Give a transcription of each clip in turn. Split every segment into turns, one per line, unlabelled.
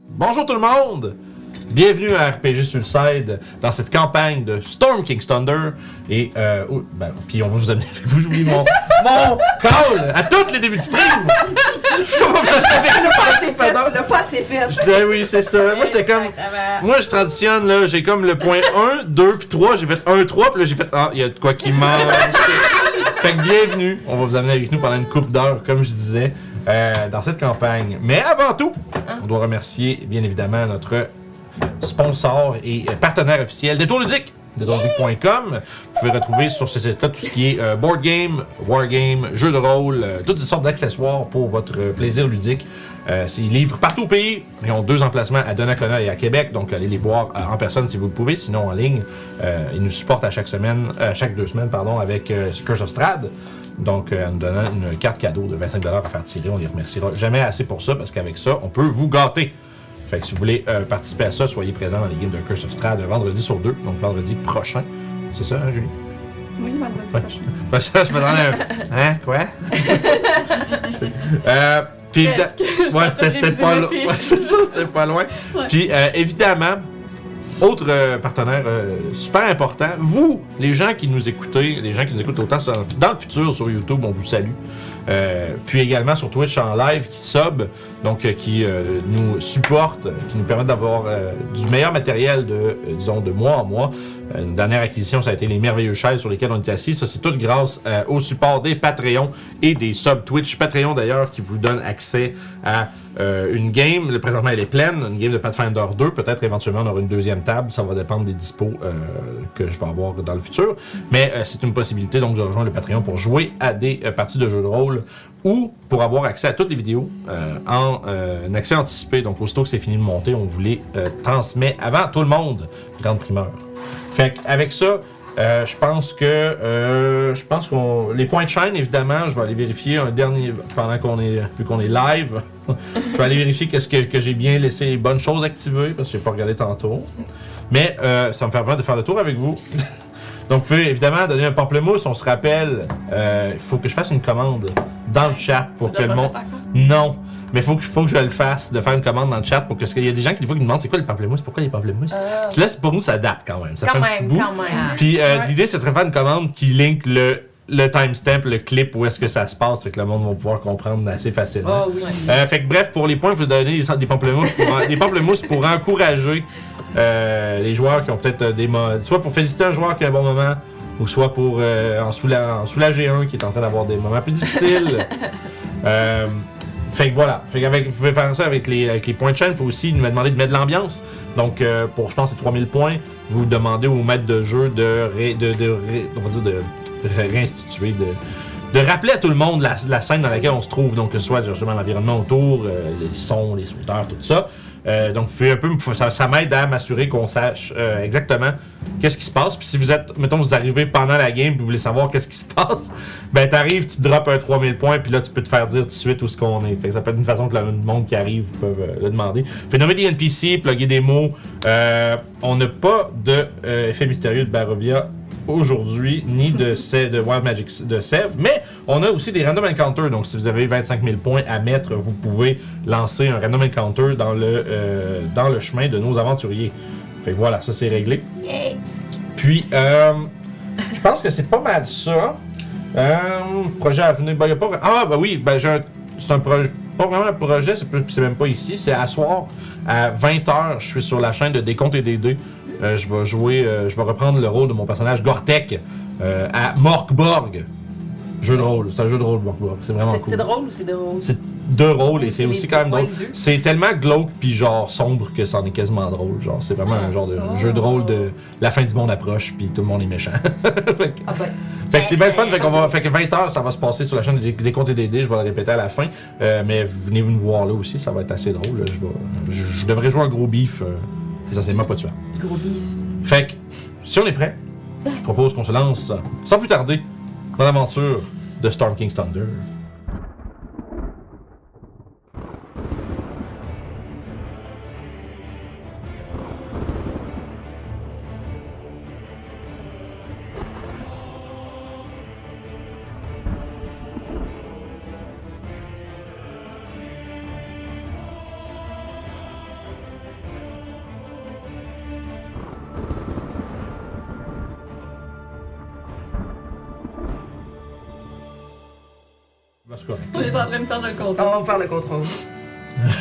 Bonjour tout le monde! Bienvenue à RPG Suicide dans cette campagne de Storm King's Thunder. Et, euh, oh, ben, puis on va vous amener avec vous, j'oublie mon, mon call à tous les débuts de stream!
pas assez fait,
hein.
tu l'as pas assez fait.
J'étais- oui, c'est ça. Moi, j'étais comme. Moi, je transitionne, là. J'ai comme le point 1, 2, puis 3. J'ai fait 1, 3, puis là, j'ai fait. Ah, il y a de quoi qui manque. fait que bienvenue. On va vous amener avec nous pendant une coupe d'heures, comme je disais, euh, dans cette campagne. Mais avant tout, on doit remercier, bien évidemment, notre sponsor et euh, partenaire officiel Détour Ludique. DétourLudique.com. Vous pouvez retrouver sur ces sites-là tout ce qui est euh, board game, war game, jeux de rôle, euh, toutes sortes d'accessoires pour votre euh, plaisir ludique. Euh, c'est- ils livrent partout au pays. Ils ont deux emplacements à Donnacona et à Québec, donc allez les voir euh, en personne si vous le pouvez, sinon en ligne. Euh, ils nous supportent à chaque semaine, euh, à chaque deux semaines, pardon, avec euh, Curse of Strad. Donc, euh, en nous donnant une carte cadeau de 25$ à faire tirer, on les remerciera jamais assez pour ça, parce qu'avec ça, on peut vous gâter. Fait que si vous voulez euh, participer à ça, soyez présent dans les games de Curse of Strahd un vendredi sur deux, donc vendredi prochain. C'est ça, hein, Julie?
Oui, vendredi
Ouais.
prochain.
Ben ça, je me donne un. Hein, quoi? euh, puis évidemment-
Presque. Je
Ouais,
pense que
c'était
j'ai
c'était
visé
pas
mes
loin.
fiches.
Ouais, c'est ça, c'était pas loin.
Ouais.
Puis euh, évidemment, autre euh, partenaire euh, super important, vous, les gens qui nous écoutez, les gens qui nous écoutent autant sur- dans le futur sur YouTube, on vous salue. Euh, puis également sur Twitch en live qui sub, donc euh, qui euh, nous supporte, qui nous permet d'avoir euh, du meilleur matériel de, euh, disons, de mois en mois. Euh, Une dernière acquisition, ça a été les merveilleuses chaises sur lesquelles on était assis. Ça, c'est tout grâce euh, au support des Patreons et des sub Twitch. Patreon, d'ailleurs, qui vous donne accès à euh, une game. Le- Présentement, elle est pleine. Une game de Pathfinder 2. Peut-être éventuellement, on aura une deuxième table. Ça va dépendre des dispos euh, que je vais avoir dans le futur. Mais euh, c'est une possibilité, donc, de rejoindre le Patreon pour jouer à des euh, parties de jeux de rôle ou pour avoir accès à toutes les vidéos euh, en euh, un accès anticipé. Donc, aussitôt que c'est fini de monter, on vous les euh, transmet avant tout le monde. Grande primeur. Fait avec ça, euh, je pense que euh, je pense qu'on les points de chaîne évidemment, je vais aller vérifier un dernier pendant qu'on est vu qu'on est live, je vais aller vérifier qu'est-ce que, que j'ai bien laissé les bonnes choses activées parce que j'ai pas regardé tantôt. Mais euh, ça me fait plaisir de faire le tour avec vous. Donc, vous pouvez évidemment donner un pamplemousse. On se rappelle, euh, il faut que je fasse une commande dans le chat pour
Tu
que
l'as
le
pas
monde.
fait encore?
Non, mais faut que, faut que je le fasse, de faire une commande dans le chat pour que. Parce qu'il y a des gens qui, des fois, qui nous demandent c'est quoi les pamplemousses, pourquoi les pamplemousses. Puis là, c'est- pour nous, ça date quand même. Ça
Euh. Quand
fait un petit
même,
bout.
quand même.
Puis euh,
Ouais.
l'idée, c'est de faire une commande qui link le, le timestamp, le clip, où est-ce que ça se passe, fait que le monde va pouvoir comprendre assez
Oh, Ah,
facilement.
oui.
Euh, fait que bref, pour les points, vous donnez des, des pamplemousses pour, en- des pamplemousses pour encourager euh, les joueurs qui ont peut-être euh, des mauvais... Soit pour féliciter un joueur qui a un bon moment, ou soit pour euh, en, soula- en soulager un qui est en train d'avoir des moments plus difficiles. Euh, fait que voilà. Fait qu'avec- vous pouvez faire ça avec les, avec les points de chaîne. Il faut aussi nous demander de mettre de l'ambiance. Donc, euh, pour, je pense, c'est 3000 points, vous demandez au maître de jeu de, ré- de, de ré- on va dire de ré- réinstituer, de, de rappeler à tout le monde la, la scène dans laquelle on se trouve. Donc, que ce soit justement l'environnement autour, euh, les sons, les sauteurs, tout ça. Euh, donc, vous pouvez un peu, me- ça, ça m'aide à m'assurer qu'on sache euh, exactement qu'est-ce qui se passe. Puis si vous êtes, mettons, vous arrivez pendant la game, puis vous voulez savoir qu'est-ce qui se passe, ben t'arrives, tu drops un 3000 points, puis là tu peux te faire dire tout de suite où ce qu'on est. Fait que ça peut être une façon que le monde qui arrive peut euh, le demander. Fait nommer des NPC, plugger des mots. Euh, on n'a pas de euh, effet mystérieux de Barovia aujourd'hui, ni de, Sè- de Wild Magic de Sèvres, mais on a aussi des Random Encounters. Donc, si vous avez 25 000 points à mettre, vous pouvez lancer un Random Encounter dans le, euh, dans le chemin de nos aventuriers. Fait que voilà, ça c'est réglé. Puis, euh, je pense que c'est pas mal ça. Euh, projet à venir. Ben, y a pas... vra- Ah, ben oui, ben, j'ai un- c'est un projet. Pas vraiment un projet, c'est plus- c'est même pas ici. C'est à soir, à 20h, je suis sur la chaîne de Décompte et des Dés. Euh, je vais jouer, euh, je vais reprendre le rôle de mon personnage Gortek euh, à Morkborg. Jeu de rôle, c'est un jeu de rôle, Morkborg. C'est vraiment
C'est
cool.
c'est drôle ou c'est drôle?
C'est deux rôles et c'est
C'est
aussi
les
quand même
deux
drôle.
points de vue.
C'est tellement glauque puis genre sombre que c'en est quasiment drôle. Genre, c'est vraiment
Ah.
un genre de
Oh.
jeu de rôle de la fin du monde approche puis tout le monde est méchant. Fait que-
Ah ben,
fait que c'est bien le fun, fait, qu'on va, fait que 20h, ça va se passer sur la chaîne des, des comptes et des dés, je vais le répéter à la fin. Euh, mais venez nous voir là aussi, ça va être assez drôle. là. Je, vais- je- je devrais jouer un gros bif, euh, essentiellement pas tuant.
gros bif.
Fait que, si on est prêt, je propose qu'on se lance, sans plus tarder, dans l'aventure de Storm King's Thunder. c'est correct.
On est en train de perdre le
On
Ah,
contrôle.
va faire le contrôle.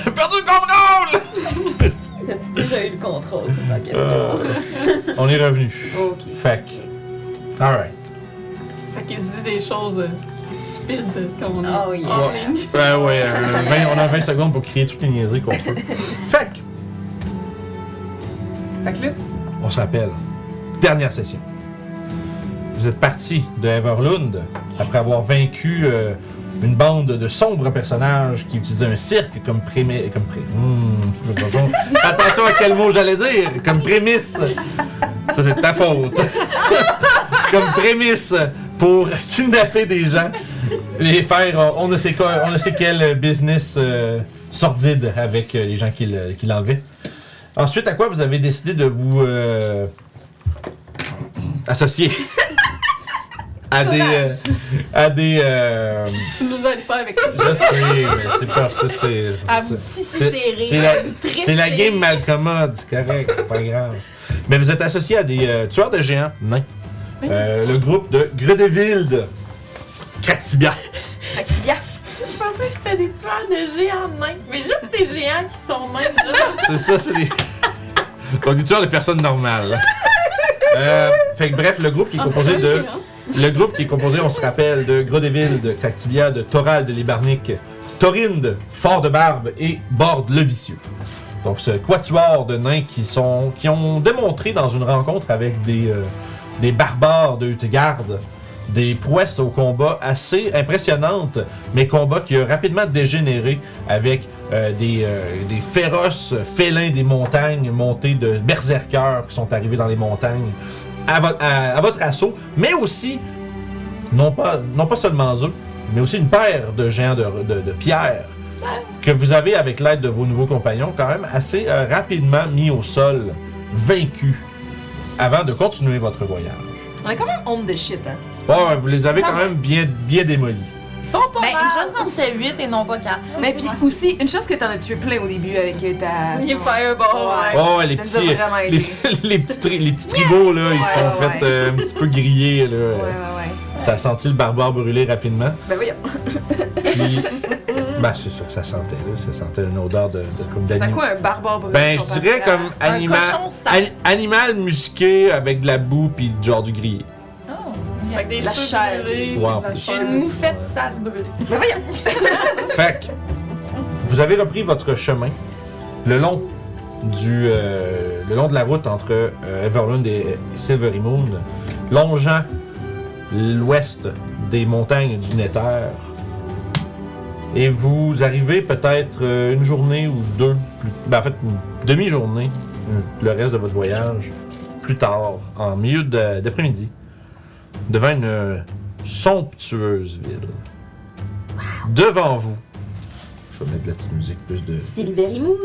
J'ai perdu le contrôle!
T'as-tu déjà eu le contrôle, c'est ça la
Euh,
question.
on est revenu.
Ok.
Fait que. Alright.
Fait qu'il se dit des choses euh, stupides quand on est
Ah oui.
en
Ouais.
ligne.
Ben ouais, euh, 20 on a 20 secondes pour crier toutes les niaiseries qu'on peut. Fait que,
Fait que là,
on se rappelle. Dernière session. Vous êtes parti de Everlund après avoir vaincu euh, une bande de sombres personnages qui utilisaient un cirque comme prémisse. Comme pré- Hmm, attention, attention à quel mot j'allais dire! Comme prémisse! Ça, c'est de ta faute! comme prémisse pour kidnapper des gens et faire euh, on ne sait, quoi, on ne sait quel business euh, sordide avec euh, les gens qui le- qui l'enlevaient. Ensuite, à quoi vous avez décidé de vous euh, associer à des euh, à des euh,
tu nous aides pas avec ça.
je sais mais c'est pas ça c'est
Ah,
c'est-
Petit
c'est- c'est la, c'est la game mal commode, c'est correct, c'est pas grave. Mais vous êtes associé à des euh, tueurs de géants, non
Oui.
Euh, Le groupe de Gredevilde, Cratibia.
Fait que bien.
Je pensais que c'était des tueurs de géants nains. Mais juste des géants qui sont nains. Genre,
C'est ça, c'est des. Donc des tueurs de personnes normales. Euh, fait que bref, le groupe qui
Ah,
Ah,
est composé de.
hein?
Le groupe qui est composé, on se rappelle, de Grodeville, de Cractibia, de Toral, de Libarnic, Torinde, Fort de Barbe et Borde le Vicieux. Donc ce quatuor de nains qui, sont, qui ont démontré dans une rencontre avec des, euh, des barbares de Utegard des prouesses au combat assez impressionnantes, mais combat qui a rapidement dégénéré avec euh, des, euh, des féroces félins des montagnes montés de berserkers qui sont arrivés dans les montagnes à, vo- à- à votre assaut, mais aussi, non pas, non pas seulement eux, mais aussi une paire de géants de, de, de pierre que vous avez, avec l'aide de vos nouveaux compagnons, quand même assez euh, rapidement mis au sol, vaincus, avant de continuer votre voyage.
On est quand même honte de shit, hein.
Bon, ouais, vous les avez quand
Quand
même bien, bien démolis.
ils font pas
Ben,
mal.
une chance qu'on fait 8 et non pas 4.
Mais puis aussi, une chose que t'en as tué plein au début avec ta.
Il est fireball.
Ouais.
Oh, ouais, les
Ça nous a
petits,
vraiment
les,
aidé.
les petits, tri- les petits tribaux, là, ils se sont
Ouais, ouais,
fait euh, un petit peu griller, là.
Ouais, ouais, ouais.
Ça a senti le barbare brûler rapidement.
Ben voyons.
Puis, ben, c'est ça que ça sentait, là. Ça sentait une odeur de, de comme
C'est à
d'animaux.
quoi un barbare brûlé?
Ben, je dirais
comparé à
comme
un
animal,
cochon sale.
ani- animal musqué avec de la boue puis genre du grillé.
Oh.
Fait que des
La
cheveux
chair.
brûlés,
Ouais, en
de la
plus.
chair.
Une moufette sale brûlée.
Ben voyons.
Fait que, vous avez repris votre chemin le long du euh, le long de la route entre euh, Everlund et Silvery Moon, longeant l'ouest des montagnes du Nether. Et vous arrivez peut-être euh, une journée ou deux, plus, ben, en fait une demi-journée, le reste de votre voyage, plus tard, en milieu de- d'après-midi, devant une somptueuse ville. Devant vous, je vais mettre de la petite musique plus de...
Silvery Moon.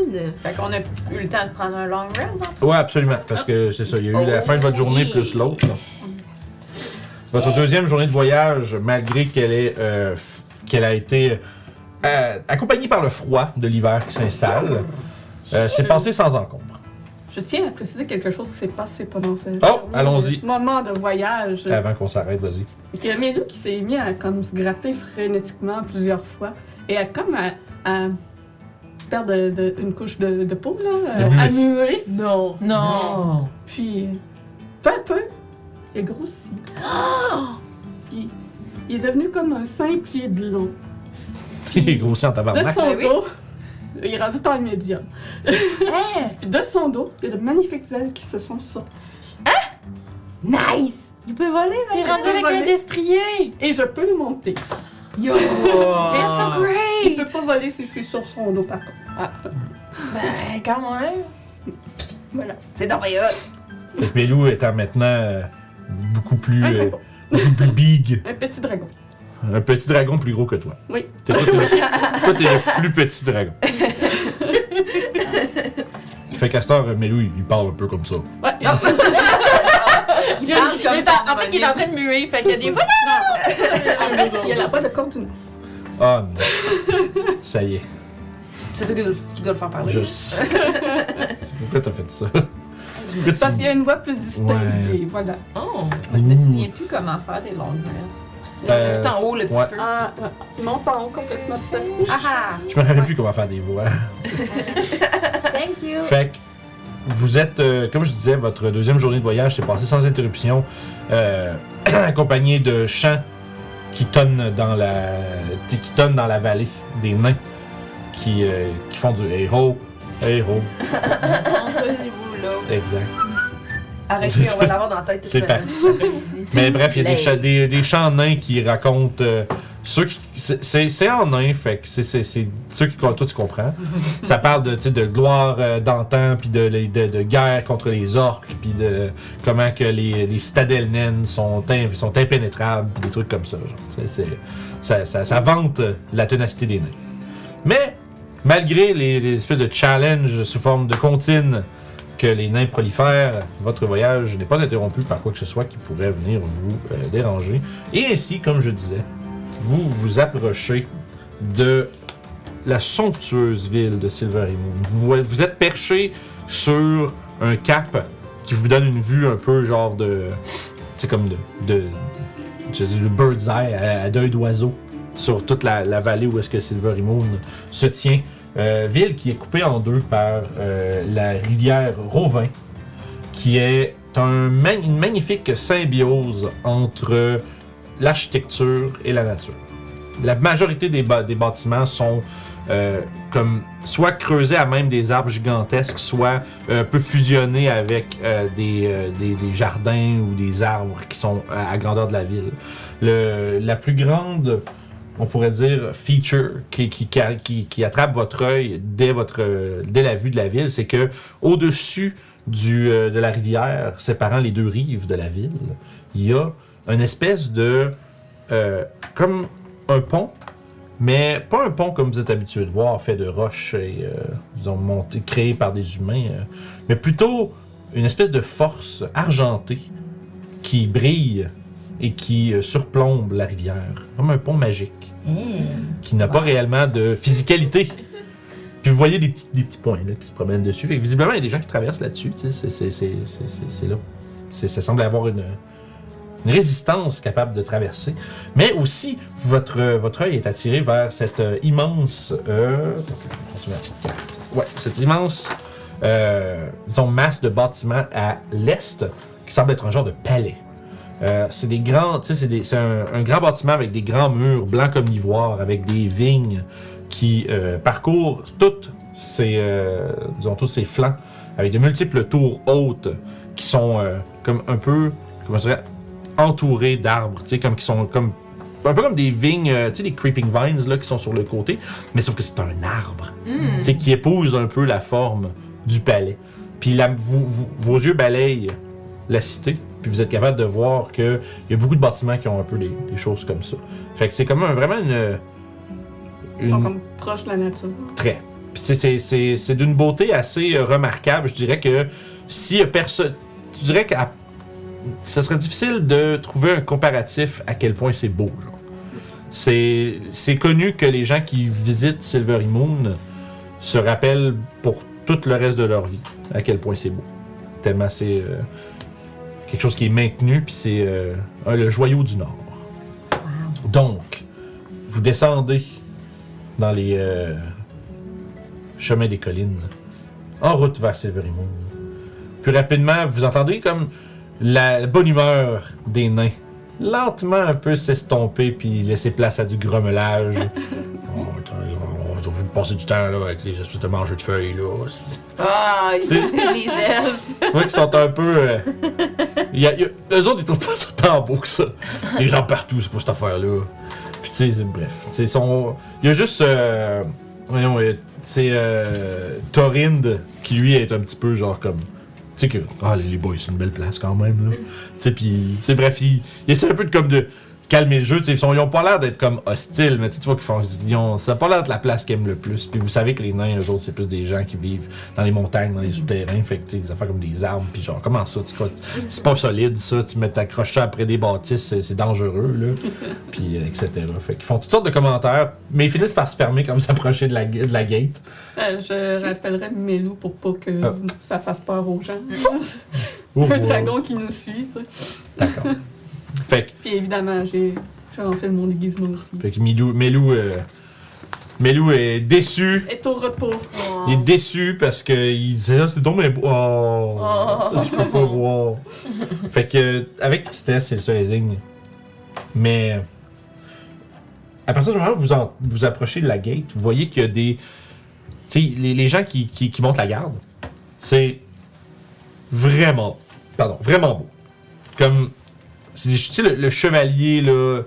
Fait qu'on a eu le temps de prendre un long rest. hein.
Ouais, absolument. Parce que c'est ça, il y a eu la fin de votre journée plus l'autre. là. Votre deuxième journée de voyage, malgré qu'elle est, euh, f- qu'elle a été euh, accompagnée par le froid de l'hiver qui s'installe, euh, s'est passée sans encombre.
Je tiens à préciser quelque chose qui s'est passé pendant ce
Oh, allons-y. Euh.
moment de voyage.
Avant qu'on s'arrête, vas-y.
Il y a Mélou qui s'est mis à comme, se gratter frénétiquement plusieurs fois et à comme à, à perdre de- de- une couche de, de peau, là, euh,
Mélou
à
l'a dit.
muer.
Non. Non.
Puis, peu à peu, il grossit. Puis, il est devenu comme un simple pied de long.
Il est grossi en
De
tabarnak.
son
ben oui.
dos, il est rendu dans le médium. Puis de son dos, il y a de magnifiques ailes qui se sont sorties.
Nice.
Il peut voler,
T'es rendu avec un destrier.
Et je peux le monter.
Yo. That's
Ah.
so
Il peut
great.
pas voler si je suis sur son dos, par contre.
Ben, quand même.
Voilà.
C'est dans mes hot.
Fait que Mélou étant maintenant euh, beaucoup plus,
Un
euh,
dragon.
beaucoup plus big,
Un petit dragon.
un petit dragon plus gros que toi.
Oui.
T'es- Toi, t'es toi, t'es le plus petit dragon. Fait qu'Astor, Mélou, il il parle un peu comme ça.
Ouais.
Il parle comme
Il est
ça,
en- en fait, il est en train de muer. Fait qu'il y a des fois.
En fait, il y a la voix de Cordunas.
Ah non. Ça y est,
C'est toi qui dois- qui dois le faire parler.
je sais. C'est pourquoi t'as fait ça? Pourquoi tu-
Parce qu'il y a une voix plus distinguée,
Ouais.
voilà.
Oh.
Je me souviens plus comment faire des long rests.
Euh,
C'est tout en haut, le petit
ouais.
feu.
Ah, ouais. monte en haut complètement tout à fait.
Ah
Je me rappelle plus comment faire des voix.
ah, thank you.
Fait que vous êtes, euh, comme je disais, votre deuxième journée de voyage s'est passée sans interruption, euh, accompagné de chants qui tonnent dans la, qui tonnent dans la vallée des nains qui, euh, qui font du hey ho, hey ho,
Montrez-vous là.
exact.
Arrêtez, on va l'avoir dans la tête. toute
C'est
la-
parti.
cet après-midi.
Mais bref, il y a des,
Lay.
cha- des, des chants nains qui racontent. euh, ceux qui, c'est- c'est c'est en nain, fait que c'est- c'est c'est ceux qui. Toi, tu comprends. Ça parle de, tu sais, de gloire euh, d'antan, puis de, de- de guerre contre les orques, puis de comment que les, les citadelles naines sont, im- sont impénétrables, puis des trucs comme ça. Genre, Tu sais, c'est- ça, ça, ça vante euh, la ténacité des nains. Mais, malgré les, les espèces de challenges sous forme de comptines que les nains prolifèrent, votre voyage n'est pas interrompu par quoi que ce soit qui pourrait venir vous euh, déranger. Et ainsi, comme je disais, vous vous approchez de la somptueuse ville de Silver Moon. Vous, vous êtes perché sur un cap qui vous donne une vue un peu genre de. Tu sais, comme de. de je dis le bird's eye à, à deuil d'oiseau sur toute la, la vallée où est-ce que Silvery Moon se tient. Euh, ville qui est coupée en deux par euh, la rivière Rovin, qui est un mag- une magnifique symbiose entre l'architecture et la nature. La majorité des, ba- des bâtiments sont euh, comme soit creusés à même des arbres gigantesques, soit euh, un peu fusionnés avec euh, des, euh, des- des jardins ou des arbres qui sont euh, à, à grandeur de la ville. Le- la plus grande on pourrait dire, feature qui, qui, qui, qui attrape votre œil dès, votre, euh, dès la vue de la ville, c'est que au-dessus du, euh, de la rivière séparant les deux rives de la ville, il y a une espèce de. euh, comme un pont, mais pas un pont comme vous êtes habitué de voir, fait de roches et, euh, disons, monté, créé par des humains, euh, mais plutôt une espèce de force argentée qui brille et qui euh, surplombe la rivière, comme un pont magique qui n'a pas réellement de physicalité. Puis vous voyez des petits, des petits points là, qui se promènent dessus. Fait que visiblement, il y a des gens qui traversent là-dessus. tu sais, C'est c'est- c'est- c'est- c'est- c'est là. C'est- Ça semble avoir une, une résistance capable de traverser. Mais aussi, votre, euh, votre œil est attiré vers cette euh, immense. euh, attends, je prends ma petite carte. Ouais, cette immense euh, disons, masse de bâtiments à l'est qui semble être un genre de palais. Euh, c'est des grands, tu sais, c'est des- c'est un, un grand bâtiment avec des grands murs blancs comme l'ivoire, avec des vignes qui euh, parcourent toutes ces, euh, disons, tous ces flancs, avec de multiples tours hautes qui sont euh, comme un peu, comment je dirais, entourées d'arbres, tu sais, comme qui sont comme un peu comme des vignes, euh, tu sais, des creeping vines là qui sont sur le côté, mais sauf que c'est un arbre, tu sais, qui épouse un peu la forme du palais. Puis la- vous- vous- vos yeux balayent la cité, puis vous êtes capable de voir que il y a beaucoup de bâtiments qui ont un peu des, des choses comme ça. Fait que c'est comme un- vraiment une,
ah. Ils sont
une-
comme proches de la nature.
Très. Puis c'est- c'est- C'est c'est d'une beauté assez euh, remarquable. Je dirais que si personne. Je dirais que ça serait difficile de trouver un comparatif à quel point c'est beau. genre. C'est c'est connu que les gens qui visitent Silvery Moon se rappellent pour tout le reste de leur vie à quel point c'est beau. Tellement c'est euh, quelque chose qui est maintenu, puis c'est euh, un- le joyau du Nord. Donc, vous descendez dans les. euh, chemin des collines, en route vers Silvery Moon. Puis rapidement, vous entendez comme la bonne humeur des nains lentement un peu s'estomper puis laisser place à du grommelage. oh, t'as- on est obligé de passer du temps là, avec les espèces de mangeux de feuilles. Là.
Ah, ils
C'est-
sont des elfes.
Tu vois qu'ils sont un peu. euh, y a- y a- eux autres, ils trouvent pas ça tant beau que ça. Les gens partout, c'est pour cette affaire-là. Puis, tu sais, c'est- bref. Tu sais, son- Il y a juste. euh, voyons, euh, c'est. euh, Thorinde, qui lui est un petit peu genre comme. Tu sais que. Ah, les, les boys, c'est une belle place quand même, là. Tu sais, puis. C'est bref, il, il essaie un peu de comme de. Calmer le jeu, tu sais, ils, sont- ils ont pas l'air d'être comme hostiles, mais tu sais, tu vois qu'ils font. ils ont- ça a pas l'air de la place qu'ils aiment le plus. Puis vous savez que les nains, eux autres, c'est plus des gens qui vivent dans les montagnes, dans les souterrains, fait que tu sais, des affaires comme des arbres, puis genre, comment ça, tu quoi, tu- c'est pas solide ça, tu mets t'accroches ça après des bâtisses, c'est, c'est dangereux, là, puis euh, etc. Fait qu'ils font toutes sortes de commentaires, mais ils finissent par se fermer quand vous approchez de la, gu- de la gate.
Euh, je rappellerai Melou pour pas que
Ah.
ça fasse peur aux gens.
Ouh,
Un
ouh,
dragon qui nous suit, ça.
Oh, D'accord. Fait que
Puis évidemment, j'ai Je vais enfiler mon déguisement aussi.
Fait que Milou, Melou, euh, Melou est déçu.
Est au repos.
Il est déçu parce qu'il disait Ah, c'est donc mais oh,
Oh.
ça, je peux pas voir. fait que avec tristesse, c'est ça les signes. Mais à partir du moment où vous en- vous approchez de la gate, vous voyez qu'il y a des tu sais les, les gens qui, qui, qui montent la garde, c'est vraiment pardon, vraiment beau. Comme c'est tu sais, le, le chevalier là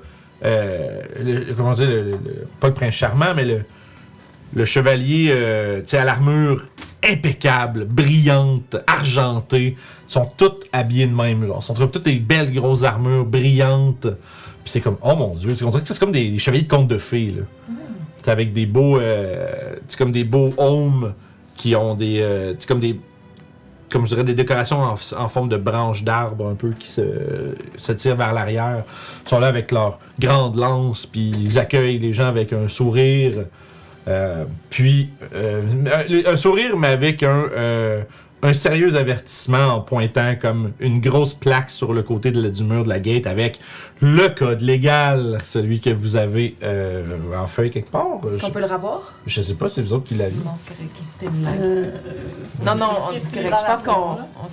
euh, le- comment dire le- le- le- pas le prince charmant mais le le chevalier, euh, tu sais, à l'armure impeccable, brillante, argentée. Ils sont toutes habillés de même, genre. Ils sont toutes des belles grosses armures brillantes. Puis c'est comme, oh mon dieu, c'est on dirait que c'est comme des, des chevaliers de contes de fées, là. Tu sais, avec des beaux, euh, tu sais, comme des beaux hommes qui ont des, euh, tu sais, comme des, comme je dirais, des décorations en, en forme de branches d'arbres un peu qui se, se tirent vers l'arrière. Ils sont là avec leur grande lance, puis ils accueillent les gens avec un sourire. Euh, puis, euh, un, un sourire, mais avec un, euh, un sérieux avertissement en pointant comme une grosse plaque sur le côté de la- du mur de la gate avec le code légal, celui que vous avez euh, en feuille quelque part.
Est-ce qu'on
Je,
peut le revoir?
je sais pas, c'est vous autres qui l'avez.
Non, c'est correct. C'était une blague.
Euh,
Non, non, on-
Qu'est-ce
c'est
qu'il
correct. Je
va
pense
la
qu'on.
faire,
on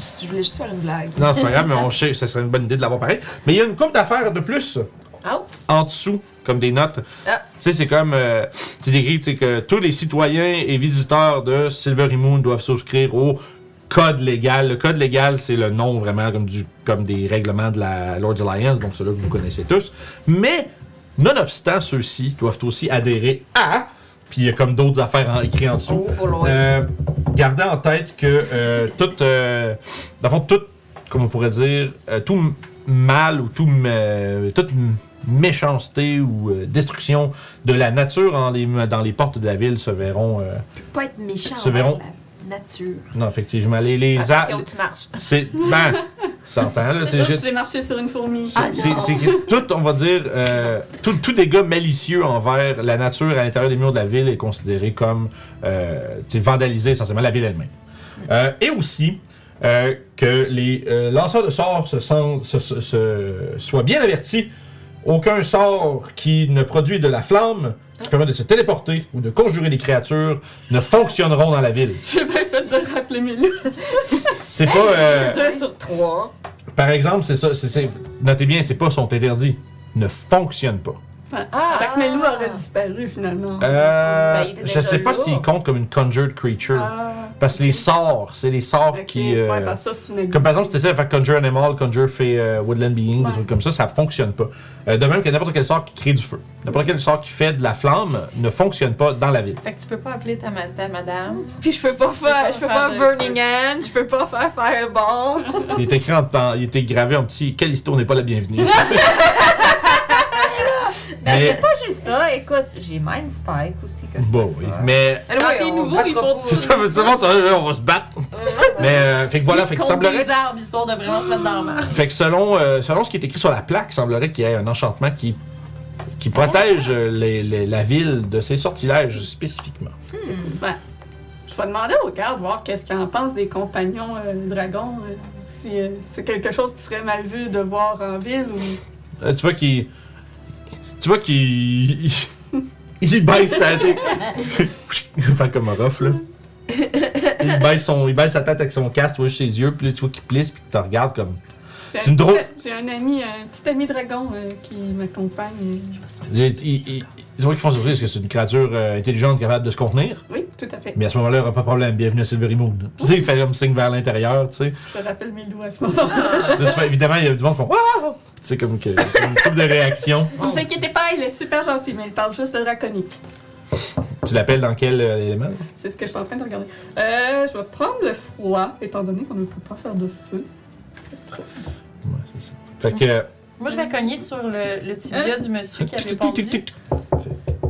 s- on- Je voulais juste faire une blague.
Non, c'est pas grave, mais on sait, ça serait une bonne idée de l'avoir pareil. Mais il y a une coupe d'affaires de plus
Ah oh,
en dessous, comme des notes.
Ah.
Tu sais, c'est comme. euh, c'est décrit tu sais, que tous les citoyens et visiteurs de Silvery Moon doivent souscrire au code légal. Le code légal, c'est le nom vraiment comme, du, comme des règlements de la Lord's Alliance, donc ceux-là que vous connaissez tous. Mais, nonobstant ceux-ci, doivent aussi adhérer à. Puis il y a comme d'autres affaires en, écrites en dessous.
Oh, Lord.
Euh, gardez en tête que euh, tout, euh, dans le fond, tout, comme on pourrait dire, euh, tout m- mal ou tout, m- euh, toute m- méchanceté ou euh, destruction de la nature dans les, dans les portes de la ville se verront. euh,
Pas être méchant.
Se verront.
envers la Nature.
non, effectivement, les, les a-
c'est où tu marches.
c'est ben, s'entend là,
c'est
c'est
sûr que
juste.
j'ai marché sur une fourmi. Ah,
C'est c'est- c'est que tout, on va dire, euh, tout, tout dégât malicieux envers la nature à l'intérieur des murs de la ville est considéré comme euh, tu sais, vandaliser essentiellement la ville elle-même. Euh, et aussi euh, que les euh, lanceurs de sorts se sentent- se- se- se- soient bien avertis. Aucun sort qui ne produit de la flamme, qui permet de se téléporter ou de conjurer les créatures, ne fonctionneront dans la ville.
J'ai bien fait de rappeler mes loups.
C'est pas. euh,
2 sur 3.
par exemple, c'est ça. c'est- c'est- notez bien, c'est pas sont interdits. Ne fonctionnent pas.
Ah,
Fait que mes loups auraient disparu finalement.
Euh,
Ben, il était
je
déjà
sais pas
lourd.
s'il compte comme une conjured creature.
Oh. Ah,
Parce que les sorts, c'est les sorts
ok.
qui. euh,
Ouais, parce que ça, c'est une
Comme par exemple, si tu essaies de faire Conjure Animal, Conjure fait euh, Woodland Being, des
Ouais.
trucs comme ça, ça fonctionne pas. Euh, de même que n'importe quel sort qui crée du feu. N'importe quel sort qui fait de la flamme ne fonctionne pas dans la ville.
Fait que tu peux pas appeler ta, ma- ta madame.
Puis je peux pas
Tu peux pas
faire. Je peux pas
faire de-
Burning Hand. Je peux pas faire Fireball.
Il est écrit en, en- il était gravé en petit Calisto n'est pas la bienvenue. mais,
Pas juste ça, écoute, j'ai Mind Spike aussi. Que...
bon, oui. Mais
Anyway,
Quand t'es
on
nouveau,
battra
il faut-
pas.
c'est ça, tout le monde, ça, on va se battre. Mais, euh, fait que voilà, fait que
Contre
semblerait.
des arbres, histoire de vraiment se mettre dans la marche.
Fait que selon, euh, selon ce qui est écrit sur la plaque, il semblerait qu'il y ait un enchantement qui, qui protège euh, les- les- la ville de ses sortilèges spécifiquement.
Je vais demander au gars voir qu'est-ce qu'il en pense des compagnons euh, dragons. euh, si euh, c'est quelque chose qui serait mal vu de voir en ville ou.
Euh, tu vois qu'il. Tu vois qu'il. Il, il baisse sa tête. Faire comme un rough, là. Il baisse, son, il baisse sa tête avec son casque, tu vois juste ses yeux, puis là, tu vois qu'il plisse, puis qu'il te regarde comme.
J'ai
C'est une
un-
drôle-
J'ai un ami, un petit ami dragon euh, qui m'accompagne. euh.
Il- il- il- Ils ont qu'ils font surtout, est-ce que c'est une créature euh, intelligente capable de se contenir?
Oui, tout à fait.
Mais à ce moment-là, il n'y aura pas de problème. Bienvenue à Silvery Moon. Tu sais, il fait comme signe vers l'intérieur, tu sais.
Je rappelle mes loups à ce moment-là.
Là, tu vois, évidemment, il y a du monde qui font Waouh! Tu sais, comme que, une coupe de réaction.
Vous inquiétez pas, il est super gentil, mais il parle juste le draconique.
Tu l'appelles dans quel euh, élément
C'est ce que je suis en train de regarder. Euh, je vais prendre le froid, étant donné qu'on ne peut pas faire de feu.
Ouais, c'est ça. Fait que.
Moi, je vais cogner sur le, le tibia du monsieur qui avait
Tic, tic,
pendu.
tic, tic. Oui,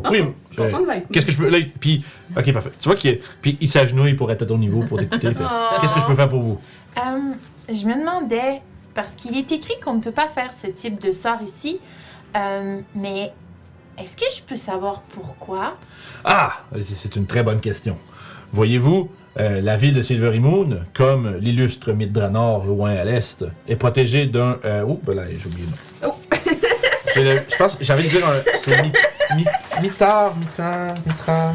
Ah, Je vais
euh,
prendre lightning.
qu'est-ce que je peux. Là, il- puis, ok, parfait. Tu vois qu'il puis il s'agenouille pour être à ton niveau, pour t'écouter. fait,
Ah.
Qu'est-ce que je peux faire pour vous
Hum, Ah. je me demandais, parce qu'il est écrit qu'on ne peut pas faire ce type de sort ici, hum, mais est-ce que je peux savoir pourquoi?
Ah c'est- C'est une très bonne question. Voyez-vous, euh, la ville de Silvery Moon, comme l'illustre Midranor loin à l'est, est protégée d'un. euh, oups, ben là, j'ai oublié le nom. C'est le- je pense, j'avais envie de dire un. C'est mi, mi, mitard, mitard, mitard.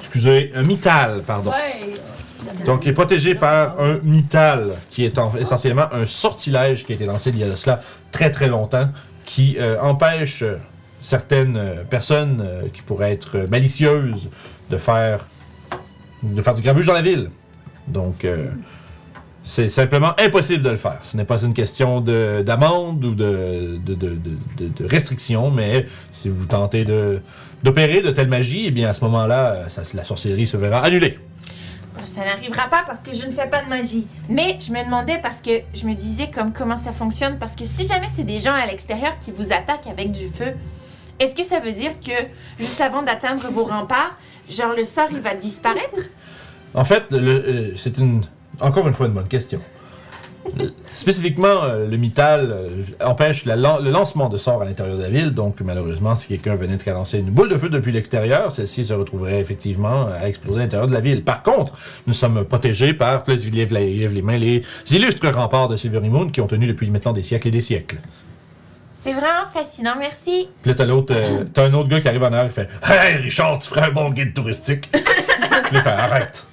Excusez, un mital, pardon.
Ouais.
Donc, il est protégé par un mital, qui est en- essentiellement un sortilège qui a été lancé il y a cela très très longtemps, qui euh, empêche euh, certaines euh, personnes euh, qui pourraient être euh, malicieuses de faire, de faire du grabuge dans la ville. Donc, euh, c'est simplement impossible de le faire. Ce n'est pas une question de- d'amende ou de, de, de- de- de- de restriction, mais si vous tentez de- d'opérer de, telle magie, eh bien à ce moment-là, euh, ça- la sorcellerie se verra annulée.
Ça n'arrivera pas parce que je ne fais pas de magie. Mais je me demandais parce que je me disais comme comment ça fonctionne parce que si jamais c'est des gens à l'extérieur qui vous attaquent avec du feu, est-ce que ça veut dire que juste avant d'atteindre vos remparts, genre le sort il va disparaître
En fait, le- euh, c'est une encore une fois une bonne question. Le- Spécifiquement, euh, le mital euh, empêche la lan- le lancement de sorts à l'intérieur de la ville, donc malheureusement, si quelqu'un venait de lancer une boule de feu depuis l'extérieur, celle-ci se retrouverait effectivement à exploser à l'intérieur de la ville. Par contre, nous sommes protégés par, plus il lève la- il lève les mains, les illustres remparts de Silvery Moon qui ont tenu depuis maintenant des siècles et des siècles.
C'est vraiment fascinant, merci.
Puis là, t'as l'autre, euh, t'as un autre gars qui arrive en arrière et fait Hey Richard, tu ferais un bon guide touristique. Puis là, il fait Arrête.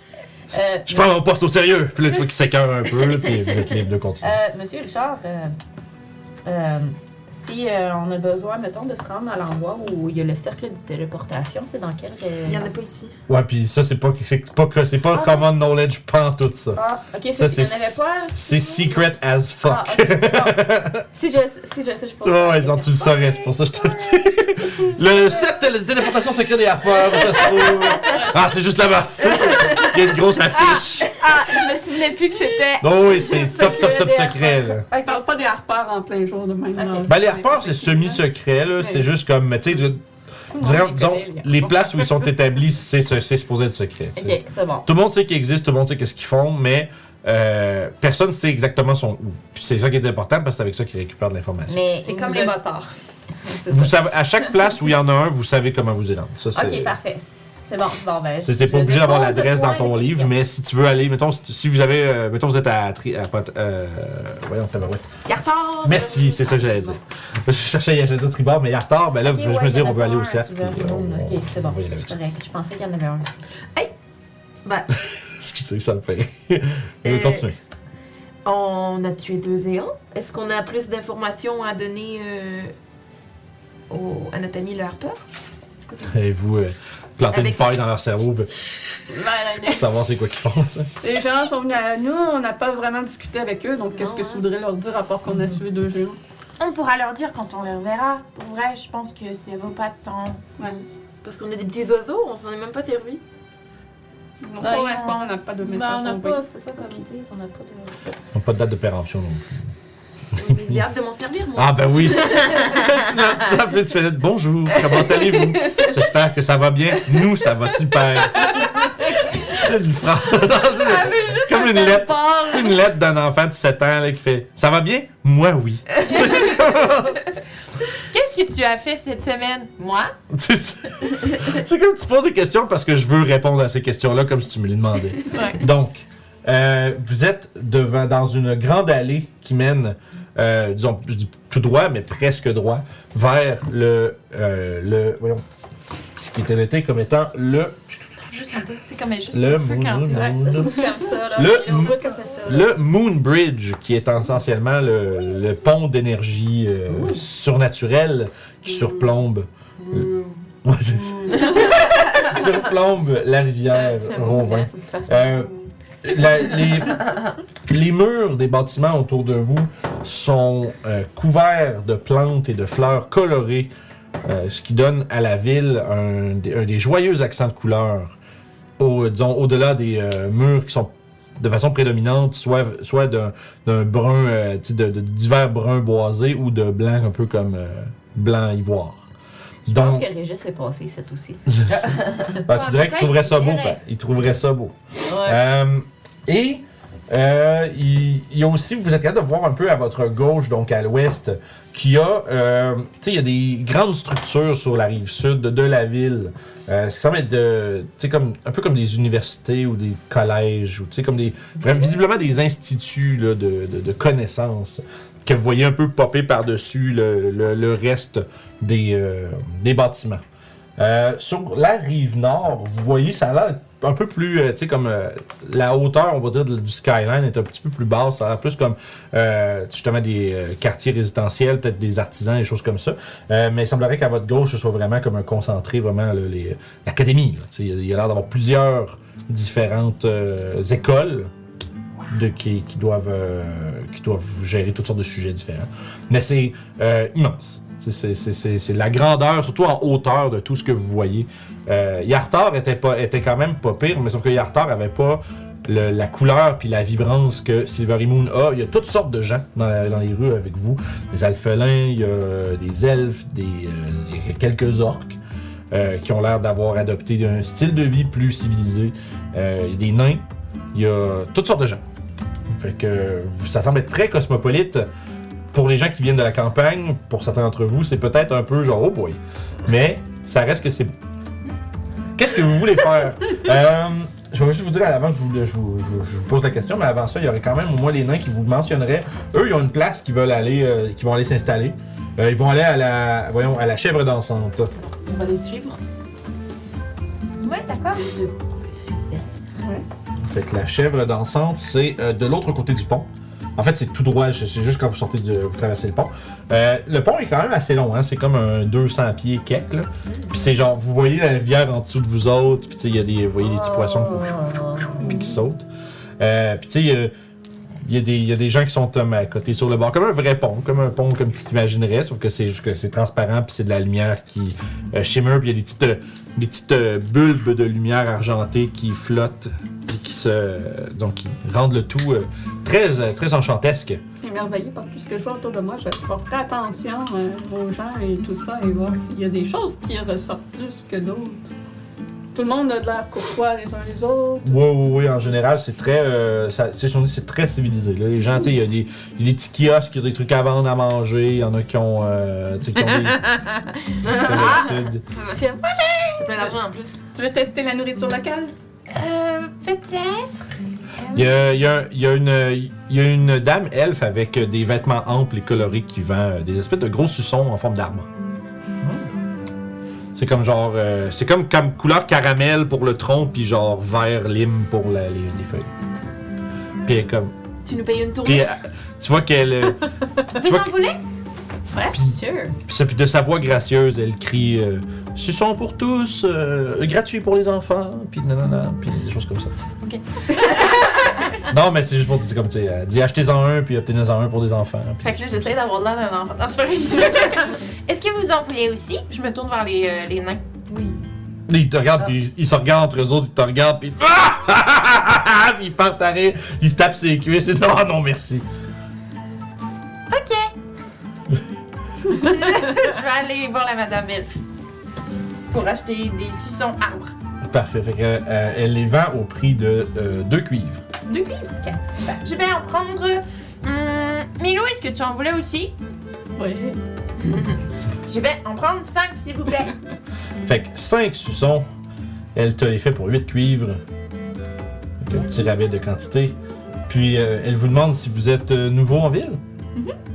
Euh,
Je prends mon poste au sérieux. Puis là, tu vois qu'il s'écœure un peu, là, puis vous êtes libre de continuer.
euh, Monsieur Richard, euh, euh, si euh, on a besoin, mettons, de se rendre à l'endroit où il y a le cercle de téléportation, c'est dans quel... euh,
Il y en a pas ici.
Ouais, puis ça, c'est pas, c'est pas, c'est pas
Ah.
common knowledge, pan tout ça.
Ah, ok,
Ça,
c'est qu'il n'y en
c'est-
avait pas. Ah,
C'est
si
secret as fuck.
Ah.
si, je, si je sais, je pourrais.
Oh, ils ont tu le saurais, c'est pour ça que je te le dis. Le step de la téléportation secret des harpeurs, ça se trouve. Ah, c'est juste là-bas. Il y a une grosse affiche.
Ah, je me souvenais plus que c'était.
Non, oui, c'est top, top, top secret, là.
Je parle pas des harpeurs en plein jour de même. non.
Ben, les harpeurs, c'est semi-secret, là. C'est juste comme, tu sais, je- disons, disons, les places où ils sont établis, c'est c'est- c'est supposé être secret. tu sais.
Ok, c'est bon.
Tout le monde sait qu'ils existent, tout le monde sait qu'est-ce qu'ils font, mais euh, personne sait exactement son où. Puis c'est ça qui est important parce que c'est avec ça qu'ils récupèrent de l'information.
Mais
C'est
vous
comme
êtes-
les motards.
c'est
Vous
ça.
savez, à chaque place où il y en a un, vous savez comment vous y rendre. Ça, c'est-
Ok, parfait. C'est bon. Bon, ben.
C'est c'est pas
je
obligé d'avoir
dépose le
l'adresse dans
point
ton
de
livre,
question.
mais si tu veux aller, mettons, si, tu- si vous avez, euh, mettons, vous êtes à, Tri- à Pot- euh, voyons, tabarouette.
Yartard!
Oh,
Merci, c'est ça que j'allais dire. Je cherchais, j'allais dire tribord, mais il y a retard, ben là,
Ok,
je
ouais,
me
il y
dire,
en
on
a
veut
pas
aller
un,
au cercle.
Silver
puis, euh,
Moon.
on-
Ok, c'est
on
bon.
va y aller avec ça.
Correct. Je pensais qu'il y en avait un aussi.
Ben,
Excusez, ça me fait. rire. Je vais
Euh,
continuer.
on a tué deux géants. Est-ce qu'on a plus d'informations à donner euh, au, à notre ami le harpeur? C'est quoi ça?
Et vous euh, plantez une
Avec-
paille dans leur cerveau vous-
Ben,
pour savoir c'est quoi qu'ils font, tu sais.
les gens sont venus à nous, on n'a pas vraiment discuté avec eux, donc qu'est-ce que
Ah
Non,
tu
hein.
voudrais leur dire à part qu'on a
Mhm.
tué deux géants?
On pourra leur dire quand on les reverra. Pour vrai, je pense que ça vaut pas de temps.
Parce qu'on a des petits oiseaux, on s'en est même pas servi.
Donc,
Ouais,
pour l'instant, on n'a pas de
Ben,
message
on n'a
d'envoyer.
pas, c'est ça comme ils disent, on n'a pas de.
Ils n'ont pas de date de péremption non plus.
Mais J'ai hâte de m'en servir, moi.
Ah ben oui! tu l'as- tu t'as appelé, tu fais bonjour, comment allez-vous? J'espère que ça va bien. Nous, ça va super. C'est une phrase. Comme une lettre. Tu sais, une lettre d'un enfant de 7 ans là, qui fait Ça va bien? Moi oui.
Qu'est-ce que tu as fait cette semaine Moi
Tu sais, C'est comme tu poses des questions parce que je veux répondre à ces questions-là comme si tu me les demandais.
Ouais.
Donc, euh, vous êtes devant dans une grande allée qui mène, euh, disons, je dis tout droit, mais presque droit, vers le, euh, le, voyons, ce qui était noté comme étant le,
Juste un peu. C'est comme juste
le,
un peu
moon-
quand
Ouais,
moon-
c'est comme ça, là.
Le-
On voit comme ça, là.
le Moon Bridge, qui est essentiellement le, le pont d'énergie euh, surnaturelle qui surplombe. le- Ouais, c'est ça. surplombe la rivière
C'est un bon
Rovin.
moment, faut qu'il fasse
Euh,
beaucoup.
La- les, les murs des bâtiments autour de vous sont euh, couverts de plantes et de fleurs colorées, euh, ce qui donne à la ville un, des- un des joyeux accents de couleurs. Au, disons, au-delà des euh, murs qui sont de façon prédominante, soit, soit d'un, d'un brun, euh, tu sais, de, de- divers bruns boisés ou de blanc un peu comme euh, blanc ivoire.
Je pense
Donc,
que Régis est passé, c'est aussi.
ben, tu dirais
Ouais,
qu'il trouverait ça beau.
c'est vrai.
ben, il trouverait ça beau.
Ouais.
Euh, et Euh, il, il y a aussi, vous êtes capable de voir un peu à votre gauche, donc à l'ouest, qu'il y a, euh, tu sais, il y a des grandes structures sur la rive sud de, de la ville. Euh, ça semble être de, tu sais, comme, un peu comme des universités ou des collèges, ou tu sais, comme des, vraiment, visiblement des instituts là, de, de, de connaissances que vous voyez un peu popper par-dessus le, le- le reste des, euh, des bâtiments. Euh, sur la rive nord, vous voyez, ça a l'air un peu plus, euh, tu sais, comme euh, la hauteur, on va dire, de- du skyline est un petit peu plus basse. Ça a l'air plus comme, euh, justement, des euh, quartiers résidentiels, peut-être des artisans, des choses comme ça. Euh, mais il semblerait qu'à votre gauche, ce soit vraiment comme un concentré, vraiment, là, les- euh, l'académie. là. Tu sais, Il y a l'air d'avoir plusieurs différentes euh, écoles de, qui, qui doivent, euh, qui doivent gérer toutes sortes de sujets différents. Mais c'est euh, immense. C'est- c'est- C'est c'est- c'est la grandeur, surtout en hauteur de tout ce que vous voyez. Euh, Yartar était, pas, était quand même pas pire, mais sauf que Yartar avait pas le- la couleur puis la vibrance que Silvery Moon a. Il y a toutes sortes de gens dans, la- dans les rues avec vous. Des alphelins, il y a des elfes, des, euh, il y a quelques orques euh, qui ont l'air d'avoir adopté un style de vie plus civilisé. Euh, il y a des nains, il y a toutes sortes de gens. Fait que vous- ça semble être très cosmopolite. Pour les gens qui viennent de la campagne, pour certains d'entre vous, c'est peut-être un peu genre oh boy. Mais ça reste que c'est beau. Qu'est-ce que vous voulez faire? Euh, je vais juste vous dire avant, je vous, je vous- je vous- je vous pose la question, mais avant ça, il y aurait quand même au moins les nains qui vous mentionneraient. Eux, ils ont une place qui veulent aller, euh, qui vont aller s'installer. Euh, ils vont aller à la, voyons, à la chèvre dansante.
On va les suivre.
Ouais, d'accord.
Fait que la chèvre dansante, c'est euh, de l'autre côté du pont. En fait, c'est tout droit, c'est c'est juste quand vous sortez de, vous traversez le pont. Euh, le pont est quand même assez long, hein? c'est comme un 200 pieds quelque. là. Puis c'est genre, vous voyez la rivière en dessous de vous autres, puis tu sais, il y a des, vous voyez des petits poissons qui, font puis qui sautent. Euh, puis tu sais, euh, il y, a des- il y a des gens qui sont euh, à côté sur le bord, comme un vrai pont, comme un pont comme tu t'imaginerais, sauf que c'est juste que c'est transparent, puis c'est de la lumière qui euh, shimmer, puis il y a des petites, euh, des petites euh, bulbes de lumière argentée qui flottent et qui se donc qui rendent le tout euh, très euh, très enchantesque.
émerveillée par tout ce que je vois autour de moi. Je porterai attention euh, aux gens et tout ça et voir s'il y a des choses qui ressortent plus que d'autres. Tout le monde a de l'air courtois les uns les autres.
Oui, oui, oui, en général, c'est très euh, ça- tu sais, on dit, c'est très civilisé. là. Les gens, tu sais, il y a des il y a des petits kiosques, il y a des trucs à vendre à manger, il y en a qui ont euh, tu sais, qui ont des comme d'habitude.
T'as plein d'argent en plus.
Tu veux tester la nourriture locale?
Euh, peut-être.
Il y a, il y a- il y a une, il y a une dame elfe avec euh, des vêtements amples et colorés qui vend euh, des espèces de gros suçons en forme d'arbre. C'est comme genre. euh, c'est comme, comme couleur caramel pour le tronc, puis genre vert lime pour la- les, les feuilles. Puis elle est comme.
Tu nous payes une
Puis
tournée.
elle- tu vois qu'elle. euh, tu
Vous
vois
en
que-
voulez?
Ouais, sure.
puis ça- puis de sa voix gracieuse, elle crie euh, Suçon pour tous, euh, gratuit pour les enfants, puis nanana, puis des choses comme ça.
Ok.
non, mais c'est juste pour dire comme tu sais, elle dit achetez-en un, puis obtenez-en un pour des enfants. puis
Fait que là, j'essaie d'avoir de l'air d'un enfant. Non, c'est pas vrai. Est-ce que vous en voulez aussi? Je me tourne vers les, euh, les nains.
Ils te regardent, puis ils se regardent entre eux autres, ils te regardent, puis. puis ils partent à rire, ils se tapent ses cuisses, et non, non, merci.
Ok. je vais aller voir la Madame Elf pour acheter des suçons arbres.
Parfait, fait que, euh, elle les vend au prix de euh, deux cuivres.
Deux livres. Ok. Ben, Je vais en prendre. Hum, Milou, est-ce que tu en voulais aussi?
Oui.
Je vais en prendre cinq, s'il vous plaît.
Fait que 5 suçons, elle te les fait pour 8 cuivres. Avec un petit rabais de quantité. Puis euh, elle vous demande si vous êtes euh, nouveau en ville.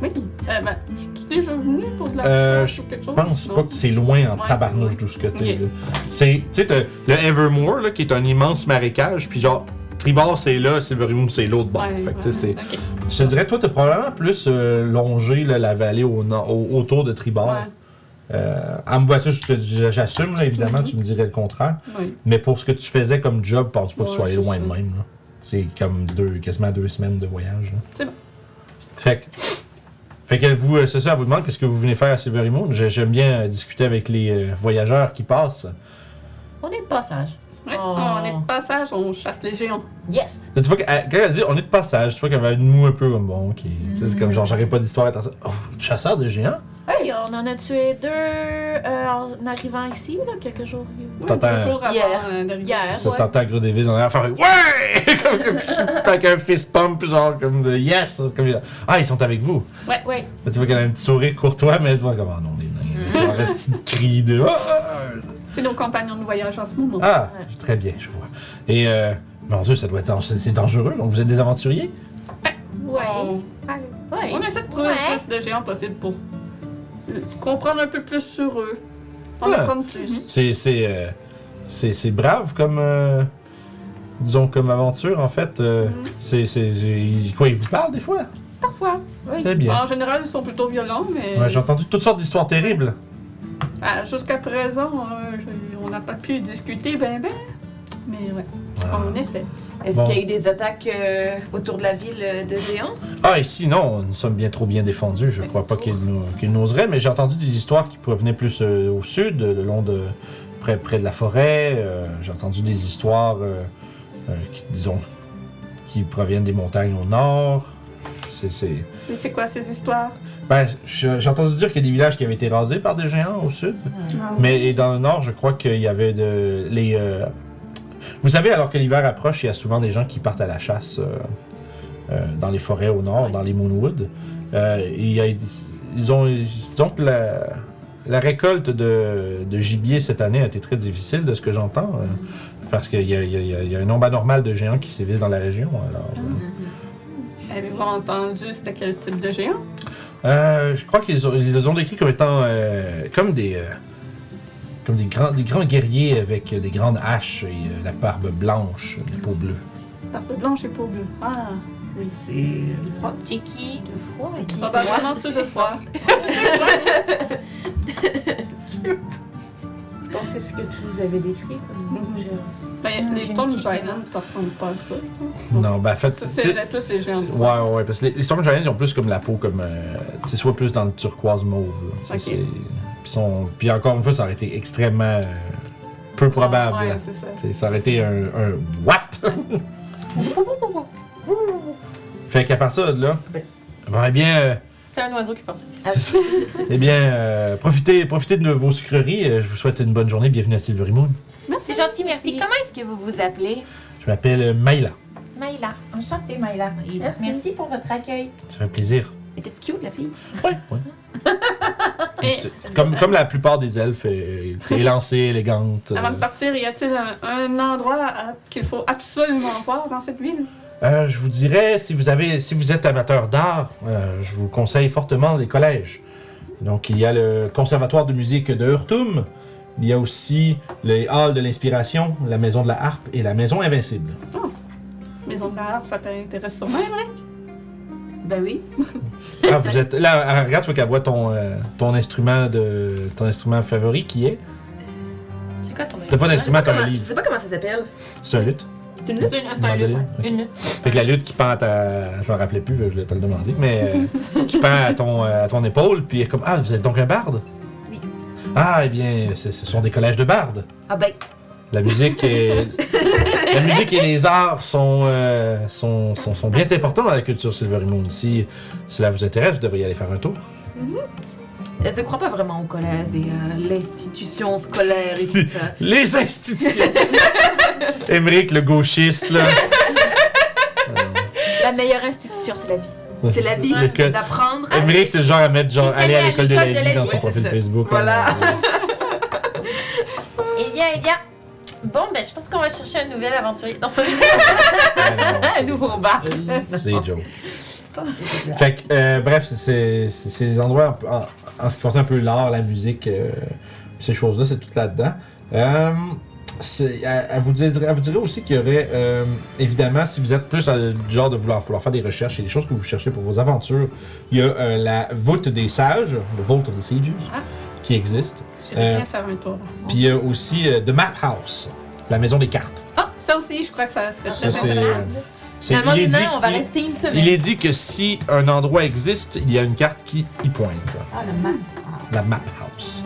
Oui. Euh, ben, je suis déjà venue pour de la
Euh,
recherche ou quelque chose.
Je pense
Non.
pas que c'est loin en
Ouais,
tabarnouche
c'est
d'où ce que t'es.
Ok.
là. C'est, tu sais, t'as le Evermore, là, qui est un immense marécage. Puis genre, Tribord, c'est là, Silvermoon, c'est l'autre bord.
Ouais,
fait que tu sais,
ouais.
c'est.
Ok.
Je te dirais, toi, t'as probablement plus euh, longé là, la vallée au, nord- au- autour de Tribord.
Ouais.
Euh, en moi, ça, je te- j'assume, là, évidemment,
Mm-hmm.
tu me dirais le contraire.
Oui.
Mais pour ce que tu faisais comme job, pense pas que tu sois
Ouais,
allé
c'est
loin
ça.
de même. là. C'est comme deux, quasiment deux semaines de voyage. là.
C'est bon.
Fait que. Fait qu'elle vous, euh, c'est ça, elle vous demande qu'est-ce que vous venez faire à Silvery Moon. J'ai- J'aime bien euh, discuter avec les euh, voyageurs qui passent.
On est de passage.
Ouais.
Oh.
On est de passage, on chasse les géants.
Yes!
Là, tu vois qu'elle, quand elle dit on est de passage, tu vois qu'elle avait une moue un peu comme bon, ok. Tu sais, C'est comme genre j'aurais pas d'histoire à ça. Oh, chasseur de géants
Hey, on en a tué deux euh, en arrivant ici, là, quelques jours.
Oui,
T'entends-
deux jours avant
Hier.
euh, d'arriver.
Hier.
Ça
Ouais.
t'entends Gros Davis dans l'air faire Ouais! comme, comme, tant qu'un fist pump, genre comme de Yes! C'est Comme, ah, ils sont avec vous!
Ouais.
Là, tu vois qu'elle a un petit sourire courtois, mais tu vois comme Ah non, des nains. Genre, un petit cri de Ah, ah,
C'est nos compagnons de voyage en ce moment.
Ah!
Ouais.
Très bien, je vois. Et euh, mon Dieu, ça doit être. c'est- C'est dangereux, donc vous êtes des aventuriers?
Ouais.
On-
Ouais.
On essaie de trouver
Ouais.
le plus de géants possible pour euh, comprendre un peu plus sur eux. On
Ouais.
apprend plus.
C'est. C'est. euh, c'est c'est brave comme. euh, disons, comme aventure, en fait. Euh,
Mhm.
c'est- C'est. c'est- Quoi, ils vous parlent des fois?
Parfois.
Très bien.
En général, ils sont plutôt violents, mais
Ouais, J'ai entendu toutes sortes d'histoires terribles.
Ah, jusqu'à présent, euh, je- on n'a pas pu discuter ben ben. Mais ouais,
Ah.
on essaie.
Est-ce
Bon.
qu'il y a eu des attaques euh, autour de la ville euh, de Zéon?
Ah, ici, non, nous sommes bien trop bien défendus. Je crois pas qu'ils nous- qu'ils n'oseraient, mais j'ai entendu des histoires qui provenaient plus euh, au sud, euh, le long de. près, près de la forêt. Euh, j'ai entendu des histoires, euh, euh, qui, disons, qui proviennent des montagnes au nord. C'est. c'est-
Mais c'est quoi ces histoires?
Ben, je- j'ai entendu dire qu'il y a des villages qui avaient été rasés par des géants au sud. Mais et dans le nord, je crois qu'il y avait de, les. euh, Vous savez, alors que l'hiver approche, il y a souvent des gens qui partent à la chasse euh, euh, dans les forêts au nord, dans les Moonwoods. Euh, il y a- ils ont, disons que la, la récolte de, de gibier cette année a été très difficile, de ce que j'entends, euh, parce qu'il y, a- il y a- il y a- il y a un nombre anormal de géants qui sévissent dans la région. Alors, euh,
Avez-vous entendu c'était quel type de géant?
Euh, je crois qu'ils ont, ils les ont décrits comme étant euh, comme des euh, comme des grands, des grands guerriers avec euh, des grandes haches et euh, la barbe blanche, la peau bleue.
Barbe blanche et peau bleue. Ah, oui.
De froid. C'est qui De froid.
Probablement ceux de froid.
Je pense que c'est ce que tu nous avais décrit comme
Mhm.
géant.
Ben,
Ah,
les
j'ai une
Storm
petite
Giants ne ressemblent pas à ça.
Non, ben en fait,
Oh.
tu-
Ça, c'est plus les géants de froid.
ouais, ouais, parce que les, les Storm Giants ils ont plus comme la peau comme euh, tu sais, soit plus dans le turquoise mauve. là. Ça,
Ok.
c'est- Puis, sont- puis encore une fois, ça aurait été extrêmement euh, peu probable.
Ah,
Euh,
Ouais, c'est ça.
T'sais, ça aurait été un, un what? fait qu'à partir de là, bon, eh bien, euh,
C'est un oiseau qui pense.
c'est ça. eh bien, euh, profitez, profitez de vos sucreries. Euh, Je vous souhaite une bonne journée. Bienvenue à Silvery Moon.
C'est gentil, Ah, merci. Comment est-ce que vous vous appelez
Je m'appelle euh, Mayla.
Maïla. Enchantée, Maïla.
Maïla.
Merci pour votre accueil.
Ça fait plaisir.
Était-tu cute, la fille?
Ouais, ouais. C'est- comme, comme la plupart des elfes, euh, t'es élancée, élégante. euh.
Avant de partir, y a-t-il un, un endroit à- qu'il faut absolument voir dans cette ville?
Euh, je vous dirais, si vous, avez, si vous êtes amateur d'art, euh, je vous conseille fortement les collèges. Donc, il y a le Conservatoire de musique de Hurtum, il y a aussi les Halles de l'Inspiration, la Maison de la Harpe et la Maison Invincible.
Maison de la Harpe, ça t'intéresse sûrement, vrai?
Ben oui.
Ah, vous êtes. Là, elle- regarde, faut qu'elle voit ton, euh, ton, instrument de, ton instrument favori qui est.
C'est quoi ton nom
T'as pas
Je sais pas
d'instrument, t'as un
comment- Je
livre.
sais pas comment ça s'appelle.
C'est un lutte.
C'est une
C'est une, c'est un
Mandolin,
lutin.
ok.
Une lutte.
Fait que la lutte qui pend à ta. Je me rappelais plus, je voulais te le demander, mais euh, qui pend à ton, euh, à ton épaule, puis elle est comme Ah, vous êtes donc un barde
Oui.
Ah, eh bien, c'est- ce sont des collèges de bardes.
Ah ben,
La musique et, la musique et les arts sont, euh, sont, sont, sont bien importants dans la culture Silvery Moon. Si cela vous intéresse, vous devriez aller faire un tour.
Euh, je crois pas vraiment au collège et à l'institution scolaire et tout ça.
Les institutions Émeric, le gauchiste, là.
La meilleure institution, c'est la vie.
C'est la
Le
Bible
co-
d'apprendre à
Émeric, c'est le genre à mettre genre
Quelqu'un
aller à
Ah, est
l'école de la vie dans son
ouais, c'est
profil
ça.
Facebook.
Voilà.
comme, euh,
Eh bien, eh bien. Bon, ben, je pense qu'on va chercher un nouvel aventurier. Non, c'est pas
Ah
Un
non,
nouveau bar.
C'est des jokes. Fait que, euh, bref, c'est- c'est c'est- c'est les endroits, en, en- en ce qui concerne un peu l'art, la musique, euh, ces choses-là, c'est tout là-dedans. Euh, c'est- elle, elle vous dirait, elle vous dirait aussi qu'il y aurait, euh, évidemment, si vous êtes plus euh, du genre de vouloir, vouloir faire des recherches et des choses que vous cherchez pour vos aventures, il y a euh, la voûte des sages, le Vault of the Sages,
Ah.
qui existe.
J'aimerais
Euh.
bien faire un tour.
Puis il y a aussi euh, The Map House, la maison des cartes.
Ah, ça aussi, je crois que ça serait
Ça,
très
c'est- euh,
intéressant.
C'est-
Finalement,
il est
les
dit
nains, on va
qu'il-
rester une
il
semaine.
est dit que si un endroit existe, il y a une carte qui y pointe.
Ah, le mal.
La map house.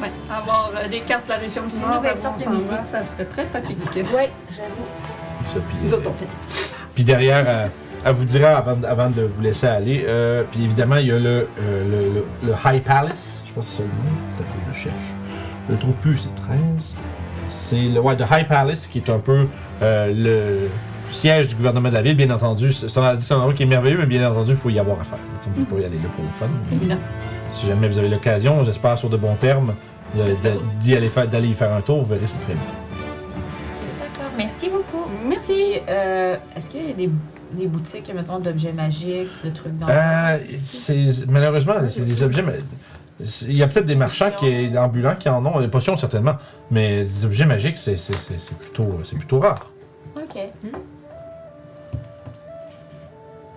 Ouais, avoir euh, des cartes de la région du
C'est une
Nord,
nouvelle
avant
sorte de
qu'on s'en
musique.
va, ça serait très pratique.
Ouais, j'avoue.
Ça, puis,
Nous
euh,
autres, on fait.
puis derrière, euh, elle vous dira avant, avant de vous laisser aller. euh, puis évidemment, il y a le, euh, le, le- le High Palace. Je pense que c'est ça le nom. Peut-être que je le cherche. Je le trouve plus, c'est 13. C'est le ouais, the High Palace qui est un peu euh, le siège du gouvernement de la ville, bien entendu. C'est c'est un c'est un endroit qui est merveilleux, mais bien entendu, il faut y avoir affaire. Tu sais, On ne peut pas y aller là pour le fun.
Évidemment.
Si jamais vous avez l'occasion, j'espère sur de bons termes, de- de- d'y aller faire, d'aller y faire un tour, vous verrez, c'est très bien.
D'accord, merci beaucoup.
Merci. Euh, Est-ce qu'il y a des, des boutiques, mettons, d'objets magiques, de trucs dans
Euh, c'est- malheureusement, c'est des objets. mais- c'est- Il y a peut-être des marchands qui, ambulants qui en ont, des potions certainement, mais des objets magiques, c'est c'est- c'est- c'est plutôt, euh, c'est plutôt rare.
Ok. Hmm?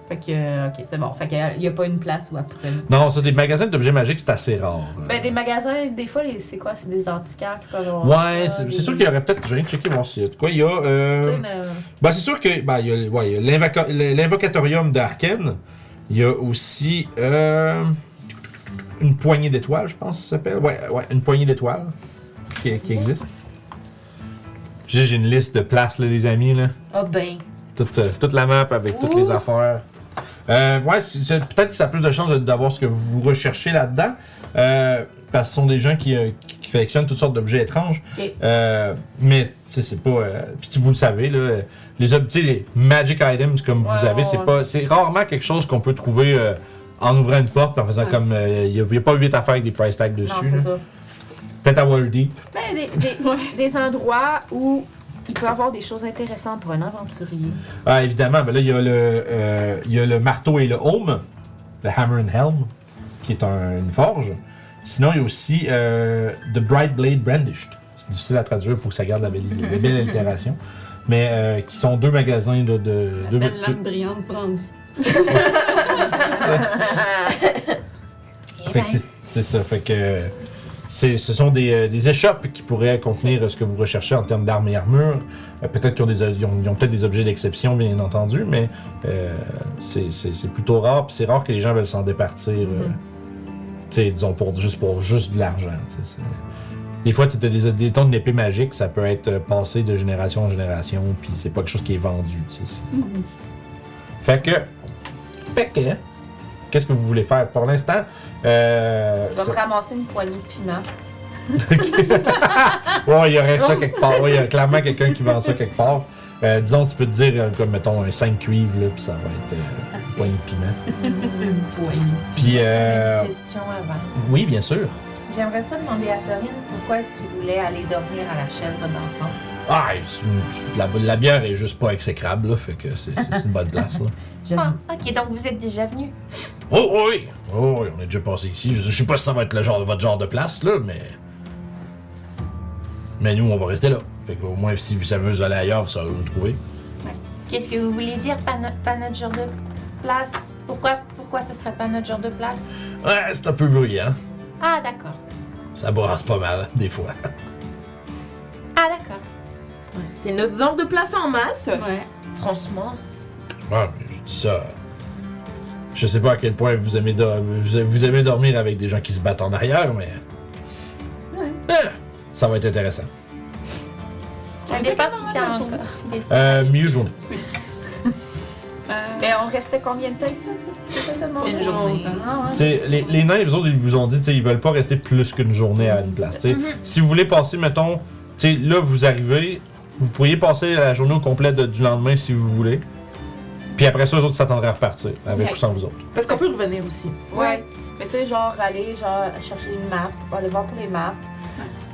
Fait que, ok, c'est bon. Fait qu'il n'y a pas une place où après.
Non, c'est des magasins d'objets magiques, c'est assez rare.
Ben, des magasins, des fois, les- c'est quoi C'est des antiquaires qui peuvent avoir. euh,
Ouais, c'est
des-
c'est sûr qu'il y aurait peut-être. Je vais checker voir s'il y a de quoi. Il y a.
Tu
euh,
sais, mais-
Ben, c'est sûr que. Ben, il y a, ouais, il y a l'invoca- l'invocatorium d'Arken. Il y a aussi. euh, une poignée d'étoiles, je pense que ça s'appelle. Ouais, ouais, une poignée d'étoiles qui, qui existe. J'ai j'ai une liste de places, là, les amis. Là.
Ah ben.
Toute, euh, toute la map avec toutes les affaires. Euh, ouais, c'est- c'est- peut-être que ça a plus de chances de- d'avoir ce que vous recherchez là-dedans. euh, parce que ce sont des gens qui, euh, qui collectionnent toutes sortes d'objets étranges.
Ok.
Euh, mais, tu sais, c'est pas. euh, Puis tu- vous le savez, là, euh, les, ob- tu sais, les magic items comme vous
Ouais,
avez,
ouais,
c'est
ouais.
pas, c'est rarement quelque chose qu'on peut trouver euh, en ouvrant une porte en faisant comme. Il n'y a, y a pas huit affaires avec des price tags dessus.
Non, c'est
là.
ça.
Peut-être à Wordy.
Ben, des, des- des endroits où il peut y avoir des choses intéressantes pour un aventurier.
Ah, évidemment, ben là, il y, a le, euh, il y a le marteau et le home, le hammer and helm, qui est un- une forge. Sinon, il y a aussi euh, The Bright Blade Brandished. C'est difficile à traduire pour que ça garde la belle, la belle allitération. Mais euh, qui sont deux magasins de. de
La
deux-
belle
deux-
lame brillante brandie.
Eh
Fait
ben,
que c'est- c'est ça. Fait que euh, c'est- ce sont des, euh, des échoppes qui pourraient contenir euh, ce que vous recherchez en termes d'armes et armures. Euh, peut-être qu'ils ont, des, ils ont, ils ont peut-être des objets d'exception, bien entendu, mais euh, c'est, c'est- c'est plutôt rare. Puis c'est rare que les gens veulent s'en départir. euh, tu sais, disons pour juste pour juste de l'argent. tu sais, c'est- Des fois, tu as des, des tons d'épée magique, ça peut être euh, passé de génération en génération, puis c'est pas quelque chose qui est vendu. tu sais, c'est- Fait que. Fait que. Qu'est-ce que vous voulez faire pour l'instant? Euh,
Tu vas
ça-
me ramasser une poignée de piment.
Ouais, il y aurait ça quelque part. Ouais, il y a clairement quelqu'un qui vend ça quelque part. Euh, disons, tu peux te dire, euh, comme mettons, un 5 cuivre, là, puis ça va être euh, une poignée de piment.
Une poignée.
Puis, euh,
une question avant.
oui, bien sûr.
J'aimerais ça demander à Torine pourquoi est-ce qu'il voulait aller dormir à la chèvre d'ensemble.
Ah, c'est une- la, la bière est juste pas exécrable, là, fait que c'est c'est une bonne place, là.
Ah, ok, donc vous êtes déjà venu.
Oh oui! Oh oui, on est déjà passé ici. Je, je sais pas si ça va être le genre, votre genre de place, là, mais. Mais nous, on va rester là. Fait qu'au moins, si vous savez vous allez ailleurs, vous saurez où nous trouver.
Qu'est-ce que vous voulez dire, pas, no- pas notre genre de place Pourquoi pourquoi ce serait pas notre genre de place
Ouais, c'est un peu bruyant.
Ah, d'accord.
Ça brasse pas mal, des fois.
Ah, d'accord.
C'est notre genre de place en masse.
Ouais.
Franchement,
Ouais, Ah, mais je dis ça. Je sais pas à quel point vous aimez, dor- vous vous aimez dormir avec des gens qui se battent en arrière, mais. Ah, ça va être intéressant.
ça
On
dépend
fait
si
quand
t'as
même la
encore des
Euh, milieu de journée.
Euh,
Mais on restait combien de temps ici? c'est ce que t'as demandé?
Une journée.
Ah, ouais.
Tu sais, les, les nains, les autres, ils vous ont dit, tu sais, ils veulent pas rester plus qu'une journée à une place. tu sais.
Mm-hmm.
Si vous voulez passer, mettons, tu sais, là, vous arrivez, vous pourriez passer la journée au complet de- du lendemain si vous voulez. Puis après ça, les autres s'attendraient à repartir, avec
Ok.
ou sans vous autres.
Parce qu'on peut revenir aussi.
Ouais. Mais tu sais, genre, aller genre, chercher une map, aller voir pour les maps.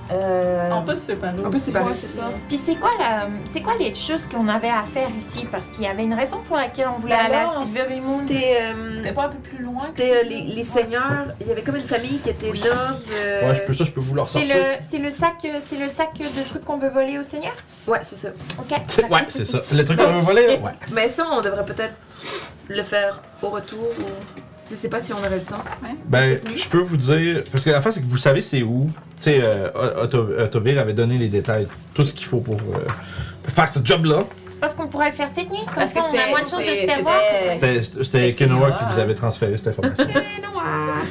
Euh...
On peut se séparer.
On peut se séparer
ouais,
aussi.
c'est ça.
Puis c'est quoi, la, c'est quoi les choses qu'on avait à faire ici? Parce qu'il y avait une raison pour laquelle on voulait
Ben
aller à
là, on
Silver Moon.
C'était. euh,
pas un peu plus loin?
C'était euh, les, les seigneurs. Il y avait comme une famille qui était noble. euh,
Ouais, je peux ça, je peux vous le
C'est
ressortir.
le, c'est le sac, euh, c'est le sac de trucs qu'on veut voler au Seigneur?
Ouais, c'est ça.
Ok.
Ouais, c'est ça. Le truc qu'on veut voler, là, ouais.
Mais ça, on devrait peut-être le faire au retour ou. Je sais pas si on aurait le temps.
Ben,
Cette nuit?
je peux vous dire. Parce que la fin, c'est que vous savez c'est où. Tu sais, euh, Otto- Ottovir avait donné les détails, tout ce qu'il faut pour, euh, pour faire ce job-là.
Parce qu'on pourrait le faire cette nuit, comme
Parce
ça
que
on a
c'est-
moins de chances de se
c'est-
faire
c'est
voir.
vrai.
C'était- C'était
C'est
Kenoa hein.
Kenoa,
qui vous avait transféré cette information.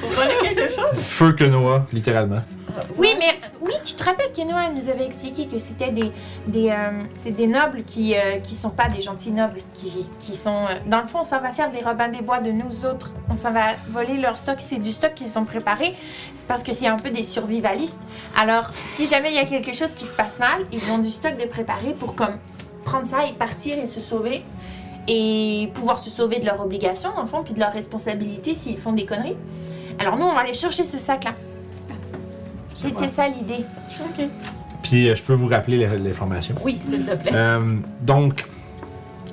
Faut voler quelque chose.
Feu Kenoa, littéralement.
Oui, mais oui, tu te rappelles qu'Enoa nous avait expliqué que c'était des, des, euh, c'est des nobles qui ne sont pas des gentils nobles, qui, qui sont... euh, dans le fond, on s'en va faire des robins des bois de nous autres. On s'en va voler leur stock. C'est du stock qu'ils ont préparé. C'est parce que c'est un peu des survivalistes. Alors, si jamais il y a quelque chose qui se passe mal, ils ont du stock de préparer pour comme prendre ça et partir et se sauver. Et pouvoir se sauver de leurs obligations, dans le fond, puis de leurs responsabilités s'ils font des conneries. Alors nous, on va aller chercher ce sac-là.
Ah.
C'était ça l'idée.
Puis euh, je peux vous rappeler les- l'information.
Oui, s'il te plaît.
Euh, donc,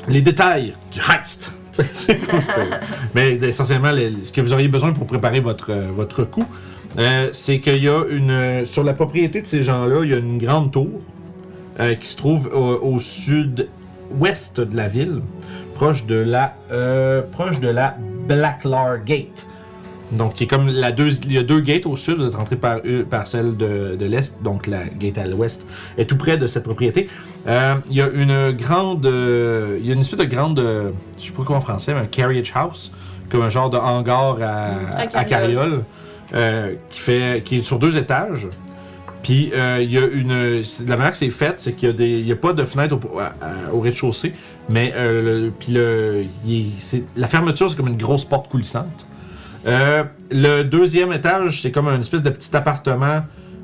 les détails du heist. C'est cool, c'était- Mais essentiellement, les- ce que vous auriez besoin pour préparer votre, euh, votre coup, euh, c'est qu'il y a une. euh, Sur la propriété de ces gens-là, il y a une grande tour euh, qui se trouve au, au sud-ouest de la ville, proche de la, euh, proche de la Blacklar Gate. Donc, qui est comme la deux, il y a deux gates au sud, vous êtes rentré par, euh, par celle de, de l'est, donc la gate à l'ouest est tout près de cette propriété. Euh, Il y a une grande. euh, Il y a une espèce de grande. euh, je sais pas comment en français, mais un carriage house, comme un genre de hangar à,
à
à
carriole.
carriole, euh, qui, fait, qui est sur deux étages. Puis euh, il y a une. c'est- La manière que c'est fait, c'est qu'il y a des. Il y a pas de fenêtre au, à- à- au rez-de-chaussée, mais euh, le- puis le. il est- c'est- la fermeture, c'est comme une grosse porte coulissante. Euh, le deuxième étage, c'est comme une espèce de petit appartement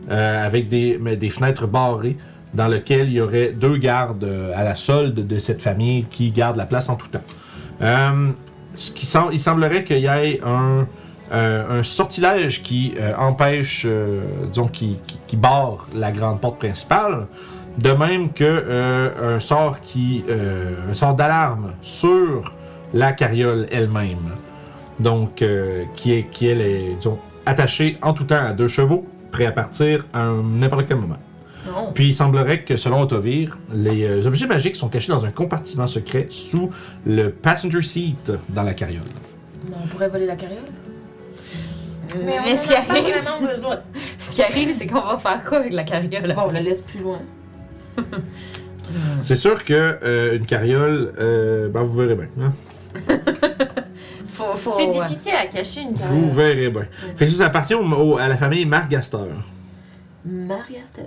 euh, avec des, mais des fenêtres barrées dans lequel il y aurait deux gardes euh, à la solde de cette famille qui gardent la place en tout temps. Euh, ce qui sem- il semblerait qu'il y ait un, euh, un sortilège qui euh, empêche, euh, disons, qui, qui- qui barre la grande porte principale, de même que euh, un sort qui, euh, un sort d'alarme sur la carriole elle-même, donc euh, qui est, qui elle est, disons, attachée en tout temps à deux chevaux, prêt à partir à un- n'importe quel moment.
Non.
Puis il semblerait que, selon Autovir, les euh, objets magiques sont cachés dans un compartiment secret sous le passenger seat dans la carriole.
Mais Ben, on pourrait voler la carriole. Euh,
Mais,
Mais
on
ce
en
qui
a pas
arrive-
vraiment besoin.
Ce qui arrive, c'est qu'on va faire quoi avec la carriole?
Bon, on la laisse plus loin.
C'est sûr que euh, une carriole, euh, ben, vous verrez bien. hein.
Faut, faut,
C'est
ouais.
difficile à cacher une carrière.
Vous verrez bien. Fait que ça, ça appartient au- au- à la famille Margaster.
Maria Stel.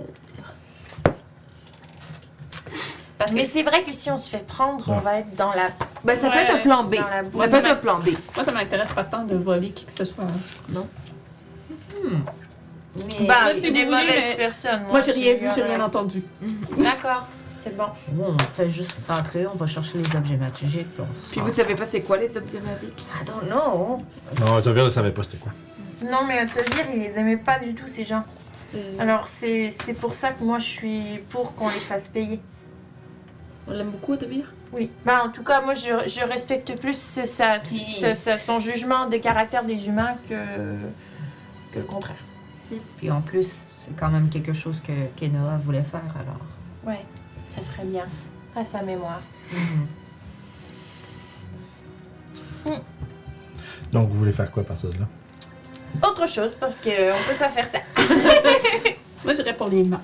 Parce que
Mais c'est vrai que si on se fait prendre, on
Ouais.
va être dans la,
Ben, ça peut
Ouais,
être un plan B.
dans la boue.
Ça peut être un plan B.
Moi, ça m'intéresse pas tant de voler qui que ce soit.
mais-
Bah,
Moi, si
des
vous voulez,
mauvaises
mais-
personnes.
Moi, j'ai
tu
rien vu, j'ai
verras.
rien entendu.
D'accord, c'est bon.
Bon, on fait juste rentrer, on va chercher les objets magiques, puis on
Puis
s'en-
Ah.
vous savez pas c'est quoi les objets magiques?
I don't know.
Non, Autovir ne savait pas c'était quoi.
Non, mais Autovir, il les aimait pas du tout, ces gens.
Euh.
Alors, c'est c'est pour ça que moi, je suis pour qu'on les fasse payer.
On l'aime beaucoup, Autovir?
Oui. Ben, en tout cas, moi, je, je respecte plus ce- sa-
Puis-
ce- ce- son jugement de caractère des humains que, que le contraire.
Puis en plus, c'est quand même quelque chose que Kenoa voulait faire, alors.
Ouais, ça serait bien. À sa mémoire.
Donc vous voulez faire quoi à partir de là?
Autre chose, parce qu'on peut pas faire ça.
Moi, j'irais pour les mains.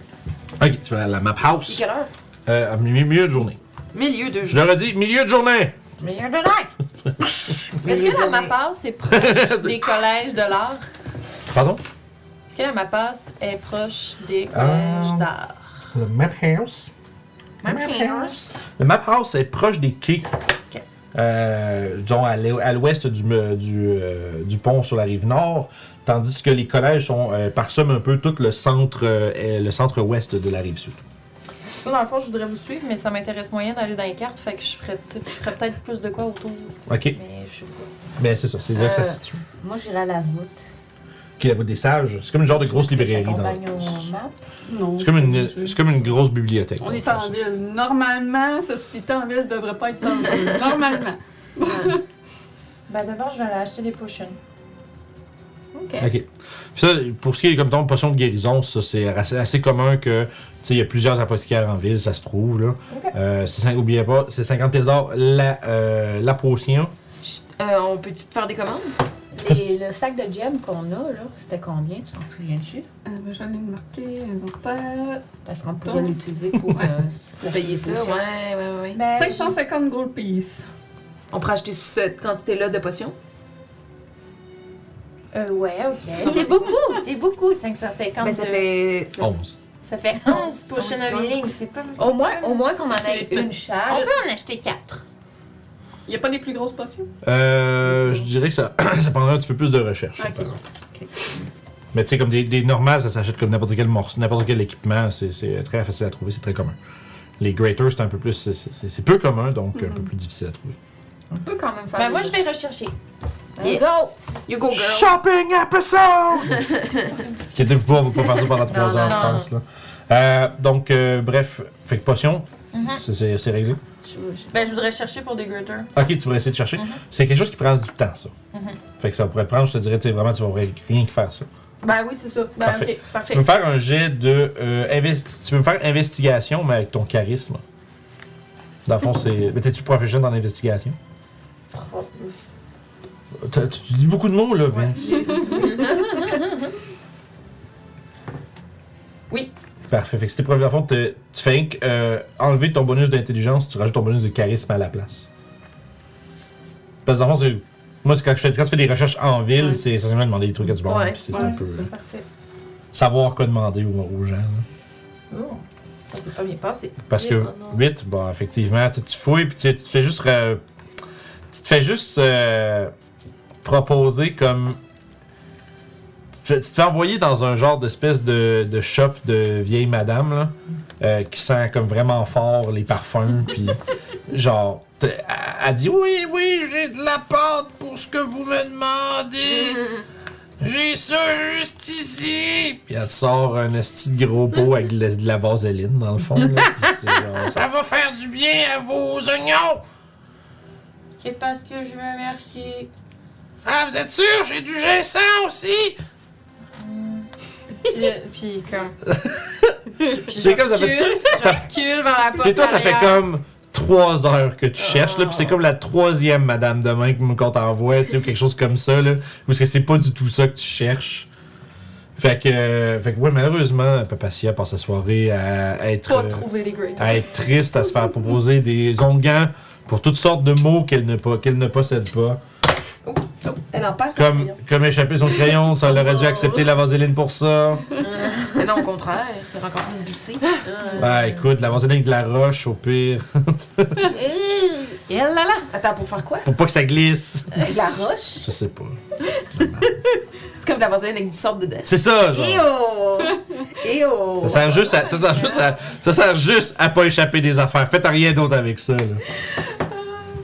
Ok, tu vas à la map house.
heure?
Euh, à mi- milieu de journée.
Milieu de
Je
jeu.
leur ai dit milieu de journée!
Mais il y a de l'air!
Est-ce que la MAPAS est proche des collèges de l'art?
Pardon?
Est-ce que la MAPAS est proche des
Ah.
collèges d'art?
Le map house. Le map house est proche des quais. Euh, disons à l'ou- à l'ouest du, me- du, euh, du pont sur la rive nord, tandis que les collèges sont euh, parsèment un peu tout le centre euh, et le centre ouest de la rive sud.
Moi, dans le fond, je voudrais vous suivre, mais ça m'intéresse moyen d'aller dans les cartes, fait que je ferais, tu sais, je ferais peut-être plus de quoi autour. tu sais.
Ok.
Mais je sais pas.
Ben c'est ça, c'est là que ça
Euh,
se situe.
Moi, j'irai à la voûte.
Qui est la voûte des sages. C'est comme une genre de grosse librairie. dans-
J'accompagne au map.
Non.
C'est comme une c'est comme une grosse bibliothèque.
On
dans le
est
fond,
en
ça.
ville. Normalement, se splitter en ville devrait pas être dangereux. Normalement.
Bah, d'abord, je vais aller acheter des potions.
OK.
Ok. Puis ça, pour ce qui est comme ton potion de guérison, ça c'est assez, assez commun que tu sais, il y a plusieurs apothicaires en ville, ça se trouve là.
Ok.
Euh, c'est cin- oubliez pas, c'est 50 pièces d'or la, euh, la potion.
Je- euh, on peut-tu te faire des commandes?
Les- le sac de gemme qu'on a, là, c'était combien? Tu t'en souviens-tu?
Euh, ben, J'en ai marqué inventaire.
Parce qu'on pourrait l'utiliser pour...
Pour
euh,
payer ça?
potions.
Ouais, ouais, ouais.
Ben,
550 gold piece.
On pourrait acheter cette quantité-là de potions?
Euh, ouais, ok. C'est beaucoup, c'est beaucoup, 550.
Mais ça Ben, fait. ça-
11.
Ça fait 11 pour Shinobi c'est pas possible.
Au moins, au moins qu'on en
C'est
ait
les
une
On
charge.
peut en acheter 4.
Il n'y a pas des plus grosses potions?
Euh, je dirais que ça, ça prendrait un petit peu plus de recherche.
Ok.
par exemple. Mais tu sais, comme des, des normales, ça s'achète comme n'importe quel morceau, n'importe quel équipement. C'est- C'est très facile à trouver, c'est très commun. Les Greaters, c'est un peu plus. c'est- C'est c'est peu commun, donc un peu plus difficile à trouver.
On peut quand même faire.
Ben, moi, je vais rechercher.
vais. Go!
You go, girl.
Shopping episode! Inquiétez-vous pas, on va pas faire ça pendant trois
non,
heures, je
non.
pense. Là. Euh, donc, euh, bref, fait que potion,
Mhm.
c'est- c'est c'est réglé.
Ben, je voudrais chercher pour des gritters.
Ok, tu vas essayer de chercher. C'est quelque chose qui prend du temps, ça.
Mhm.
Fait que ça pourrait te prendre, je te dirais, tu sais, vraiment, tu vas rien que faire ça.
Bah
Ben oui, c'est ça. Ben,
Parfait.
ok, parfait.
Tu peux me faire un jet de. euh, investi- tu peux me faire investigation, mais avec ton charisme. Dans le fond, c'est. Mais t'es-tu professionnel dans l'investigation? T'as- Tu tu dis beaucoup de mots, là, Vince.
Oui.
Parfait. Fait que si t'es prof, dans le fond, t'es- tu fais rien que, euh, enlever ton bonus d'intelligence, tu rajoutes ton bonus de charisme à la place. Parce que dans le fond, c'est. Moi, c'est quand je fais, quand je fais des recherches en ville, c'est essentiellement demander des trucs à du monde.
Ouais,
puis c'est
ouais,
un
c'est
peu.
ça.
Parfait.
Savoir quoi demander aux, aux gens. là.
Oh. Ça s'est pas bien passé.
Parce que
Huit, oh non.
8, bon, effectivement, tu sais, tu fouilles, puis tu sais, tu te fais juste. euh, tu te fais juste. euh, proposer comme. Tu te, tu te fais envoyer dans un genre d'espèce de, de shop de vieille madame, là, euh, qui sent comme vraiment fort les parfums, puis genre. t'es- Elle elle dit Oui, oui, j'ai de la pâte pour ce que vous me
Mm-hmm.
demandez. J'ai ça juste ici! Puis elle te sort un esti de gros pot avec de la, de la vaseline dans le fond. là. Puis c'est genre, ça va faire du bien à vos oignons!
C'est parce que je veux remercier.
Ah, vous êtes sûr? J'ai du ginseng aussi!
Puis, puis comme. Puis
C'est
je
comme ça fait-
recule,
ça-
je recule vers la porte.
Tu sais, toi, ça fait
arrière.
comme trois heures que tu cherches, là, puis c'est comme la troisième madame demain qu'on t'envoie, tu sais, ou quelque chose comme ça, là. Ou est-ce que c'est pas du tout ça que tu cherches? Fait que, euh, fait que ouais, malheureusement, Papacia passe sa soirée à être.
Pas
euh,
trouver les gritters.
à être triste, à se faire proposer des onguents pour toutes sortes de mots qu'elle ne, po- qu'elle ne possède pas.
Oh, Elle en passe.
Comme, comme échapper son crayon, ça elle aurait dû accepter la vaseline pour ça.
Mais non, au contraire, c'est encore plus glissé.
Bah écoute, la vaseline avec de la roche au pire,
Et là là.
Attends, pour faire quoi?
pour pas que ça glisse.
De la roche?
Je sais pas.
C'est comme de la vaseline avec du sable dedans.
C'est ça,
Eh
genre.
oh! Eh oh!
Ça sert juste à, ça sert juste à, ça sert juste à pas échapper des affaires. Faites rien d'autre avec ça, là.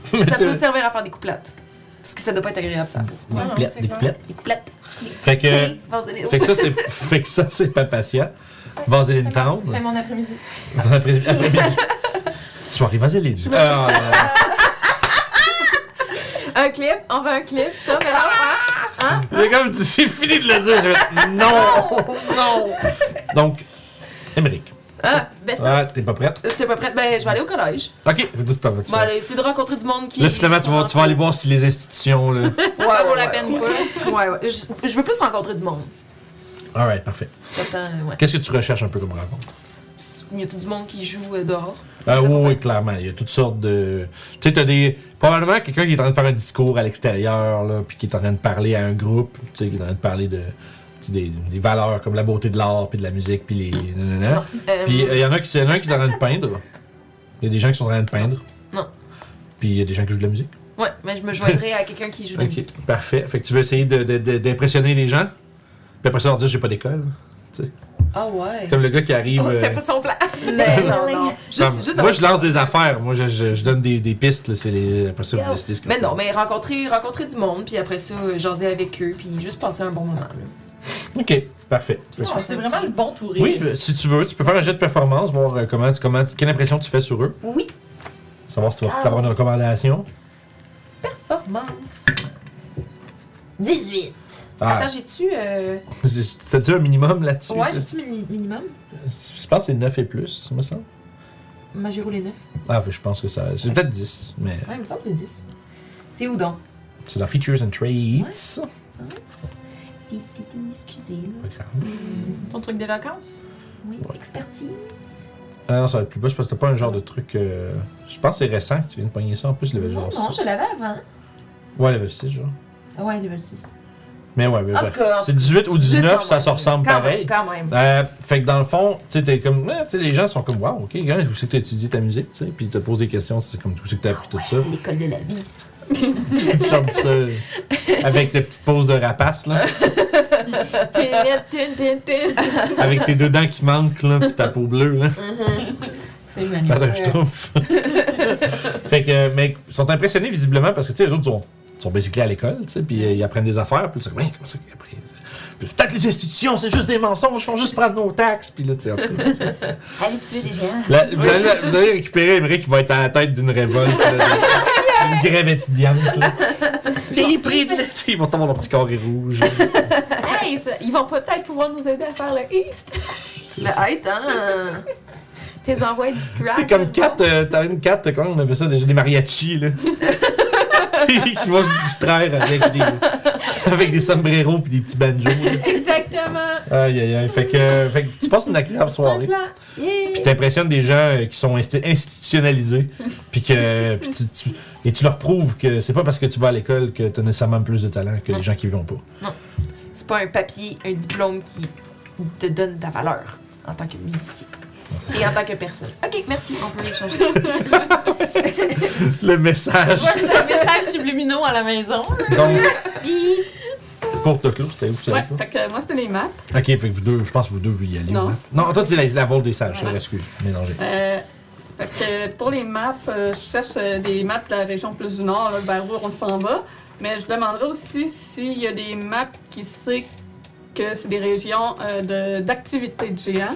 Ça peut servir à faire des couplates. Parce que ça doit pas être agréable, ça.
Des
Ah,
coulettes, des coulettes.
Des couplates.
Fait que,
Des vaselines.
Euh, fait que ça, c'est, fait que ça, c'est pas patient. Vaseline tendre.
C'était mon après-midi.
Dans l'après- après-midi. Soirée vaseline. Ah, là, là.
Un clip, on veut un clip, ça, mais là, on Hein?
J'ai comme dit, c'est fini de le dire. J'ai fait, non, non. Donc, Émeric,
Ah,
ben, c'est-
ah, t'es pas prête?
j'étais pas prête. Ben, je vais aller au collège.
Ok, fais tout ce temps, tu
Je
vas.
vais aller essayer de rencontrer du monde qui. Ah,
Là, finalement, tu vas, tu vas aller voir si les institutions, là.
Ouais,
Ça
ouais,
vaut la
ouais,
peine, quoi.
Ouais, ouais. ouais. Je, je veux plus rencontrer du monde.
Alright, parfait.
C'est pas tant, euh, ouais.
Qu'est-ce que tu recherches un peu comme rencontre?
Y a-tu du monde qui joue euh, dehors?
Ah oui, oui, clairement. Il y a toutes sortes de. Tu sais, t'as des. Probablement quelqu'un qui est en train de faire un discours à l'extérieur, là, puis qui est en train de parler à un groupe, tu sais, qui est en train de parler de. tu sais, Des, des valeurs comme la beauté de l'art, puis de la musique, puis les. nanana.
Euh,
Puis il y en a qui y en a un qui est en train de peindre. Il y a des gens qui sont en train de peindre.
Non.
Puis il y a des gens qui jouent de la musique.
Ouais, mais je me joindrai à quelqu'un qui joue de la musique.
Parfait. Fait que tu veux essayer de- de- de- d'impressionner les gens. Puis après ça, leur dire j'ai pas d'école.
Ah ouais.
Comme le gars qui arrive.
Oh, c'était
euh,
pas son plan. Mais non, non.
comme-
Juste, juste
moi,
avoir-
je lance des affaires. Moi, je, je- je donne des, des pistes. là, C'est les- après ça, vous décidez ce que
Mais
vous
non,
faites.
mais rencontrer, rencontrer du monde, puis après ça, euh, jaser avec eux, puis juste passer un bon moment. là.
Ok, parfait.
pense
Ah, c'est
un
vraiment
petit-
le bon touriste.
Oui, je- si tu veux, tu peux faire un jet de performance, voir euh, comment, tu- comment, quelle impression tu fais sur eux.
Oui,
Savoir si tu
Ah.
vas avoir une recommandation.
performance.
18.
Ah,
Attends, j'ai-tu. euh,
t'as-tu un minimum là-dessus?
Ouais, j'ai-tu mini- minimum?
Je pense que c'est 9 et plus, me semble.
Moi, j'ai roulé 9.
Ah, fait, je pense que ça. C'est peut-être 10, mais
Ouais, il me semble que c'est 10. C'est où donc?
c'est dans Features and Traits.
Excusez.
Pas grave.
Ton truc des vacances?
Oui, expertise.
Ah non, ça va être plus bas, c'est parce que t'as pas un genre de truc. euh, Je pense que c'est récent que tu viens de pogner ça en plus, level
Non,
genre
non,
six.
je l'avais avant.
Ouais, level 6, genre.
Ah ouais, level 6.
Mais ouais, mais
En
bref.
tout cas, en
c'est 18 ou 19, ça se ressemble
quand
pareil.
Même, quand même.
Euh, fait que dans le fond, tu sais, t'es comme, ah, tu sais, les gens sont comme, wow, ok, gars, où c'est que t'as étudié ta musique, tu sais, puis ils te posent des questions, c'est comme, où c'est que t'as appris tout ça.
L'école de la vie.
C'est comme ça, avec tes petites poses de rapace, là, avec tes deux dents qui manquent, là, puis ta peau bleue, là,
C'est
pas de
magnifique.
schtroumpf. fait que, mais ils sont impressionnés visiblement parce que, tu sais, les autres sont, sont basically à l'école, tu sais, puis euh, ils apprennent des affaires, puis ils sont comme, Ouais, comment ça qu'ils apprennent ça? Puis peut-être les institutions, c'est juste des mensonges, ils font juste prendre nos taxes, puis là, tu sais, en tout cas, tu sais, c'est-
Allez tuer des géants.
La- vous, allez, vous allez récupérer Émeric qui va être à la tête d'une révolte, là, d'une grève étudiante. Là.
Les prix de...
Ils vont tomber dans leur petit carré rouge.
Hey, ça- ils vont peut-être pouvoir nous aider à faire le East.
Le ice, hein?
Tes envois du crap.
C'est comme quatre, euh, t'avais une 4, comment on appelle ça déjà, des mariachis, là. qui vont se distraire avec des, avec des sombreros puis des petits banjos. là.
Exactement.
Aïe, aïe, aïe. Fait que, euh, fait que tu passes une agréable
C'est un
soirée.
plan.
Puis t'impressionnes des gens euh, qui sont insti- institutionnalisés. Puis que, puis tu, tu- et tu leur prouves que c'est pas parce que tu vas à l'école que t'as nécessairement plus de talent que les gens qui y vont pas.
C'est pas un papier, un diplôme qui te donne ta valeur en tant que musicien. Et en tant que personne. Ok, merci, on peut échanger.
Le message.
C'est un message subliminal à la maison.
Donc, pour Toclo, c'était où ça?
Ouais,
ça?
fait que moi, c'était les maps.
Ok, fait que vous deux, je pense que vous deux, vous y allez.
Non.
ouais. Non, toi, c'est la, la vôtre des sages, ça,
Ouais.
excuse, mélangé.
Euh, fait que pour les maps, euh, je cherche euh, des maps de la région plus du nord, là, vers où on s'en va. Mais je demanderai aussi s'il y a des maps qui sait que c'est des régions euh, de- d'activité de géants.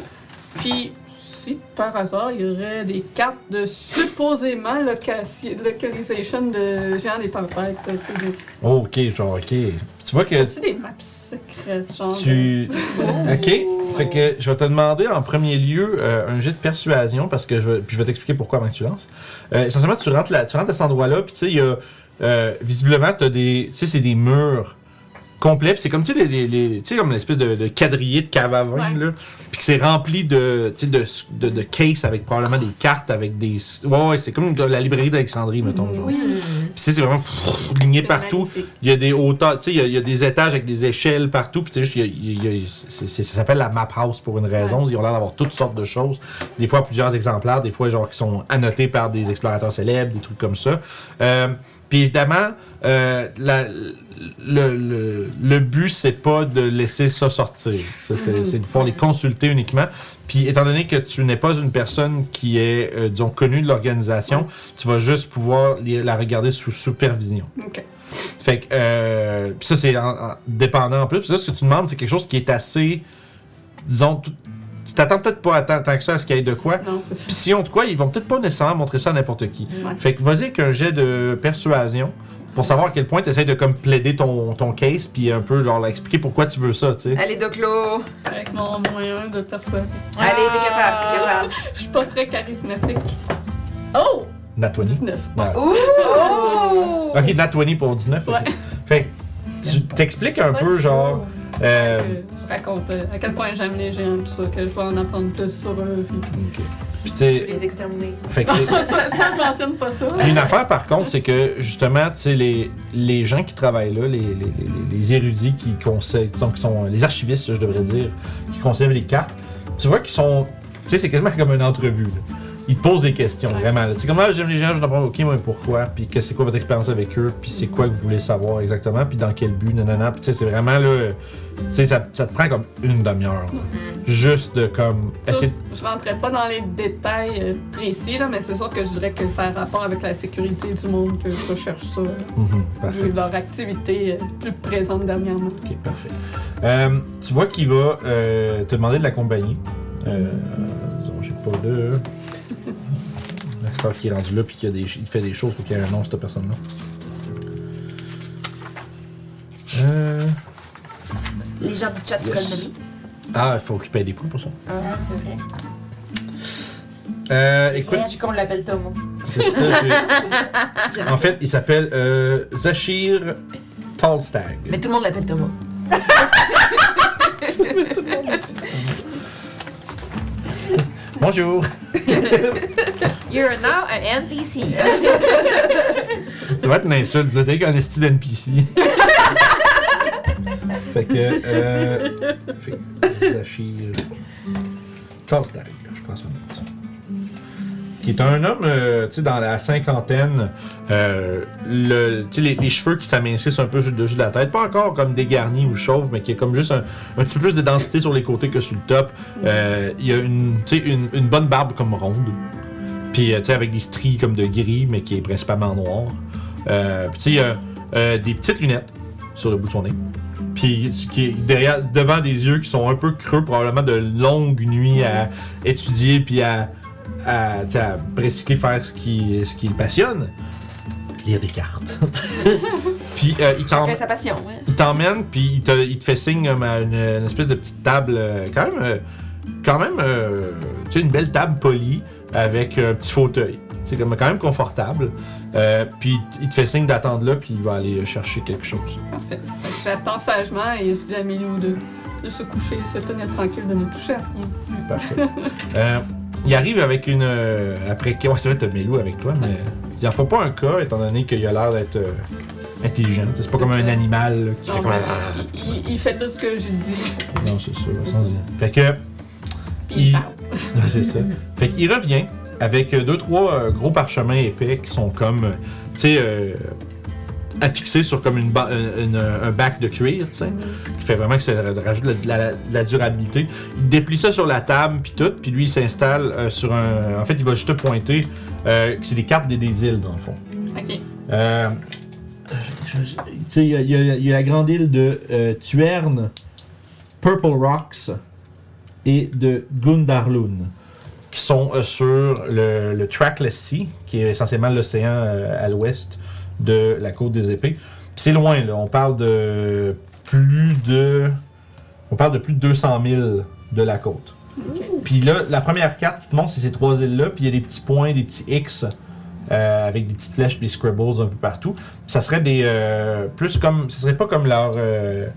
Puis si par hasard il y aurait des cartes de supposément location, localisation de géants des tempêtes. là, tu sais, des-
Oh, ok, genre, ok. Tu vois que
C'est des maps secrètes, genre.
tu. Ok, fait que je vais te demander en premier lieu euh, un jet de persuasion, parce que je vais, puis je vais t'expliquer pourquoi avant que tu lances. Euh, essentiellement, tu rentres, là, tu rentres à cet endroit-là, puis tu sais, il y a. euh, visiblement, t'as des. Tu sais, c'est des murs complets, puis c'est comme, tu sais, les- les- les- tu sais, comme une espèce de, de quadrillé de cave à vin,
Ouais.
là. Puis que c'est rempli de, tu sais, de, de, de cases avec probablement des cartes, avec des. Ouais, ouais, c'est comme une- la librairie d'Alexandrie, mettons, genre.
Mm, Oui,
Puis tu sais, c'est vraiment pff, ligné
c'est
partout.
magnifique.
Il y a des hauteurs, tu sais, il y a- il y, a des étages avec des échelles partout. Puis tu sais, juste, il y a- il y a- il y a- c'est- c'est- ça s'appelle la Map House pour une raison. Ils ont l'air d'avoir toutes sortes de choses. Des fois plusieurs exemplaires, des fois genre qui sont annotés par des explorateurs célèbres, des trucs comme ça. Euh, puis évidemment, euh, la- le, le- le but, c'est pas de laisser ça sortir. Ça, C'est c'est de pouvoir les consulter uniquement. Puis étant donné que tu n'es pas une personne qui est, euh, disons, connue de l'organisation, tu vas juste pouvoir les- la regarder sous supervision.
Ok.
Fait que, euh, pis ça, c'est en- en- dépendant en plus. Puis ça, ce que tu demandes, c'est quelque chose qui est assez, disons, tout- tu t'attends peut-être pas à tant, tant que ça à ce qu'il y ait de quoi.
Non, c'est ça.
Puis si on de quoi, ils vont peut-être pas nécessairement montrer ça à n'importe qui.
Ouais.
Fait que vas-y avec un jet de persuasion pour savoir à quel point tu essaies de comme plaider ton, ton case puis un peu genre expliquer pourquoi tu veux ça, tu sais.
Allez, Doclo!
Avec mon moyen de persuasion.
Allez, t'es capable, t'es capable.
Je suis pas très charismatique. Oh!
Nat 20.
19.
Ouais.
Oh!
Ok, Nat 20 pour 19. ok.
Ouais.
Fait que tu t'expliques un peu genre. euh,
Que je raconte euh, à quel point j'aime les géants, tout ça, que je vais en apprendre plus sur eux. puis-
ok. Puis tu
Je vais
sais,
les exterminer.
fait que
ça, ça, je mentionne pas ça.
Il y a une affaire, par contre, c'est que justement, tu sais, les, les gens qui travaillent là, les, les, les- les érudits qui conseillent, disons, qui sont euh, les archivistes, je devrais dire, qui conservent les cartes, tu vois qu'ils sont. Tu sais, c'est quasiment comme une entrevue. là. Ils te posent des questions,
Ouais.
vraiment. là. Tu sais, comme ah, j'aime les gens, je veux comprendre, ok, mais pourquoi, puis que c'est quoi votre expérience avec eux, puis c'est quoi que vous voulez savoir exactement, puis dans quel but, nanana. Puis tu sais, c'est vraiment là. Tu sais, ça, ça te prend comme une demi-heure, là. juste de comme.
Ça,
essayer de-
Je rentrerai pas dans les détails euh, précis, là, mais c'est sûr que je dirais que ça a rapport avec la sécurité du monde que je recherche ça, là,
Mhm, parfait.
vu leur activité euh, plus présente dernièrement.
Ok, parfait. Euh, tu vois qu'il va euh, te demander de l'accompagner. Euh, disons, j'ai pas de. L'acteur qui est rendu là puis qu'il y a des- il fait des choses, faut qu'il y ait un nom, cette personne-là. Euh,
Les gens du chat
Yes.
collent de lui.
Ah, il faut qu'il paye des prix pour ça.
Ah, c'est vrai.
Euh, écoute,
J'ai dit qu'on l'appelle Tomo.
c'est ça. j'ai-
J'aime
En
ça.
fait, il s'appelle euh, Zachir Tallstag.
Mais tout le monde l'appelle Thomas.
Bonjour.
You're now an NPC.
Ça va être une insulte, là. T'es qu'un esti d'NPC. Fait que. Euh, fait que Zachir. Charles Dagg, je pense qu'on a dit ça. Qui est un homme, euh, tu sais, dans la cinquantaine. Euh, le, tu sais, les, les cheveux qui s'amincissent un peu sur le dessus de la tête. Pas encore comme dégarnis ou chauves, mais qui est comme juste un, un petit peu plus de densité sur les côtés que sur le top. Euh, il y a une, tu sais, une, une bonne barbe comme ronde. Puis, euh, tu sais, avec des stries comme de gris, mais qui est principalement noir. Euh, puis, tu sais, euh, euh, des petites lunettes sur le bout de son nez. Puis, ce qui est derrière, devant des yeux qui sont un peu creux, probablement de longues nuits à étudier, puis à, à, tu sais, à presque faire ce qui, ce qui le passionne. Lire des cartes. puis, euh, il t'en-
Chacun sa passion, ouais.
il t'emmène, puis il te, il te fait signe comme à une, une espèce de petite table, euh, quand même, euh, quand même, euh, tu sais, une belle table polie avec euh, un petit fauteuil. C'est comme quand même confortable. Euh, puis il te- il te fait signe d'attendre là, puis il va aller chercher quelque chose.
Parfait. Fait que J'attends sagement et je dis à Milou de, de se coucher, se tenir tranquille, de ne toucher à rien.
Parfait. Euh, il arrive avec une. euh, après. que- Ouais, c'est vrai, t'as Mélou avec toi, mais. Il en faut pas un cas, étant donné qu'il a l'air d'être euh, intelligent. Tu sais, C'est pas
C'est
comme un
ça.
animal là, qui fait
Non,
comme.
mais il, il- il fait tout ce que j'ai dit.
Non, c'est ça, sans dire. Fait que.
Puis il
Il-
parle.
Ouais, c'est ça. Fait qu'il revient avec euh, deux, trois euh, gros parchemins épais qui sont comme, euh, tu sais, euh, affixés sur comme une, ba- euh, une- une- un bac de cuir, tu sais, qui fait vraiment que ça ra- rajoute de la, de la- de la durabilité. Il déplie ça sur la table, puis tout, puis lui, il s'installe euh, sur un... En fait, il va juste pointer euh, que c'est des cartes des, des îles, dans le fond.
Ok.
Euh, je- je- tu sais, il y, a- il y a- il y a la grande île de euh, Tuerne, Purple Rocks et de Gundarlun, qui sont euh, sur le, le Trackless Sea, qui est essentiellement l'océan euh, à l'ouest de la côte des épées. Puis c'est loin, là. On parle de plus de. On parle de plus de 200 000 de la côte. Puis là, la première carte qui te montre, c'est ces trois îles-là. Puis il y a des petits points, des petits X euh, avec des petites flèches, des scribbles un peu partout. Ça serait des euh, plus comme, ça serait pas comme leur euh,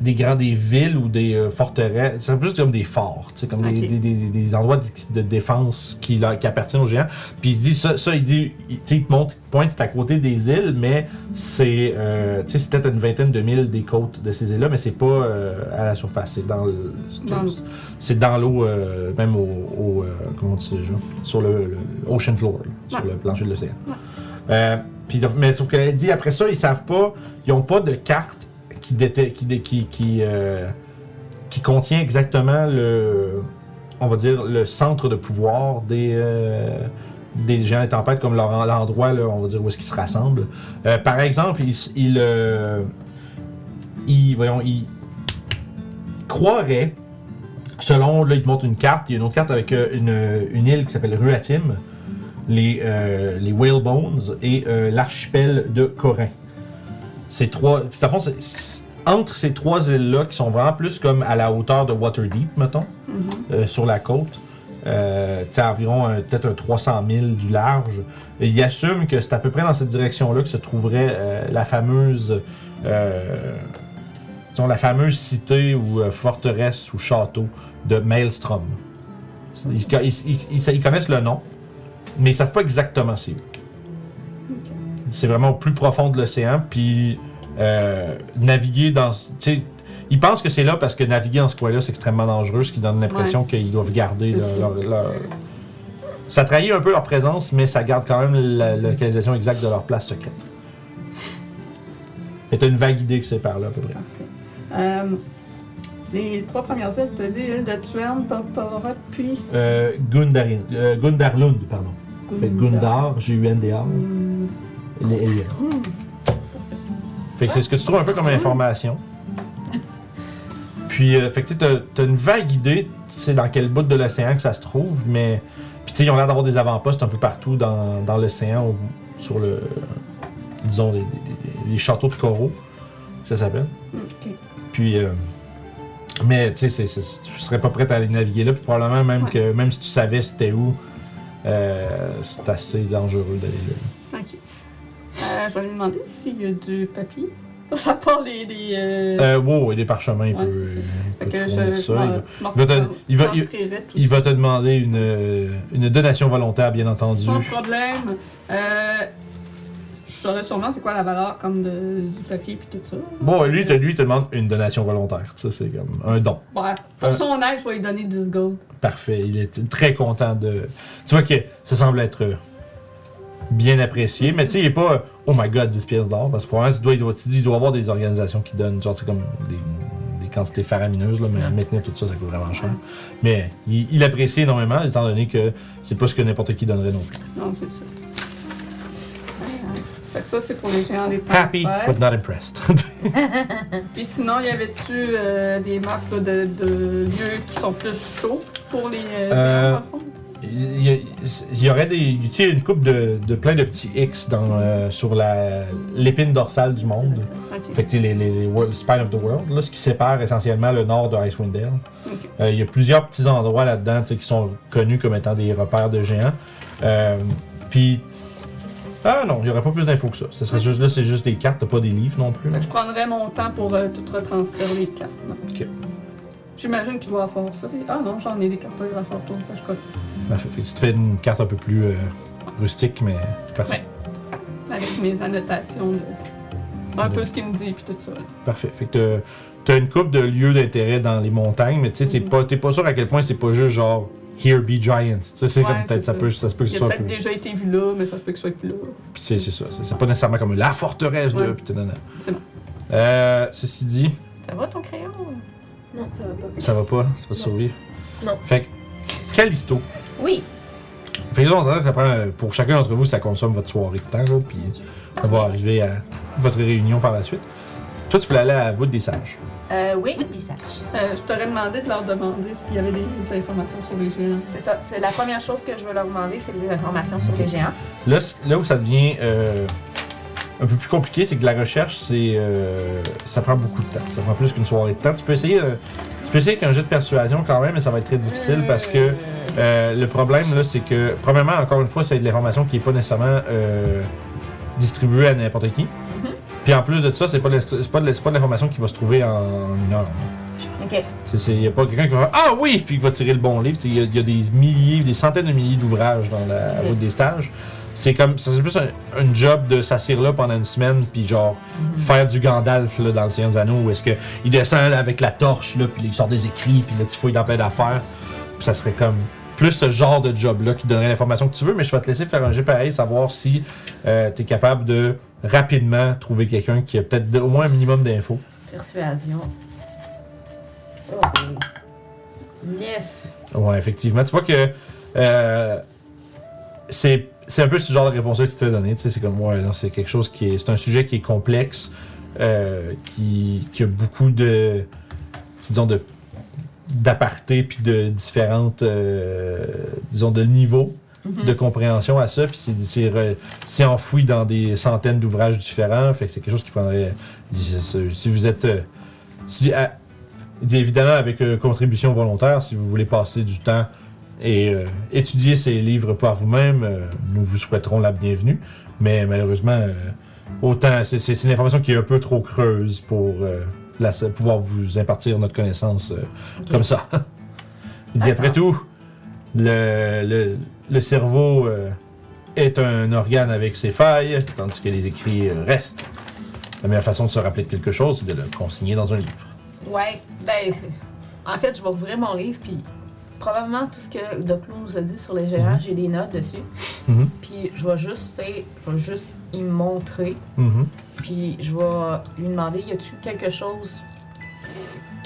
des grands des villes ou des euh, forteresses. Ça serait plus comme des forts, tu sais, comme des-
Ok.
des, des, des- des endroits de, de défense qui, leur- qui appartiennent aux géants. Puis il dit ça, ça il dit, il, tu sais, il te montre, il te pointe, c'est à côté des îles, mais c'est, euh, tu sais, c'est peut-être à une vingtaine de milles des côtes de ces îles-là, mais c'est pas euh, à la surface, c'est dans le,
Dans l'eau.
c'est dans l'eau, euh, même au, au, euh, comment on dit ça déjà, sur le, le ocean floor, là, sur
Ouais.
le plancher de l'océan. Euh, puis, mais sauf qu'elle dit après ça, ils savent pas, ils ont pas de carte qui déta- qui dé- qui qui, euh, qui contient exactement le, on va dire le centre de pouvoir des euh, des gens des tempêtes comme leur en- l'endroit là, on va dire où est-ce qu'ils se rassemblent. Euh, par exemple, ils ils, euh, ils- voyons ils croiraient Selon, là, il te montre une carte. Il y a une autre carte avec euh, une, une île qui s'appelle Ruatim, les, euh, les Whalebones et euh, l'archipel de Corin. Ces trois. Puis, dans le fond, c'est- c'est- entre ces trois îles-là, qui sont vraiment plus comme à la hauteur de Waterdeep, mettons, euh, sur la côte, euh, tu sais, environ un- peut-être un 300 000 du large, et il assume que c'est à peu près dans cette direction-là que se trouverait euh, la fameuse. euh, disons, la fameuse cité ou euh, forteresse ou château de Maelstrom. Ils, ils- ils- ils- ils connaissent le nom, mais ils savent pas exactement c'est où. C'est vraiment au plus profond de l'océan, puis euh, naviguer dans. ce- tu sais, Ils pensent que c'est là parce que naviguer dans ce coin-là, c'est extrêmement dangereux, ce qui donne l'impression qu'ils doivent garder
C'est
leur-
ça.
leur- leur- Ça trahit un peu leur présence, mais ça garde quand même la localisation exacte de leur place secrète. Mais t'as une vague idée que c'est par là, à peu près.
Euh, les trois premières îles, tu as dit l'île de Tuerne, Pampora, puis
Euh, Gundarin, euh, Gundarlund, pardon. Fait que Gundar, G-U-N-D-A.
Hmm.
Fait que c'est ce que tu trouves un peu comme information. Puis, euh, fait que tu sais, t'as- t'as une vague idée, tu sais dans quel bout de l'océan que ça se trouve, mais. Puis, tu sais, ils ont l'air d'avoir des avant-postes un peu partout dans, dans l'océan, au- sur le. disons, les, les- les châteaux de coraux, ça s'appelle.
Ok.
Puis. euh, mais, tu sais, c'est- c'est- tu serais pas prête à aller naviguer là, puis probablement même
Ouais.
que même si tu savais c'était où, euh, c'est assez dangereux d'aller là.
Ok. Euh, je vais lui demander s'il y a du papier. Ça part les. les euh,
Euh, wow, et des parchemins, il
Ouais,
peut,
c'est ça.
il
fait
peut
que
te
je-
fournir
je
ça. Il
m'en-
va,
m'en
il va te- il va- il-
transcrirai tout
il
ça.
va te demander une, euh, une donation volontaire, bien entendu.
Sans problème. Euh, je saurais sûrement c'est quoi la valeur comme de, du papier puis tout ça.
Bon, lui, te, lui, il te demande une donation volontaire. Ça, c'est comme un don.
Ouais. Pour
Euh.
son aide, je vais lui donner 10 gold.
Parfait. Il est très content de. Tu vois que ça semble être euh, bien apprécié, mais tu sais, il est pas euh, Oh my god, 10 pièces d'or. Parce que probablement, il doit, il, doit, tu dis, il doit y avoir des organisations qui donnent, genre, c'est comme des, des quantités faramineuses, là, mais maintenir tout ça, ça coûte vraiment cher. Mais il, il apprécie énormément, étant donné que c'est pas ce que n'importe qui donnerait non plus.
Non, c'est ça. hein. Fait que ça, c'est pour les géants des tempêtes.
Happy, but not impressed.
Puis sinon, y avait-tu euh, des maps là, de, de lieux qui sont plus chauds pour les euh,
Euh,
géants, dans le fond?
Il y, a- il y aurait des, tu sais, une coupe de, de plein de petits X dans, euh, sur la- l'épine dorsale du monde.
Ok.
Fait que, tu sais, les, les, les world- Spine of the World, là, ce qui sépare essentiellement le nord de Icewind Dale.
Ok.
Euh, il y a plusieurs petits endroits là-dedans tu sais, qui sont connus comme étant des repères de géants. Euh, Puis. Ah non, il n'y aurait pas plus d'infos que ça. Ce serait juste, là, c'est juste des cartes, t'as pas des livres non plus.
Fait que je prendrais mon temps pour euh, tout retranscrire les cartes. là.
Ok.
J'imagine qu'il doit avoir ça. les- Ah non, j'en ai des cartographes autour. Fait que je colle.
Parfait. Fait que tu te fais une carte un peu plus euh, rustique, mais parfait.
Ouais. Avec mes annotations de. Un
De-
peu ce qu'il me dit, puis tout ça. là.
Parfait. Fait que t'as- t'as une coupe de lieux d'intérêt dans les montagnes, mais tu sais, t'es
Mm-hmm.
pas, t'es pas sûr à quel point c'est pas juste genre Here be giants. Tu sais, c'est
Ouais,
comme peut-être
c'est
ça,
ça.
peut, ça se peut que ce
Il a
soit un
peut-être
peu-
déjà été vu là, mais ça se peut qu'il soit plus là.
Puis c'est c'est ça. C'est c'est pas nécessairement comme la forteresse de.
Ouais.
Puis t'es nanana.
C'est bon.
Euh, ceci dit,
Ça va ton crayon?
Non, ça va pas.
ça va pas, c'est pas survivre.
Non.
Fait que, Callisto.
Oui.
Fait que là, on s'entend que ça prend, euh, pour chacun d'entre vous, ça consomme votre soirée de temps, là, puis on va arriver à votre réunion par la suite. Toi, tu voulais aller à la voûte des sages.
Euh, oui.
Vous dites ça.
Euh, je t'aurais demandé de leur demander s'il y avait des informations sur les géants.
C'est ça. C'est la première chose que je veux leur demander, c'est des informations sur les géants.
Là, c- là où ça devient euh, un peu plus compliqué, c'est que la recherche, c'est euh, ça prend beaucoup de temps. Ça prend plus qu'une soirée de temps. Tu peux essayer, euh, tu peux essayer avec un jet de persuasion quand même, mais ça va être très difficile parce que euh, le problème là, c'est que premièrement, encore une fois, c'est de l'information qui est pas nécessairement euh, distribuée à n'importe qui. Puis en plus de ça, c'est pas, l'est- c'est pas, de- c'est pas de l'information qui va se trouver en une heure.
Ok.
Il n'y a pas quelqu'un qui va faire Ah oui! Puis qui va tirer le bon livre. Il y, a- y a des milliers, des centaines de milliers d'ouvrages dans la
Mhm.
route des stages. C'est comme. ça, C'est plus un, un job de s'assire là pendant une semaine, puis genre faire du Gandalf là, dans le Seigneur des Anneaux, où est-ce qu'il descend là, avec la torche, là, puis il sort des écrits, puis là, tu fouilles dans plein d'affaires. Puis ça serait comme. Plus ce genre de job-là qui donnerait l'information que tu veux, mais je vais te laisser faire un jeu pareil, savoir si tu es capable de rapidement trouver quelqu'un qui a peut-être de- au moins un minimum d'infos.
Persuasion. Oh, oui. Neuf.
Ouais, effectivement. Tu vois que euh, c'est c'est un peu ce genre de réponse que tu t'es donné. Tu sais, c'est comme ouais, non, c'est quelque chose qui est. C'est un sujet qui est complexe, euh, qui, qui a beaucoup de. disons de d'aparté puis de différentes euh, disons de niveaux de compréhension à ça puis c'est c'est re- c'est enfoui dans des centaines d'ouvrages différents fait que c'est quelque chose qui prendrait si vous êtes euh, si à- il dit évidemment avec euh, contribution volontaire, si vous voulez passer du temps et euh, étudier ces livres par vous-même, euh, nous vous souhaiterons la bienvenue. Mais malheureusement, euh, autant c'est- c'est c'est une information qui est un peu trop creuse pour euh, la- pouvoir vous impartir notre connaissance euh,
Ok.
comme ça. Il dit après tout, le, le- le cerveau euh, est un organe avec ses failles, tandis que les écrits euh, restent. La meilleure façon de se rappeler de quelque chose, c'est de le consigner dans un livre.
Ouais, ben, c'est- en fait, je vais ouvrir mon livre, puis probablement tout ce que Doc Lou nous a dit sur les géants, j'ai des notes dessus.
Mhm.
Puis je vais juste, tu sais, je vais juste y montrer,
Mhm.
puis je vais lui demander y a-tu quelque chose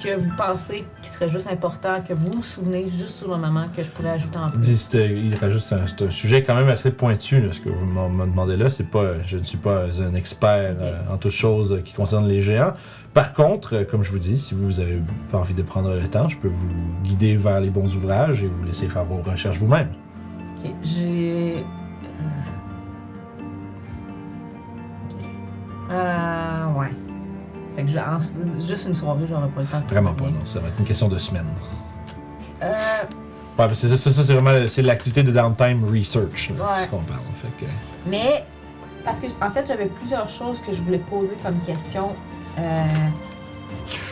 que vous pensez qui serait juste important, que vous vous souvenez juste sur le moment que je pourrais ajouter en
Il
plus.
dit, c'est, euh, il rajoute, c'est un, c'est un sujet quand même assez pointu, là, ce que vous m'en- me demandez là. C'est pas, je ne suis pas un expert euh, en toutes choses euh, qui concernent les géants. Par contre, euh, comme je vous dis, si vous avez pas envie de prendre le temps, je peux vous guider vers les bons ouvrages et vous laisser faire vos recherches vous-même.
Ok, J'ai. Euh, ouais. Fait que j'ai- en- juste une soirée, j'aurais pas le temps. de tout
Vraiment pas,
regarder.
non. Ça va être une question de semaine.
Euh,
Ouais, parce que ça, ça, ça, c'est vraiment c'est l'activité de downtime research, là,
Ouais.
ce qu'on parle. Fait que, euh,
Mais, parce que, en fait, j'avais plusieurs choses que je voulais poser comme question euh,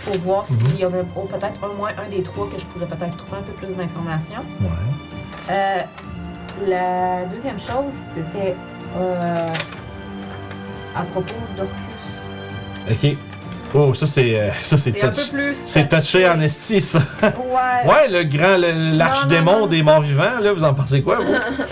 pour voir
Mhm.
s'il y en a oh, peut-être au moins un des trois que je pourrais peut-être trouver un peu plus d'informations.
ouais.
Euh, la deuxième chose, c'était euh, à propos d'Orcus.
Ok. Oh, ça c'est. euh, ça c'est
C'est un
touch-
peu plus.
C'est touché en esti, ça.
Ouais.
Ouais, le grand, le-
Non, non,
l'archdémon
non.
des morts vivants, là, vous en pensez quoi, vous?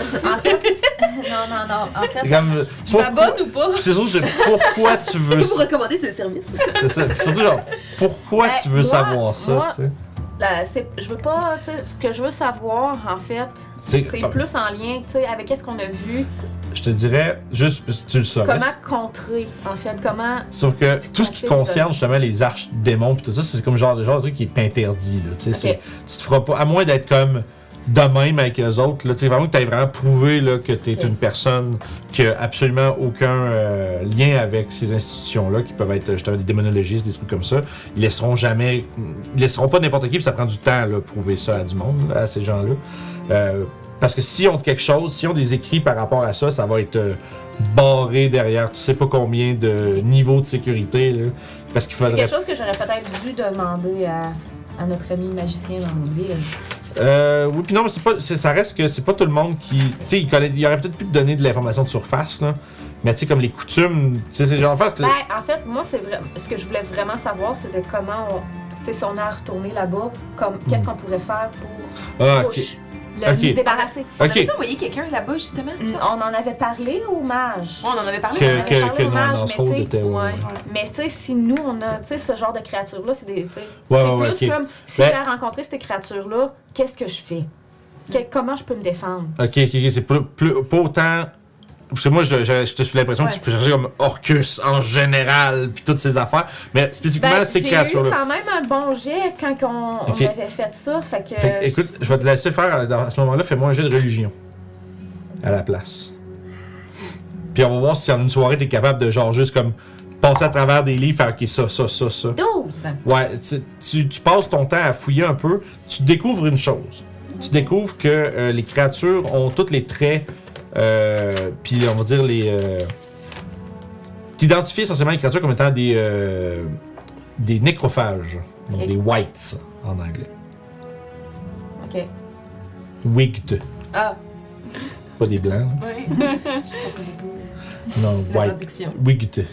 Non, non, non. En fait,
C'est comme. Pourquoi-
bonne ou pas?
C'est surtout, c'est pourquoi tu veux.
que vous
ça?
recommandez ce service?
C'est ça. C'est surtout genre, pourquoi
Ben,
tu veux
moi-
savoir
moi-
ça, tu sais?
la- c'est- je veux pas, tu sais, ce que je veux savoir, en fait,
C'est-
c'est plus en lien, tu sais, avec qu'est-ce qu'on a vu,
Je te dirais, juste, si tu le saurais.
comment contrer, en fait, comment...
Sauf que tout ce qui
Parfait,
concerne justement les archdémons et tout ça, c'est comme genre de genre de truc qui est interdit. Là, tu sais, c'est- Tu te feras pas. À moins d'être comme de même avec les autres. Là, tu sais, vraiment que tu vraiment prouvé là, que tu es
Ok.
une personne qui a absolument aucun euh, lien avec ces institutions-là, qui peuvent être euh, justement des démonologistes, des trucs comme ça. Ils laisseront jamais. Ils laisseront pas n'importe qui, puis ça prend du temps là, prouver ça à du monde, à ces gens-là. Euh, parce que si on ont quelque chose, si on des écrits par rapport à ça, ça va être euh, barré derrière. Tu sais pas combien de niveaux de sécurité, là. Parce qu'il
C'est
faudrait.
quelque chose que j'aurais peut-être dû demander à, à notre ami magicien dans notre ville.
Euh, oui, puis non, mais c'est pas, c'est- ça reste que c'est pas tout le monde qui. Tu sais, il, connaît- il aurait peut-être pu te donner de l'information de surface, là. Mais tu sais, comme les coutumes, tu sais, c'est genre. en fait,
Ben, en fait, moi, c'est vrai. Ce que je voulais vraiment savoir, c'était comment on. Tu sais, si on est à retourner là-bas, comme qu'est-ce qu'on pourrait faire pour
Hmm. ah, ok.
push, le
Ok.
le débarrasser.
On
Ok.
avait envoyé quelqu'un là-bas, justement? tu
Mm,
sais?
On en avait parlé au mage.
On en avait parlé. on en
Que,
avait
que,
parlé
que
au
non,
mage,
non,
mais
ce rôle
tu sais,
était. ouais, ouais.
Mais tu sais, si nous, on a, tu sais, ce genre de créatures-là, c'est des. tu sais,
Ouais,
c'est
ouais, ouais,
plus
ok.
comme si
Ben-
j'ai rencontré ces créatures-là, qu'est-ce que je fais? Que- comment je peux me défendre?
Ok, ok, ok, c'est plus, plus, pas autant. Parce que moi, je- je- j'étais sous l'impression que
Ouais.
tu peux chercher comme Orcus en général, puis toutes ces affaires. Mais spécifiquement,
Ben,
ces
j'ai eu
créatures-là.
quand même un bon jet quand on, on
Ok.
avait fait ça. Fait que.
Fait que, écoute, je vais te laisser faire à, dans- à ce moment-là, fais-moi un jeu de religion à la place. Puis on va voir si en une soirée, t'es capable de genre juste comme passer à travers des livres, faire ok, ça, ça, ça, ça.
12!
Ouais, tu, tu- tu passes ton temps à fouiller un peu, tu découvres une chose. Tu découvres que euh, les créatures ont tous les traits, euh, puis on va dire les. Euh, tu identifies essentiellement les créatures comme étant des, euh, des nécrophages, donc
Ok.
des whites en anglais.
Ok.
Wigged.
Ah,
Pas des blancs.
ouais. Je comprenais pas
là. Non,
la
white.
traduction.
Wigged.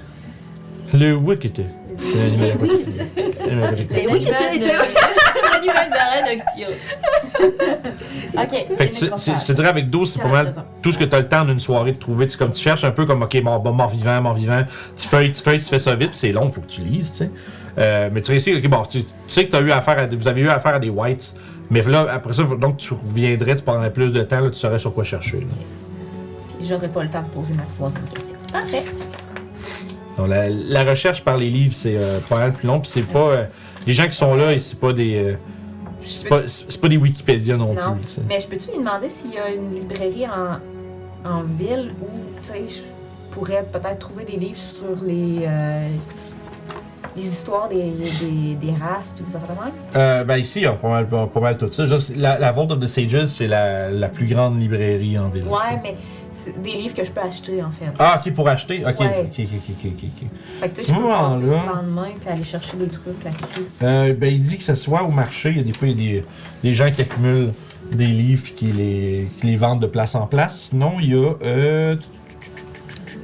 Le Wigged. C'est un animal aquatique. Un animal aquatique.
Mais oui,
L'animal
qu'était-
de- L'animal d'arène Octio.
Ok.
Fait que c'est- c'est- je te dirais avec 12, c'est pas mal tout ce que tu as le temps d'une soirée de trouver. Tu, sais, comme tu cherches un peu comme, OK, mort, bon, mort vivant, mort vivant. Tu feuilles, tu feuilles, tu fais ça vite, puis c'est long, faut que tu lises, tu sais. Euh, mais tu réussis, OK, bon, tu, tu sais que t'as eu affaire à, des- vous avez eu affaire à des whites. Mais là, après ça, faut- donc tu reviendrais, tu prendrais plus de temps, là, tu saurais sur quoi chercher. là.
J'aurais pas le temps de poser ma troisième question. Parfait.
Donc, la, la recherche par les livres, c'est euh, pas mal plus long. Puis c'est pas. euh, les gens qui sont là, et c'est pas des. euh, c'est pas, c'est c'est pas des Wikipédia non,
Non.
plus. tu sais.
Mais je peux-tu lui demander s'il y a une librairie en, en ville où, tu sais, je pourrais peut-être trouver des livres sur les. euh, les histoires des, des, des races puis des affaires de même?
Euh, ben ici, il y a pas mal, pas mal tout ça. Juste, la, la Vault of the Sages, c'est la, la plus grande librairie en ville. tu
Ouais,
sais.
mais c'est des livres que je peux acheter en fait.
Ah, ok, pour acheter? Ok, ok,
Ouais.
ok, ok, ok, ok, ok.
Fait que tu
Ce
sais, je peux passer le
moment-là-
lendemain puis aller chercher des trucs là-dessus.
Euh, ben, il dit que ce soit au marché, il y a des fois, il y a des, des gens qui accumulent des livres puis qui les, qui les vendent de place en place. Sinon, il y a. euh, Je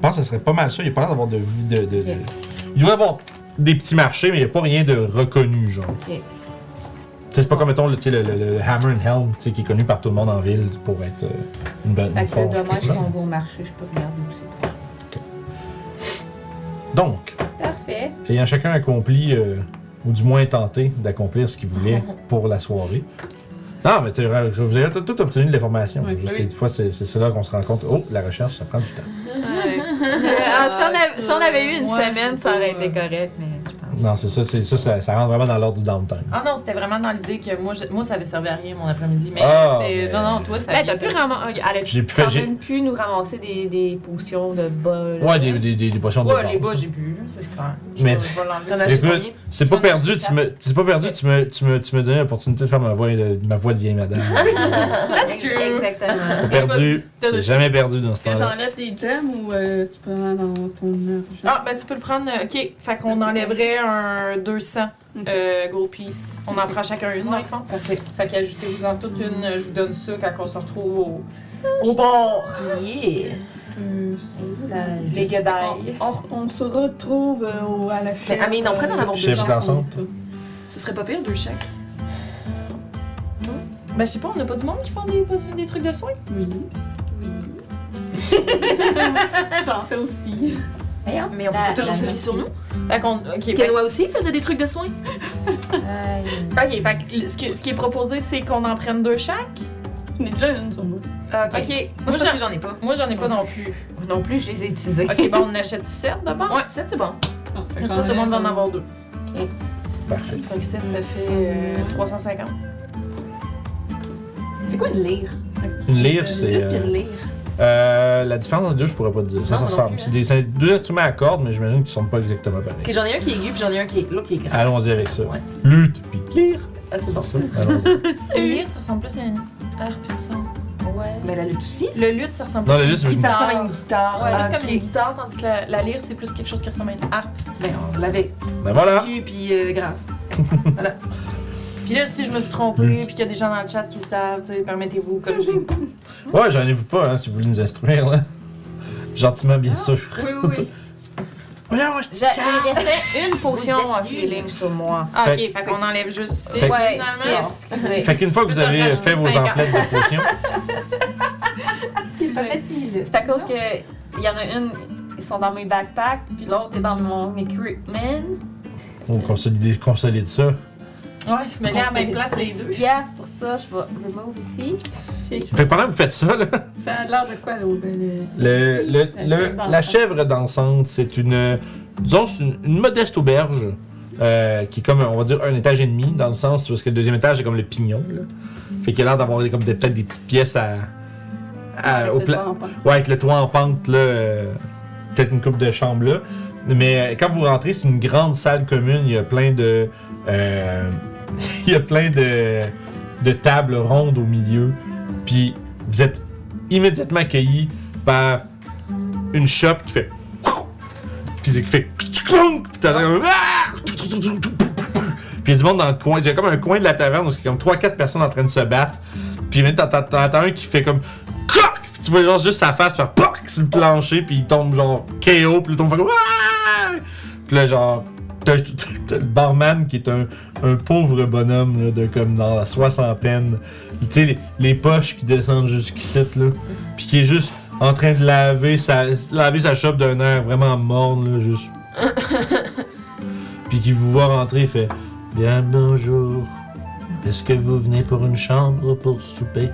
pense que ce serait pas mal ça. Il n'y a pas l'air d'avoir de, de, de- de-
Ok.
Il doit y avoir des petits marchés, mais il n'y a pas rien de reconnu, genre.
Ok.
Tu sais, C'est pas comme, mettons, le, tu sais, le, le- le Hammer and Helm, tu sais, qui est connu par tout le monde en ville pour être euh, une bonne
Fait
une
que
forge,
demain,
tout
si
ça.
on va au marché, je peux regarder aussi.
Donc,
Parfait.
ayant chacun accompli, euh, ou du moins tenté d'accomplir ce qu'il voulait pour la soirée. Non, mais t'es- vous avez tout, tout obtenu de l'information.
Oui,
Juste
oui.
que Des fois, c'est c'est- c'est là qu'on se rend compte. Oh, la recherche, ça prend du temps.
Ah, si, on avait, si on avait eu une
Moi, je
semaine,
sais
ça aurait
pas,
été correct, mais je pense.
Non, c'est ça, c'est ça, ça, ça rentre vraiment dans l'ordre du downtime.
Ah non, c'était vraiment dans l'idée que moi, je- moi, ça avait servi à rien mon après-midi. Mais
Ah,
c'était.
mais-
Non, non, toi, ça
Ben,
avait
t'as pu ramasser. Elle a
J'ai pu faire-
quand
j'ai-
même pu nous ramasser des, des potions de bol.
Ouais, des, des, des, des potions de
Ouais,
base.
les bas, j'ai bu, là, c'est clair.
Mais-
Je vais l'enlever.
T'en as acheté
Écoute,
combien?
C'est pas
J'en ai
perdu,
acheté
tu me, c'est pas perdu, tu me, tu me, tu me donnais l'opportunité de faire ma voix de, ma voix de vieille madame.
Exactement.
Pas perdu, c'est jamais perdu dans ce
Est-ce que
temps-là.
j'enlève des gems ou euh, tu peux aller dans ton argent?
Ah, ben tu peux le prendre. euh, Ok, fait qu'on enlèverait un 200 euh, gold piece. On en prend chacun une, dans le fond. Parfait. Fait qu'ajoutez-vous en toute une. Je vous donne ça quand on se retrouve au, au bord.
Yeah.
plus.
Ça-
Les guedailles.
On, on- on se retrouve euh, au- à la euh, chef.
ah, mais ils en prennent en avoir
Chef
deux.
dansante.
Ce serait pas pire, deux chèques.
Ben, je sais pas, on a pas du monde qui font des, des trucs de soins?
Oui. J'en fais aussi.
Mais on peut
La-
toujours
la
se fier sur nous.
Fait qu'on. Ok, fait-
Kenwa aussi faisait des trucs de soins.
Aïe.
ok, fait que le- ce, que- ce qui est proposé, c'est qu'on en prenne deux chaque.
J'en ai déjà une sur moi.
Ah, Ok. Moi,
Ok. Moi,
c'est parce que
j'en-
j'en ai pas.
moi, j'en ai pas non plus.
Non plus, je les ai utilisés.
Ok, bon, on achète du 7 d'abord.
Ouais, ça, c'est bon.
Ah, fait que
Comme
j'en
ça, tout le
ai-
monde va en avoir deux.
Parfait.
Fait que 7, ça fait euh, 350.
C'est quoi une lire?
Une lyre, c'est.
Une
euh,
puis une lire.
Euh, la différence entre les deux, je pourrais pas te dire. Ça, ça
Non, moi non
ressemble.
plus,
C'est des c'est deux instruments à cordes, mais j'imagine qu'ils sont pas exactement
Ok,
pareils.
j'en ai un qui est aigu, puis j'en ai un qui est. L'autre qui est grand.
Allons-y avec ça.
Ouais.
Lutte puis lire.
Ah, c'est bon.
ça.
ça.
Allons-y.
Le lire, ça ressemble plus à une harpe, il me semble.
Ouais.
Mais la lutte aussi.
Le lutte, ça ressemble
Non,
plus
la
à
lutte, c'est
une
une-
Ça
guitare.
ressemble à une guitare.
Ouais,
Ah,
c'est comme
ok.
une guitare, tandis que la, la lyre, c'est plus quelque chose qui ressemble à une harpe.
Ben, on l'avait.
Ben voilà.
Aigu, puis euh, grand.
Puis là, si je me suis trompée,
Mm.
puis qu'il y a des gens dans le chat qui savent, tu sais, permettez-vous, comme j'ai.
Ouais, j'en ai vous pas, hein, si vous voulez nous instruire, là. Gentiment, bien sûr.
Ah, Oui, oui, oui.
Voyons, je-
J'ai- Il restait une potion
Vous êtes
en feeling sur moi.
Ah, ok,
Fait-
fait, qu'on enlève juste 6
Fait-
ouais,
c'est-
finalement.
c'est-
Fait qu'une fois que vous
peux te
avez
rajouter
fait vos
50.
emplettes de potions,
C'est pas facile.
C'est à cause que il y en a une, ils sont dans mes backpacks, puis l'autre est dans mon equipment.
on consolide, consolide ça.
Ouais, je me mets à la même place les deux.
Yes, pour ça, je vais remove ici.
Fait que pendant que vous faites ça, là,
Ça a l'air de quoi, là, au- euh, le-
le, le-
La
le-
chèvre dansante.
la chèvre dansante, c'est une, disons, c'est une, une modeste auberge euh, qui est comme, on va dire, un étage et demi, dans le sens où est-ce que le deuxième étage est comme le pignon. Là. Fait qu'il a l'air d'avoir des- comme des- peut-être des petites pièces à, à-
avec
Ah, au
le hein?
pla-
toit en pente.
Ouais, avec le toit en pente, là, euh, peut-être une coupe de chambre là. Mais euh, quand vous rentrez, c'est une grande salle commune. Il y a plein de. euh, il y a plein de, de tables rondes au milieu. Puis vous êtes immédiatement accueillis par une shop qui fait. Puis qui fait. clonk, Puis t'entends comme. Ah! Puis il y a du monde dans le coin. Il y a comme un coin de la taverne où il y a comme 3-4 personnes en train de se battre. Puis même t'entends t'entends un qui fait comme. Coq! Puis tu vois genre juste sa face faire POC sur le plancher, puis il tombe genre KO, puis il tombe fait comme Aaaaaah! Puis là, genre, t'as t'as le barman qui est un, un pauvre bonhomme là, de comme dans la soixantaine. Puis Tu sais, les, les poches qui descendent jusqu'ici, là. Puis qui est juste en train de laver sa, laver sa chope d'un air vraiment morne, là, juste. puis qui vous voit rentrer, il fait Bien bonjour. Est-ce que vous venez pour une chambre pour souper?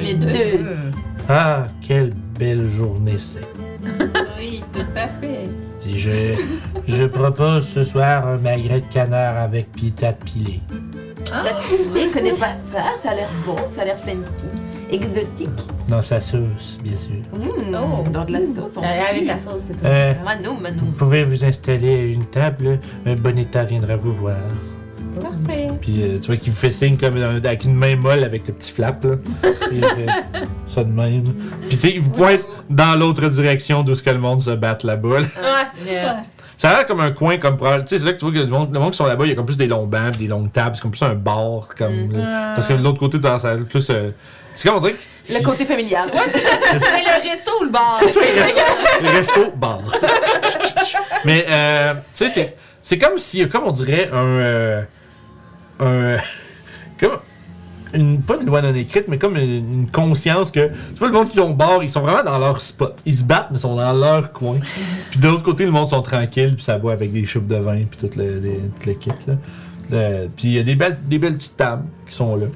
Les deux.
Ah, quelle belle journée c'est.
Oui, tout à fait.
Si je, je propose ce soir un magret de canard avec pita de pilé.
La pilée, connais pas ça. Ça a l'air bon, ça a l'air fancy. Exotique.
Dans sa sauce, bien sûr.
Mmh,
Oh.
Dans de la sauce. on-
Avec la sauce, c'est tout.
Euh,
Manou,
vous
manou.
pouvez vous installer à une table. Un bonita viendra vous voir.
Parfait.
Puis euh, tu vois qu'il vous fait signe comme un- avec une main molle avec le petit flap, là. Et, euh, ça de même. Puis tu sais, il vous pointe dans l'autre direction d'où ce que le monde se bat là-bas. là.
Yeah.
Ça a l'air comme un coin, comme probable- Tu sais, c'est là que tu vois que le monde, le monde qui sont là-bas, il y a comme plus des longs bancs, puis des longues tables. C'est comme plus un bar, comme. là.
Mm.
Parce que
Euh,
de l'autre côté, t'as ça plus. euh, C'est comme on dirait que
Le côté familial.
Mais le resto ou le bar?
C'est ça, le resto- le resto bar. Mais euh, tu sais, c'est c'est comme si, comme on dirait un, euh, un, comme une pas une loi non écrite, mais comme une, une conscience que tu vois le monde qui sont au bar, ils sont vraiment dans leur spot. Ils se battent, mais ils sont dans leur coin. Puis de l'autre côté, le monde sont tranquilles, puis ça boit avec des chupes de vin, puis tout le, le- tout le kit là. Euh, puis il y a des belles, des belles petites tables qui sont là.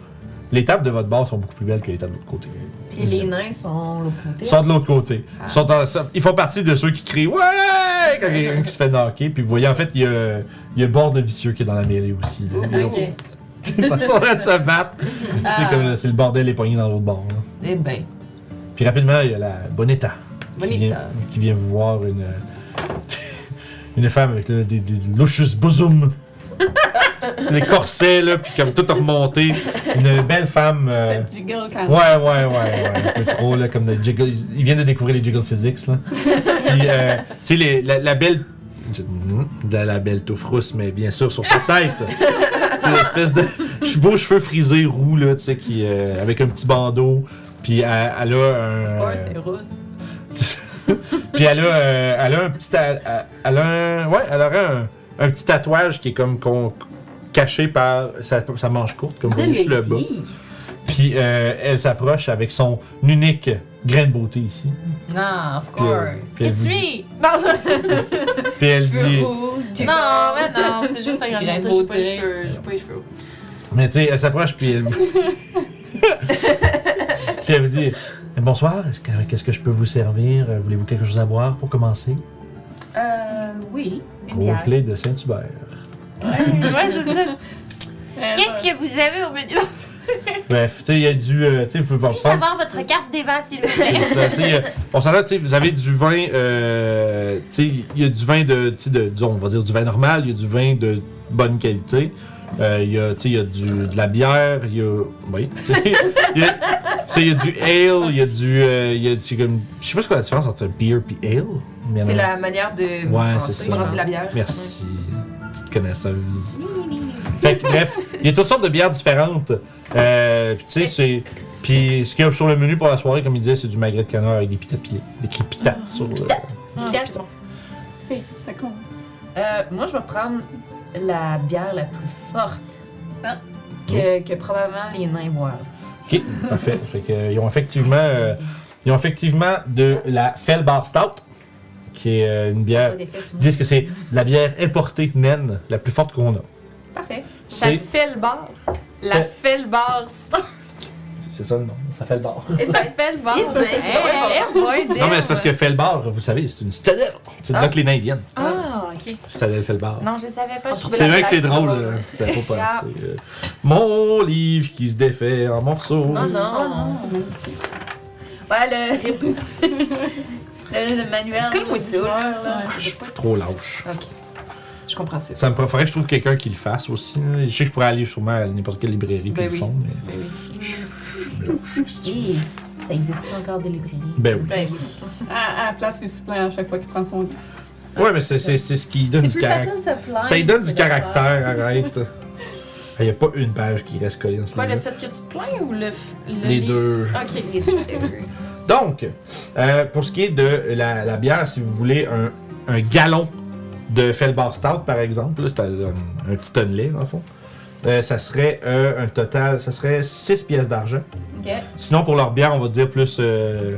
Les tables de votre bar sont beaucoup plus belles que les tables de l'autre côté.
Puis les nains sont l'autre côté.
Ils sont de l'autre côté. Ils, sont en- ça- ils font partie de ceux qui crient Ouais! quand il y a quelqu'un qui se fait knocker. Puis vous voyez, en fait, il y a, il y a Bord de Vicieux qui est dans la mêlée aussi. là.
Ok.
Ils sont en train de se battre. C'est comme c'est le bordel, les poignées dans l'autre bord. là.
Eh ben.
Puis rapidement, il y a la Bonetta.
Bonita.
Qui vient, qui vient vous voir une. Une femme avec là, des, des louches bosom. les corsets, là, puis comme tout remonté. Une belle femme. euh,
C'est du girl quand même.
Ouais, ouais, ouais, ouais. Un peu trop, là, comme le jiggle. Ils viennent de découvrir les jiggle physics, là. Puis, euh, tu sais, les- la, la belle. De la belle toufrousse, mais bien sûr sur sa tête. C'est l'espèce de che- beaux cheveux frisés roux, là, tu sais, qui, euh, avec un petit bandeau. Puis elle, elle a un.
Ouais, c'est rousse.
Puis elle a, euh, elle a un petit. ta- Elle a un- ouais, elle aurait un, un petit tatouage qui est comme qu'on- caché par sa, sa manche courte, comme vous voyez sur le bas. Puis euh, elle s'approche avec son unique grain de beauté ici.
Ah, of
Puis, euh,
course.
puis elle vous dit-
me! Non,
puis elle dit.
non, mais non, c'est juste un
Grand
grand avantage, j'ai pas les cheveux- j'ai pas les cheveux.
Mais tu sais, elle s'approche, puis elle. puis elle vous dit Bonsoir, est-ce que- qu'est-ce que je peux vous servir Euh, Voulez-vous quelque chose à boire pour commencer
Euh, oui. Une
Gros
bière.
play de Saint-Hubert.
Ouais, c'est ça.
Elle va-
Qu'est-ce que vous avez au menu?
Bref, tu sais, il y a du. euh, tu sais, vous pouvez
Puis-je avoir votre carte des vins, s'il vous plaît?
Ça, tu sais, euh, on s'entend, tu sais, vous avez du vin, euh, tu sais, il y a du vin de, tu sais, de- disons, on va dire du vin normal, il y a du vin de bonne qualité, Euh, il y a, tu sais, il y a du, de la bière, il y a, oui, tu sais, il y a- tu sais, il y a du ale, il y a du, euh, il y a du, comme, je sais pas c'est quoi la différence entre beer puis ale, mais
C'est
alors-
la manière de
Ouais, c'est
brasser
ça.
brasser la bière.
Merci, petite connaisseuse. fait que, bref, il y a toutes sortes de bières différentes. Euh, puis tu sais, c'est. Puis ce qu'il y a sur le menu pour la soirée, comme il disait, c'est du magret de canard avec des pita pilés, des cri- pitates sur le.
Hey, fait qu'on-
Ah, Euh, moi, je vais prendre la bière la plus forte
Ah.
que, que probablement les nains boivent.
Ok, parfait. Fait que, euh, ils ont effectivement, euh, ils ont effectivement de la Fellbar Stout, qui est euh, une bière.
Pas d'effet sur
Ils
moi.
disent que c'est de la bière importée naine, la plus forte qu'on a.
Parfait.
Ça
C'est,
fait le bar. La
Fait-
fait le bar.
c'est ça le nom, ça fait le bar.
Ça fait le bar.
Eh ben, c'est pas vrai,
Non, mais c'est parce que Fellbar, vous le savez, c'est une citadelle. C'est de là que les nains viennent.
Ah, ok.
Citadelle Fellbar.
Non, je savais pas. je trouvais
C'est
la
vrai que c'est
blague
drôle. euh,
drôle.
là. Ça faut pas assez, euh, Mon livre qui se défait en morceaux.
Oh
hein.
non!
Ah. Ouais, le... le, le manuel.
Comme moi, ça,
joueur, là.
Je suis plus trop lâche.
Je comprends ça.
Ça me préférait que je trouve quelqu'un qui le fasse aussi. là. Je sais que je pourrais aller sûrement à n'importe quelle librairie puis
Ben
le
oui.
font, mais
Ben oui.
je je me lâche. si tu veux.
Hey, ça existe encore des librairies?
Ben oui.
Ben oui.
À, à la place, il se plaint à chaque fois qu'il prend son livre.
Ouais, mais c'est c'est- c'est ce qui donne du caractère.
de se plaindre.
Ça lui donne du
que de faire.
caractère, arrête. Il n'y a pas une page qui reste collée dans ce
Quoi, le
livre.
fait que tu te plains ou le. f- le
Les
lit-
deux.
Ok.
Donc, euh, pour ce qui est de la, la bière, si vous voulez un, un gallon de Felbar Stout, par exemple, là, c'est un, un petit tonnelet, dans le fond, euh, ça serait euh, un total, ça serait 6 pièces d'argent.
Ok.
Sinon, pour leur bière, on va dire plus euh,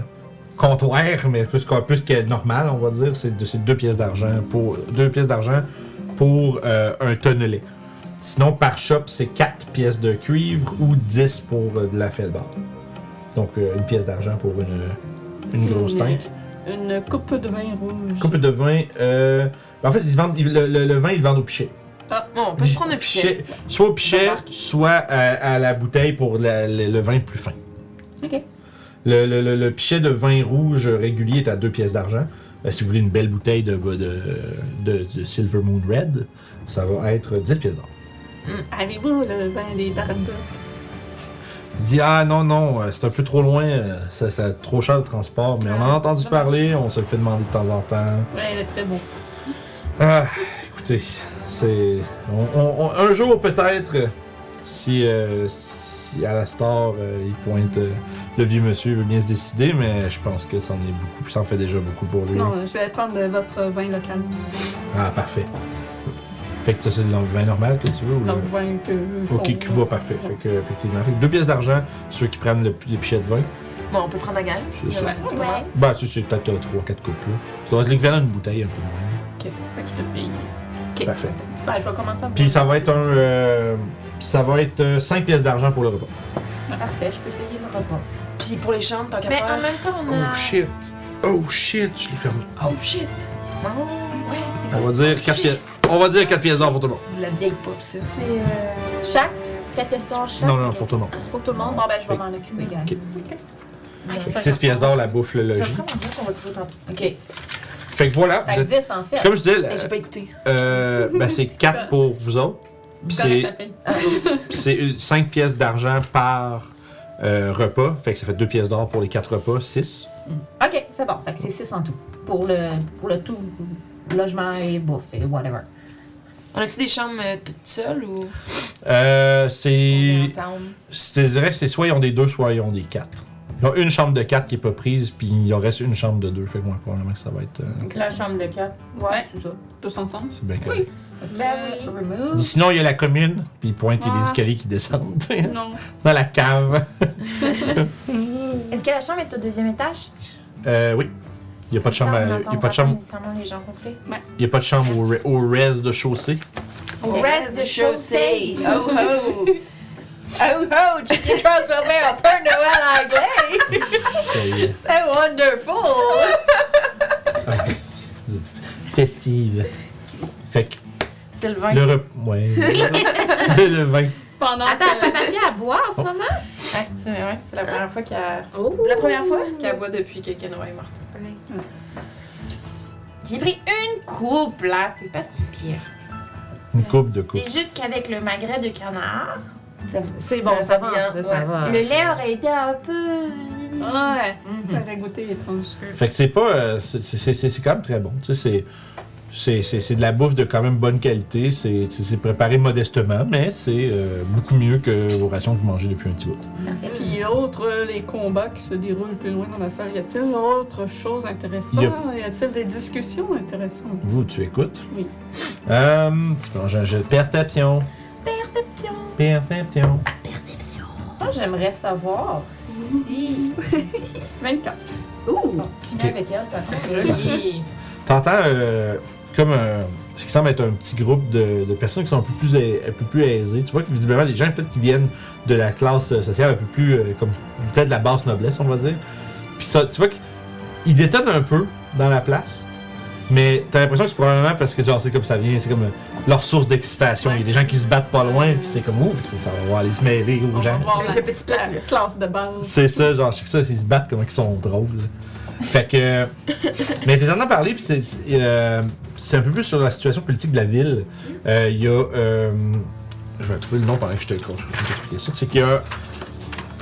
comptoir, mais plus, que- plus que normal, on va dire, c'est de- c'est deux pièces d'argent pour deux pièces d'argent pour euh, un tonnelet. Sinon, par shop, c'est 4 pièces de cuivre ou 10 pour euh, de la Felbar. Donc, euh, une pièce d'argent pour une, une grosse
Une-
tank.
Une coupe de vin rouge.
Coupe de vin. euh, en fait, ils vendent, ils- le, le- le vin, ils le vendent au pichet.
Bon, on peut se prendre un fichier.
Soit au pichet,
Remarque.
soit euh, à, à la bouteille pour la- le, le vin plus fin.
Ok.
Le, le- le- le pichet de vin rouge régulier est à deux pièces d'argent. Euh, si vous voulez une belle bouteille de, de, de- de Silver Moon Red, ça va être 10 pièces d'or.
Avez-vous le vin des Barenberg?
Il dit Ah non, non, euh, c'est un peu trop loin, euh, ça, ça trop cher le transport, mais on en a entendu parler, on se le fait demander de temps en temps.
Ouais, il est très bon.
Ah, écoutez, c'est. on- on- on- un jour peut-être, euh, si, euh, si à la star il pointe euh, le vieux monsieur, il veut bien se décider, mais je pense que c'en est beaucoup, ça en fait déjà beaucoup pour lui.
Sinon, euh, je vais prendre euh, votre vin local.
Ah, parfait. Fait que ça, c'est le vin normal que tu veux ou le-
Le vin que eux font.
Ok, Cuba, parfait. Fait que, effectivement. Fait que deux pièces d'argent, ceux qui prennent le, les pichets de vin.
Bon, on peut prendre un gagne.
C'est ça.
Ouais.
Ouais.
Bah, tu sais, peut-être 3-4 coupes là. Ça doit être l'équivalent d'une bouteille un peu moins.
Fait que je te paye.
Parfait.
Ben, je vais commencer à me
Puis ça va être un. euh, ça va être 5 pièces d'argent pour le repas.
Parfait, je peux payer le repas.
Puis pour les chambres, tant qu'à
Mais en
faire.
même temps, on a.
Oh shit! Oh shit! Je l'ai fermé. Oh shit!
Ouais, c'est
On va dire 4 pièces. On va dire 4 pièces d'or pour tout le monde.
De la vieille pop, ça.
C'est. euh,
Chaque Quatre questions chaque.
Non, non, non, pour tout le monde.
Pour tout le monde. Bon, ben, je vais
Oui.
m'en occuper, gars.
Ok.
ouais, Ah, c'est pas
6 pièces d'or, la bouffe, le
grave.
logis.
Comment on dit qu'on va trouver tantôt?
Ok.
Fait que voilà, vous
Fait que
êtes.
10 en fait.
Comme je disais, la-
Eh, J'ai pas écouté.
euh, ben c'est 4 pour vous autres. Puis c'est
Correct, ça paye.
Puis c'est 5 pièces d'argent par euh, repas. Fait que ça fait 2 pièces d'or pour les 4 repas, 6.
Ok, c'est bon. Fait que c'est 6 en tout. Pour le, pour le tout, logement et bouffe et whatever.
On a-tu des chambres euh, toutes seules ou.
Euh, c'est.
ensemble?
Je te dirais que c'est soit ils ont des 2, soit ils ont des 4. Ils ont une chambre de 4 qui est pas prise, puis il en reste une chambre de 2. Fait que moi, probablement que ça va être. euh,
La chambre de quatre.
Ouais.
c'est ça.
Tous ensemble.
c'est bien correct.
Ben oui.
Remove.
Sinon, il y a la commune, puis il pointe il y a des
Ah.
escaliers qui descendent
Non.
dans la cave.
Est-ce que la chambre est au deuxième étage?
Euh, oui. Il n'y a pas de chambre,
Ça, on
à- il y a
entend
pas de chambre,
nécessairement les gens ronfler.
il y a pas de chambre au, re- au res de chaussée.
Au
reste
reste
de
de
chaussée.
chaussée. Oh oh. Oh oh, Chicken Crossbow Bear, Père Noël anglais.
Ça y est.
So wonderful.
euh, Ah, c'est- vous êtes festive. Fait que
C'est le vin.
le rep... Ouais. le vin.
Pendant
Attends,
que-
elle fait à boire en ce moment?
Ouais, c'est ouais, c'est la première fois qu'elle
Oh!
La première fois?
qu'elle boit depuis que Kenoa est morte.
J'ai pris une coupe là, c'est pas si pire.
Une coupe de coupe.
C'est juste qu'avec le magret de canard,
C'est bon, ça va.
bien,
là, ça
ouais.
va.
le lait aurait été un peu.
Ouais,
Mhm.
ça aurait goûté étrange.
Fait que c'est pas. euh, c'est- c'est c'est- c'est quand même très bon. Tu sais, c'est. c'est- C'est c'est de la bouffe de quand même bonne qualité. C'est c'est- c'est préparé modestement, mais c'est euh, beaucoup mieux que vos rations que vous mangez depuis un petit bout.
Puis, autre, euh, les combats qui se déroulent plus loin dans la salle, y a-t-il autre chose intéressante?
Yep.
Y a-t-il des discussions intéressantes?
Vous, tu écoutes.
Oui.
Euh, tu peux manger un jet de perception. Perception. Perception.
Moi, j'aimerais savoir si.
24.
Ouh! Finir avec elle, t'as
oh.
Joli.
T'entends euh, comme un- ce qui semble être un petit groupe de, de personnes qui sont un peu plus, ai- un peu plus aisées. Tu vois que visiblement des gens peut-être qui viennent de la classe euh, sociale un peu plus euh, comme peut-être de la basse noblesse, on va dire. Puis ça, tu vois qu'ils détonnent un peu dans la place. Mais t'as l'impression que c'est probablement parce que genre c'est comme ça vient, c'est comme euh, leur source d'excitation. Il y a des gens qui se battent pas loin, puis c'est comme ouh, ça va aller se mêler
On
aux
va
gens.
voir
Avec
la,
le petit plat,
la classe de base.
C'est ça, genre, je sais que ça, ils se battent comment ils sont drôles. Fait que. Mais t'es en parler, puis c'est. c'est, euh, c'est un peu plus sur la situation politique de la ville. Euh, Il y a. euh, je vais trouver le nom pendant que je te je vais t'expliquer ça. C'est qu'il y a.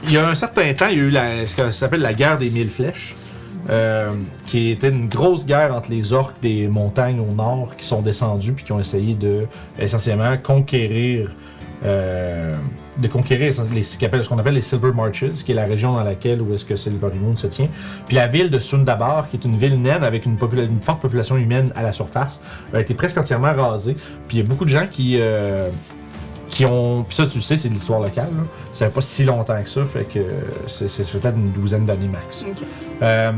Il y a un certain temps, il y a eu la- ce qu'on s'appelle la guerre des mille flèches, euh, qui était une grosse guerre entre les orques des montagnes au nord qui sont descendus puis qui ont essayé de essentiellement conquérir euh, de conquérir essent- les- ce qu'on appelle, ce qu'on appelle les Silver Marches, qui est la région dans laquelle où est-ce que Silverimoon se tient. Puis la ville de Sundabar, qui est une ville naine avec une, popula- une forte population humaine à la surface, a été presque entièrement rasée. Puis il y a beaucoup de gens qui euh, qui ont. Puis ça, tu le sais, c'est de l'histoire locale. Là. Ça fait pas si longtemps que ça, fait que euh, c'est c'est peut-être une douzaine d'années max.
Ok.
Euh,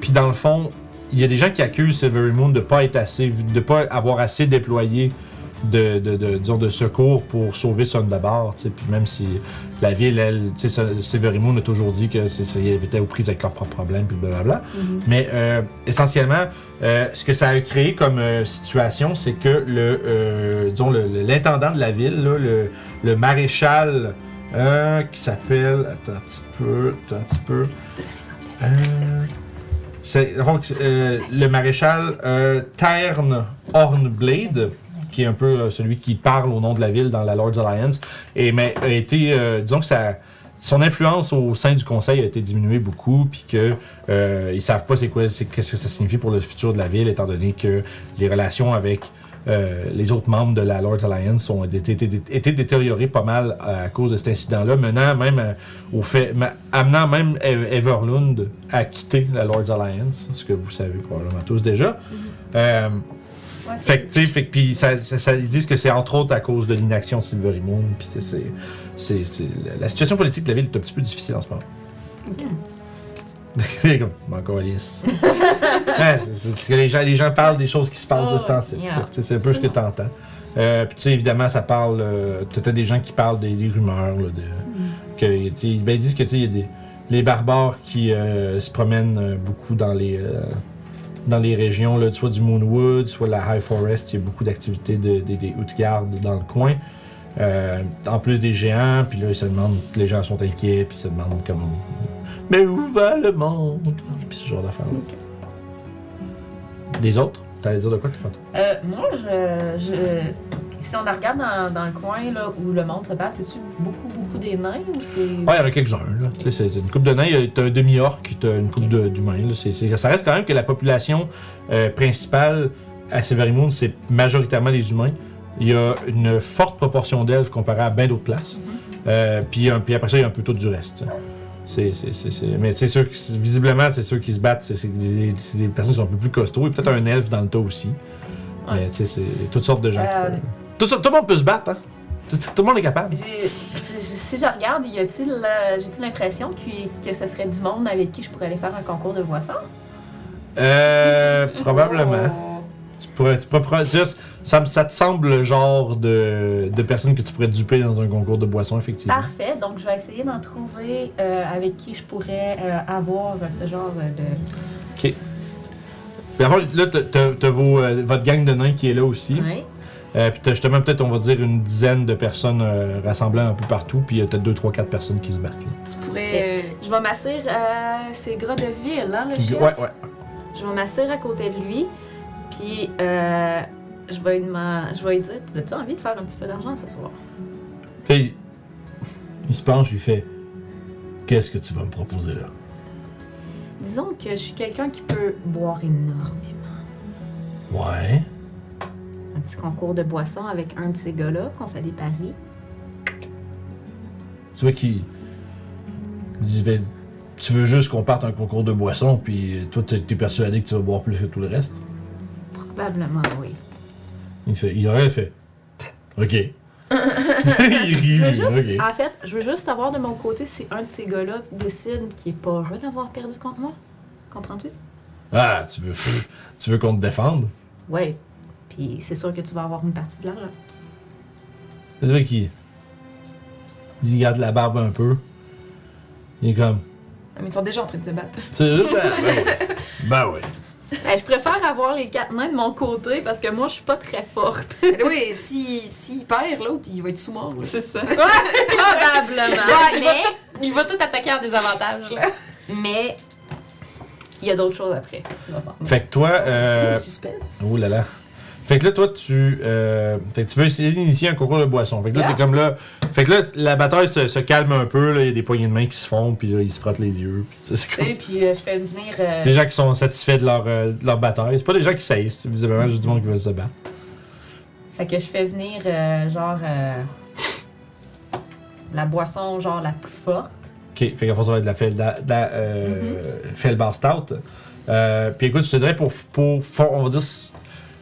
puis dans le fond, il y a des gens qui accusent Silvermoon de pas être assez, de pas avoir assez déployé de, de, de, disons, de secours pour sauver Sundabar. tu sais. Puis même si la ville, elle, tu sais, Silvermoon a toujours dit que c'est- c'est- ils étaient aux prises avec leurs propres problèmes, puis blablabla.
Mhm.
Mais euh, essentiellement, euh, ce que ça a créé comme euh, situation, c'est que le, euh, disons, le- le- l'intendant de la ville, là, le, le maréchal euh, qui s'appelle, attends un petit peu, attends un petit peu. Euh, c'est- donc, euh, le maréchal euh, Terne Hornblade, qui est un peu euh, celui qui parle au nom de la ville dans la Lord's Alliance, et mais a été, euh, disons que ça, son influence au sein du conseil a été diminuée beaucoup, puis que euh, ils savent pas c'est quoi, c'est qu'est-ce que ça signifie pour le futur de la ville, étant donné que les relations avec euh, les autres membres de la Lord's Alliance ont été, été- été détériorées pas mal euh, à cause de cet incident-là, menant même euh, au fait, ma- amenant même Ev- Everlund à quitter la Lord's Alliance, ce que vous savez probablement tous déjà. Euh, fait que, tu sais, fait que, puis ça, ça- ça- ils disent que c'est entre autres à cause de l'inaction de Silvery Moon, puis c'est, c'est, c'est- c'est- la- la situation politique de la ville est un petit peu difficile en ce moment. c'est comme, encore lisse. Ouais, c'est, c'est- c'est que les gens, les gens parlent des choses qui se passent de ce temps-ci.
yeah.
Fait que, tu sais, C'est un peu ce que t'entends. Euh, puis tu sais, évidemment, ça parle. Euh, T'as des gens qui parlent des, des rumeurs, là, de, que, tu sais, ben, ils disent que tu sais, il y a des les barbares qui euh, se promènent euh, beaucoup dans les euh, dans les régions, là, soit du Moonwood, soit de la High Forest. Il y a beaucoup d'activités de, de- des Outgardes dans le coin. Euh, en plus des géants, puis là, ils se demandent, les gens sont inquiets, puis ils se demandent comment. Mais où va le monde? Puis ce genre d'affaires-là. Les autres? T'allais dire de quoi, Clément?
Euh, moi, je, je- Si on la regarde dans, dans le coin là, où le monde se bat, c'est-tu beaucoup, beaucoup des nains ou c'est.
Ouais, il y en a quelques-uns. là. Tu sais, C'est une coupe de nains, il y a- t'as un demi-orc, t'as une coupe de- d'humains. là. C'est- c'est- Ça reste quand même que la population euh, principale à Severimoon, c'est majoritairement les humains. Il y a une forte proportion d'elfes comparée à bien d'autres places. Euh, puis, un- puis après ça, il y a un peu tout du reste. C'est, c'est, c'est, c'est- Mais c'est sûr que c'est- visiblement, c'est ceux qui se battent, c'est, c'est des, c'est des personnes qui sont un peu plus costauds. Et peut-être un elfe dans le tas aussi. Mais tu sais, c'est toutes sortes de gens. qui
Euh,
peuvent- Tout, ça- tout le monde peut se battre, hein. Tout, tout- tout le monde est capable.
J'ai- si- Si je regarde, y a-t-il, euh, j'ai-tu l'impression qu'il- que ce serait du monde avec qui je pourrais aller faire un concours de voisin?
Euh, probablement.
Oh.
Tu pourrais, tu pourrais- pourrais- juste, ça, me- ça te semble le genre de, de personnes que tu pourrais duper dans un concours de boissons, effectivement.
Parfait, donc je vais essayer d'en trouver euh, avec qui je pourrais euh, avoir ce genre euh, de.
Puis avant, là, t'as- t'as t'as vos, euh, votre gang de nains qui est là aussi.
Ouais.
Euh, puis t'as justement peut-être, on va dire, une dizaine de personnes euh, rassemblées un peu partout. Puis il y a peut-être deux, trois, quatre personnes qui se battent. là.
Tu pourrais. euh,
Je vais m'asseoir, euh, c'est gras de ville, hein, le chien?
Ouais, ouais.
Je vais m'asseoir à côté de lui, puis euh, je, vais lui demander- je vais lui dire As-tu envie de faire un petit peu d'argent ce soir
Puis il- il se penche, il fait Qu'est-ce que tu vas me proposer là
Disons que je suis quelqu'un qui peut boire énormément.
Ouais.
Un petit concours de boisson avec un de ces gars-là, qu'on fait des paris.
Tu vois qu'il. il dit, Ben, Tu veux juste qu'on parte un concours de boissons, puis toi, t'es t'es persuadé que tu vas boire plus que tout le reste
Probablement, oui.
Il fait, il aurait fait. Ok. il rit,
Je veux
lui,
juste,
Hmm, ok.
En fait, je veux juste savoir de mon côté si un de ces gars-là décide qu'il est pas heureux d'avoir perdu contre moi. Comprends-tu
Ah, tu veux, pff, tu veux qu'on te défende
Ouais. Puis c'est sûr que tu vas avoir une partie de l'argent.
C'est vrai qu'il. Il garde la barbe un peu. Il est comme.
ah, Mais ils sont déjà en train de se battre.
C'est ben, ben, ouais. ben ouais.
Eh, je préfère avoir les quatre nains de mon côté parce que moi, je suis pas très forte.
Mais Ben oui, s'il si, s'il perd, l'autre, il va être sous-mort. là.
C'est ça.
Probablement.
il, va
mais,
tout, il va tout attaquer à des avantages, là.
mais il y a d'autres choses après. Tu vas s'en rendre.
Fait que toi. Euh...
suspense.
Oh là là. Fait que là, toi, tu. euh, Fait que tu veux essayer d'initier un concours de boissons. Fait que là,
Yeah.
t'es comme là. Fait que là, la bataille se, se calme un peu. là. Il y a des poignées de main qui se font, puis là, ils se frottent les yeux. Puis ça, c'est
Tu
comme-
sais, puis euh, je fais venir. euh,
Des gens qui sont satisfaits de leur, euh, de leur bataille. C'est pas des gens qui saillissent, c'est visiblement juste du monde qui veulent se battre.
Fait que je fais venir, euh, genre, euh, la boisson, genre, la plus forte.
Ok, fait qu'en fait, ça va être de la, fel, de la- de la, euh, Felbar Stout. Euh, puis écoute, je te dirais, pour, pour, fo- on va dire, s-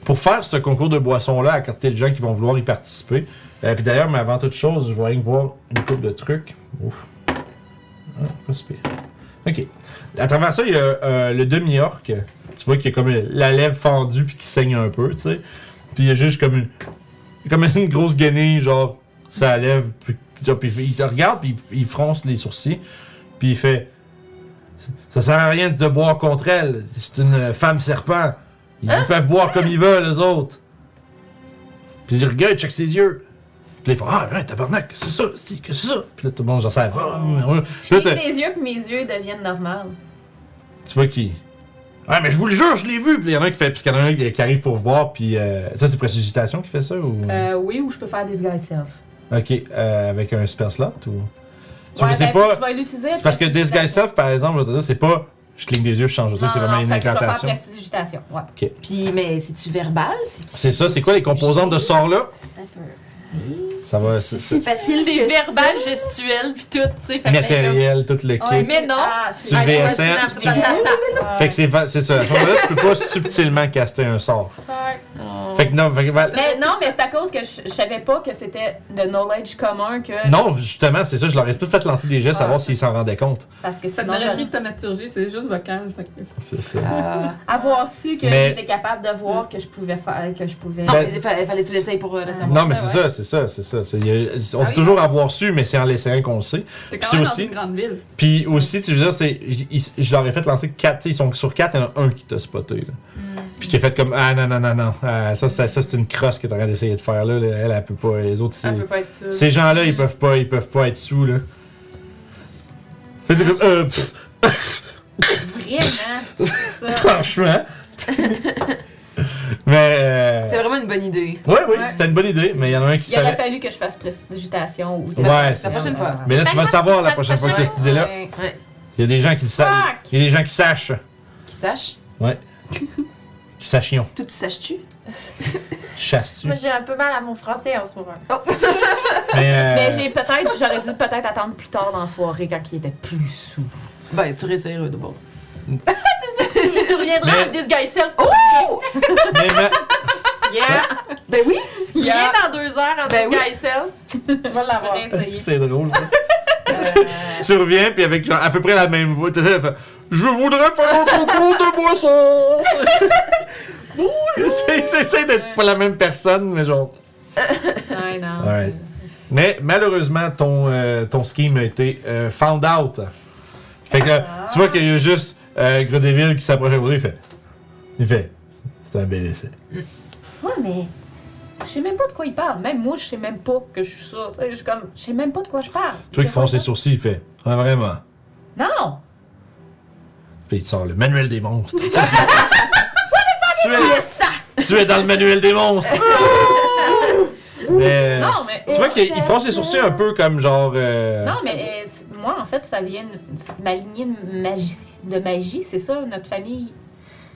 pour faire ce concours de boissons-là, à quantité de gens qui vont vouloir y participer. Euh, puis d'ailleurs, mais avant toute chose, je vais aller voir une coupe de trucs. Ouf. Ah, pas si pire. Ok. À travers ça, il y a euh, le demi-orc. Tu vois qu'il y a comme euh, la lèvre fendue puis qui saigne un peu, tu sais. Puis il y a juste comme une, comme une grosse guenille, genre, ça lève, puis, genre, puis il te regarde, puis il, il fronce les sourcils, puis il fait Ça sert à rien de boire contre elle, c'est une euh, femme serpent. Ils peuvent boire comme ils veulent, les autres. Puis il regarde, il check ses yeux. Puis là, il fait Ah, ouais, tabarnak, qu'est-ce que c'est ça, c'est- qu'est-ce que c'est ça. Puis là, tout le monde, j'en sais.
Je cligne des yeux, puis mes yeux deviennent normaux.
Tu vois qui. Ouais, mais je vous le jure, je l'ai vu! Puis il y en a un qui fait. Parce qu'il y en a un qui qui arrive pour voir, puis. euh, ça, c'est Précipitation qui fait ça ou.
Euh, oui, ou je peux faire des guys self.
Ok, euh, avec un spell slot ou. Tu
Ouais,
sais
ben,
pas.
Je vais l'utiliser.
C'est parce que Disguise Self, par exemple, je vais te dire, c'est pas. Je cligne des yeux, je change de
Non,
truc, c'est
non,
vraiment
non,
une
fait que je vais faire
incantation.
prestidigitation, ouais.
Puis, mais c'est-tu verbal? C'est-tu-
C'est ça, c'est quoi les composantes de ce sort-là? Ça va. c'est-
C'est
c'est
facile.
C'est
que
verbal,
ça.
gestuel, puis tout, tu sais. fait que
ben,
là,
Matériel, tout le
ben, Ouais,
kit.
mais non.
Ah,
Tu
c'est-
Ah, je vois
VSL,
ce
tu-
que tu veux dire.
Fait que c'est va- c'est ça. À ce moment-là, tu peux pas subtilement caster un sort.
Oh.
Fait que non, fait que va-
Mais non, mais c'est à cause que je, je savais pas que c'était de knowledge commun que.
Non, justement, c'est ça, je leur ai tout fait lancer des
Ah.
gestes, savoir s'ils s'en rendaient compte.
Parce que
Ça te
sinon,
donnerait plus
j'aurais-
de thaumaturgie, c'est juste vocal. Fait que
C'est ça.
Ah.
avoir su que
Mais-
j'étais capable de voir que je pouvais faire, que je pouvais.
Non,
Ben-
mais fa- fallait que tu l'essayes pour euh, le savoir.
Non, mais c'est ça, c'est ça, c'est ça. C'est- il y a- on sait
oui.
toujours avoir su, mais c'est en l'essayant qu'on le sait. Puis
T'es quand
c'est
même
aussi-
dans une grande ville.
Puis aussi, tu veux dire, c'est, j- ils- je leur ai fait lancer 4, tu sais, ils sont sur 4, il y en a un qui t'a spoté. Là. Puis qui a fait comme Ah non, non, non, non, Ah, ça, ça, ça, c'est une crosse que t'es en train d'essayer de faire là. là. Elle, elle peut pas. Les autres,
Ça
c'est-
peut pas être ça.
ces gens-là, ils peuvent pas, ils peuvent pas être sous là. Fait que t'es comme, euh, pff,
Vraiment. c'est ça.
franchement. mais. euh,
C'était vraiment une bonne idée.
Ouais, oui,
Ouais.
c'était une bonne idée, mais il y en a un qui
Il aurait
savait.
fallu que je fasse prestidigitation ou.
Ouais, c'est
La prochaine fois.
Mais là, tu vas le savoir la prochaine fois que t'as cette idée-là.
Ouais.
Il y a des gens qui le savent.
Fuck!
Il y a des gens qui sachent.
Qui sache.
Ouais. Sachions.
Tout saches-tu?
Chasses-tu?
Moi, j'ai un peu mal à mon français en ce moment.
Mais, euh,
Mais j'ai peut-être, j'aurais dû peut-être attendre plus tard dans la soirée quand il était plus sous.
Ben, tu réessayeras de bon.
tu reviendras
Mais-
avec This Guy Self.
mais ma-
Yeah!
Ben oui!
Yeah!
Viens dans deux heures en
Ben
This
oui.
Guy Self. Tu vas l'avoir.
Est-ce que Ah, c'est drôle, ça?
Euh.
tu reviens, puis avec genre, à peu près la même voix, tu sais, Je voudrais faire un concours de boisson! C'est- c'est- c'est d'être pas la même personne, mais genre.
Ouais, non.
Ouais. Mais malheureusement, ton, euh, ton scheme a été euh, found out. Fait que là, tu vois qu'il y a juste euh, Gredeville qui s'approche à vous, il fait. Il fait. C'est un bel essai.
Ouais, mais je sais même pas de quoi il parle. Même moi, je sais même pas que je suis ça. Tu sais, Je suis comme, je sais même pas de quoi je parle.
Toi qui fonce ses sourcils, il fait. Ah, vraiment.
Non!
Puis il te sort le manuel des monstres. tu es ça! Tu es dans le manuel des monstres! mais, euh,
Non, mais. oh,
tu vois qu'ils font ses sourcils un peu comme genre. euh,
Non, mais euh, c'est- moi, en fait, ça vient. de- c'est- Ma lignée de magie, de magie c'est ça. Notre famille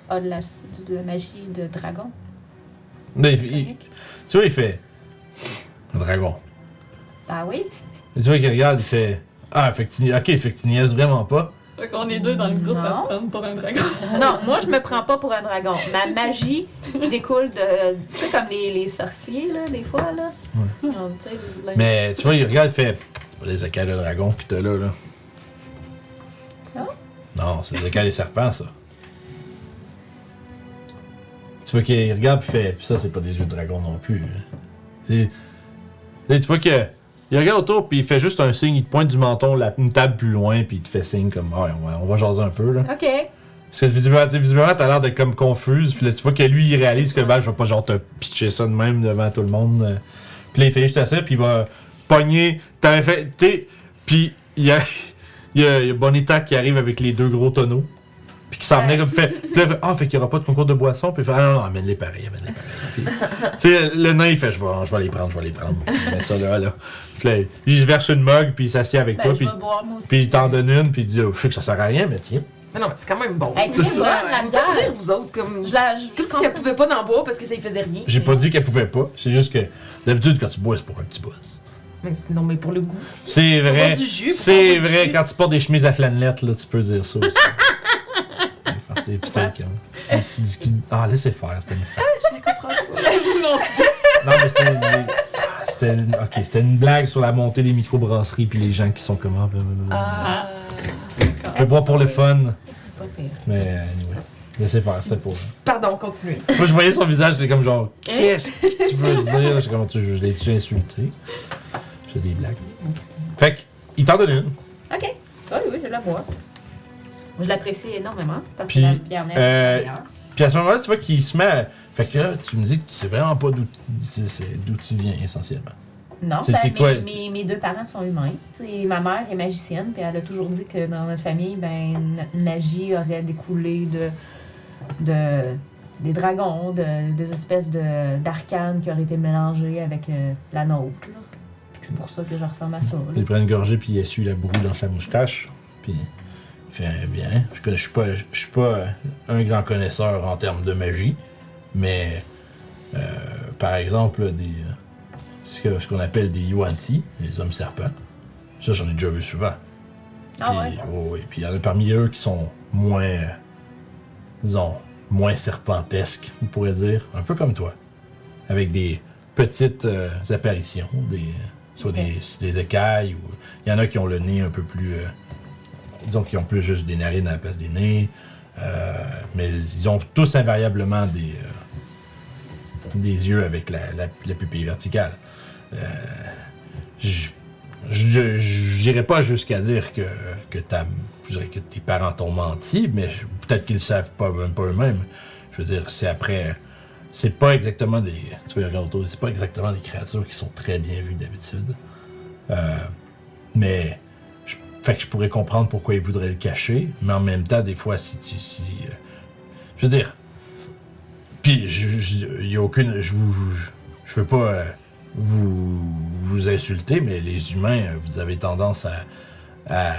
a de la, de la magie de dragon.
mais il- il- tu vois, il fait. Un dragon.
Ben oui.
Et tu vois qu'il regarde, il fait. Ah, fait que tu, ok, fait que tu niaises vraiment pas.
Fait qu'on est deux dans le groupe à se
Non.
prendre pour un dragon.
Non, moi, je me prends pas pour un dragon. Ma magie découle de. Tu sais, comme les, les sorciers, là, des fois, là.
Ouais.
Ils ont, tu sais, le-
Mais tu vois, il regarde, il fait. C'est pas les écailles de dragon que t'as là, là.
Non?
Non, c'est les écailles des serpents, ça. Tu vois qu'il regarde, puis il fait. Puis ça, c'est pas des yeux de dragon non plus. hein. C'est. Là, tu vois que. Il regarde autour, puis il fait juste un signe, il te pointe du menton, la, une table plus loin, puis il te fait signe comme. Ouais, on va, on va jaser un peu, là.
OK.
Parce que visiblement, tu sais, visiblement, t'as l'air de comme confuse. Puis là, tu vois que lui, il réalise que ben, je vais pas genre te pitcher ça de même devant tout le monde. euh. Puis là, il fait juste assez, puis il va pogner. T'avais fait. Tu sais, Puis il y a, il y a, il y a Bonita qui arrive avec les deux gros tonneaux. Puis qui s'en venait comme fait. Puis là, il fait Ah, fait qu'il y aura pas de concours de boissons. Puis il fait Ah non, non, amène-les pareil, amène-les pareil. Puis, tu sais, le nain, il fait Je vais, je vais les prendre, je vais les prendre. Il met ça là, là. Puis là, il se verse une mug, puis il s'assied avec
Ben,
toi,
je
puis,
vais boire, moi aussi.
puis il t'en donne une, puis il dit Oh, Je sais que ça sert à rien, mais tiens.
Mais non, mais c'est quand même bon.
Elle est très
C'est ça.
bonne, la
Vous
bière.
faites rire, vous autres, comme.
Je la. je-
Comme si elle pouvait pas en boire parce que ça y faisait rien.
J'ai pas dit qu'elle pouvait pas. C'est juste que d'habitude, quand tu bois, c'est pour un petit buzz.
Mais c'est- non, mais pour le goût. si.
C'est
Pour boire
vrai.
du jus, pour
C'est
boire du
vrai.
jus.
Quand tu portes des chemises à flanelette, là, tu peux dire ça aussi. Faire des petites trucs, hein. Un petit discu- Ah, laissez faire. C'était une farce.
Ah, Je comprends pas.
Non, mais c'était une... c'était une- ok, c'était une blague sur la montée des microbrasseries puis les gens qui sont ben, comment.
Ah.
ben, On peut boire pour le fun.
Pas pire.
Mais anyway, laissez faire. C'était pour ça.
Pardon, continuez.
Moi, je voyais son visage, j'étais comme genre, qu'est-ce que tu veux dire? J'étais comme, tu, je l'ai-tu insulté? J'ai des blagues. Fait que, il t'en donne une.
OK. Ah Oui, oui, je la bois. Je l'apprécie énormément parce
Puis,
que la bière n'est
euh,
meilleure.
Puis à ce moment-là, tu vois qu'il se met. à- Fait que là, tu me dis que tu sais vraiment pas d'où tu- c'est- c'est d'où tu viens, essentiellement.
Non,
C'est-
ben,
c'est
mes,
quoi,
mes-
c'est-
mes deux parents sont humains. Tu sais, ma mère est magicienne, puis elle a toujours dit que dans notre famille, ben, notre magie aurait découlé de, de des dragons, de- des espèces de d'arcanes qui auraient été mélangées avec euh, la nôtre. là. Puis que C'est pour ça que je ressemble à ça. là.
Il prend une gorgée, puis il essuie la brouille dans sa moustache. Puis il fait eh bien. Je, connais- je suis pas, je suis pas euh, un grand connaisseur en termes de magie, mais euh, par exemple, des, euh, ce que- ce qu'on appelle des Yuan-Ti, les hommes serpents, ça, j'en ai déjà vu souvent.
Ah
Puis,
ouais?
oh oui, puis il y en a parmi eux qui sont moins, euh, disons, moins serpentesques, on pourrait dire, un peu comme toi, avec des petites euh, apparitions, des, soit des, des écailles, ou il y en a qui ont le nez un peu plus, euh, disons, qui ont plus juste des narines à la place des nez, euh, mais ils ont tous invariablement des, euh, des yeux avec la, la- la pupille verticale. Euh, je- je je- j'irai pas jusqu'à dire que, que, ta- je dirais que tes parents t'ont menti, mais je- peut-être qu'ils le savent pas, même pas eux-mêmes. Je veux dire, c'est après. C'est pas exactement des. Tu vois, regarde autour, c'est pas exactement des créatures qui sont très bien vues d'habitude. Euh, mais. je- fait que je pourrais comprendre pourquoi ils voudraient le cacher, mais en même temps, des fois, si tu. Si, euh, je veux dire. Puis, je- je- il y a aucune. Je vous. je- Je veux pas. euh, vous, vous insultez, mais les humains, euh, vous avez tendance à, à,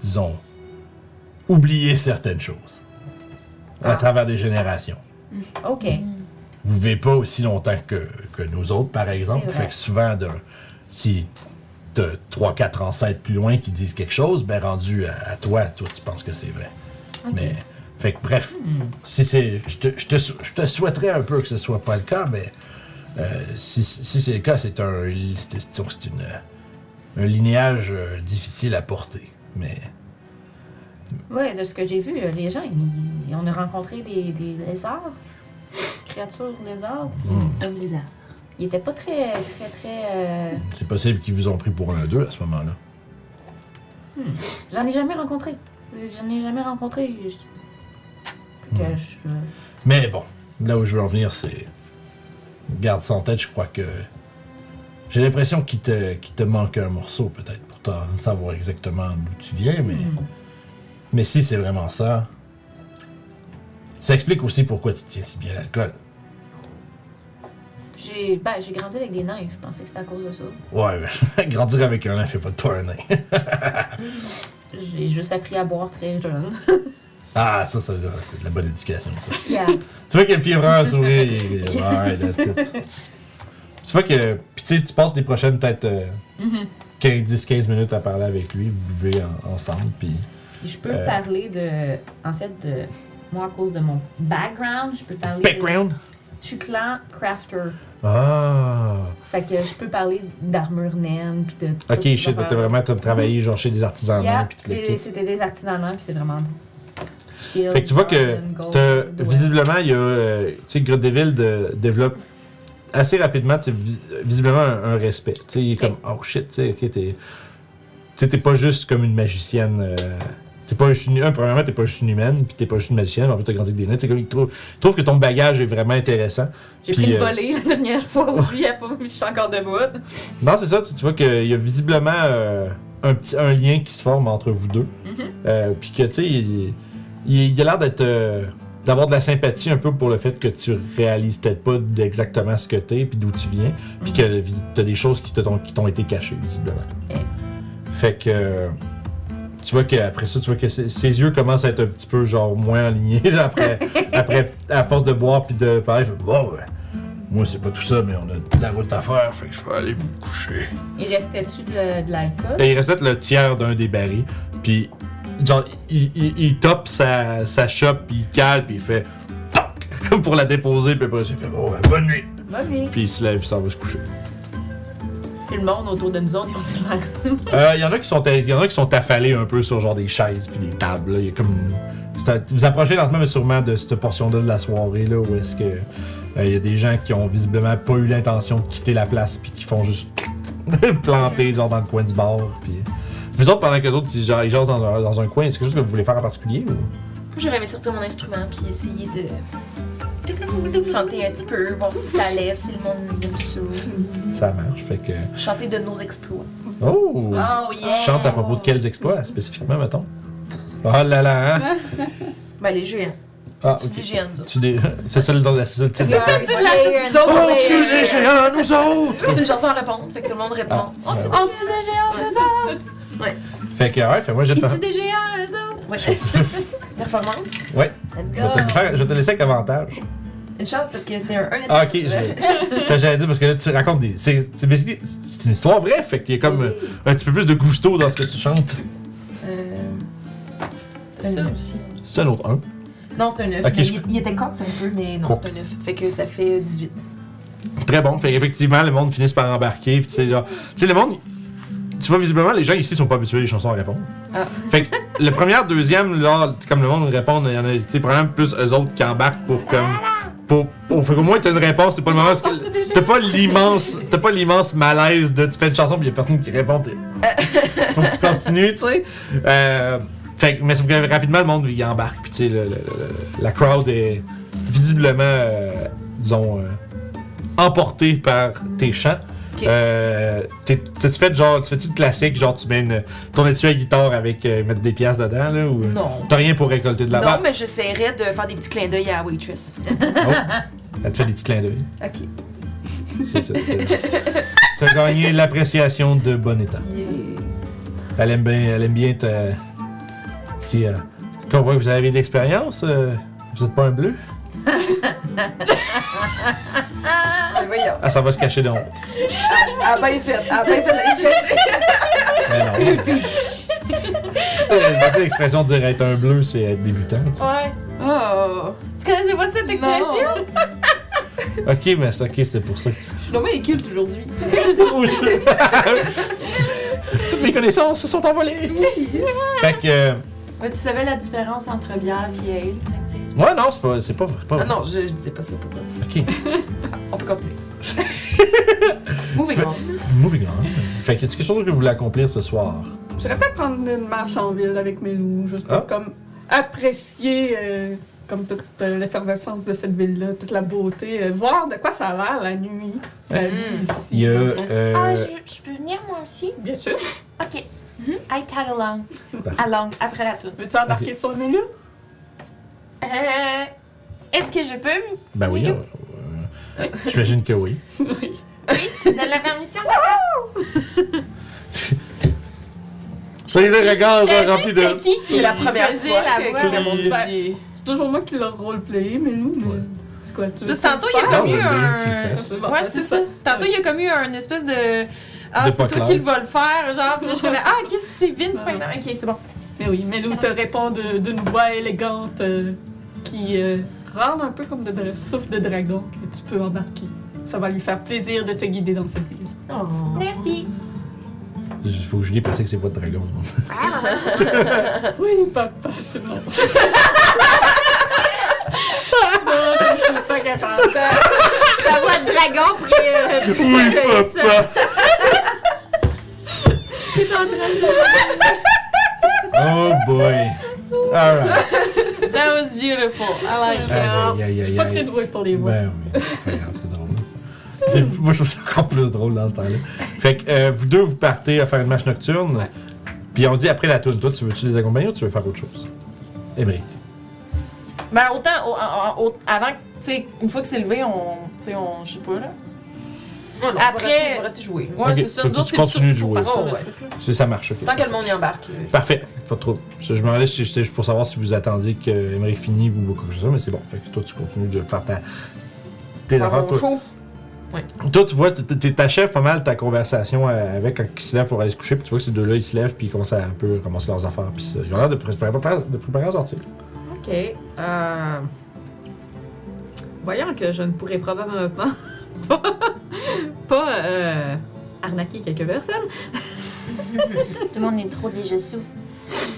disons, oublier certaines choses à travers des générations.
OK.
Vous vivez pas aussi longtemps que, que nous autres, par exemple.
C'est vrai.
Fait que souvent, d'un- si t'as 3-4 ancêtres plus loin qui disent quelque chose, ben rendu à, à toi, toi, tu penses que c'est vrai. Mais, fait que bref,
Hmm.
si c'est. Je te, je te sou- je te souhaiterais un peu que ce soit pas le cas, mais euh, si, si c'est le cas, c'est un. C'est c'est une. Un lignage euh, difficile à porter. Mais.
Ouais, de ce que j'ai vu, euh, les gens, ils- ils- on a rencontré des, des lézards, créatures lézards.
hmm.
Homme lézard.
Ils étaient pas très, très, très. euh,
C'est possible qu'ils vous ont pris pour l'un d'eux à ce moment-là.
J'en ai jamais rencontré. J'en ai jamais rencontré. Je...
Mm.
Que je...
Mais bon, là où je veux en venir, c'est. Garde ça en tête, je crois que. J'ai l'impression qu'il te, qu'il te manque un morceau, peut-être, pour t'en- savoir exactement d'où tu viens, mais. Mais si c'est vraiment ça. Ça explique aussi pourquoi tu te tiens si bien à l'alcool.
J'ai ben, j'ai grandi avec des nains, je pensais que c'était à cause de ça.
Ouais, mais grandir avec un nain fait pas de toi un nain.
J'ai juste appris à boire très jeune.
Ah, ça, ça, ça, c'est de la bonne éducation, ça.
Yeah.
Tu vois qu'il y a vraiment un sourire. il est- Ouais, that's it. Tu vois que. Puis tu sais, tu passes les prochaines peut-être euh, 10-15 minutes à parler avec lui. Vous buvez en- ensemble. Puis.
Puis je peux
Euh.
parler de. En fait, de. Moi, à cause de mon background, je peux parler. De... Je suis clan crafter.
Ah!
Fait que je peux parler d'armure naine, puis de.
Ok,
je
je sais, t'as vraiment t'as travaillé genre chez des artisans nains,
Yeah,
puis tout le
et
kit.
c'était des artisans nains, puis c'est vraiment. Shield,
Fait que tu vois que
bronze, gold,
T'as-
ouais.
Visiblement, il y a. euh, tu sais, Grodeville de- développe assez rapidement, tu sais, vi- visiblement, un, un respect. Tu sais, il est comme, oh shit, tu sais, ok, t'es. Tu sais, t'es pas juste comme une magicienne. euh, t'es pas juste une. Un, premièrement, t'es pas juste une humaine, puis t'es pas juste une magicienne, mais en plus, t'as grandi avec des nains. Tu sais, comme, il trouve, il trouve que ton bagage est vraiment intéressant.
J'ai
Puis,
pris une
euh,
volée la dernière fois aussi, elle a pas je suis encore debout.
Non, c'est ça, tu, tu vois qu'il y a visiblement euh, un petit un lien qui se forme entre vous deux. Euh, Puis que, tu sais, il, il- il a l'air d'être. euh, d'avoir de la sympathie un peu pour le fait que tu réalises peut-être pas exactement ce que t'es, puis d'où tu viens, puis que vis- t'as des choses qui te t'ont- qui t'ont été cachées, visiblement.
Ouais.
Fait que. euh, Tu vois qu'après ça, tu vois que ses, ses yeux commencent à être un petit peu genre moins alignés genre, après, après à force de boire puis de parler. il fait, Bon, ben, moi c'est pas tout ça, mais on a de la route à faire, fait que je vais aller me coucher.
Il restait-tu de, de l'alcool?
Et il recette le tiers d'un des barils. Puis, genre, il, il, il top sa, sa chope, puis il cale, puis il fait toc comme pour la déposer, puis après, il fait bon, ben, bonne nuit.
Bonne nuit.
Puis il se lève, puis ça va se coucher.
Puis le monde autour de nous autres, ils ont l'air.
Euh, Il y en a qui sont, il y en a qui sont affalés un peu sur genre des chaises puis des tables. là. Il y a comme, c'est un- vous approchez lentement mais sûrement de cette portion-là de la soirée là où est-ce que euh, il y a des gens qui ont visiblement pas eu l'intention de quitter la place puis qui font juste planter genre dans le coin du bar. Puis vous autres pendant que les autres ils, ja- ils jasent dans, leur- dans un coin, est-ce que chose que vous voulez faire en particulier ou
J'aurais aimé sortir mon instrument puis essayer de chanter un petit peu, voir si ça lève, si le monde aime ça.
ça marche Fait que
Chanter de nos exploits.
oh,
Oh
tu chantes à propos de quels exploits spécifiquement mettons Oh là là hein?
Ben, les géants.
ah
C'est des
ok.
géants, nous autres.
Tu dé- C'est ça le c'est ça le titre de la-
Nous autres,
Oh,
on est-
géants, nous autres!
C'est une chanson à répondre, fait que tout le monde répond.
Ah, ouais.
En dessous des géants,
Ouais.
je ça.
Fait que, ouais, fais-moi, je vais te
Es-tu
faire.
des géants, eux autres?
Je vais te-
Performance?
Ouais, je vais te le faire- je vais te laisser avec avantage.
Une chance parce que c'était un 1
Ah, ok, j'ai. fait que J'allais dire, parce que là, tu racontes des. C'est c'est- mais c'est- c'est une histoire vraie, fait qu'il y a comme euh, un petit peu plus de gusto dans ce que tu chantes.
C'est ça
aussi.
C'est un autre 1.
Non, c'est un 9.
Ok, je-
il, il était cocked un peu, mais non,
Cool.
c'est un 9. Fait que ça fait euh, 18.
Très bon, fait effectivement, le monde finit par embarquer, puis tu sais, genre. Tu sais, le monde. Tu vois, visiblement, les gens ici sont pas habitués les chansons à répondre.
Ah.
Fait que le premier, deuxième, là, comme le monde répond, il y en a, tu sais, probablement plus eux autres qui embarquent pour comme. Pour, pour, fait qu'au moins, t'as une réponse, c'est pas le moment. où est-ce que- T'as pas l'immense. T'as pas l'immense malaise de tu fais une chanson, puis y a personne qui répond.
Euh.
t'es- Faut que tu continues, tu sais. Euh, fait que, mais sauf que rapidement, le monde, il embarque, puis tu sais, le- le- le- la crowd est visiblement, euh, disons. euh, emporté par tes chants.
Ok.
Euh, t'es- tu fais genre, tu fais-tu le classique, genre tu mets une, ton étui à guitare avec euh, mettre des pièces dedans là ou euh,
Non.
t'as rien pour récolter de la
non,
barre?
mais j'essaierais de faire des petits clins d'œil à la waitress.
Oh. Elle te fait des petits clins d'œil.
Ok.
C'est ça. c'est- T'as gagné l'appréciation de bon état. Elle aime bien, elle aime bien ta. Si, euh, qu'on voit que vous avez de l'expérience, euh, vous êtes pas un bleu.
Ben voyons.
Ah, ça va se cacher de honte.
Ah, ben fait. Ah, ben fait d'aller se cacher.
Mais non. Tu sais, tu sais, l'expression de dire être un bleu, c'est être débutant. tu
Ouais.
Oh,
Tu connaissais pas cette
non.
expression?
sais. Ok, mais c'est- ok, c'était pour ça. que tu-
Je suis nommée inculte aujourd'hui.
Ouh, je- Toutes mes connaissances se sont envolées. Fait que. euh,
Ouais, tu savais la différence entre bière et ale? Fait
Ouais, non, c'est pas, c'est pas, c'est pas
Ah non, je, je disais pas ça pour toi.
Ok,
On peut continuer. Moving
Fait-
on.
moving on. Fait que c'est quelque chose que vous voulez accomplir ce soir.
Je vais peut-être prendre une marche en ville avec mes loups, juste pour
Ah.
comme apprécier euh, comme toute euh, l'effervescence de cette ville-là, toute la beauté, euh, voir de quoi ça a l'air la nuit, la
Ouais.
vie ici.
Il y a. euh,
que- Ah, je, je peux venir moi aussi?
Bien sûr.
Ok. I tag along. Along, après la tour.
Veux-tu embarquer sur mes loups?
Euh, Est-ce que je peux? me-
Ben oui. euh, euh, J'imagine que oui.
Oui.
Oui, tu me donnes la permission?
Ça les regards
J'avais vu
remplis
c'est
de.
qui qui
C'est la première
faisait
fois
la
que-
voix.
que
Oui.
mon dossier.
C'est toujours moi qui leur roleplay, mais nous, mais...
Ouais.
c'est quoi? Tu
Parce que tantôt, il y a
Non,
comme
je
eu
l'ai, tu le
un.
fais. Ah C'est
bon,
ouais,
ben,
Ah, c'est
c'est
ça.
ça.
Tantôt, il y a comme eu un espèce de. Ah,
De
c'est
pas
toi qui
clair.
le vas le faire. Genre, puis là, je suis comme, ah, ok, c'est Vince maintenant. Ok, c'est bon.
Mais oui, Melou te répond de- d'une voix élégante euh, qui euh, râle un peu comme le dra- souffle de dragon que tu peux embarquer. Ça va lui faire plaisir de te guider dans cette ville.
Oh.
Merci.
Il faut que Julie pratique ses voix de dragon.
Oui, papa, c'est bon. non, je suis pas capable.
La voix de dragon pour euh,
oui, papa! Oh boy! Alright!
That was beautiful. I like it.
Aïe, aïe, aïe,
Je suis
aïe,
pas très
aïe.
douée pour les voix.
Ben oui, c'est pas grave, c'est drôle. C'est- Moi, je trouve ça encore plus drôle dans ce temps-là. Fait que euh, vous deux, vous partez à faire une marche nocturne.
Ouais.
Puis on dit après la toune, toi, tu veux-tu les accompagner ou tu veux faire autre chose? Eh Émeric.
Ben, autant, au- en- en- au- avant, que- tu sais, une fois que c'est levé, on. Tu sais, on. Je sais pas, là.
Non, non, je
Après-
vais rester, je vais rester jouer. là.
Ouais,
Ok,
c'est ça.
toi,
Nous
tu
autres, c'est
continues
surtout
de jouer.
pour partir
Oh,
de
ouais.
truc, là.
Si ça marche, ok.
Tant que le monde y embarque. euh, je-
Parfait, pas trop. Je je m'en allais c'est juste pour savoir si vous attendiez que Émeric finisse ou quelque chose comme ça, mais c'est bon. Fait que toi, tu continues de faire ta. Tes
faire
affaires,
mon
toi.
show.
Toi, tu vois, tu- tu- t'achèves pas mal ta conversation euh, avec quand ils se lèvent pour aller se coucher, puis tu vois que ces deux-là, ils se lèvent, puis ils commencent à un peu commencer leurs affaires, puis ça- ils ont l'air de préparer, de préparer à sortir.
Ok. Euh... Voyons que je ne pourrais probablement pas, pas euh, arnaquer quelques personnes.
Tout le monde est trop déjà sous.
Euh.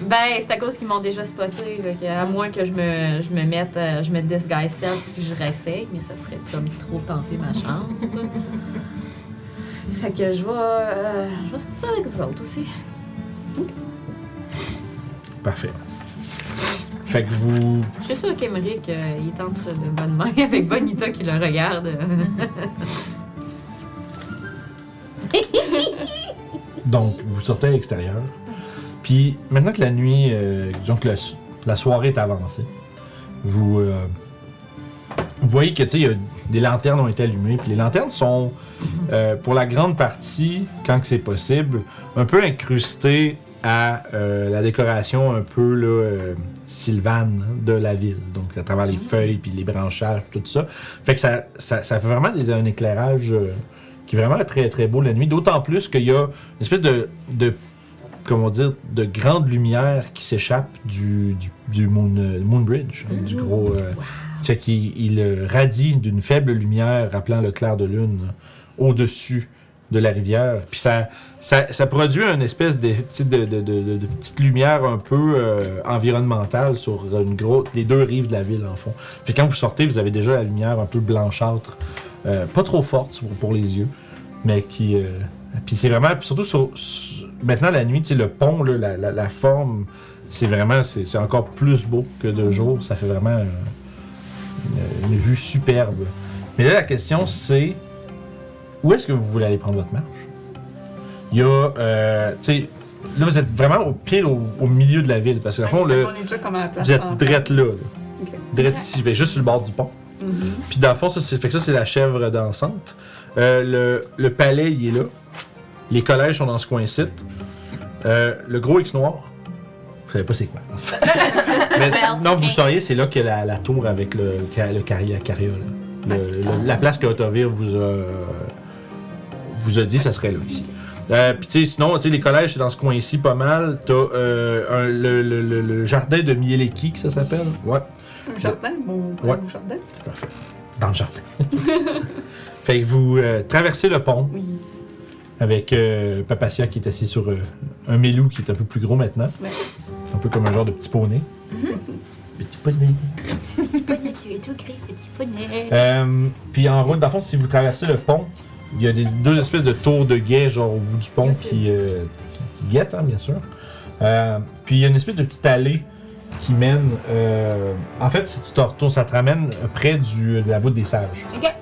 Ben, c'est à cause qu'ils m'ont déjà spoté. là, que à moins que je me, je me mette, euh, je me disguise self et que je réessaye, mais ça serait comme trop tenter ma chance. là. fait que je vais, euh, je vais sortir avec vous autres aussi.
Parfait. Fait que vous.
Je suis sûre qu'Emeric, euh, il est entre de bonnes mains avec Bonita qui le regarde.
Donc, vous sortez à l'extérieur. Puis, maintenant que la nuit, euh, disons que la, so- la soirée est avancée, vous, euh, vous voyez que, tu sais, il y a des lanternes ont été allumées. Puis les lanternes sont, euh, pour la grande partie, quand que c'est possible, un peu incrustées à euh, la décoration un peu là, euh, sylvane hein, de la ville. Donc, à travers les feuilles, puis les branchages, tout ça. Fait que ça, ça, ça fait vraiment des- un éclairage... euh, qui est vraiment très très beau la nuit. D'autant plus qu'il y a une espèce de, de comment dire, de grande lumière qui s'échappe du, du, du moon, euh, Moonbridge, hein, du gros. euh, c'est qu'il il, euh, radie d'une faible lumière rappelant le clair de lune au-dessus de la rivière. Puis ça, ça, ça produit une espèce de, tu sais, de, de- de- de- de petite lumière un peu euh, environnementale sur une grosse, les deux rives de la ville, en fond. Puis quand vous sortez, vous avez déjà la lumière un peu blanchâtre, euh, pas trop forte pour, pour les yeux, mais qui... euh, puis c'est vraiment... puis surtout, sur, sur- maintenant, la nuit, tu sais, le pont, là, la, la- la forme, c'est vraiment... C'est c'est encore plus beau que de jour. Ça fait vraiment euh, une, une vue superbe. Mais là, la question, c'est... Où est-ce que vous voulez aller prendre votre marche? Il y a... euh, tu sais... Là, vous êtes vraiment au pile au, au milieu de la ville. Parce qu'à fond, le,
On est déjà comme à la place.
vous êtes
centrale.
drette là. là.
Ok.
Drette ici, fait juste sur le bord du pont.
Mhm.
Puis dans le fond, ça, c'est, fait que ça, c'est la chèvre dansante. Euh, le, le palais, il est là. Les collèges sont dans ce coin-ci. Euh, le gros X noir. Vous savez pas c'est quoi. Mais non, vous sauriez, c'est là que la, la tour avec le, ca- le carri- la carriole. Le- le- la place que Autoville vous a, vous a dit, ça serait là ici. Euh, Puis, tu sais, sinon, tu sais, les collèges, c'est dans ce coin-ci pas mal. T'as euh, un- le, le- le- le jardin de Mieleki, que ça s'appelle. Ouais.
Un jardin, mon
Ouais.
mon jardin.
Parfait. Dans le jardin. fait que vous euh, traversez le pont
Oui.
avec euh, Papacia qui est assis sur euh, un mélou qui est un peu plus gros maintenant.
Ouais. Mhm.
Un peu comme un genre de petit poney. Petit poney. Euh, puis en route, dans le fond, si vous traversez le pont, il y a des, deux espèces de tours de guet, genre au bout du pont, qui, euh, qui guettent, hein, bien sûr. Euh, puis il y a une espèce de petite allée qui mène. euh, en fait, si tu te retournes, ça te ramène près du, de la voûte des sages.
Ok.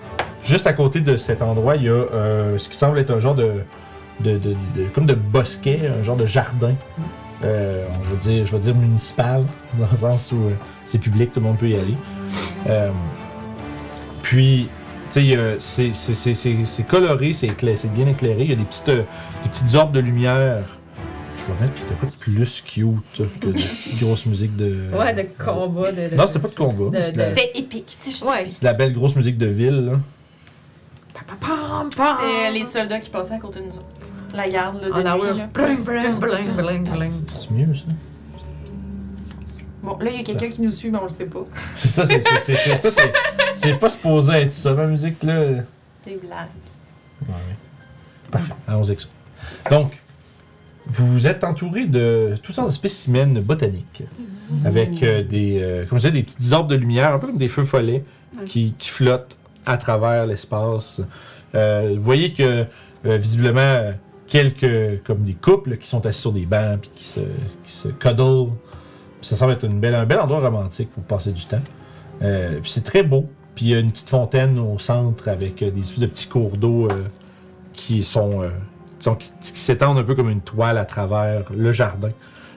Juste à côté de cet endroit, il y a euh, ce qui semble être un genre de. de- de- de- comme de bosquet, un genre de jardin. Euh, on va dire, je vais dire municipal, dans le sens où euh, c'est public, tout le monde peut y aller. Euh, puis, tu sais, euh, c'est- c'est- c'est c'est- c'est coloré, c'est éclairé, c'est bien éclairé. Il y a des petites, euh, des petites orbes de lumière. Je vais mettre c'était pas plus cute que des petites grosses musiques de.
Ouais, de combat. De, de-
Non, c'était pas de combat. mais
de-
c'est
de-
la-
c'était-
C'était épique, c'était juste.
Ouais.
C'est la belle grosse musique de ville, là.
Pam, pam.
C'est les soldats qui passaient à côté de nous autres. La garde, là, de
En
nuit,
hour.
là.
Bling, bling, bling, bling, bling.
C'est mieux, ça.
Bon, là, il y a quelqu'un qui nous suit, mais on le sait pas.
C'est ça, c'est c'est- c'est- c'est ça, c'est. C'est pas supposé être ça, ma musique, là. Ouais,
Des blagues.
ouais. Parfait, allons-y avec ça. Donc, vous êtes entouré de toutes sortes de spécimens botaniques. Avec euh, des, euh, comme je disais, des petites orbes de lumière, un peu comme des feux follets,
Ouais.
qui, qui flottent à travers l'espace. Euh, vous voyez que, euh, visiblement, euh, quelques, comme des couples qui sont assis sur des bancs, puis qui se, qui se cuddlent. Puis ça semble être une belle, un bel endroit romantique pour passer du temps. Euh, puis c'est très beau. Puis il y a une petite fontaine au centre avec euh, des espèces de petits cours d'eau euh, qui sont, euh, qui sont- qui- qui s'étendent un peu comme une toile à travers le jardin.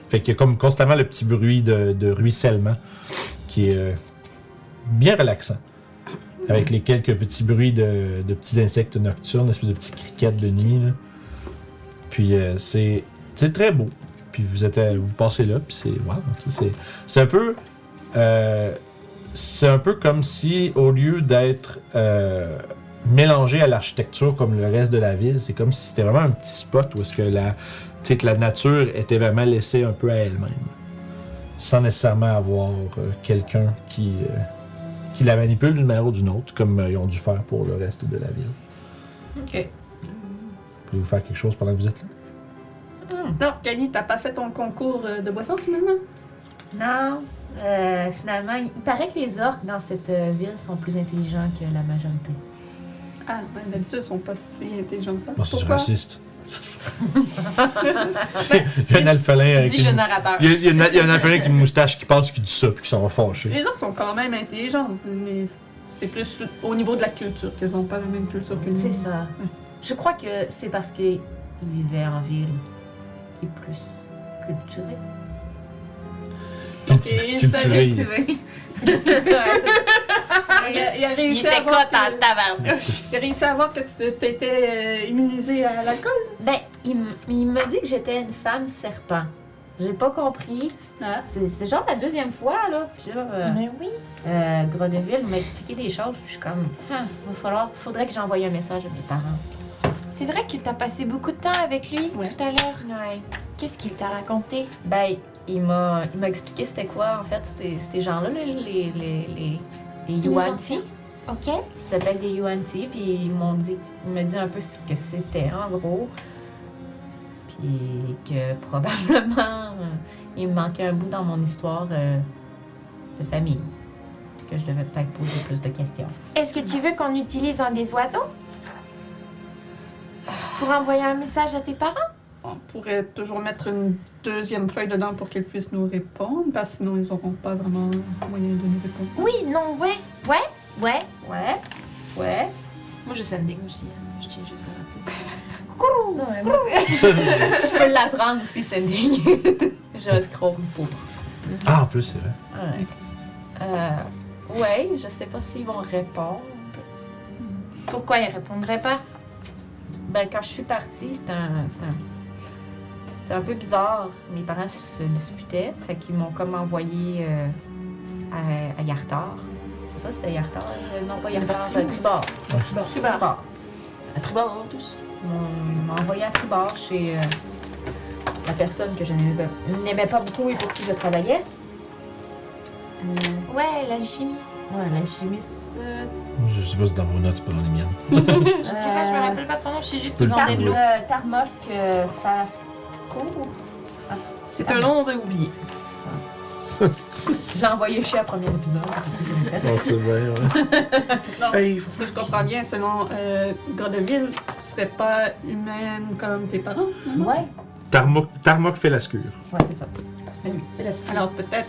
Fait qu'il y a comme constamment le petit bruit de, de ruissellement qui est euh, bien relaxant. Avec les quelques petits bruits de, de petits insectes nocturnes, espèce de petits criquettes de nuit. là. Puis euh, c'est c'est très beau. Puis vous êtes à- vous passez là, puis c'est wow, tu sais, c'est c'est un peu euh, c'est un peu comme si au lieu d'être euh, mélangé à l'architecture comme le reste de la ville, c'est comme si c'était vraiment un petit spot où est-ce que la tu sais, que la nature était vraiment laissée un peu à elle-même. Sans nécessairement avoir euh, quelqu'un qui, euh, qui la manipule d'une manière ou d'une autre, comme euh, ils ont dû faire pour le reste de la ville.
Ok.
Voulez-vous faire quelque chose pendant que vous êtes là?
Non, Kali, t'as pas fait ton concours euh, de boisson finalement?
Non. euh, finalement, il il paraît que les orques dans cette euh, ville sont plus intelligents que la majorité.
Ah, ben, d'habitude, ils sont pas si intelligents que ça.
Bon, Bah, c'est
Pourquoi?
raciste. il y a un alphelin avec
Dis le
une...
narrateur.
Il y a, il y a une- il y a un alphelin avec une moustache qui passe qui dit ça puis qui s'en va fâcher.
Les autres sont quand même intelligents, mais c'est plus au niveau de la culture qu'ils ont pas la même culture que nous.
C'est ça. Je crois que c'est parce qu'ils vivaient en ville qui est plus culturée.
Culti- Culturé. il-
Il a, il a
Il
réussi à
était
voir
cote
que-
en taverne.
il a réussi à voir que tu te- t'étais euh, immunisée à l'alcool.
Ben, il, m- il m'a dit que j'étais une femme serpent. J'ai pas compris.
Ah.
C'est c'est genre la deuxième fois, là. Puis là, euh,
Mais oui.
euh, Grodeville m'a expliqué des choses. puis Je suis comme, ah, va falloir, faudrait que j'envoie un message à mes parents.
C'est vrai que t'as passé beaucoup de temps avec lui
Ouais.
tout à l'heure. Qu'est-ce qu'il t'a raconté?
Ben, il m'a il m'a expliqué c'était quoi, en fait, ces, ces gens-là, les, les, les, les, les Yuan-Ti.
Ok.
Ils s'appellent des Yuan-Ti, puis ils m'ont dit, il m'a dit un peu ce que c'était, en gros. Puis que probablement, euh, il me manquait un bout dans mon histoire euh, de famille. Que je devais peut-être poser plus de questions.
Est-ce que tu veux qu'on utilise un des oiseaux? Pour envoyer un message à tes parents?
On pourrait toujours mettre une deuxième feuille dedans pour qu'ils puissent nous répondre, parce que sinon ils n'auront pas vraiment moyen de nous répondre.
Oui, non, ouais. Ouais, ouais.
Ouais, ouais.
Moi, j'ai Sanding aussi. hein. Je tiens juste à rappeler.
Non, mais moi, je peux l'apprendre aussi, Sandy. je scroll pour.
Ah, en plus, c'est vrai.
Ouais. Euh, ouais, je sais pas s'ils vont répondre.
Pourquoi il répondrait pas?
Ben, quand je suis partie, c'était un, c'était un- C'était un peu bizarre. Mes parents se disputaient, fait qu'ils m'ont comme envoyé euh, à, à Yartar. C'est ça, c'était Yartar? Euh, Non, pas Yartar,
parti
euh,
où?
Tribord.
Tribord.
Tribord.
À tribord, hein, tous.
Ils m'ont- ils m'ont envoyé à Tribord chez euh, la personne que je n'aimais n'aimais pas beaucoup et pour qui je travaillais. Hum,
Ouais, l'alchimiste.
Ouais, l'alchimiste. euh,
Je sais pas si dans vos notes, c'est pas dans les miennes.
Je sais pas, je me rappelle pas de son nom, je sais juste
Tu
qu'il
peux le
vendait de l'eau.
trouver.
Euh, Tarmok euh, Fasco.
C'est un nom, on a oublié.
Je l'ai envoyé chez la première épisode.
On sait bien, ouais.
Non,
Hey,
si je comprends bien, selon euh, Grodeville, tu serais pas humaine comme tes parents. non?
Ouais,
Tarmoc, Tarmoc fait la scure.
ouais, c'est ça. C'est lui.
C'est la suite.
Alors peut-être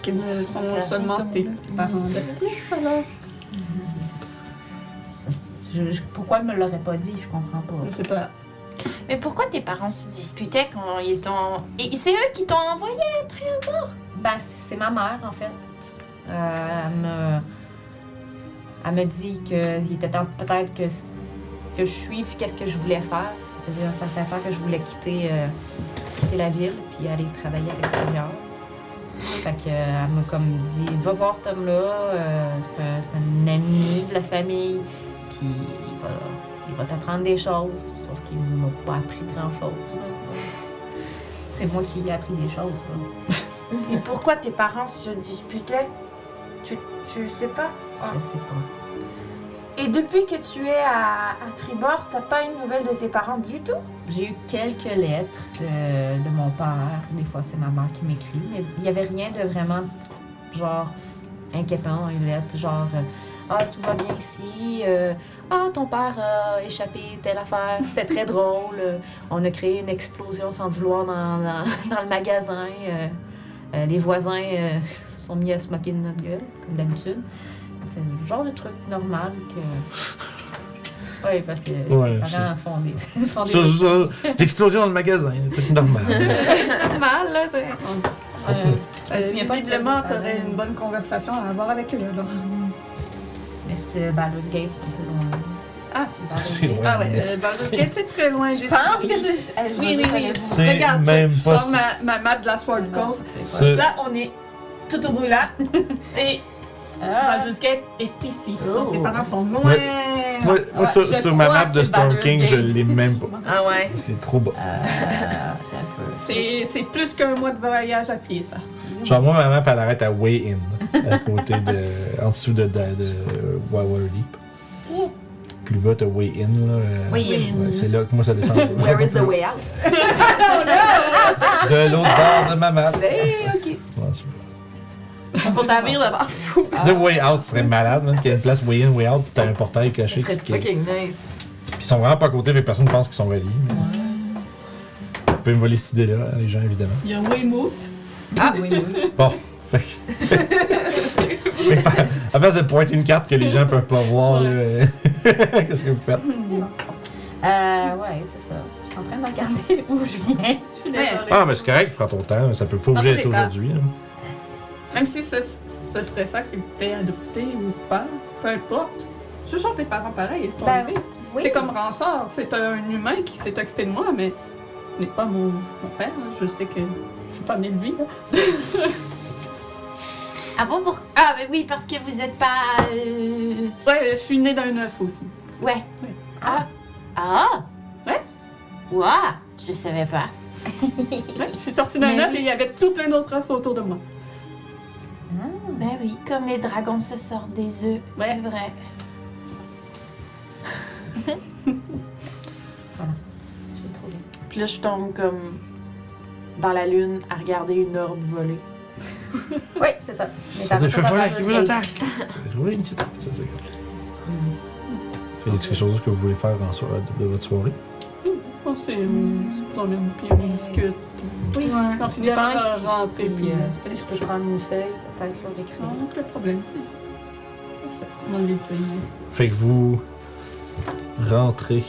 qu'ils ne sont seulement tes parents adoptifs, alors.
Ça, c'est- je- je- pourquoi elle me l'aurait pas dit, je comprends pas.
Je sais pas.
Mais pourquoi tes parents se disputaient quand ils t'ont. Et c'est eux qui t'ont envoyé
Ben, c'est c'est ma mère, en fait. Euh, elle, me, elle me dit qu'il était temps peut-être que, s- que je suive qu'est-ce que je voulais faire. Ça faisait un certain temps que je voulais quitter, euh, quitter la ville puis aller travailler à l'extérieur. Fait que, euh, elle m'a comme dit Va voir cet homme-là, euh, c'est un, c'est un ami de la famille, puis il va, il va t'apprendre des choses. Sauf qu'il m'a pas appris grand-chose. là. C'est moi qui ai appris des choses. là.
Mais pourquoi tes parents se disputaient Tu, tu sais pas.
Je sais pas.
Et depuis que tu es à, à Tribord, t'as pas une nouvelle de tes parents du tout
J'ai eu quelques lettres de, de mon père. Des fois, c'est ma mère qui m'écrit. Mais il n'y avait rien de vraiment, genre, inquiétant dans les lettres. Genre, euh, ah, tout va bien ici. euh, ah, ton père a échappé telle affaire. C'était très drôle. euh, on a créé une explosion sans le vouloir dans, dans- dans le magasin. euh, euh, les voisins euh, se sont mis à se moquer de notre gueule, comme d'habitude. C'est le genre de truc normal que. Oui, parce que
Ouais,
les parents font des. font des
Ça, ça, ça, L'explosion dans le magasin, un truc normal.
Mal, là.
Continue.
Euh,
souviens pas
visiblement,
que-
tu aurais une bonne conversation à avoir avec eux, alors.
Mais c'est Baldur's Gate, c'est un peu loin.
Ah,
C'est loin.
Ah ouais, euh, Baldur's Gate, c'est très loin. Je
c'est. Eh, je
Oui,
vais
oui, oui.
vous-
C'est
Regarde,
même
je
pas euh,
sors ma, ma map de la
Euh,
Sword Coast.
C'est
Là, on est tout au bout là. Et
Ah,
Baldur's Gate est ici.
Oh.
Donc tes parents sont loin.
Ouais. Moi,
Ouais.
moi, sur,
je
sur ma
crois
map
que
de
c'est
Storm
Baldur's
King, je
Gate.
l'ai même pas.
Ah ouais.
c'est trop bas.
euh, attends un peu.
C'est c'est plus qu'un mois de voyage à pied, ça.
Genre, moi, ma map, elle arrête à Way In, à côté de. en dessous de, de, de Water Leap. Plus bas, t'as Way In, là. euh,
Way In.
ouais, c'est là que moi, ça descend.
Where is the way out?
De l'autre bord de ma map.
Eh, ok.
Ouais, c'est bon.
Faut t'ouvrir là-bas.
The Way Out serait malade, man, qu'il y ait une place Way In, Way Out, pis t'as un portail
Ce
caché.
serait
qui- qui-
fucking nice.
Puis ils sont vraiment pas à côté, fait que personne pense qu'ils sont reliés. mais- Vous pouvez me voler cette idée-là, hein, les gens, évidemment.
Il y a Waymoot.
Ah,
Bon. Fait que- Fait que- à place de pointer une carte que les gens peuvent pas voir, là, euh, qu'est-ce que vous faites?
Hmm.
Euh, ouais, c'est ça. Je suis en train de regarder où je viens. Je suis
Ouais.
désolée.
Ah, mais c'est correct, prends ton temps, ça peut pas
Dans
bouger
tous
être
les cas.
aujourd'hui. hein.
Même si ce, ce serait ça que t'es adopté ou pas, peu importe. Ce sont tes parents pareils. ils t'ont
Ben,
élevé.
oui.
C'est comme Ransor. C'est un humain qui s'est occupé de moi, mais ce n'est pas mon, mon père. hein. Je sais que je suis pas née de lui. là.
Ah bon, pour... Ah, mais oui, parce que vous êtes pas. euh,
Ouais, je suis née d'un œuf aussi.
Ouais.
Ouais.
Ah. Ah.
Ouais.
Ouah, je savais pas.
Ouais, je suis sortie d'un
Mais
œuf
oui.
et il y avait tout plein d'autres œufs autour de moi.
Ben oui, comme les dragons, ça sort des œufs.
Ouais.
C'est vrai.
Je l'ai trouvé.
Puis là, je tombe comme dans la lune à regarder une orbe voler.
Oui, c'est ça. Mais
C'est
t'as
de
pas
feu
pas
voilà qui
Baldur's
vous
Gate.
attaque.
C'est roulé une petite- ça, c'est
Mm-hmm.
correct. Y a-t-il quelque chose que vous voulez faire en soir- de votre soirée?
On s'est
Hmm.
on se promène, puis on discute.
Oui,
On finit
Demain,
par euh,
si- si,
rentrer, puis
euh,
euh,
si
aller se
je peux
coucher.
prendre une feuille, peut-être leur écrire.
Ah, Non, aucun problème. On est payé.
Fait que vous rentrez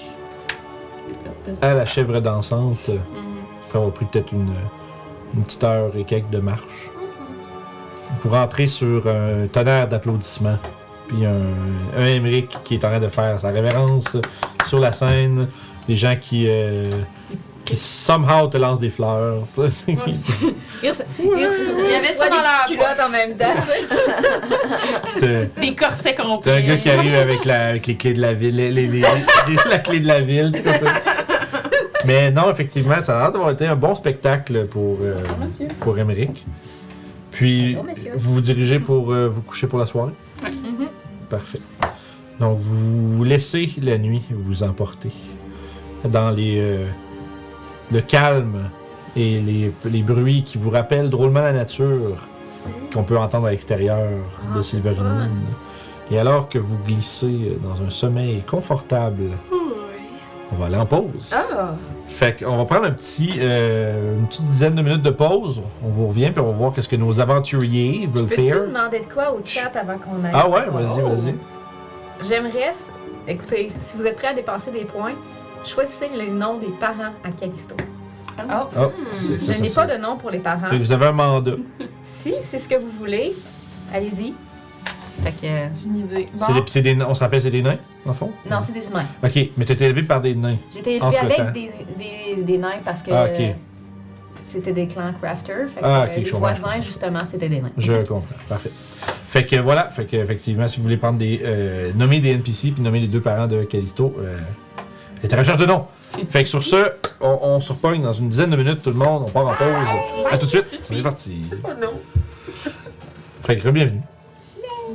à la chèvre dansante. Après avoir pris peut-être une, une petite heure et quelques de marche. Vous rentrez sur un tonnerre d'applaudissements. Puis un, un Emmerich qui est en train de faire sa révérence sur la scène. Les gens qui, euh, qui somehow te lance des fleurs. tu sais.
Il
y avait ça dans leur-
culotte en même temps. tu sais.
T'as
Des corsets
t'as
euh,
complets.
un gars qui arrive avec, la, avec les clés de la ville, les- les- les- les- la clé de la ville. tu sais, comme ça. Mais non, effectivement, ça a l'air d'avoir été un bon spectacle pour, euh,
Ah,
monsieur.
pour Emmerich. Puis,
Bonjour, monsieur.
vous vous dirigez pour euh, vous coucher pour la soirée? Mm-hmm.
Ouais.
Parfait. Donc, vous laissez la nuit vous emporter dans les, euh, le calme et les, les bruits qui vous rappellent drôlement la nature qu'on peut entendre à l'extérieur de
Ah,
Silver
c'est
Moon. Et alors que vous glissez dans un sommeil confortable, on va aller en pause.
Ah!
Fait qu'on va prendre un petit, euh, une petite dizaine de minutes de pause. On vous revient puis on va voir qu'est-ce que nos aventuriers veulent
Peux-tu
faire.
demander de quoi au chat avant qu'on aille?
Ah ouais, vas-y,
Oh.
vas-y.
J'aimerais, s- écoutez, si vous êtes prêts à dépenser des points, choisissez les noms des parents à Callisto.
Ah, c'est- ça,
Hmm. Je
ça,
n'ai
ça.
pas de nom pour les parents.
Fait que vous avez un mandat.
Si c'est ce que vous voulez, allez-y. Fait que. euh,
C'est une idée.
C'est des- c'est des nains- on se rappelle, c'est des nains, en fond?
Non, c'est des humains.
Ok, mais t'étais élevé par des nains.
J'étais élevée
Entre-temps.
avec des, des, des nains parce que
Ah, ok.
euh, c'était des clans crafters. Fait que
Ah, ok,
euh,
je
les
comprends, je
voisins, justement, c'était des nains.
Je comprends. Parfait. Fait que voilà, fait que effectivement, si vous voulez prendre des. euh, nommer des NPC puis nommer les deux parents de Callisto, euh, faites la recherche de noms. Fait que sur ce, on, on se repogne dans une dizaine de minutes, tout le monde, on part en pause. À tout de suite, on est parti.
Oh non!
Fait que bienvenue.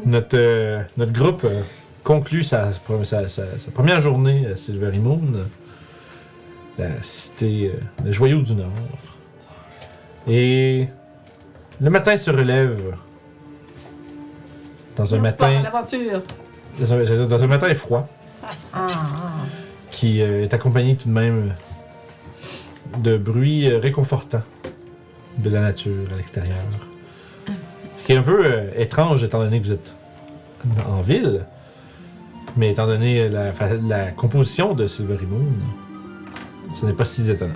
Notre, euh, notre groupe euh, conclut sa, sa- sa- sa première journée à Silvery Moon, la cité, euh, le joyau du Nord. Et le matin se relève dans un
Par
matin,
l'aventure.
dans un, j'allais dire, dans un matin froid
Ah, ah.
qui euh, est accompagné tout de même de bruits euh, réconfortants de la nature à l'extérieur. Ce qui est un peu euh, étrange étant donné que vous êtes en ville, mais étant donné euh, la, fa- la composition de Silvery Moon, ce n'est pas si étonnant.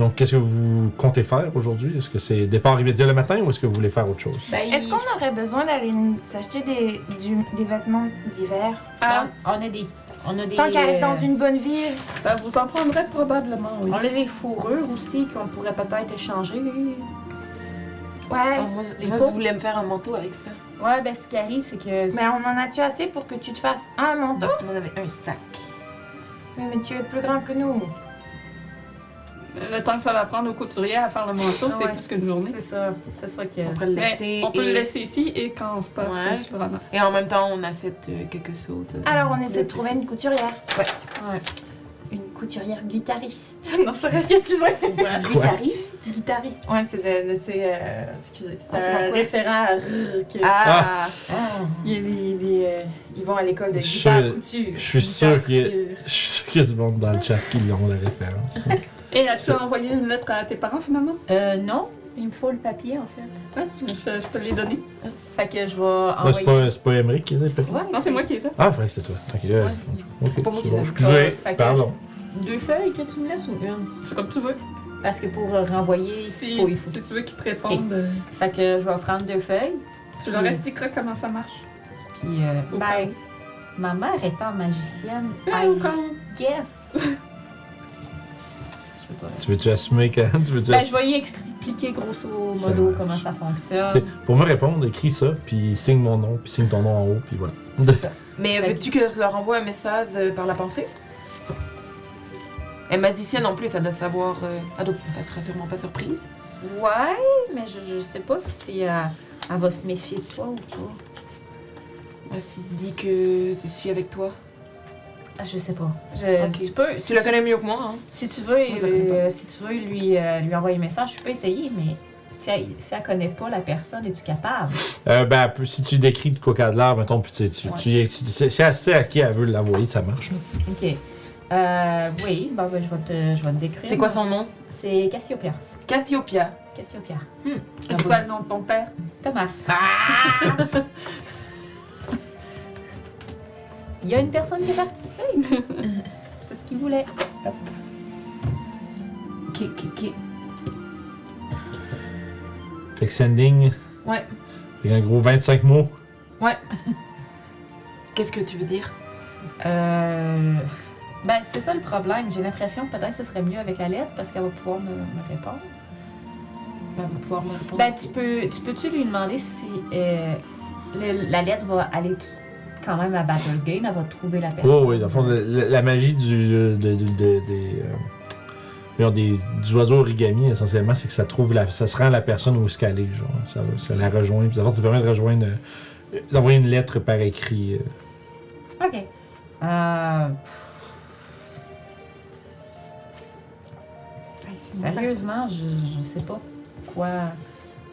Donc, qu'est-ce que vous comptez faire aujourd'hui? Est-ce que c'est départ immédiat le matin ou est-ce que vous voulez faire autre chose?
Ben,
Est-ce qu'on aurait besoin d'aller nous- s'acheter des, du- des vêtements d'hiver?
Ah,
on a des. On a des.
Tant qu'à
euh,
être dans une bonne ville,
ça vous en prendrait probablement, oui.
On a des fourrures aussi qu'on pourrait peut-être échanger.
ouais.
Ah, moi,
Les
moi,
peaux.
je voulais me faire un manteau avec ça.
Ouais, ben ce qui arrive, c'est que.
Mais on en a-tu assez pour que tu te fasses un manteau?
On en avait un sac.
Oui, mais tu es plus grand que nous.
Le temps que ça va prendre aux couturiers à faire le manteau, c'est
Ouais,
plus qu'une journée.
C'est ça. C'est ça que.
On pourrait le laisser.
Mais on peut
et-
le laisser ici et quand on repart,
Ouais.
ça, tu le ramasses.
Et en même temps, on achète euh, quelque chose. euh,
Alors on essaie de trouver une couturière.
Ouais.
Ouais.
Une couturière guitariste. non, c'est vrai, qu'est-ce qu'ils ont?
Guitariste.
Guitariste. Ouais, c'est de. de- c'est, euh, excusez, c'est
Ah, c'est dans
un
quoi?
référent à Rrr que-
Ah!
Ils, ils- ils, euh, ils vont à l'école de
Je
guitare
suis-
couture.
Je suis sûr qu'il y a-
Arthur.
je suis sûr qu'il y a du monde dans le chat qui y ont la référence.
Et as-tu envoyé une lettre à tes parents finalement?
Euh, non, il me faut le papier en fait.
Ouais, je, je peux les donner.
Fait que je vais envoyer.
Ouais, Ben, c'est pas, c'est pas Emmerich qui les a pris.
Ouais,
Non, c'est moi qui ai ça.
Ah, ouais, c'était toi. Ok, là, ok, c'est
pas moi qui
bon.
les ai.
Excusez,
Fait que
pardon.
Deux feuilles que tu me laisses ou une
C'est comme tu veux.
Parce que pour euh, renvoyer,
Si,
il faut, il faut.
si tu veux qu'ils te répondent, euh,
Fait que je vais prendre deux feuilles.
tu leur expliqueras comment ça marche.
Puis, euh,
Au
ben, ma mère étant magicienne,
Ben,
I
au cas où.
guess. je veux dire.
Tu veux-tu assumer quand? Tu veux-tu
Ben,
ass-
je vais y expliquer grosso
Ça
modo
marche.
comment ça
Tu sais,
fonctionne.
Pour me répondre, écris ça, puis signe mon nom, puis signe ton nom en haut, puis voilà.
Mais veux-tu que je leur envoie un message euh, par la pensée? Elle est magicienne en plus, elle doit savoir. euh, Ah donc, elle sera sûrement pas surprise.
Ouais, mais je, je sais pas si euh, elle va se méfier de toi ou pas.
Elle se dit que je suis avec toi.
Ah, je sais pas. Je-
Ok.
Tu peux. Si
Tu la connais mieux que moi, hein?
Si tu veux,
Moi, je la connais
euh, si tu veux lui, euh, lui envoyer un message, je peux essayer, mais si elle, si elle connaît pas la personne, es-tu capable?
Euh, ben, peu- si tu décris de coca de l'air, mettons, puis tu, tu,
Ouais.
tu, tu- c'est c'est assez à qui elle veut l'envoyer, ça marche. là.
OK. Euh, oui, bon, ben, je vais te, je vais te décrire.
C'est quoi son nom?
C'est Cassiopeia.
Cassiopeia.
Cassiopeia.
Ah
C'est
bon.
quoi le nom de ton père?
Thomas.
Ah!
Il y a une personne qui a participé. C'est ce qu'il voulait.
Qui, qui, qui-
Fait que sending.
Ouais.
Fait qu'en gros 25 mots.
Qu'est-ce que tu veux dire?
Euh, Ben, c'est ça le problème. J'ai l'impression que peut-être ce serait mieux avec la lettre parce qu'elle va pouvoir me, me répondre.
Ben, vous pouvoir me répondre.
Ben, tu
aussi.
peux, tu peux-tu lui demander si euh, le- la lettre va aller t- quand même à Battle Gain, elle va trouver la personne.
Oh oui, dans le fond, la, la- la magie du, de- de- de- de- des, euh, voyons, des, du oiseau origami, essentiellement, c'est que ça trouve la, ça se rend à la personne où est-ce qu'elle est, genre. Ça, va- ça la rejoint. Puis, dans le fond, ça permet de rejoindre, euh, d'envoyer une lettre par écrit. euh.
OK. Euh, pff.
Bah,
Hey, c'est Sérieusement, je, je sais pas quoi.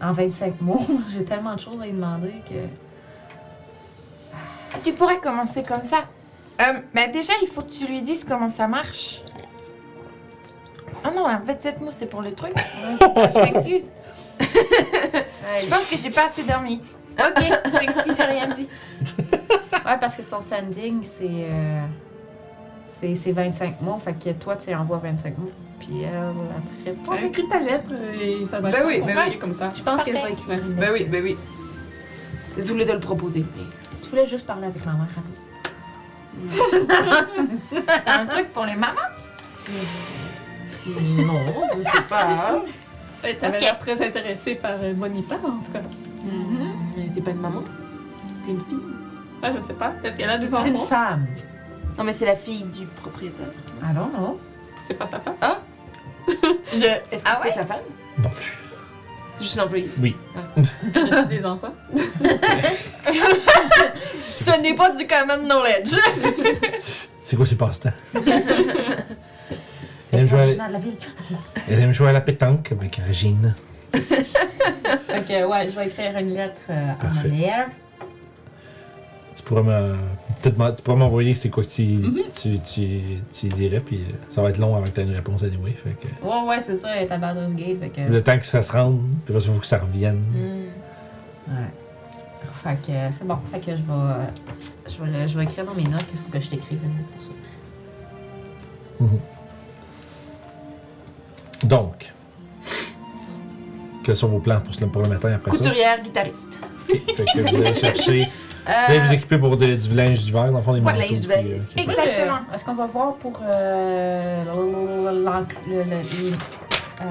En 25 mots, j'ai tellement de choses à lui demander que.
Tu pourrais commencer comme ça. Euh, ben déjà, il faut que tu lui dises comment ça marche. Oh non, en fait, cette mousse, c'est pour le truc. Je m'excuse. Je pense que j'ai pas assez dormi. Ok, je m'excuse, j'ai rien dit.
Ouais, parce que son sanding, c'est. euh, c'est- c'est 25 mots. Fait que toi, tu lui envoies 25 mots. Puis elle, elle te
On
répond.
écrit ta lettre euh, et ça va
Ben
être
oui, ben
accompagné
oui.
comme ça.
Je pense que je vais
Parfait.
écrire. une
Ben oui, ben oui. Je voulais te le proposer.
lettre. Je voulais juste parler avec ma mère hein. rapide.
T'as un truc pour les mamans?
mais- Non, je sais pas.
Ouais, T'avais
Ok.
l'air très intéressée par euh, Bonita, en tout cas.
Mais T'es pas une maman. T'es une fille.
Ouais, je sais pas, parce qu'elle a deux
C'est une
enfants.
femme.
Non, mais c'est la fille du propriétaire.
Allons, non?
C'est pas sa femme.
Je... Est-ce que
Ah
c'était sa femme?
Non plus.
C'est juste un employé.
Elle a des enfants.
Ce n'est pas du common knowledge.
C'est quoi ses passe-temps?
Es-tu
Elle aime, jouer
originaire de la ville?
à, elle aime jouer à la pétanque avec Régine.
Fait que, ouais, je vais écrire une lettre euh, en
Parfait.
arrière.
Tu pourrais me- peut-être m'en- tu pourrais m'envoyer c'est quoi que tu, tu, tu- tu dirais, puis euh, ça va être long avant que tu aies une réponse anyway. Fait que,
Ouais, ouais, c'est ça, elle est à Baldur's Gate. Fait que,
Le temps que ça se rende, puis après, il faut que ça revienne.
ouais. Fait que, euh, c'est bon. Fait que je vais, euh, je vais, le- je vais écrire dans mes notes qu'il faut que je t'écrive une lettre pour ça.
Donc, quels sont vos plans pour, ce- pour le matin après ça?
Couturière, guitariste.
Ok, Fait que vous allez chercher. Vous allez vous équiper pour de- du linge d'hiver, dans le fond, des
Euh, Ouais,
manteaux,
linge d'hiver.
puis, euh, ok.
Exact.
Moi, je-
Exactement.
Est-ce qu'on va voir pour euh, l'en- le, le- les, euh,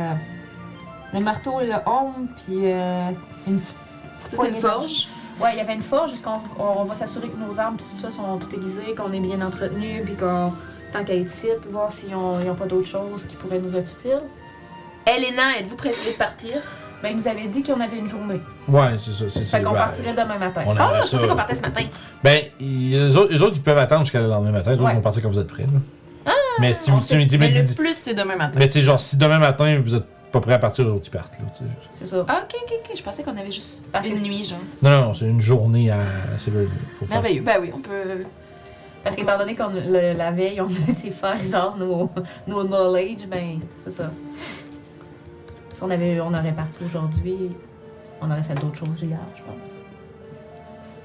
le marteau et le homme, puis euh, une
Ça, c'est
poignée
une
de-
forge.
Ouais, il y avait une forge, jusqu'on on, va s'assurer que nos armes puis tout ça sont tout aiguisées, qu'on est bien entretenus, puis qu'on, tant qu'à être site, voir s'ils n'ont pas d'autres choses qui pourraient nous être utiles.
Elena, êtes-vous pressée de partir?
Ben, il nous avait dit qu'on avait une journée.
Ouais, c'est ça. C'est,
Fait
c'est-
qu'on
ouais,
partirait demain matin.
on
Ah,
aimerait
je
bah, ça.
pensais qu'on partait ce matin.
Ben, ils- eux autres, eux autres, ils peuvent attendre jusqu'à le lendemain matin. Les autres
Ouais.
vont partir quand vous êtes prêts. là.
Ah,
mais si vous, tu me dis, mais,
Mais le
dis-
plus, c'est demain matin.
mais tu sais, genre, si demain matin, vous êtes pas prêts à partir, eux autres, ils partent. Là, tu sais.
C'est ça.
Ah, ok, ok, ok. Je pensais qu'on avait juste
Parce que
une
c'est-
nuit, genre.
non, non, non, c'est une journée à Severville pour faire ça.
Merveilleux. Ben oui, on peut.
Parce qu'étant donné qu'on le- la veille, on a été faire genre nos, nos knowledge, ben, c'est ça. Si on, avait, on aurait parti aujourd'hui, on aurait fait d'autres choses hier, je pense.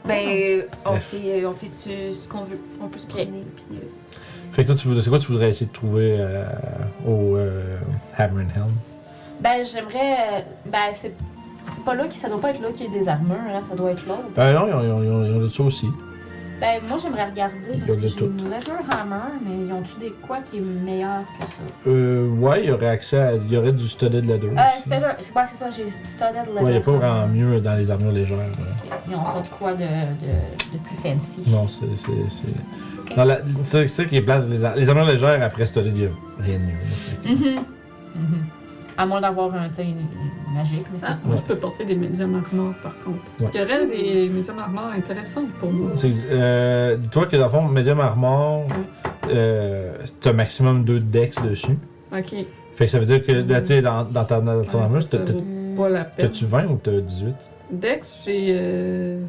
Ben, on
Bref.
fait, on fait ce, ce qu'on veut. On peut se promener. Puis, euh,
Fait que toi, tu voudrais- c'est quoi tu voudrais essayer de trouver euh, au euh, Hammer and Helm?
Ben, j'aimerais. euh, Ben, c'est. C'est pas là qui. Ça doit pas être là qu'il y a des armures, hein, ça doit être l'autre.
Ben non, ils ont, ils ont- ils ont- ils ont de ça aussi.
Ben, moi, j'aimerais regarder
Il y a
parce
de
que j'ai
tout.
une Leather Hammer, mais ils ont-tu des quoi qui est meilleur que ça?
Euh, ouais, il y aurait accès à. Il y aurait du studded leather.
Euh,
aussi.
c'était là. C'est quoi, c'est ça? J'ai studded Leather.
Ouais, il n'y a pas
Hammer.
vraiment mieux dans les armures légères. là.
Ok, Ils ont pas de quoi de, de, de plus fancy.
Non, c'est. c'est, c'est... Dans la, c'est, c'est ça qui est place. Les, ar- les armures légères après studded, il n'y a rien de mieux. là. Fait
Mm-hmm.
que-
Mhm. À moins d'avoir un, tu sais, une- une magique, mais c'est.
Ah, moi, je peux porter des médiums armors, par contre. Parce
Ouais.
qu'il y aurait des médiums armors intéressants pour nous.
C'est, euh, dis-toi que dans le fond, medium armor,
Mm.
euh, t'as maximum 2 dex dessus.
Ok.
Fait que ça veut dire que là, tu sais, dans, dans, ta- dans ton
Ouais,
armure,
ça
t'as- t'as-
vaut pas la peine.
t'as-tu 20 ou t'as 18?
Dex, j'ai euh,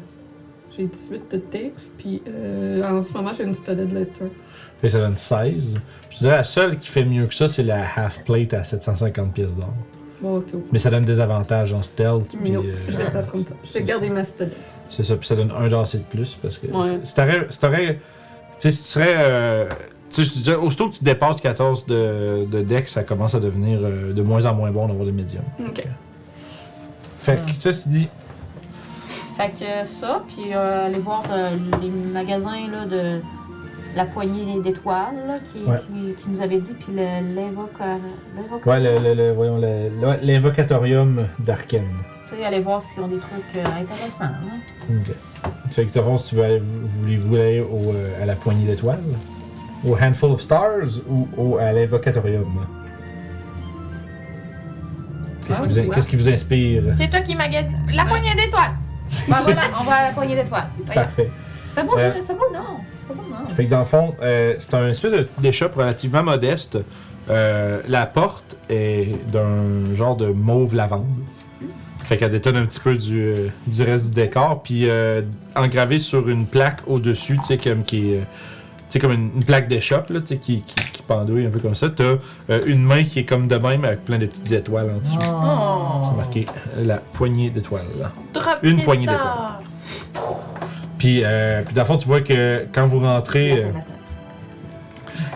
j'ai 18 de Dex, puis euh, en ce moment, j'ai une studded letter.
Fait que ça donne 16. Je dirais la seule qui fait mieux que ça, c'est la half plate à 750 pièces d'or.
Bon, ok.
Mais ça donne des avantages en stealth. puis,
Non,
euh,
je vais pas prendre ça. Je
c'est
vais garder ma studded.
C'est ça, puis ça donne un d'AC de plus parce que
Ouais.
c'est- si t'aurais. Si t'aurais- tu sais, si tu serais. euh, tu sais, je te dirais, aussitôt que tu dépasses 14 de, de deck, ça commence à devenir euh, de moins en moins bon d'avoir le médium.
Ok. Ah.
Fait que, ça, c'est dit.
Fait que ça, puis euh, aller voir euh, les magasins là, de,
la poignée d'étoiles là, qui,
Ouais.
qui- qui nous avait dit, puis le- l'évoca- l'évoca-
Ouais, le, le- le- voyons, le- le- l'invocatorium d'Arken.
Tu sais, aller voir si on des trucs euh, intéressants. hein.
Ok. Fait que, Thoron, si tu veux aller, vous- voulez-vous aller au, euh, à la poignée d'étoiles Au Handful of Stars ou au, à l'invocatorium Qu'est-ce
Ah,
qui, vous in-
ouais.
qu'est-ce qui vous inspire
C'est toi qui magasines. La poignée d'étoiles!
Ben voilà, on va à la poignée d'étoiles.
Parfait.
C'est un bon
Euh,
Ah,
jeu, c'est un bon nom. C'est un bon nom.
Fait que dans le fond, euh, c'est un espèce de- d'échoppe relativement modeste. Euh, la porte est d'un genre de mauve lavande. Fait qu'elle détonne un petit peu du, euh, du reste du décor. Puis euh, engravée sur une plaque au-dessus, tu sais, comme qui est, euh, tu sais, comme une, une plaque d'échoppe, là, tu sais, qui, qui, qui pendouille un peu comme ça. T'as euh, une main qui est comme de même avec plein de petites étoiles en dessous.
Ah.
C'est marqué euh, la poignée d'étoiles.
Oh. Drop
Une
des
poignée
stars.
Puis, euh, puis dans le fond, tu vois que quand vous rentrez. euh,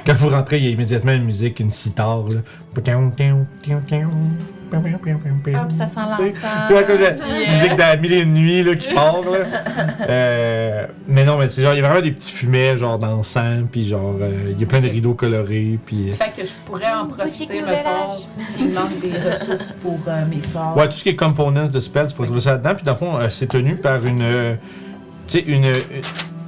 Quand vous rentrez, il y a immédiatement une musique, une sitar. Là.
Ah, puis ça sent
Tu
l'encens.
Tu vois, comme la
Puis, euh,
musique de la mille et une nuits là, qui part. Là. Euh, mais non, mais c'est genre, il y a vraiment des petits fumets, genre d'encens, puis genre, euh, il y a plein de rideaux colorés, puis. euh,
Fait que je pourrais en profiter,
boutique
mettons,
nouvel
s'il manque des ressources pour euh, mes sorts.
Ouais, tout ce qui est components de spells, tu pourrais trouver ça là-dedans. Puis dans le fond, euh, c'est tenu par une. euh, tu sais, une. euh,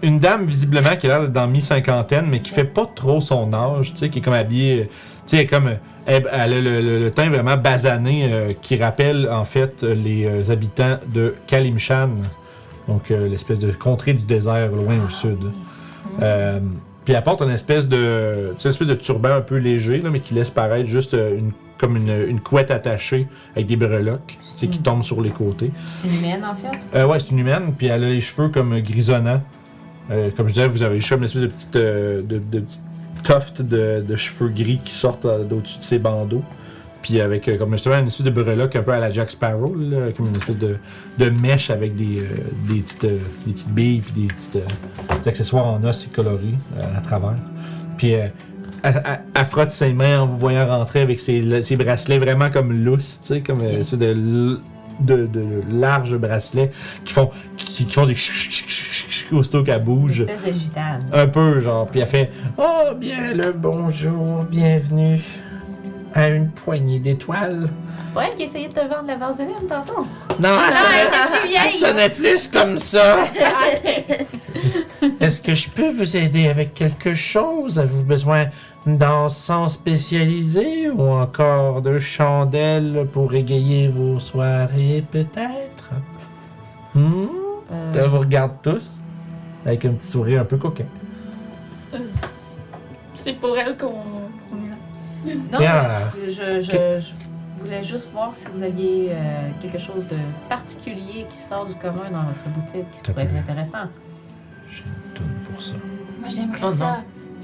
Une dame, visiblement, qui a l'air d'être dans mi-cinquantaine, mais qui fait pas trop son âge, tu sais, qui est comme habillée. euh, Tu sais, elle est comme. Elle, elle a le, le- le teint vraiment basané euh, qui rappelle, en fait, euh, les euh, habitants de Kalimshan. Donc, euh, l'espèce de contrée du désert, loin au sud. Euh, puis elle porte une espèce de, tu sais, une espèce de turban un peu léger, là, mais qui laisse paraître juste euh, une, comme une, une couette attachée avec des breloques, tu sais, qui tombent sur les côtés.
Une humaine, en fait.
Euh, ouais, c'est une humaine, puis elle a les cheveux comme grisonnants. Euh, comme je disais, vous avez les cheveux, une espèce de petite, euh, de, de petite tofte de, de cheveux gris qui sortent euh, d'au-dessus de ses bandeaux. Puis avec, euh, comme justement, une espèce de breloque un peu à la Jack Sparrow, là, comme une espèce de, de mèche avec des, euh, des, petites, euh, des petites billes, puis des, petites, euh, des accessoires en os colorés euh, à travers. Puis euh, elle, elle- elle frotte ses mains en vous voyant rentrer avec ses, ses bracelets vraiment comme lousses, tu sais, comme euh, une espèce de, l- de, de larges bracelets qui font, qui, qui font des chou- chou- chou- chou- chou- chou- aussitôt qu'elle
Une
bouge.
espèce de gitane.
Un peu, genre. Puis elle fait Oh, bien le bonjour, bienvenue à une poignée d'étoiles.
C'est pas elle qui essayait de te vendre la vaseline tantôt.
Non, elle sonnait- elle sonnait plus comme ça. Est-ce que je peux vous aider avec quelque chose? Avez-vous besoin d'encens spécialisé ou encore de chandelles pour égayer vos soirées, peut-être? Hmm?
Euh,
Là, je vous regarde tous avec un petit sourire un peu coquin.
C'est pour elle qu'on qu'on est là.
Non,
Yeah.
mais je, je- je- je voulais juste voir si vous aviez euh, quelque chose de particulier qui sort du commun dans votre boutique qui pourrait être
T'as
intéressant.
J'ai une tonne pour ça.
Moi, j'aimerais
Oh non.
ça.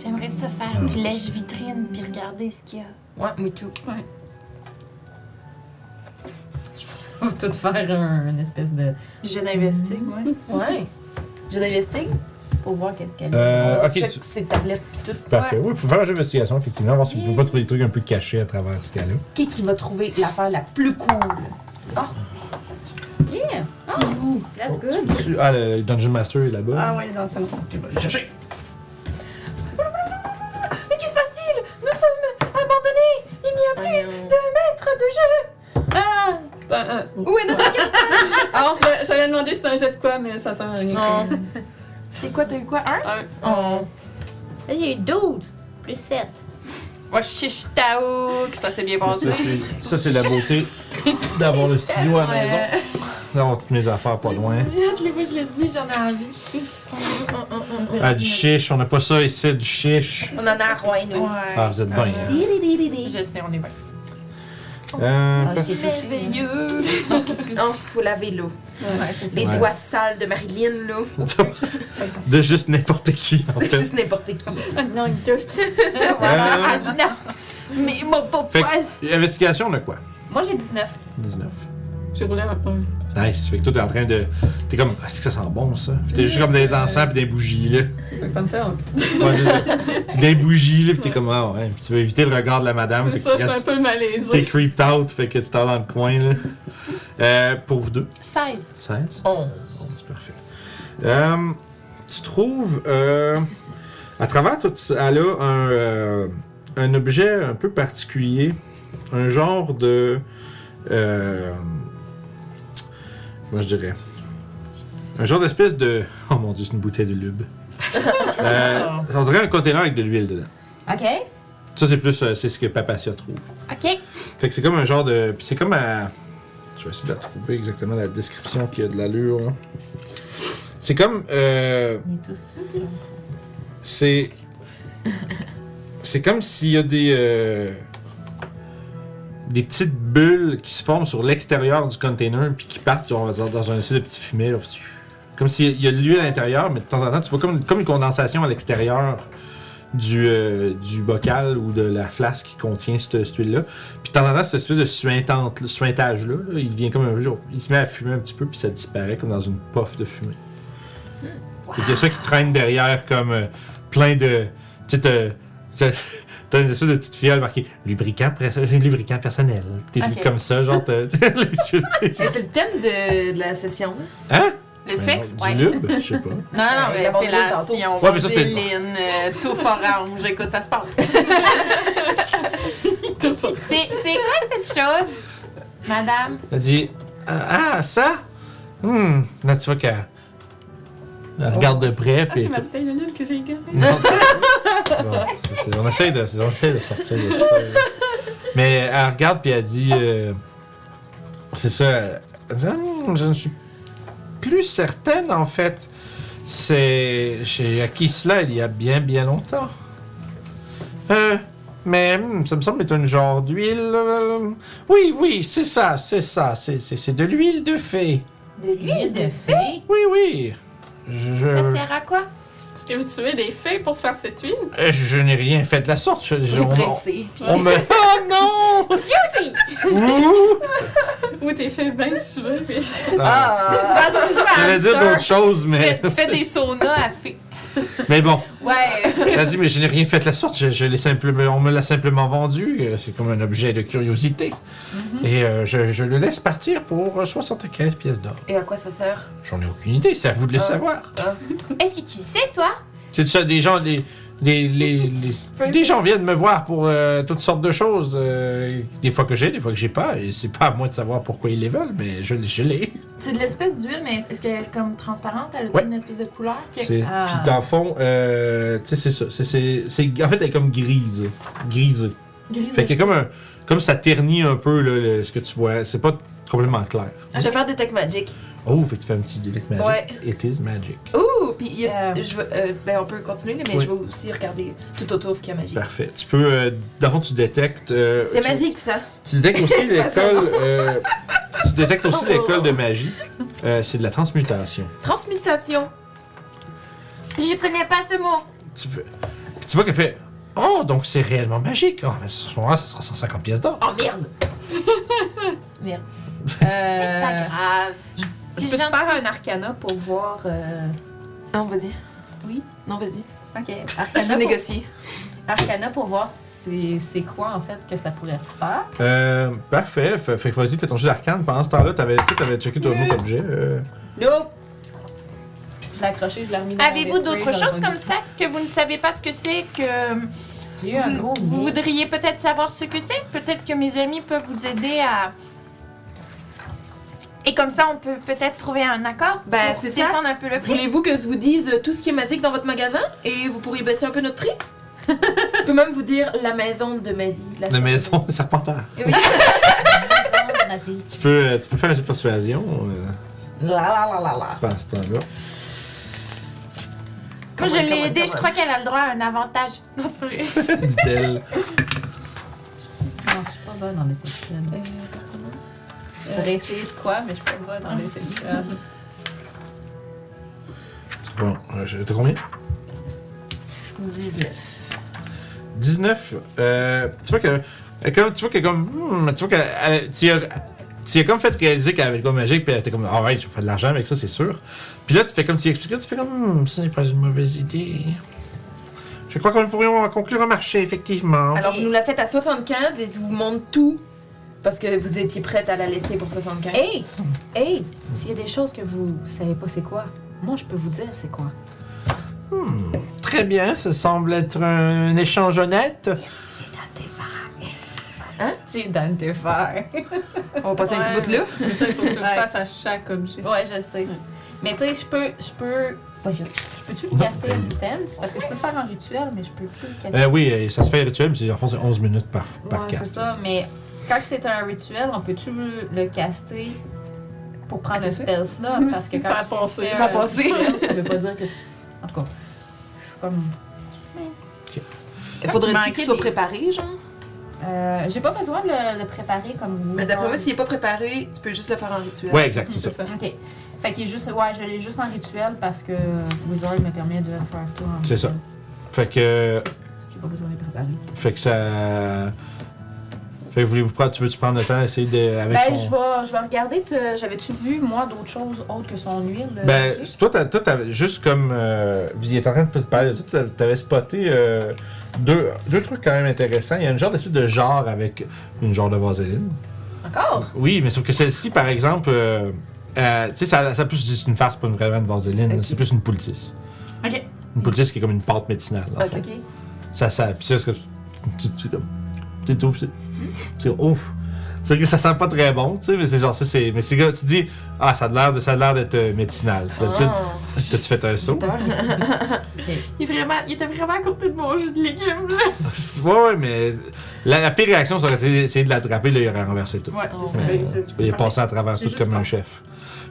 J'aimerais ça faire
Non.
du lèche-vitrine puis regarder ce qu'il y a.
Ouais, me too.
Je pense qu'on va tout faire un, une espèce de.
Je n'investis.
Ouais.
Ouais. Je n'investis.
Pour voir qu'est-ce qu'elle
Euh, ok,
Check
tu-
ses tablettes pis tout.
parfait.
Ouais.
Oui, pour faire un jeu d'investigation, effectivement, voir si vous pouvez pas trouver des trucs un peu cachés à travers ce cas-là.
Qui qui va trouver l'affaire la plus cool?
Yeah! Ah,
Tivou.
That's
Oh,
good!
tu peux-tu- Ah, le Dungeon Master est là-bas.
Ah ouais, dans le salon.
Ok, ben, allez chercher.
Mais que se passe-t-il Nous sommes abandonnés Il n'y a maître de jeu
C'est un- un-
Où est notre
Ah, ben, j'allais demander si c'est un jet de quoi, mais ça sert à rien. Ah,
Non.
C'est quoi, t'as eu quoi Un
Un.
Oh.
Là, il y a eu 12 plus 7.
Moi, chiche tao, que ça s'est bien passé.
Ça, c'est- Ça, c'est la beauté d'avoir le studio à la maison. D'avoir toutes mes affaires pas loin.
Je l'ai je le dis, j'en ai envie.
Mm,
Ah, du chiche, on n'a pas ça ici, du chiche.
On en a à Rouen, nous.
Ah,
Ouais.
vous êtes bien. hein.
Je sais, on est bien.
Euh,
Ah, je t'ai touché.
Merveilleux. Oh, faut laver l'eau. Les
Ouais.
doigts sales de Marilyn, là.
de juste n'importe qui, en fait.
Juste n'importe qui.
Ah, non, il touche.
Euh,
Ah, Mais mon
fait
papa.
que, investigation, on a quoi?
Moi j'ai 19.
19.
J'ai roulé un 1.
Nice. Fait que toi, t'es en train de. T'es comme, ah, est-ce que ça sent bon, ça? Puis t'es juste comme des encens pis des bougies, là.
Ça me fait un
Ouais, c'est ça. T'es des bougies, là, pis t'es comme, ah, ouais. Puis tu veux éviter le regard de la madame,
C'est
fait que
ça,
tu
je suis un
restes.
peu
T'es
malaisée.
creeped out, fait que tu t'en dans le coin, là. Euh, pour vous deux.
16.
16.
11.
C'est parfait. Euh, tu trouves euh, À travers tout ça, elle a un, euh, un objet un peu particulier, un genre de. euh, comment je dirais Un genre d'espèce de. Oh mon dieu, c'est une bouteille de lube. Euh, on dirait un container avec de l'huile dedans.
OK.
Ça, c'est plus euh, c'est ce que Papacia trouve.
Ok.
Fait que c'est comme un genre de. Puis c'est comme à. Je vais essayer de la trouver exactement la description qui a de l'allure. là. C'est comme. euh,
On est tous
c'est. C'est comme s'il y a des. euh, des petites bulles qui se forment sur l'extérieur du container puis qui partent genre, dans dans un espèce de petit fumet. là. Comme s'il y a de l'huile à l'intérieur, mais de temps en temps, tu vois comme, comme une condensation à l'extérieur du, euh, du bocal ou de la flasque qui contient cette, cette huile-là. Puis de temps en temps, cette espèce de suintante- suintage-là, là, il devient comme un peu. genre, Il se met à fumer un petit peu, puis ça disparaît comme dans une puff de fumée. Fait qu'il y a ça qui traîne derrière comme euh, plein de. Tu sais, t'as- t'as- t'as une espèce de petite fiole marquée lubrifiant, pres- lubrifiant personnel. T'es
Ok.
comme ça, genre. t'as- t'as les yeux-
Mais C'est le thème de, de la session. hein?
hein?
Le sexe,
non,
ouais.
Du lube, je sais pas.
Non, non, mais
Euh,
fellation,
Ouais, mais ça, c'était-
vaseline, euh, touffe orange, écoute, ça se passe. c'est c'est quoi cette chose, madame?
Elle dit Ah, ah, ça? Hum, là, tu vois qu'elle. Elle regarde de près,
Ah,
puis.
c'est ma bouteille de lune que j'ai égarée.
Non. Bon, c'est- c'est- on, essaie de, on essaie de sortir de ça. là. Mais elle regarde puis elle dit euh, C'est ça. Elle dit, Hum, Je ne suis plus certaine en fait. C'est. J'ai acquis cela il y a bien bien longtemps. Euh. Mais hum, ça me semble être un genre d'huile. euh, oui, oui, c'est ça, c'est ça, c'est- c'est c'est de l'huile de fée.
De l'huile de fée?
Oui, oui. Je, je-
Ça sert à quoi?
Est-ce que vous tuez des fées pour faire cette huile?
euh, je n'ai rien fait de la sorte. Je, je-
J'ai
on- on-
pressé. puis-
On me. Oh non! Ouh!
Ou t'es fait bien tuer, puis...
Ah!
J'allais dire d'autres choses,
Tu fais,
mais.
tu fais des saunas à fées.
Mais bon,
Ouais.
elle a dit, mais je n'ai rien fait de la sorte. Je, je l'ai simplement, on me l'a simplement vendu. Euh, C'est comme un objet de curiosité.
Mm-hmm.
Et euh, je, je le laisse partir pour euh, 75 pièces d'or.
Et à quoi ça sert?
J'en ai aucune idée, c'est à vous de le
Ah.
savoir.
Est-ce que tu sais, toi?
C'est ça, des gens. Des, les, les- les- des gens viennent me voir pour euh, toutes sortes de choses. euh, des fois que j'ai, des fois que j'ai pas. Et c'est pas à moi de savoir pourquoi ils les veulent, mais je, je l'ai.
C'est de l'espèce d'huile, mais est-ce qu'elle est comme transparente? Elle a
Ouais.
une espèce de couleur? que-
C'est-
Ah.
Puis dans le fond, euh, tu sais, c'est ça. c'est- c'est- c'est- en fait, elle est comme grise. Grisée.
Grisée.
Fait que comme, un, comme ça ternit un peu là, le- ce que tu vois. C'est pas complètement clair.
Je vais faire Detect Magic.
Oh, fait que tu fais un petit Detect Magic.
Ah. Ouais. Oh.
It is magic.
Ouh! Puis y a-
Euh.
je veux- euh, ben, on peut continuer, là, mais
Oui.
je vais aussi regarder tout autour ce qu'il y a magique.
Parfait. Tu peux, euh, dans le fond, tu détectes. euh,
C'est
tu-
magique, ça.
Tu détectes aussi l'école. euh, tu détectes aussi
Oh.
l'école de magie. Euh, c'est de la transmutation.
Transmutation.
Je connais pas ce mot.
Tu, veux- puis tu vois qu'elle fait. Oh, donc c'est réellement magique. Oh, mais à ce moment-là, ça sera 150 pièces d'or.
Oh merde!
C'est pas
Euh,
grave.
Je
C'est
peux te
gentil.
faire un arcana pour voir. euh,
Non, vas-y.
Oui?
Non, vas-y.
Ok.
Je vais
Arcana pour,
négocier.
arcana pour voir c'est c'est quoi en fait que ça pourrait te faire.
Euh, parfait. Fait, fait que vas-y, fais ton jeu d'arcane. Pendant ce temps-là, t'avais, toi, t'avais checké ton autre objet. euh.
Nope! Je l'ai accroché, je l'ai remis dans mon
Avez-vous
vestiaire,
d'autres
je l'ai
choses comme
remis.
ça que vous ne savez pas ce que c'est, que
J'ai eu un
vous,
gros
vous
nez.
voudriez peut-être savoir ce que c'est? Peut-être que mes amis peuvent vous aider à... Et comme ça, on peut peut-être trouver un accord
Ben,
pour
c'est ça.
descendre un peu le prix.
Voulez-vous que je vous dise euh, tout ce qui est magique dans votre magasin et vous pourriez baisser un peu notre prix? je peux même vous dire la maison de ma vie. La,
La maison des serpentaires.
Vas-y.
Tu peux, euh, tu peux faire un jeu de persuasion euh,
La la la la la.
pendant ce temps-là.
Quand
Come
je
on,
l'ai
come on,
aidée,
come
je
on.
crois qu'elle a le droit à un avantage. Non, c'est pas vrai.
Dit-elle.
Non, je suis pas bonne en déception.
Euh, ça recommence.
Je pourrais essayer de quoi, mais je suis pas bonne en déception.
Bon, euh, je- t'as combien
19.
19. Euh, tu vois que. elle comme- Tu vois qu'elle est comme. hmm, tu vois qu'elle. elle- Tu y as, tu y as comme fait réaliser qu'elle avait comme magique, puis elle était comme. Ah ouais, je vais faire de l'argent avec ça, c'est sûr. Puis là, tu fais comme tu y expliques, tu fais comme. Hmm, ça n'est pas une mauvaise idée. Je crois qu'on pourrions conclure un marché, effectivement.
Alors, vous nous la faites à 75 et je vous montre tout parce que vous étiez prête à la laisser pour 75.
Hey! Hey! S'il y a des choses que vous savez pas c'est quoi, moi je peux vous dire c'est quoi.
Hmm, Très bien, ça semble être un, un échange honnête.
J'ai identifié.
On va passer un petit bout de là.
C'est ça, il faut que tu le
Ouais.
fasses à chaque objet.
Ouais, je sais. Mais tu sais, je peux. Je peux. Ouais, je, je peux-tu le caster un distance? Parce que je peux le faire en rituel, mais je peux plus le caster.
Euh, oui, euh, ça se fait rituel, mais c'est- en fond, c'est 11 minutes par, par
Euh,
Ouais, c'est
cast.
ça, mais quand c'est un rituel, on peut-tu le caster pour prendre le spell slot?
Mhm.
Parce que
Si
quand
ça a
tu
passé.
fais
Ça a
un
passé.
rituel, ça veut pas dire que. En tout cas, je suis comme.
Il faudrait-tu
manquait
qu'il soit
des-
préparé, genre?
Euh, J'ai pas besoin de le, le préparer comme.
Mais d'après moi, s'il n'est pas préparé, tu peux juste le faire en rituel.
Ouais, exact, c'est
C'est
ça.
ça.
Ok. Fait qu'il est juste. Ouais, je l'ai juste en rituel parce que Wizard me permet de faire tout en.
C'est ça. Fait que,
J'ai pas besoin de le préparer.
fait que ça. Fait que voulez-vous prendre, tu veux-tu prendre le temps d'essayer de. Avec son...
Ben, je, vais, je vais regarder. te- J'avais-tu vu, moi, d'autres choses autres que son huile? euh,
Ben,
magique?
toi, t'as- toi, t'avais juste comme. Euh, il est en train de parler de ça, t'avais- t'avais spoté euh, deux, deux trucs quand même intéressants. Il y a une genre d'espèce de genre avec une genre de vaseline.
Encore?
Oui, mais sauf que celle-ci, par exemple, euh, euh, tu sais, ça, ça plus c'est une farce, pas une- vraiment une vaseline.
Ok.
C'est plus une poultice.
Ok.
Une poultice qui est comme une pâte médicinale. en fait.
Ok.
Ça, ça. Puis ça, c'est comme- tu- tu- comme. Tu trouves. c'est- C'est ouf. C'est que ça sent pas très bon, tu sais, mais c'est genre, ça, c'est. Mais c'est que tu dis, ah, ça a l'air de- ça a l'air d'être euh, médicinal. Tu sais, d'habitude,
Ah.
T'as-tu fait un saut?
Oh. Il, est vraiment, il était vraiment à côté de mon jus de légumes, là.
ouais, ouais, mais la, la pire réaction, ça aurait été d'essayer de l'attraper, là, il aurait renversé tout.
Ouais, c'est ça.
Mais,
Ben, c'est-
il est passé à travers
J'ai
tout
juste
comme un
peur.
chef.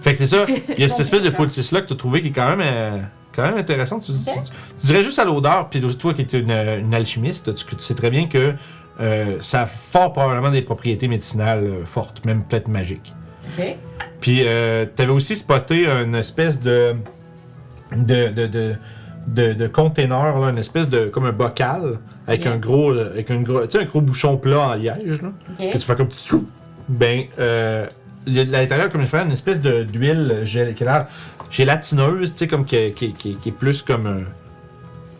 Fait que c'est ça, il y a cette espèce de poultice-là que t'as trouvé qui est quand même, euh, quand même intéressante. Tu, tu- tu dirais juste à l'odeur, puis toi qui es une, une alchimiste, tu, tu sais très bien que euh, ça a fort probablement des propriétés médicinales euh, fortes, même peut-être magiques.
Ok.
Puis euh, t'avais aussi spoté une espèce de de de de, de, de container là, une espèce de comme un bocal avec
Ok.
un gros avec un gros, tu sais, un gros bouchon plat en liège là,
Ok.
que tu fais comme tchou. ben euh, il y a de- à l'intérieur comme il fait une espèce de d'huile gel qui a l'air gélatineuse, tu sais comme qui, qui, qui, qui est plus comme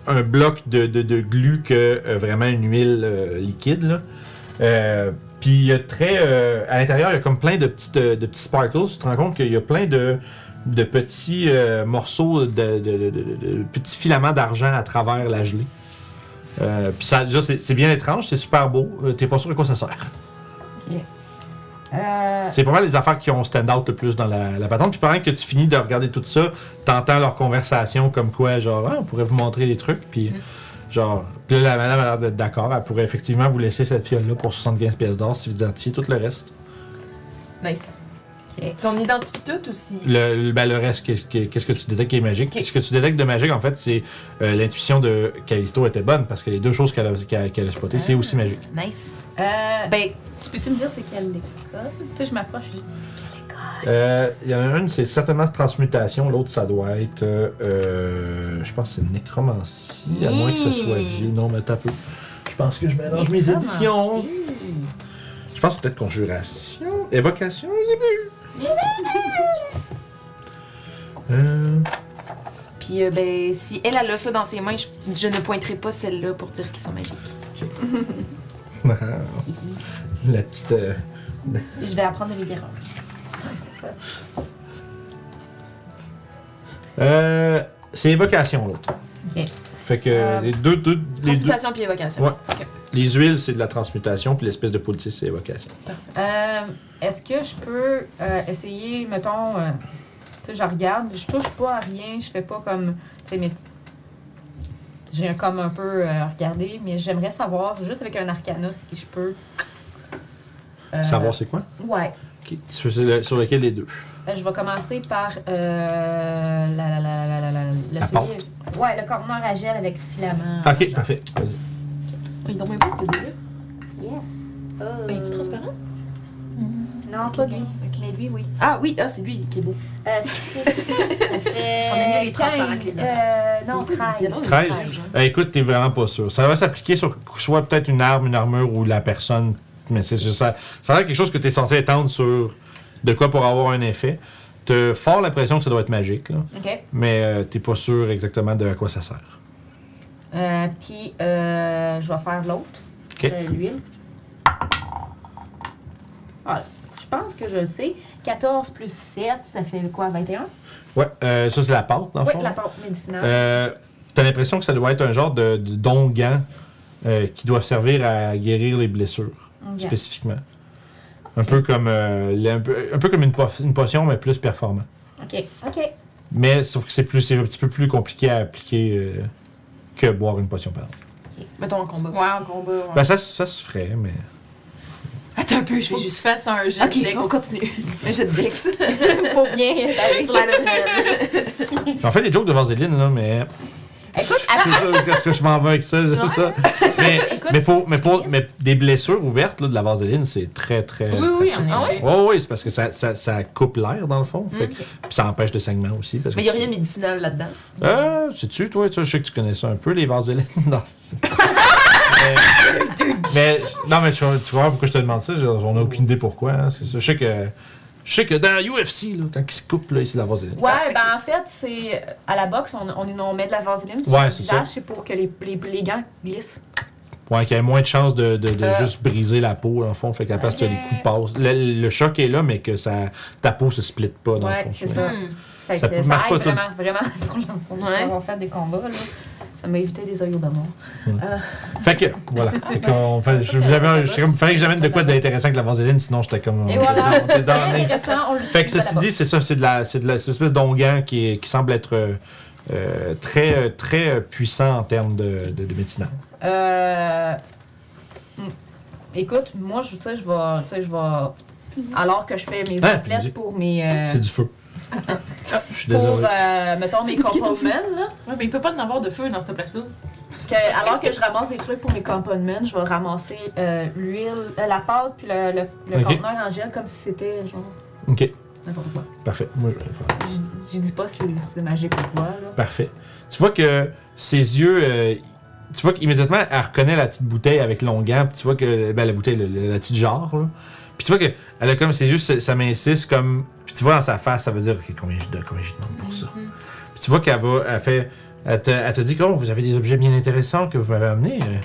un, un bloc de, de, de glu que euh, vraiment une huile euh, liquide là. Euh, puis il y a très. euh, à l'intérieur, il y a comme plein de, petites, euh, de petits sparkles. Tu te rends compte qu'il y a plein de, de petits euh, morceaux, de, de- de- de- de petits filaments d'argent à travers la gelée. Euh, puis ça, déjà, c'est c'est bien étrange, c'est super beau. Euh, T'es pas sûr à quoi ça sert.
Euh,
C'est probablement les affaires qui ont stand-out le plus dans la, la patente. Puis pendant que tu finis de regarder tout ça, t'entends leur conversation comme quoi, genre, Ah, on pourrait vous montrer des trucs. Puis, genre, puis là, la madame a l'air d'être d'accord. Elle pourrait effectivement vous laisser cette fiole-là pour 75 pièces d'or si vous identifiez tout le reste.
Nice.
Ok.
Puis on identifie tout aussi.
Le, le- ben, le reste, qu'est- qu'est- qu'est-ce que tu détectes qui est magique?
Ok.
Ce que tu détectes de magique, en fait, c'est euh, l'intuition de Callisto était bonne parce que les deux choses qu'elle a, qu'elle- qu'elle a spotées, c'est aussi magique.
Nice.
euh,
Ben,
Tu peux-tu me dire c'est quelle école? Tu sais, je m'approche, je dis, c'est quelle école?
Euh, Il y en a une, c'est certainement transmutation, l'autre, ça doit être. euh, euh, je pense que c'est nécromancie, à moins que ce
Mmh.
soit vieux. Non, mais t'as peu. Je pense que je mélange mes éditions. Je pense que c'est peut-être conjuration, évocation, je sais plus. Euh,
puis euh, ben, si elle, elle a ça dans ses mains, je, je ne pointerai pas celle-là pour dire qu'ils sont magiques.
la petite. euh,
Je vais apprendre de mes erreurs.
Euh, c'est évocation l'autre.
Ok.
Fait que
Euh,
les deux, deux- les deux-
Transmutation puis évocation.
Ouais. les huiles c'est de la transmutation puis l'espèce de poultice c'est évocation.
euh, Est-ce que je peux euh, essayer, mettons, euh, tu sais, je regarde, je touche pas à rien, je fais pas comme. Tu sais, mais. J'ai comme un peu euh, regardé, mais j'aimerais savoir, juste avec un arcana, si je peux. euh,
Savoir c'est quoi
Ouais.
Ok. Sur, sur le- sur lequel les deux
Euh, Je vais commencer par euh, la, la, la, la, la, la, le
La Ah.
celui- Ouais, le corner à gel avec filament.
Ok parfait. Vas-y.
Ils dorment pas, ce délai.
Yes. Oh.
Il
Ben,
est-tu transparent?
Non, pas lui. Mais lui, oui.
Ah oui, ah, c'est lui qui est beau.
Euh, c'est- ça fait
On aime mieux les transparents
15,
que les
euh, Non,
Il y a donc
13.
des
13.
frères, genre.
Euh, écoute t'es vraiment pas sûr. Ça va s'appliquer sur soit peut-être une arme, une armure ou la personne. Mais c'est juste ça. Ça a l'air quelque chose que t'es censé étendre sur de quoi pour avoir un effet. T'as fort l'impression que ça doit être magique là,
OK.
mais euh, t'es pas sûr exactement de à quoi ça sert.
Euh, Puis, euh, je vais faire l'autre.
Ok.
euh, L'huile. Voilà. Je pense que je le sais. 14 plus 7, ça fait quoi, 21?
Ouais, euh, ça c'est la pâte dans le
Oui,
fond.
la pente médicinale.
Euh, T'as l'impression que ça doit être un genre de, de dongan euh, qui doit servir à guérir les blessures,
Ok.
spécifiquement. Un peu comme, euh, le- un, peu, un peu comme une, pof- une potion, mais plus performant.
Ok.
Ok.
Mais sauf que c'est plus c'est un petit peu plus compliqué à appliquer euh, que boire une potion par exemple.
Mettons en combat. Ouais, en combat. ouais.
Ben, ça, ça se ferait, mais.
Attends un peu, je vais juste faire ça un jet
Ok,
de dex.
on continue. Un jet de Dex.
Faut bien.
Slide of hand.
J'en fais des jokes devant Zéline, là, mais.
Écoute,
C'est ça, qu'est-ce que je m'en vais avec ça, j'aime ça. Mais, mais, pour, mais, pour, mais des blessures ouvertes, là, de la vaseline, c'est très, très.
Oui, oui,
fatigant.
ah
Oui, oui, c'est parce que ça, ça, ça coupe l'air, dans le fond. Fait, que- puis ça empêche le saignement aussi. Parce
Mm. Mais il
que
n'y a rien de médicinal là-dedans.
Euh, sais-tu, toi, tu- je sais que tu connais ça un peu, les vaselines. Non, c'est- mais, mais- non, mais tu, vas- tu vas voir pourquoi je te demande ça. je- On n'a aucune idée pourquoi. hein, c'est ça. Je sais que, je sais que dans UFC, là, quand ils se coupent, là, c'est la vaseline.
Ouais, ben en fait, c'est à la boxe, on, on, on met de la vaseline sur
Ouais,
le
c'est
visage, c'est pour que les, les, les gants glissent.
Ouais, qu'il y ait moins de chances de, de- de
Euh.
juste briser la peau, dans le fond. Fait qu'à la place que les coups passent. Le, le choc est là, mais que ça, ta peau se split pas, dans
Ouais,
le fond.
c'est
tu
ça.
vois.
Hmm.
Fait
Ça
que
peut-
ça
marche
aide
pas tout.
vraiment, vraiment pour l'enfant
Ouais.
avoir fait des combats. Là. Ça m'a évité des oeils de mort.
Fait que, voilà. Fait qu'on fait, je- j'avais un- j'étais comme, fallait que j'amène de quoi d'intéressant avec la vaseline, sinon j'étais comme.
Et voilà.
on était dans- on était dans-
Intéressant, on l'utilise.
Ah, Fait que
à
ceci
la
dit, c'est ça, c'est de la, c'est de la, c'est une espèce d'onguent qui, est- qui semble être euh, euh, très, euh, très euh, puissant en termes de, de, de médecine.
Euh, hmm. Écoute, moi, je, tu sais, je vais, tu sais, je vais, alors que je fais mes
Ah,
emplettes
musique.
pour mes, euh,
C'est du feu. Je suis
pour,
désolé.
euh, mettons, mes componements, là,
Ouais, mais il peut pas en avoir de feu dans cette place-là.
que- alors que je ramasse des trucs pour mes componements, je vais ramasser euh, l'huile, euh, la pâte, puis le, le, le
Ok.
conteneur en gel comme si c'était, genre,
Ok,
n'importe quoi.
parfait. Moi, je vais le faire.
Je, je dis pas si c'est magique ou quoi, là.
Parfait. Tu vois que ses yeux. euh, tu vois qu'immédiatement, elle reconnaît la petite bouteille avec l'onguent. Puis tu vois que. Ben, la bouteille, le- le- la petite genre, là. Puis tu vois que elle a comme ses yeux, ça, ça m'insiste comme. Puis tu vois dans sa face, ça veut dire OK, combien je donne, combien je demande pour ça. Puis tu vois qu'elle va, elle fait, elle te, elle te dit oh, vous avez des objets bien intéressants que vous m'avez amenés euh,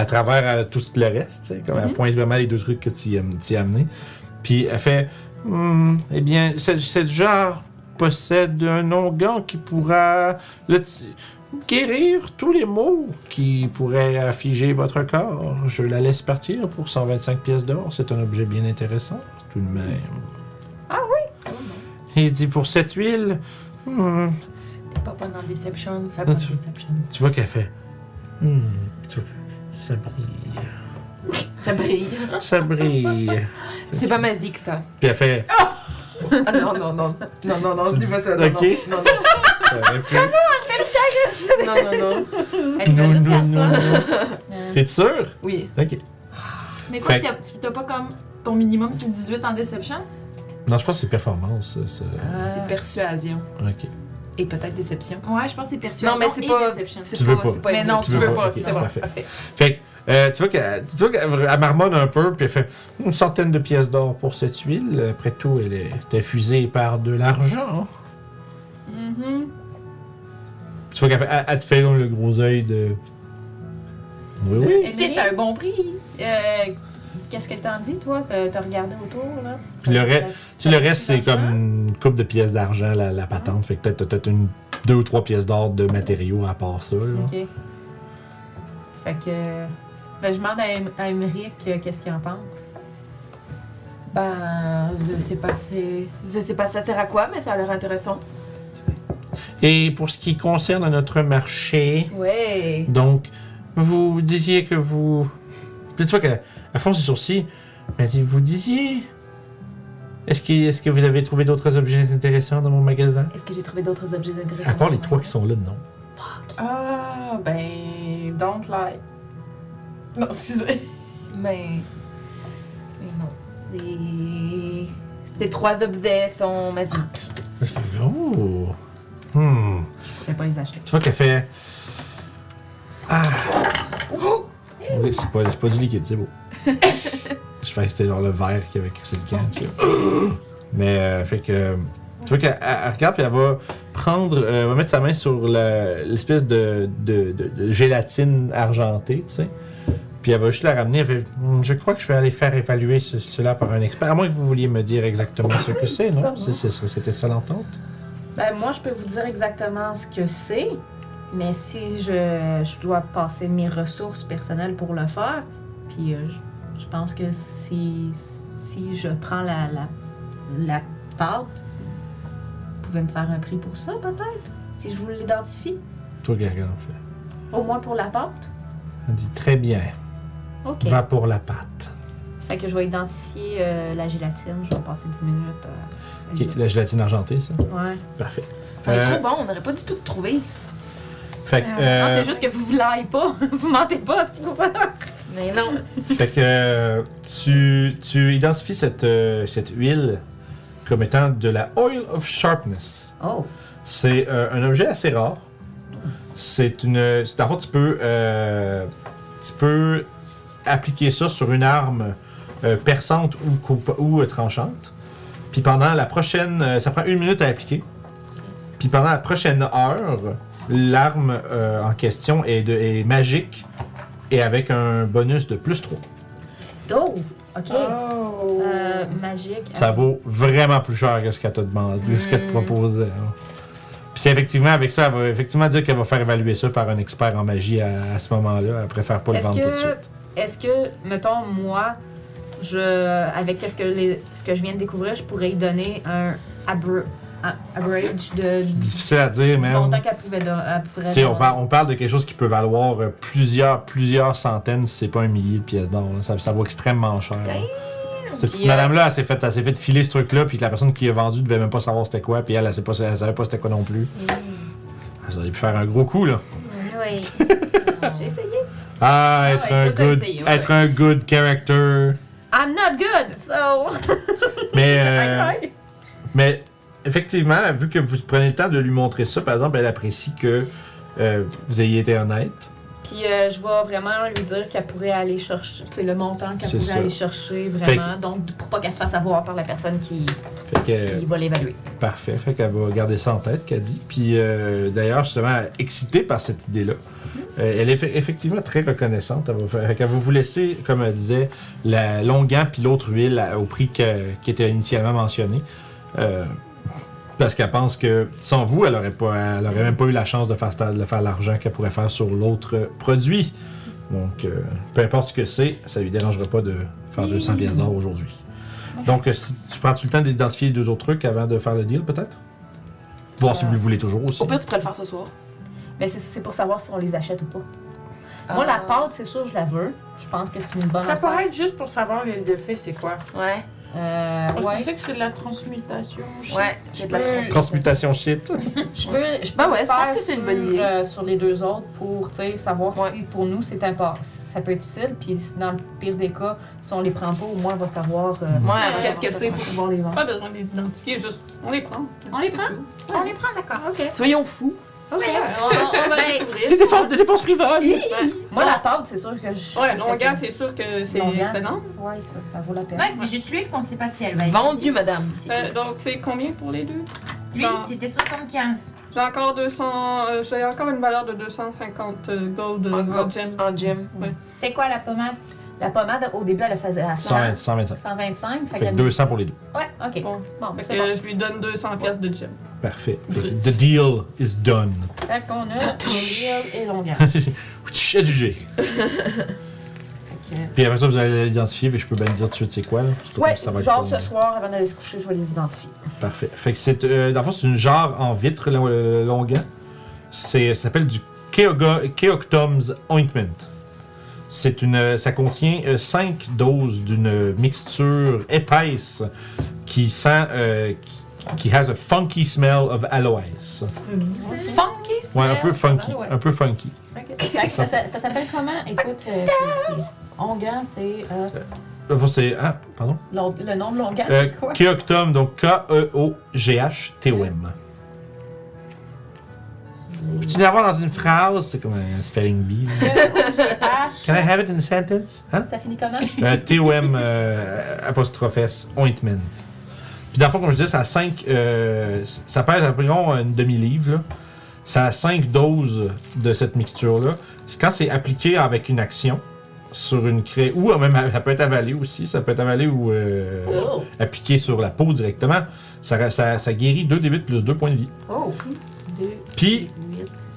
à travers euh, tout le reste, tu sais, comme elle pointe vraiment les deux trucs que tu y am- tu y as amenés. Puis elle fait, Hmm, eh bien, cette, cette genre possède un onguent qui pourra le t- guérir tous les maux qui pourraient affliger votre corps. Je la laisse partir pour 125 pièces d'or. C'est un objet bien intéressant, tout de même. Ah oui? Et dit pour cette huile, hmm,
Pas pas dans Deception, fais
pas
pas
de
Deception.
Ah, tu vois qu'elle fait. Hmm, tu vois que ça brille.
Ça brille.
Ça brille.
C'est pas magique, ça.
Puis elle fait.
Ah non, non, non. Non, non, non,
Tu-
dis pas ça. Non, non.
Ok.
Non, non.
Ça va plus.
Non, non, non.
Eh, T'imagines si elle se plante?
T'es sûr?
Oui.
Ok.
Mais quoi,
Fait-
t'as tu- t'as pas comme. Ton minimum, c'est 18 en Deception?
Non, je pense que c'est performance. ça, ça.
C'est persuasion.
Ok.
Et peut-être déception.
Ouais, je pense que c'est Persuasion
Non, mais c'est
et
pas-
Deception.
C'est
Tu veux pas.
c'est
Mais
évident.
non, tu veux pas,
ok,
c'est bon.
parfait.
Parfait.
Fait que, euh, tu vois qu'elle tu vois qu'elle- elle marmonne un peu, puis elle fait une centaine de pièces d'or pour cette huile. Après tout, elle est infusée par de l'argent. Tu vois qu'elle fait- elle- elle te fait donc, le gros œil de. Oui, oui.
C'est un bon prix.
Euh, Qu'est-ce que t'en dis, toi? T'as t'as regardé autour, là?
Puis le reste- Tu sais, le reste, c'est
D'argent.
comme une coupe de pièces d'argent, la, la patente. Fait que peut-être t'as peut-être une deux ou trois pièces d'or de matériaux à part ça. là.
OK. Fait que... Ben, je demande à, Em- à Emeric euh, qu'est-ce qu'il en pense.
Ben, je sais pas, c'est... Je sais pas ça sert à quoi, mais ça a l'air intéressant.
Et pour ce qui concerne notre marché,
Ouais.
donc, vous disiez que vous. Puis tu vois qu'elle elle fronce les sourcils. Elle dit Vous disiez. Est-ce que, est-ce que vous avez trouvé d'autres objets intéressants dans mon magasin
Est-ce que j'ai trouvé d'autres objets intéressants
À part les trois qui sont là, non.
Ah, ben. Don't lie. Non, excusez.
Mais... mais non. Les... Ces trois objets sont magiques.
Elle fait, Oh Hmm.
Je pourrais pas les acheter.
Tu vois qu'elle fait. Ah! Oui, c'est pas, c'est pas du liquide, c'est beau. Je pensais que c'était genre le verre qui avait crissé le camp. puis, euh, Mais euh, fait que. Tu vois qu'elle elle- elle regarde puis elle va prendre. euh, elle va mettre sa main sur la- l'espèce de, de- de- de gélatine argentée, tu sais. Puis elle va juste la ramener. Elle fait Hum, Je crois que je vais aller faire évaluer ce- cela par un expert. À moins que vous vouliez me dire exactement ce que c'est, non? C'est- c'est- C'était ça l'entente?
Ben, moi, je peux vous dire exactement ce que c'est, Mais si je, je dois passer mes ressources personnelles pour le faire, puis euh, je, je pense que si, si je prends la, la, la pâte, vous pouvez me faire un prix pour ça, peut-être, si je vous l'identifie.
Toi, Gargan, en fait.
Au moins pour la pâte.
Elle dit très bien.
OK.
Va pour la pâte.
Fait que je vais identifier euh, la gélatine. Je vais passer 10 minutes. euh,
Ok, la gélatine argentée, ça.
Ouais.
Parfait.
On est
Euh,
trop bon, on n'aurait pas du tout trouvé.
Fait que,
Ah, Non,
euh,
c'est juste que vous l'aillez pas. vous mentez pas, c'est pour ça.
Mais non.
fait que euh, tu, tu identifies cette, euh, cette huile comme étant de la Oil of Sharpness.
Oh.
C'est euh, un objet assez rare. C'est une. c'est- En fait, tu peux. euh, tu peux appliquer ça sur une arme euh, perçante ou, coupe- ou euh, tranchante. Puis pendant la prochaine. euh, ça prend une minute à appliquer. Puis pendant la prochaine heure, l'arme euh, en question est, de- est magique et avec un bonus de plus 3.
Oh. OK.
Oh.
Euh, magique.
Ça vaut vraiment plus cher que ce qu'elle te demande, ce qu'elle
Mm.
te proposait. hein. Puis c'est effectivement, avec ça, elle va effectivement dire qu'elle va faire évaluer ça par un expert en magie à, à ce moment-là. Elle préfère pas le
Est-ce
vendre
que-
tout de suite.
Est-ce que, mettons, moi, je, avec ce que, les- ce que je viens de découvrir, je pourrais y donner un abra- un average
C'est
de, du,
difficile à dire,
du
mais
montant qu'elle pouvait don- elle pourrait
on,
donner.
par- on parle de quelque chose qui peut valoir euh, plusieurs, plusieurs centaines, si c'est pas un millier de pièces d'or. là. Ça, ça vaut extrêmement cher. là. Cette petite
Puis, euh,
madame-là, elle s'est fait, elle s'est fait filer ce truc-là, puis la personne qui l'a vendu devait même pas savoir c'était quoi, puis elle, elle, sait pas, elle savait pas c'était quoi non plus.
Mm.
Ça aurait pu faire un gros coup, là.
Oui. J'ai essayé.
Ah, être,
ouais,
un,
toi, t'as
good,
essayé, ouais.
être un good character.
I'm not good,
Euh,
so.
Mais, euh, mais effectivement, vu que vous prenez le temps de lui montrer ça, par exemple, elle apprécie que euh, vous ayez été honnête.
Puis euh, je vais vraiment lui dire qu'elle pourrait aller chercher, tu sais, le montant qu'elle
C'est
pourrait
ça.
aller chercher vraiment. Donc, pour pas qu'elle se fasse avoir par la personne qui,
Fait que, euh,
qui va l'évaluer.
parfait. Fait qu'elle va garder ça en tête, qu'elle dit. Puis euh, d'ailleurs, justement, excitée par cette idée-là, euh, elle est eff- effectivement très reconnaissante. Elle va, faire- fait qu'elle va vous laisser, comme elle disait, la longan puis l'autre huile à- au prix que- qui était initialement mentionné. Euh, parce qu'elle pense que sans vous, elle n'aurait pas, elle aurait même pas eu la chance de faire, de faire l'argent qu'elle pourrait faire sur l'autre euh, produit. Donc, euh, peu importe ce que c'est, ça lui dérangera pas de faire 200 pièces d'or aujourd'hui. Donc, euh, si- tu prends-tu le temps d'identifier les deux autres trucs avant de faire le deal, peut-être? Voir si vous le voulez toujours aussi.
Au pire, tu pourrais le faire ce soir.
Mais c'est- c'est pour savoir si on les achète ou pas. Moi,
Ah.
la pâte, c'est sûr, je la veux. Je pense que c'est une bonne
Ça
affaire.
pourrait être juste pour savoir l'huile de fée, c'est quoi.
Ouais,
Euh, ouais.
Moi, Je pensais que c'est de la transmutation. je-
ouais.
Je
c'est de la
peux-
trans-
Transmutation shit.
Je peux, je peux
Ben ouais,
le
je
faire
pense que c'est une
sur,
bonne idée.
euh, sur les deux autres pour tu sais, savoir
Ouais.
si pour nous c'est important, ça peut être utile. Puis dans le pire des cas, si on les prend pas, au moins on va savoir
Ouais,
euh,
ouais,
qu'est-ce que c'est pour pouvoir les vendre.
Pas besoin de les identifier, juste on les prend.
On les
C'est
prend?
tout.
On les prend, d'accord.
Ok.
Soyons fous.
Ouais, on, on- on va
Ben,
les découvrir.
dépenses, des dépenses frivoles!
Moi, la pâte, c'est sûr que je.
Ouais,
que
longueur,
c'est-
c'est sûr que c'est
longueur,
excellent.
c'est- Ouais, ça, ça vaut la peine.
Ouais, c'est juste l'huile qu'on sait pas si elle va être.
Vendu, madame.
Euh, donc, c'est combien pour les deux?
Lui,
genre-
c'était 75.
J'ai encore 200. euh, J'ai encore une valeur de 250 euh, gold euh,
Encore.
en
Ah,
gem.
En gym.
C'était quoi la pommade?
La pommade, au début, elle la faisait à 100,
125.
125. Fait
Fait que
qu'elle-
200 pour les deux.
Ok.
Bon.
Bon, ben,
Fait
c'est
que je lui donne 200 pièces de gem.
Parfait. Fait que The deal is done.
bon. Fait qu'on a l'huile et longueur.
Adjugé. Puis après ça, vous allez l'identifier, mais je peux bien dire tout de suite c'est quoi. Là. Surtout
Ouais,
comme ça va être
genre
pas-
ce soir, avant d'aller se coucher, je vais les identifier.
Parfait. Fait que c'est. Euh, dans le fond, c'est une jarre en vitre lo- euh, longan. C'est, ça s'appelle du Keoga- Keoctom's Ointment. C'est une, euh, ça contient 5 doses d'une mixture épaisse qui sent. euh, qui, qui has a funky smell of aloès.
Funky,
Ouais, un peu funky.
aloès.
Un peu funky.
Ça, ça- ça s'appelle comment? Écoute, euh, c'est- c'est- Ongan, c'est. euh,
Euh, bon, c'est. Ah, pardon.
l'on- le nom de l'ongan,
Euh,
c'est quoi?
Keoctom, donc K-E-O-G-H-T-O-M. Tu l'avoir dans une phrase, c'est comme un spelling bee. là.
H.
Can I have it in a sentence? Hein?
Ça finit comment?
Euh, TOM euh, apostrophe S, ointment. Puis dans le fond, comme je disais, ça a 5. ça pèse environ une demi-livre. là. Ça a 5 doses de cette mixture-là. C'est Quand c'est appliqué avec une action sur une craie, ou euh, même ça peut être avalé aussi, ça peut être avalé ou euh, appliqué sur la peau directement, ça, ça- ça guérit 2d8 plus 2 points de vie.
Oh! Deux.
Puis,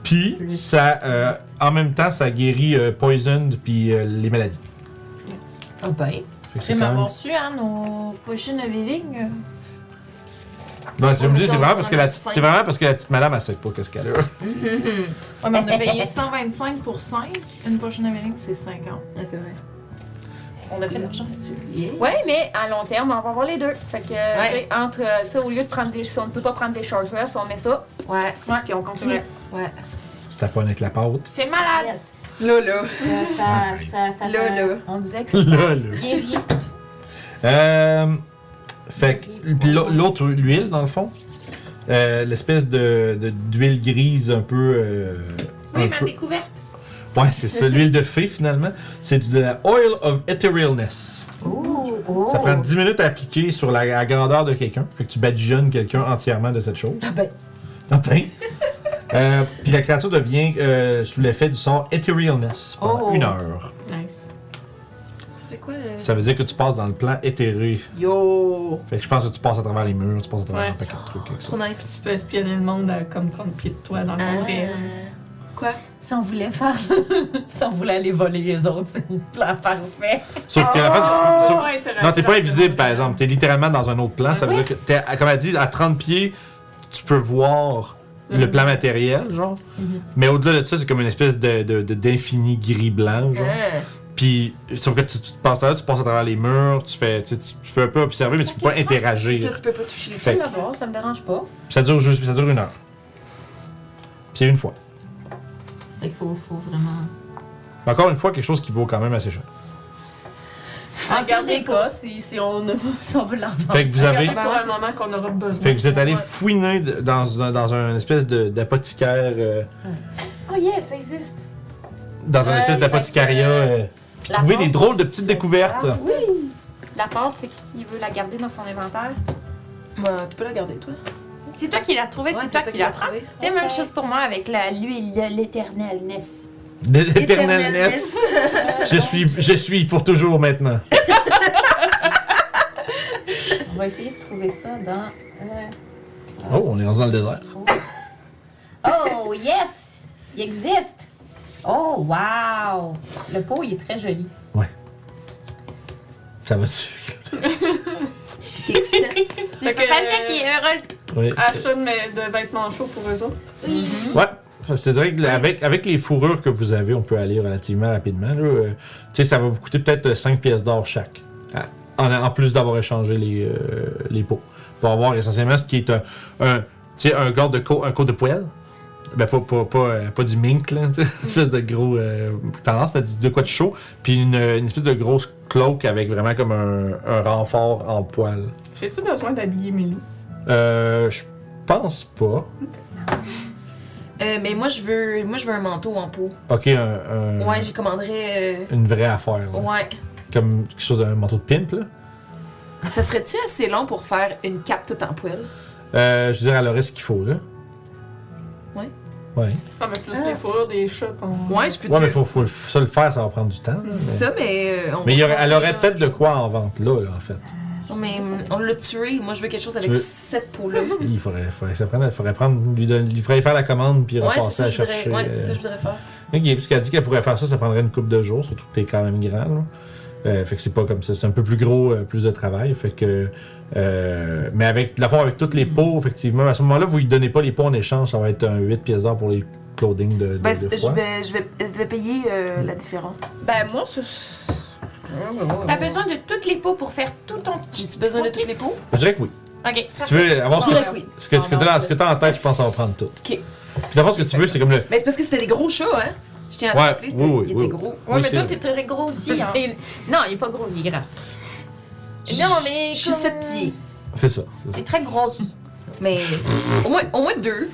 Puis, ça, euh, en même temps, ça guérit euh, Poisoned puis euh, les maladies.
Ah ben.
Fait que
Tu
c'est quand même-
m'avoir su, hein, nos potions de healing.
Ben, c'est- je me dis,
Ouais,
c'est vraiment parce que la
cinq.
c'est vraiment parce que la petite madame elle sait pas qu'est-ce qu'elle a.
Ouais, mais on a payé 125 pour 5. Une potion de healing, c'est 50.
Ah, c'est vrai.
On a fait de l'argent là-dessus.
Yeah.
Ouais, mais à long terme, on va avoir les deux. Fait que, tu sais, entre, euh, tu sais, au lieu de prendre des. Si on ne peut pas prendre des short rests, on met ça,
Ouais,
puis on continue.
ouais.
C'est ta avec la pâte.
C'est malade!
Yes.
Là, là.
Là, ça, ça, ça,
Là, là.
On disait que ça
là, là.
guérit.
Euh, fait que puis l'au- l'autre l'huile dans le fond, Euh, l'espèce de de- d'huile grise un peu. euh,
Oui,
un
ma
peu-
découverte!
Ouais, c'est ça, l'huile de fée finalement. C'est de la oil of etherealness. Ça prend 10 minutes à appliquer sur la, la grandeur de quelqu'un. Fait que tu badigeonnes quelqu'un entièrement de cette chose.
Ah ben.
Ah ben. Euh, puis la créature devient euh, sous l'effet du son etherealness pendant
Oh.
une heure.
Nice.
Ça fait quoi le.
Ça euh, veut dire que tu passes dans le plan éthéré.
Yo!
Fait que je pense que tu passes à travers les murs, tu passes à travers
Ouais.
un paquet de trucs. avec ça.
Trop nice.
Tu peux espionner le monde à comme 30 pieds de toi dans le monde réel.
Si on voulait faire. si on voulait aller voler les autres, c'est une plan parfait.
Sauf que la face,
Tu peux
sauf-
pas interagir
Non, t'es pas
avec le
invisible
monde
par
réel.
exemple. T'es littéralement dans un autre plan. Ça veut dire que, t'es à- comme elle dit, à 30 pieds, tu peux voir le plan matériel, genre. Mais au-delà de ça, c'est comme une espèce de- de- de- d'infini gris-blanc, genre. Puis, sauf que tu, tu te passes à tu passes à travers les murs, tu fais, tu, sais, tu peux un peu observer, mais tu peux pas
C'est ça,
interagir.
tu peux pas toucher.
Fait que-
Ça va, ça me dérange pas.
ça dure juste, ça dure une heure. Puis C'est une fois.
Fait qu'il faut, faut vraiment.
Mais Encore une fois, quelque chose qui vaut quand même assez cher.
En garde des cas, si, si, on, si on veut l'enfant.
Fait que vous avez,
Ah,
Regardez pour un moment qu'on aura besoin.
fait que vous êtes allé
Ouais.
fouiner de- dans, dans, dans un espèce de- d'apothicaire, euh,
Oh yes, ça existe!
dans un
Ouais,
espèce
fait que,
d'apothicaria, euh, puis
la
trouver
porte-
des drôles de petites découvertes.
Ah, oui! La porte, c'est qu'il veut la garder dans son inventaire.
Bah, tu peux la garder, toi.
C'est toi qui l'as trouvé,
Ouais,
c'est toi qui l'as trouvé.
trouvé.
C'est même chose pour moi avec la- l'huile de l'éternelness.
De l'éternelness. Je suis, je suis pour toujours maintenant.
On va essayer de trouver ça dans. euh,
Oh, on est rendu dans le désert.
Oh, yes! Il existe! Oh, wow! Le pot, il est très joli.
Ça va dessus.
C'est excitant.
Fait
C'est pas
que-
Patricia qui est heureuse.
Ah,
Oui.
Achat de, mes- de vêtements chauds pour eux autres.
Ouais. Enfin, je te dirais que avec, avec les fourrures que vous avez, on peut aller relativement rapidement. là. Euh, tu sais, ça va vous coûter peut-être 5 pièces d'or chaque. Ah, En, en plus d'avoir échangé les, euh, les pots. Pour avoir essentiellement ce qui est un, un, tu sais, un garde de co- un coat de poêle. Ben, pas, pas, pas, euh, pas du mink, là, tu sais, une espèce de gros euh, tendance, mais du- de quoi de chaud. Puis une, une espèce de grosse cloque avec vraiment comme un, un renfort en poêle.
J'ai-tu besoin d'habiller mes loups?
Euh, je pense pas.
Euh, mais moi, je veux moi je veux un manteau en peau.
Ok, un- un-
Ouais, j'y commanderais. euh,
une vraie affaire. là.
Ouais.
comme quelque chose d'un manteau de pimp, là.
Ça serait-tu assez long pour faire une cape toute en poêle?
Euh, je dirais, elle aurait ce qu'il faut, là.
Ouais.
Ouais.
Ah, mais plus les fourrures des chats qu'on.
Ouais, je peux
Ouais, mais faut, faut, ça le faire, ça va prendre du temps. là, mais-
dis ça, mais. euh, on
Mais
va
il y aurait- elle
penser,
aurait
là.
peut-être de quoi en vente, là, là, en fait.
Non, mais hum, on l'a tué. Moi, je veux quelque chose avec
veux-
cette peau-là.
Il faudrait, faudrait, que ça prenne- faudrait prendre, lui donner- il faudrait faire la commande, puis
Ouais, c'est
repasser
ça,
à
je voudrais,
chercher.
ouais, c'est ça que
euh,
je voudrais faire.
Ok, puisqu'elle dit qu'elle pourrait faire ça, ça prendrait une coupe de jours, surtout que t'es quand même grand. là. Euh, fait que c'est pas comme ça, c'est un peu plus gros, euh, plus de travail. Fait que, euh, mais avec, de la fois, avec toutes les pots, effectivement, à ce moment-là, vous lui donnez pas les pots en échange, ça va être un 8 pièces d'or pour les clothing de, de,
Ben,
de
je
froid.
vais, je vais, je vais payer euh, la différence.
Ben, moi, c'est.
T'as besoin de toutes les peaux pour faire tout ton.
J'ai-tu besoin de toutes les peaux?
Je dirais que oui.
Ok,
Si tu veux avoir ce que,
Je dirais oui.
ce que, ce que t'as- ce que t'as en tête, je pense qu'on va prendre tout.
Ok.
Puis d'abord, ce que tu veux, c'est comme le.
Mais c'est parce que c'était des gros chats, hein? Je tiens à te
Ouais,
rappeler, c'était-
oui, oui,
ils
oui.
étaient gros.
Ouais,
Oui,
mais
c'est
toi,
vrai.
t'es très gros aussi. Hein.
Il- Non, il est pas gros, il est grand.
Non, mais.
Je suis
comme-
sept pieds.
C'est ça. c'est ça.
T'es très grosse.
Mais au moins, au moins deux.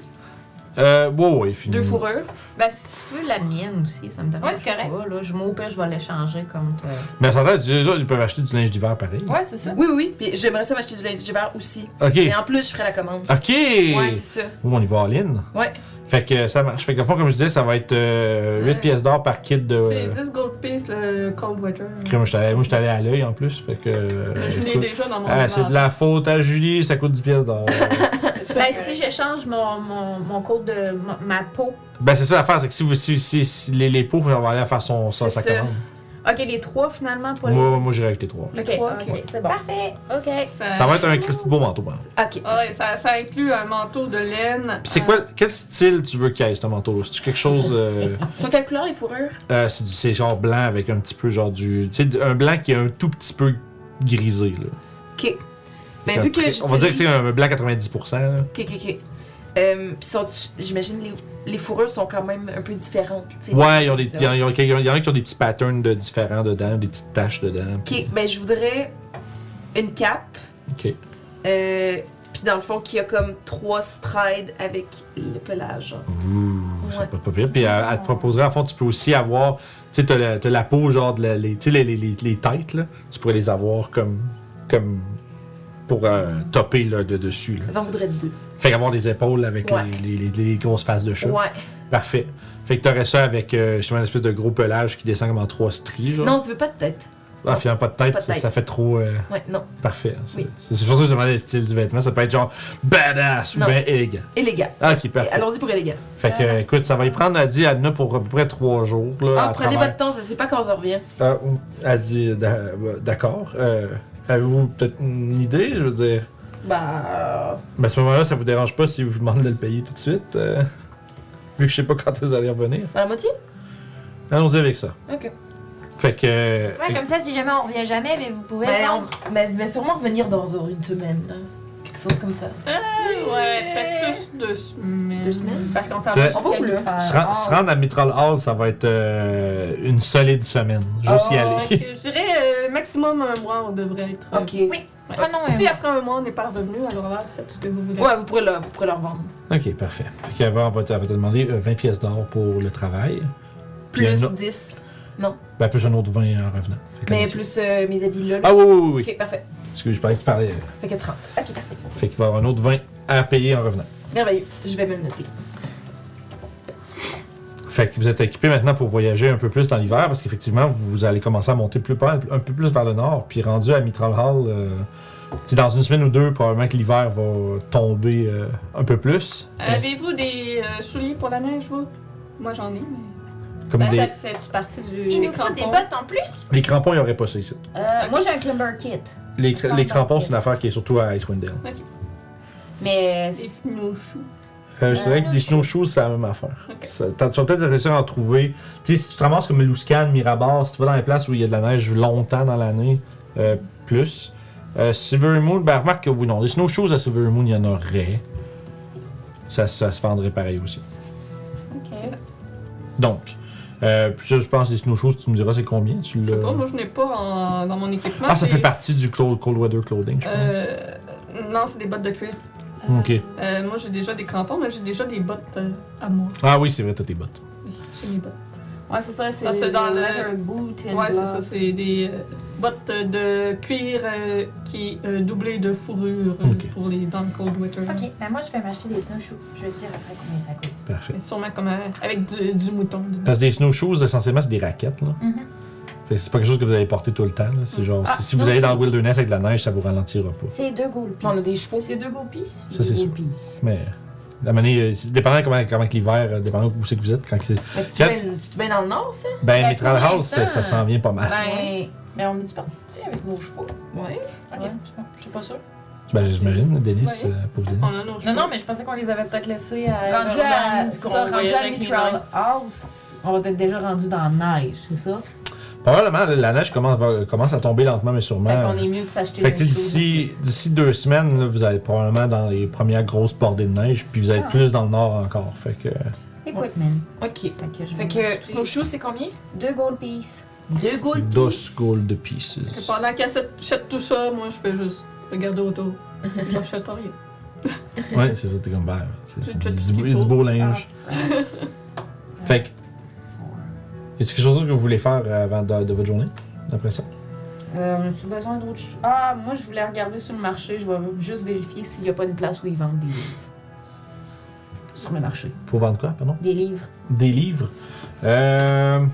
Euh, wow, ouais, fini.
Deux fourrures.
Ben, si tu veux la mienne aussi, ça me dérange
Ouais, c'est correct.
pas, là. Je m'opère, je vais l'échanger euh, comme toi.
Mais ça s'entend, tu- eux autres, ils peuvent acheter du linge d'hiver pareil.
Ouais, c'est ça.
Oui, oui, oui. Puis j'aimerais ça m'acheter du linge d'hiver aussi.
Ok.
Mais en plus, je ferai la commande.
Ok.
Ouais, c'est ça.
Ouh, on y va en ligne.
Ouais.
Fait que euh, ça marche. Fait que, au fond, comme je disais, ça va être 8
Ouais.
pièces d'or par kit de. euh,
C'est 10 gold piece le cold water.
Crème, Moi, je suis allé- moi, je suis allé à l'œil en plus. Fait que. euh,
Je l'ai
écoute.
déjà dans mon
Ah, c'est de la faute à Julie, ça coûte 10 pièces d'or.
inventaire, c'est
Ben, si j'échange mon, mon, mon code de ma, ma peau.
Ben, c'est ça l'affaire, c'est que si, vous, si, si- si les, les pauvres, on va aller faire son, son-
C'est
sa
ça.
commande.
Ok, les trois finalement pour les.
Moi, moi j'irai avec les trois.
Ok,
trois,
ok,
ok.
c'est bon.
Parfait.
Ok.
Ça,
Ça va être un Christy beau manteau, par exemple.
Ok.
Ah ouais, ça, ça inclut un manteau de laine.
Puis c'est
un-
quoi, quel style tu veux qu'il y ait, ce manteau-là? C'est-tu quelque chose. euh,
Sont quelle couleur les fourrures
euh, c'est, du- c'est genre blanc avec un petit peu, genre du. Tu sais, un blanc qui est un tout petit peu grisé, là.
Ok.
Fait
Ben, vu
qu'un-
que j'utilise.
On va dire que c'est un blanc 90%, là.
Ok, ok, ok. Euh, pis sont j'imagine les, les fourrures sont quand même un peu différentes. tu sais.
Ouais, ils ont des,
Ça.
il y, en- il y en a qui ont des petits patterns de différents dedans, des petites taches dedans.
Ok, ben je voudrais une cape.
Ok.
Euh, puis dans le fond, qui a comme trois strides avec le pelage. genre.
Ouh, ça
Ouais.
peut pas pire. Puis elle, elle te proposerait, en fond, tu peux aussi avoir. Tu sais, t'as la, t'as la peau, genre, de la- les, tu sais, les, les, les, les têtes, là. Tu pourrais les avoir comme. comme pour euh, topper, là, de dessus, là.
J'en voudrais deux.
Fait qu'avoir des épaules avec
Ouais.
les, les- les- les grosses faces de chat.
Ouais.
Parfait. Fait que t'aurais ça avec euh, justement une espèce de gros pelage qui descend comme en trois stries, genre.
Non, tu veux pas de tête.
Ah, finalement, pas de tête,
Pas de
ça-
tête.
Ça fait trop. euh,
Ouais, non.
Parfait. C'est
Oui.
c'est pour ça que je demandais le style du vêtement. Ça peut être genre badass ou
Non.
bien élégant.
Élégant.
Ah, ok,
Et
parfait.
Allons-y pour élégant.
Fait que, euh, écoute, ça va y prendre, elle dit, Anna, pour à peu près trois jours. Là,
Ah,
à
prenez
travers-
votre temps, je sais pas quand on revient.
Ah, ou- elle dit, d'a- euh, d'accord. Euh, Avez-vous peut-être une idée, je veux dire?
Bah.
Mais à ce moment-là, ça vous dérange pas si je vous demande de le payer tout de suite? euh, vu que je sais pas quand vous allez revenir.
À la moitié
Allons-y avec ça.
Ok.
Fait que... euh,
Ouais, comme ça, si jamais on revient jamais, mais vous pouvez.
Mais,
vendre.
Ben, on- mais, mais sûrement revenir dans genre une semaine. là. Quelque chose comme ça.
Ouais, peut-être plus deux semaines.
Deux semaines?
Parce qu'on s'en
C'est-
va
On va
jusqu'à
où, là?
l'hiver.
se, rend- se rendre à Mitral Hall, ça va être euh, une solide semaine. Juste y
Ah,
aller.
ok, Je dirais euh, maximum un mois, on devrait être.
Ok.
Oui. Prenons un.
Si après un mois on n'est pas revenu, alors là, faites ce que vous voulez.
Ouais, vous pourrez le, vous pourrez le revendre.
Ok, parfait. Fait qu'elle va, elle va te elle va te demander euh, 20 pièces d'or pour le travail. Puis
Plus
un autre-
10.
ben, plus un autre 20 en revenant. Fait que la
Mais
moitié.
plus euh, mes habits là. là.
Ah oui, oui, oui, oui.
Ok, parfait.
Excuse, je parlais que tu parlais.
Fait que 30. Ok, parfait.
Fait qu'il va y avoir un autre 20 à payer en revenant.
Merveilleux. Je vais me le noter.
Fait que vous êtes équipé maintenant pour voyager un peu plus dans l'hiver parce qu'effectivement, vous allez commencer à monter plus pas- un peu plus vers le nord. Puis rendu à Mitral Hall, euh, tu sais, dans une semaine ou deux, probablement que l'hiver va tomber euh, un peu plus.
Avez-vous des euh, souliers pour la neige, vous Moi j'en ai, mais.
Comme
Ben,
des,
ça fait-tu partie du.
Il
les
nous faut des
crampons.
bottes hein. en plus.
les crampons, il n'y aurait pas ça ici.
Euh, Moi, j'ai un Climber Kit.
Les, cra- les
Crampons,
crampons,
ok.
c'est une affaire qui est surtout à Icewind Dale.
Mais
Des snowshoes.
Euh, je dirais que des snowshoes, c'est la même affaire.
Ok.
Ça- t'as- tu vas peut-être réussir à en trouver. Tu sais, si tu te ramasses comme Luscan, Mirabar, si tu vas dans les places où il y a de la neige longtemps dans l'année, euh, plus. Euh, Silver Moon, ben remarque que oui, non. Des snowshoes à Silver Moon, il y en aurait. Ça, ça se vendrait pareil aussi.
Ok.
Donc, euh, puis ça, je pense, des snowshoes, tu me diras c'est combien. Tu
Je sais
le...
pas, moi je n'ai pas en- dans mon équipement.
Ah, ça
c'est-
fait partie du cold, cold weather clothing, je pense.
Euh, non, c'est des bottes de cuir.
Ok.
Euh, moi j'ai déjà des crampons, mais j'ai déjà des bottes euh, à moi.
Ah oui, c'est vrai, t'as tes bottes.
J'ai mes bottes.
Ouais, c'est ça, c'est.
Ah, c'est dans
des
le-
leather boot and
Ouais, c'est
blah.
ça, c'est des euh, bottes de cuir euh, qui euh, doublées de fourrure euh,
Ok.
pour les dans le cold weather.
Ok, ben moi je vais m'acheter des snowshoes. Je vais te dire après combien ça coûte.
Parfait.
Mais Sûrement comme euh, avec du, du mouton. dedans.
Parce que des snowshoes, essentiellement, c'est des raquettes. Là.
Mhm.
Fait que c'est pas quelque chose que vous allez porter tout le temps. là. C'est genre,
Ah,
si, si vous allez dans le wilderness avec de la neige, ça vous ralentira pas.
C'est deux gold
On a des chevaux.
C'est deux gopies.
Ça, c'est sûr. Mais, la manière, dépendant comment, comment que l'hiver, euh, dépendant où c'est que vous êtes, quand que c'est.
Mais si tu
Quatre.
mets une- si tu mets dans le nord, ça?
Ben,
Ben,
Mitral
pour
House, ça, ça
l'instant,
s'en vient pas mal.
Ben,
Mais on a dû partir avec nos chevaux.
Ouais.
Ok,
Ouais.
je sais pas- je suis pas sûre.
Ben, j'imagine, Denis,
Ouais.
euh, pauvre Denis.
On a nos
Non,
cheveux.
non, mais je pensais qu'on les avait peut-être laissés à.
rendu à.
Urban, Euh, ben, qu'on
Ça, rendu
voyageait
à
avec les
Mitral
nains.
House, on va être déjà rendu dans la neige, c'est ça?
Probablement, la- la neige commence, va- commence à tomber lentement, mais
Fait
sûrement. euh,
qu'on est mieux de s'acheter
Fait que tu sais,
des choses.
d'ici, d'ici deux semaines, là, vous allez probablement dans les premières grosses bordées de neige, puis vous allez
Ah.
plus dans le nord encore. Fait que.
Écoute, man.
Ok.
Fait que je
Fait
vais
que
m'acheter
snowshoes, c'est combien?
Deux gold pieces.
Deux gold.
Dos gold pieces.
Que Pendant qu'elle s'achète tout ça, moi je fais juste regarder autour. J'achète rien.
Ouais, c'est ça, t'es comme ben, c'est c'est
Tout
du,
ce qu'il
du- du
faut. Ah.
beau linge. fait que. Est-ce quelque chose d'autre que vous voulez faire avant de, de votre journée? Après ça?
Euh, tu besoin d'autres choses? Ah, moi, je voulais regarder sur le marché. Je vais juste vérifier s'il n'y a pas une place où ils vendent des livres. Sur le marché.
Pour vendre quoi, pardon?
Des livres.
Des livres. Euh.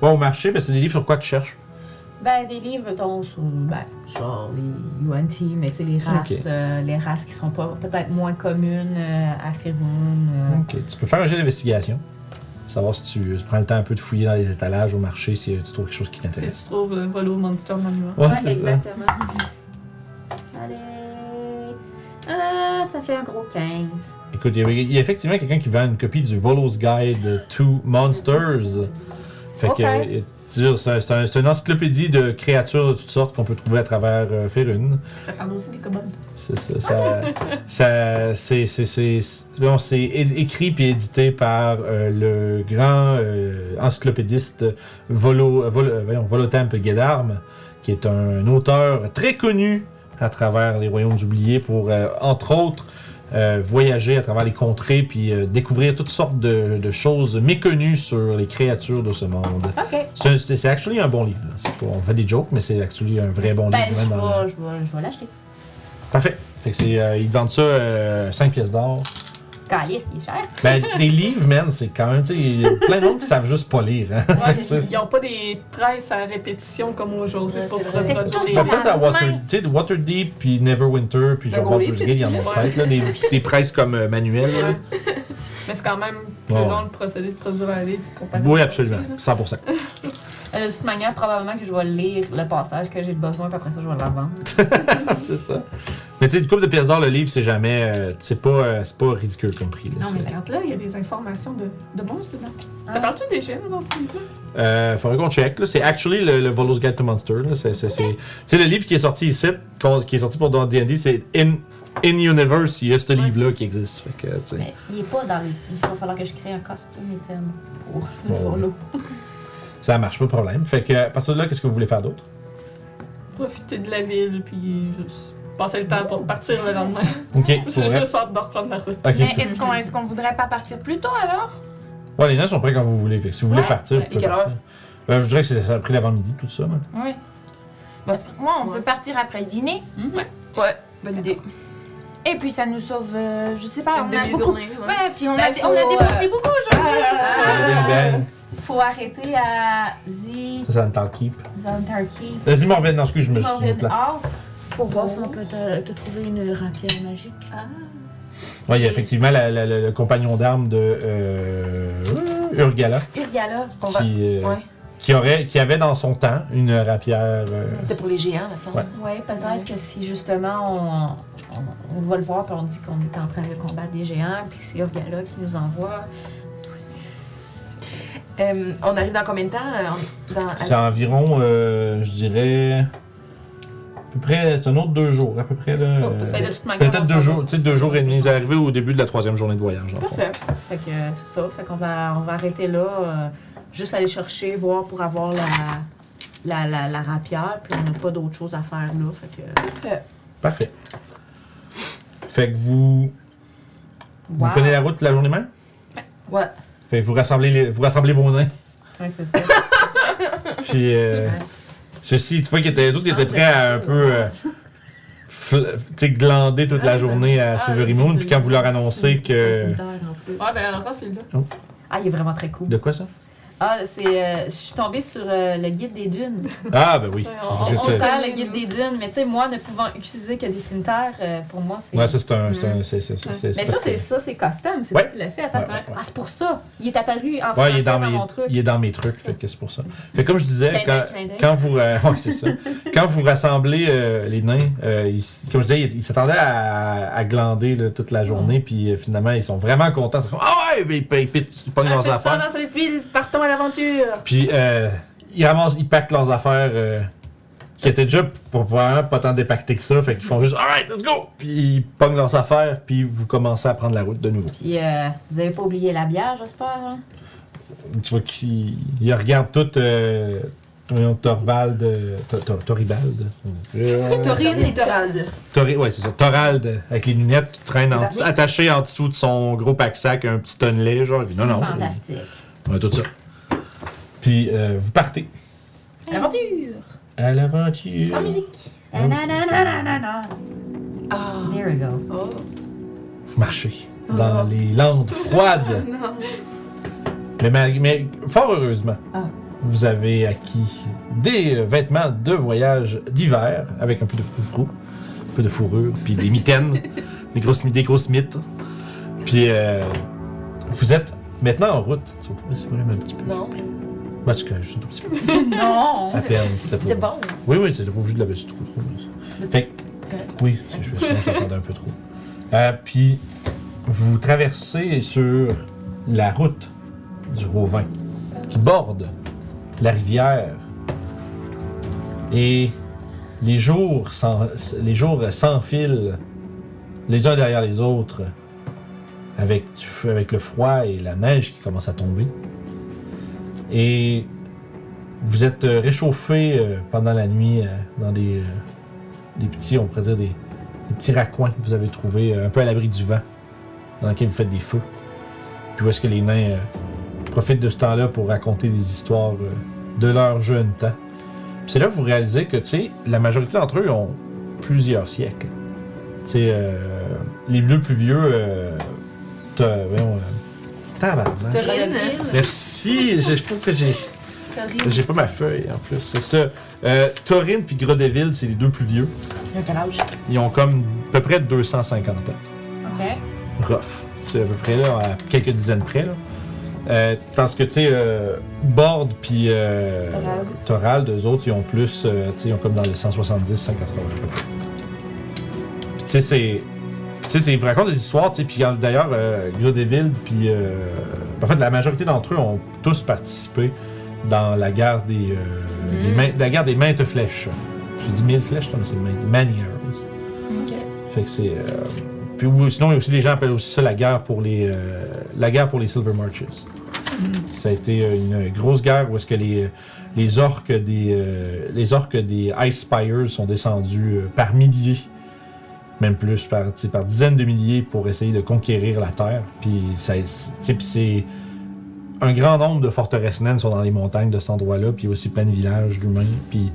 Ouais, au marché, ben, c'est des livres sur quoi tu cherches.
Ben, des livres, mettons, sur, ben, genre les UNT, mais c'est les races,
Ok.
euh, les races qui sont pas, peut-être moins communes euh, à euh, Ferun.
Ok, tu peux faire un jet d'investigation. Savoir si tu, tu prends le temps un peu de fouiller dans les étalages au marché si tu trouves quelque chose qui
Si
t'intéresse.
tu trouves le volo Monster Manual.
Ouais,
exactement. Allez. Ah, ça fait un gros 15.
Écoute, il y, a, il y a effectivement quelqu'un qui vend une copie du Volo's Guide to Monsters. Fait que,
Ok.
euh, tu sais, c'est un- c'est un- c'est une encyclopédie de créatures de toutes sortes qu'on peut trouver à travers euh, Faerun.
Ça parle aussi des kobolds.
C'est ça. ça, ça- c'est- c'est- c'est- c'est- bon, c'est é- écrit et édité par euh, le grand euh, encyclopédiste Volo, Vol- euh, voyons, Volotamp Guedarme, qui est un, auteur très connu à travers les royaumes oubliés pour, euh, entre autres, euh, voyager à travers les contrées puis euh, découvrir toutes sortes de, de choses méconnues sur les créatures de ce monde.
Ok.
C'est- C'est c'est actually un bon livre. là. C'est pas- on fait des jokes, mais c'est actually un vrai bon
Ben,
livre.
je
même dans le-
vais, je vais, je vais l'acheter.
Parfait. Fait que c'est, euh, ils te vendent ça 5 pièces d'or.
Calice, il est cher.
Ben, des livres, man, c'est quand même, tu sais, il y a plein de monde qui savent juste pas lire. hein.
Ouais,
Tu sais,
ils n'ont pas des presses à répétition comme aujourd'hui
Ouais,
pour
c'est vrai.
reproduire.
C'était tout
Ils sont
ça.
peut-être à Water, tu sais, de Waterdeep, puis Neverwinter, puis
Un
genre
gros
Baldur's
livre,
Gate, il y en a
ouais.
peut-être, là, des, des presses comme euh, manuel. là.
Mais c'est quand même plus
Ouais.
long le procédé de produire un livre comparé
Oui,
à-
absolument, 100%.
Euh, de toute manière, probablement que je vais lire le passage que j'ai besoin, puis après ça, je vais le revendre.
c'est ça. Mais tu sais, une coupe de pièces d'or, le livre, c'est jamais, euh, c'est pas, euh, c'est pas ridicule comme prix. là,
Non, mais
c'est-
regarde là, il y a des informations de, de monstres dedans. Ça
Ah.
parle-tu des gemmes dans ce livre-là?
Euh, faudrait qu'on check. là. C'est actually le, le Volo's Guide to Monster. là. C'est, c'est, c'est- c'est le livre qui est sorti ici, qu'on- qui est sorti pour dans D&D, c'est In, In Universe, il y a ce livre-là qui existe. Fait que, tu sais,
Mais il est pas dans le. Il va falloir que je crée un costume éternel pour le
Bon,
volo.
ça marche, pas de problème. Fait que, à partir de là, qu'est-ce que vous voulez faire d'autre?
Profiter de la ville, puis juste passer le temps pour partir le lendemain.
Ok, pour
J'ai
vrai.
juste hâte de reprendre la route.
Ok.
Mais est-ce qu'on est qu'on voudrait pas partir plus tôt alors?
Ouais, les nains sont prêts quand vous voulez. Fait que si vous voulez
Ouais,
partir,
ouais.
vous pouvez
Et quelle
partir. Euh, je dirais que c'est- ça a pris l'avant-midi, tout ça. là.
Oui. Parce que moi, on
Ouais.
peut partir après le dîner.
Ouais, bonne idée.
Et puis ça nous sauve, euh, je sais pas,
Une
on a beaucoup.
demi-journée, ouais.
Ouais, puis on,
Ben,
a,
faut,
on a dépensé
euh,
beaucoup aujourd'hui.
Ah!
Ah.
Bing, bang.
Faut arrêter à Z
Ça ne t'en keep.
Zantarki.
Vas-y, Morven, dans ce que je me suis
Morven Ah.
placé.
Hall. Pour voir si on peut.
peut te, te trouver une rapière magique.
Ouais, il y a effectivement la- la- la- le compagnon d'armes de euh, Urgala.
Urgala.
On va.
qui, euh,
Ouais.
qui, aurait, qui avait dans son temps une rapière. euh,
C'était pour les géants, la semble.
Ouais.
Ouais, peut-être que si justement on, on, on va le voir puis on dit qu'on est en train de combattre des géants puis que c'est Urgala qui nous envoie.
Euh, on arrive dans combien de temps? euh, en- dans-
c'est environ, euh, je dirais, à peu près, c'est un autre deux jours, à peu près. là.
Oh,
euh,
parce que
Ben, de toute manière,
Peut-être
on s'en
deux
va.
jours, tu sais, deux jours et demi. Ils arrivés au début de la troisième journée de voyage, dans le fond.
Parfait.
Fait que euh, c'est ça, fait qu'on va, on va arrêter là, euh, juste aller chercher, voir pour avoir la, la, la, la rapière, puis on n'a pas d'autre chose à faire là. Fait que,
Parfait. Fait que vous. Vous
Wow.
prenez la route la journée même?
Ouais.
Fait que vous rassemblez, les- vous rassemblez vos nains.
ouais, c'est ça.
Puis. euh, Ceci, tu vois qu'ils étaient, les autres, ils étaient prêts à un peu. euh, fl- tu sais, glander toute la journée à Silvery Moon. Puis quand vous leur annoncez
C'est un
que.
cimetière, en plus.
Ouais, ben, Raph, il est là.
Ah, il est vraiment très cool.
De quoi ça?
Ah, c'est. euh, je suis tombée sur euh, le guide des dunes.
Ah, ben oui.
Ouais,
Vous
on-
êtes,
On
euh,
parle le guide des dunes, mais tu sais, moi, ne pouvant utiliser que des cimetières, euh, pour moi, c'est.
Ouais, ça, c'est un. c'est un- c'est- c'est- c'est-
Mm. mais
c'est
ça,
parce
c'est
que-
ça, c'est custom, c'est
Ouais.
toi qui l'as fait. Attends.
Ouais, ouais, ouais.
Ah, c'est pour ça. Il est apparu en
Ouais,
français
il est, dans mes,
mon truc.
il est dans mes trucs, fait que c'est pour ça. Fait que comme je disais,
Clin
quand,
d'œil, clin d'œil.
quand vous, euh, ouais, c'est ça. quand vous rassemblez euh, les nains, euh, ils- comme je disais, ils ils s'attendaient à, à glander là, toute
Mm.
la journée, puis euh, finalement, ils sont vraiment contents. Ils sont comme, ah ouais, ils, ils, ils, ils
Ah,
pognent leurs
c'est le temps
affaires.
dans cette ville, partons à l'aventure!
Puis euh, ils ramassent, ils packent leurs affaires euh, qui étaient déjà probablement pas tant dépactées que ça. Fait qu'ils font juste Alright, let's go! Puis ils pognent leurs affaires, puis vous commencez à prendre la route de nouveau.
Puis, euh, vous avez pas oublié la bière, j'espère. hein?
Tu vois qu'ils ils regardent tout. Euh, voyons, Torvald. euh, Tor- Tor- Toribald. Euh,
Taurine et Torald.
Tori- ouais, c'est ça. Torald, avec les lunettes qui traînent en,
La
dessous- attachées en dessous de son gros pack-sac, un petit tonnelet, genre. il dit, Non, non,
Fantastique.
on a tout ça. Puis euh, vous partez
L'aventure.
à l'aventure.
Sans musique.
Ah
Na, na, na, na, na, na.
Ah.
There we go.
Oh.
Vous marchez dans les landes froides.
Non.
Mais, mal- mais fort heureusement,
Ah.
vous avez acquis des euh, vêtements de voyage d'hiver avec un peu de froufrou, un peu de fourrure, puis des mitaines, des grosses, mi- des grosses mites. Puis euh, vous êtes maintenant en route. Tu vas pouvoir essayer de voler un petit peu.
Non.
Bah, tu connais juste un tout petit peu.
Non!
À peine, tout à fait.
C'était bon.
Oui, oui, c'était pas obligé de la baisser trop, trop. Mais... Fait que- oui, c'est- je vais j'attendais un peu trop. Euh, puis, vous traversez sur la route du Rovin qui borde la rivière. Et les jours s'en- les jours s'enfilent les uns derrière les autres avec, du f- avec le froid et la neige qui commence à tomber. Et vous êtes euh, réchauffé euh, pendant la nuit euh, dans des, euh, des petits, on pourrait dire, des, des petits raccoins que vous avez trouvés euh, un peu à l'abri du vent, dans lequel vous faites des feux. Puis où est-ce que les nains euh, profitent de ce temps-là pour raconter des histoires euh, de leur jeune temps. Puis c'est là que vous réalisez que, tu sais, la majorité d'entre eux ont plusieurs siècles. Tu sais, euh, les bleus plus vieux, euh, t'as, voyons, euh, tabarnak.
Taurine. hein?
Merci, je je trouve que j'ai... J'ai pas ma feuille en plus, c'est ça. Euh, Torin puis Grodeville, c'est les deux plus vieux.
Quel âge?
Ils ont comme à peu près 250 ans.
Ok.
Rough. C'est à peu près là, à quelques dizaines près. Là. Euh, tandis que, tu sais, euh, Bord puis euh,
Thorald.
Thorald, eux autres, ils ont plus, euh, tu sais, ils ont comme dans les 170, 180. à peu près. Puis, tu sais, c'est. puis, Tu sais, c'est- ils vous racontent des histoires, tu sais, puis euh, d'ailleurs, euh, Grodeville, puis. euh, en fait, la majorité d'entre eux ont tous participé dans la guerre des. euh, des main- la guerre des maintes flèches. J'ai dit mille flèches, non, mais c'est maintes. Many arrows. Fait que c'est. euh, puis ou- sinon, il y a aussi les gens appellent aussi ça la guerre pour les euh, la guerre pour les Silver Marches. Ça a été euh, une grosse guerre où est-ce que les les orques des euh, les orques des Ice Spires sont descendus euh, par milliers, même plus par tu sais, par dizaines de milliers pour essayer de conquérir la terre. Puis ça tu sais, puis c'est un grand nombre de forteresses naines sont dans les montagnes de cet endroit-là, puis il y a aussi plein de villages d'humains. Puis,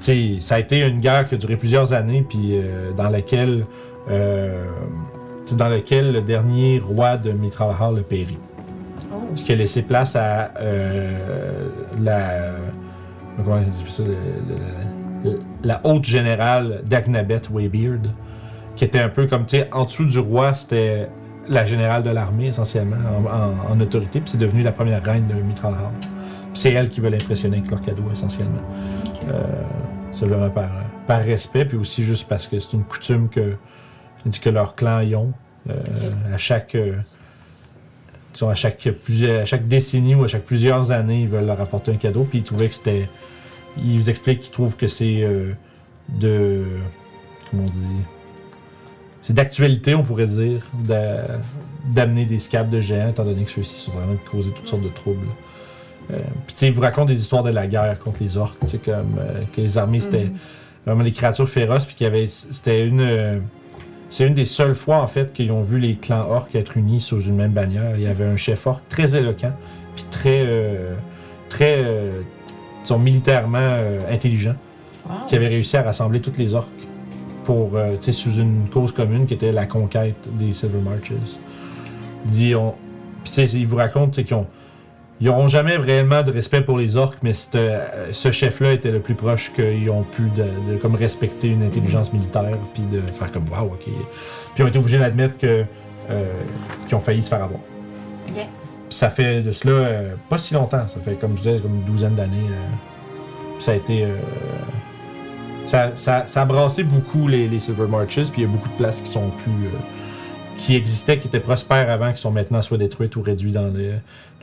tu sais, ça a été une guerre qui a duré plusieurs années, puis euh, dans laquelle euh, c'est dans lequel le dernier roi de Mitralhar le périt. Ce qui a laissé place à euh, la, euh, comment on dit ça, le- le- le- la haute générale d'Agnabet Waybeard, qui était un peu comme, tu sais, en dessous du roi, c'était la générale de l'armée essentiellement en, en- en autorité, puis c'est devenu la première reine de Mitralhar. C'est elle qui veut l'impressionner avec leur cadeau essentiellement. Euh, simplement par, par respect, puis aussi juste parce que c'est une coutume que il dit que leur clan y ont. euh, À chaque. euh, disons, à chaque, plusieurs, à chaque décennie ou à chaque plusieurs années, ils veulent leur apporter un cadeau. Puis ils trouvaient que c'était. Ils vous expliquent qu'ils trouvent que c'est euh, de. Comment on dit C'est d'actualité, on pourrait dire, d'a- d'amener des scabs de géants, étant donné que ceux-ci sont en train de causer toutes sortes de troubles. Euh, puis, tu sais, ils vous racontent des histoires de la guerre contre les orques, tu sais, comme euh, que les armées, c'était vraiment des créatures féroces, puis qu'il y avait. C'était une. euh, c'est une des seules fois, en fait, qu'ils ont vu les clans orques être unis sous une même bannière. Il y avait un chef orc très éloquent, puis très, euh, très, euh, disons, militairement euh, intelligent, qui avait réussi à rassembler toutes les orques pour, euh, tu sais, sous une cause commune qui était la conquête des Silver Marches. Il dit, on- Puis, tu sais, il vous raconte, tu sais, qu'ils ont... Ils n'auront jamais réellement de respect pour les orques, mais c'était- euh, ce chef-là était le plus proche qu'ils ont pu de, de comme respecter une intelligence militaire, puis de faire comme wow, ok. Puis ils ont été obligés d'admettre que euh, qu'ils ont failli se faire avoir. Puis ça fait de cela euh, pas si longtemps, ça fait comme je disais, comme une douzaine d'années. euh. Puis ça a été. euh, ça, ça, ça a brassé beaucoup les, les Silver Marches, puis il y a beaucoup de places qui sont plus. euh, qui existaient, qui étaient prospères avant, qui sont maintenant soit détruites ou réduites dans les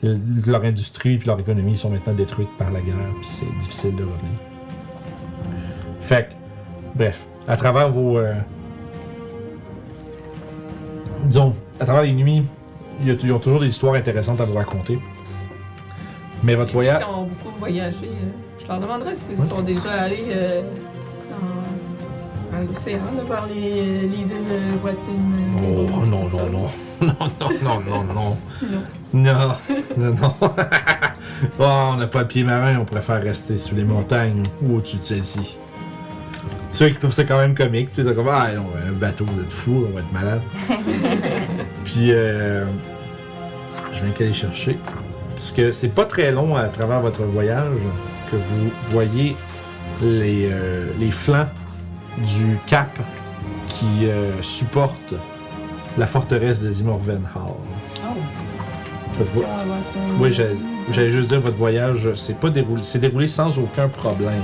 le- leur industrie puis leur économie sont maintenant détruites par la guerre, puis c'est difficile de revenir. Fait que, bref, à travers vos. euh, disons, à travers les nuits, il y a- ils ont toujours des histoires intéressantes à vous raconter. Mais votre
Les gens
voyage.
qui ont beaucoup voyagé, euh, je leur demanderais s'ils
Oui.
sont déjà allés euh, en- à l'océan, là, vers les, les îles euh, Watine.
Oh non, non, non. Non, non, non, non, non. Non, non, non. oh, on n'a pas de pied marin, on préfère rester sous les montagnes ou au-dessus de celles-ci. Ceux qui trouvent ça quand même comique, tu sais, c'est comme Ah, on va- un bateau, vous êtes fous, on va être malade. Puis, euh, je viens qu'aller chercher. Parce que c'est pas très long à travers votre voyage que vous voyez les, euh, les flancs du cap qui euh, supporte la forteresse des Imorvenhall.
Ah
Votre vo- Oui, j'allais- j'allais juste dire votre voyage s'est pas déroulé, s'est déroulé sans aucun problème.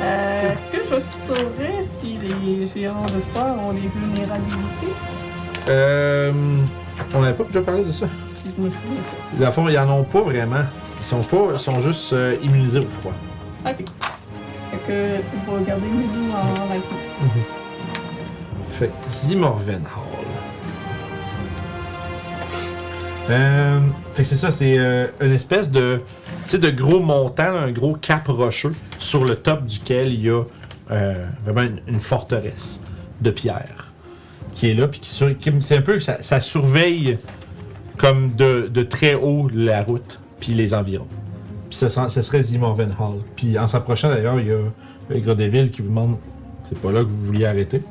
Euh, Est-ce que je saurais si les géants de froid ont des vulnérabilités?
Euh, on n'avait pas déjà parlé de ça.
Je me souviens pas.
Dans le fond, ils en ont pas vraiment. Ils sont pas, ils sont juste euh, immunisés au froid.
Ok. Fait que je vais garder mes loups en vêtements.
Fait que Zimorven Euh, fait que c'est ça, c'est euh, une espèce de, tu sais, de gros montant, là, un gros cap rocheux sur le top duquel il y a euh, vraiment une, une forteresse de pierre qui est là, puis qui, sur- qui- c'est un peu, ça, ça surveille comme de, de très haut la route, puis les environs. Puis ce, sera- ce serait Zimorven Hall. Puis en s'approchant d'ailleurs, il y a le gars des villes qui vous demande, c'est pas là que vous vouliez arrêter.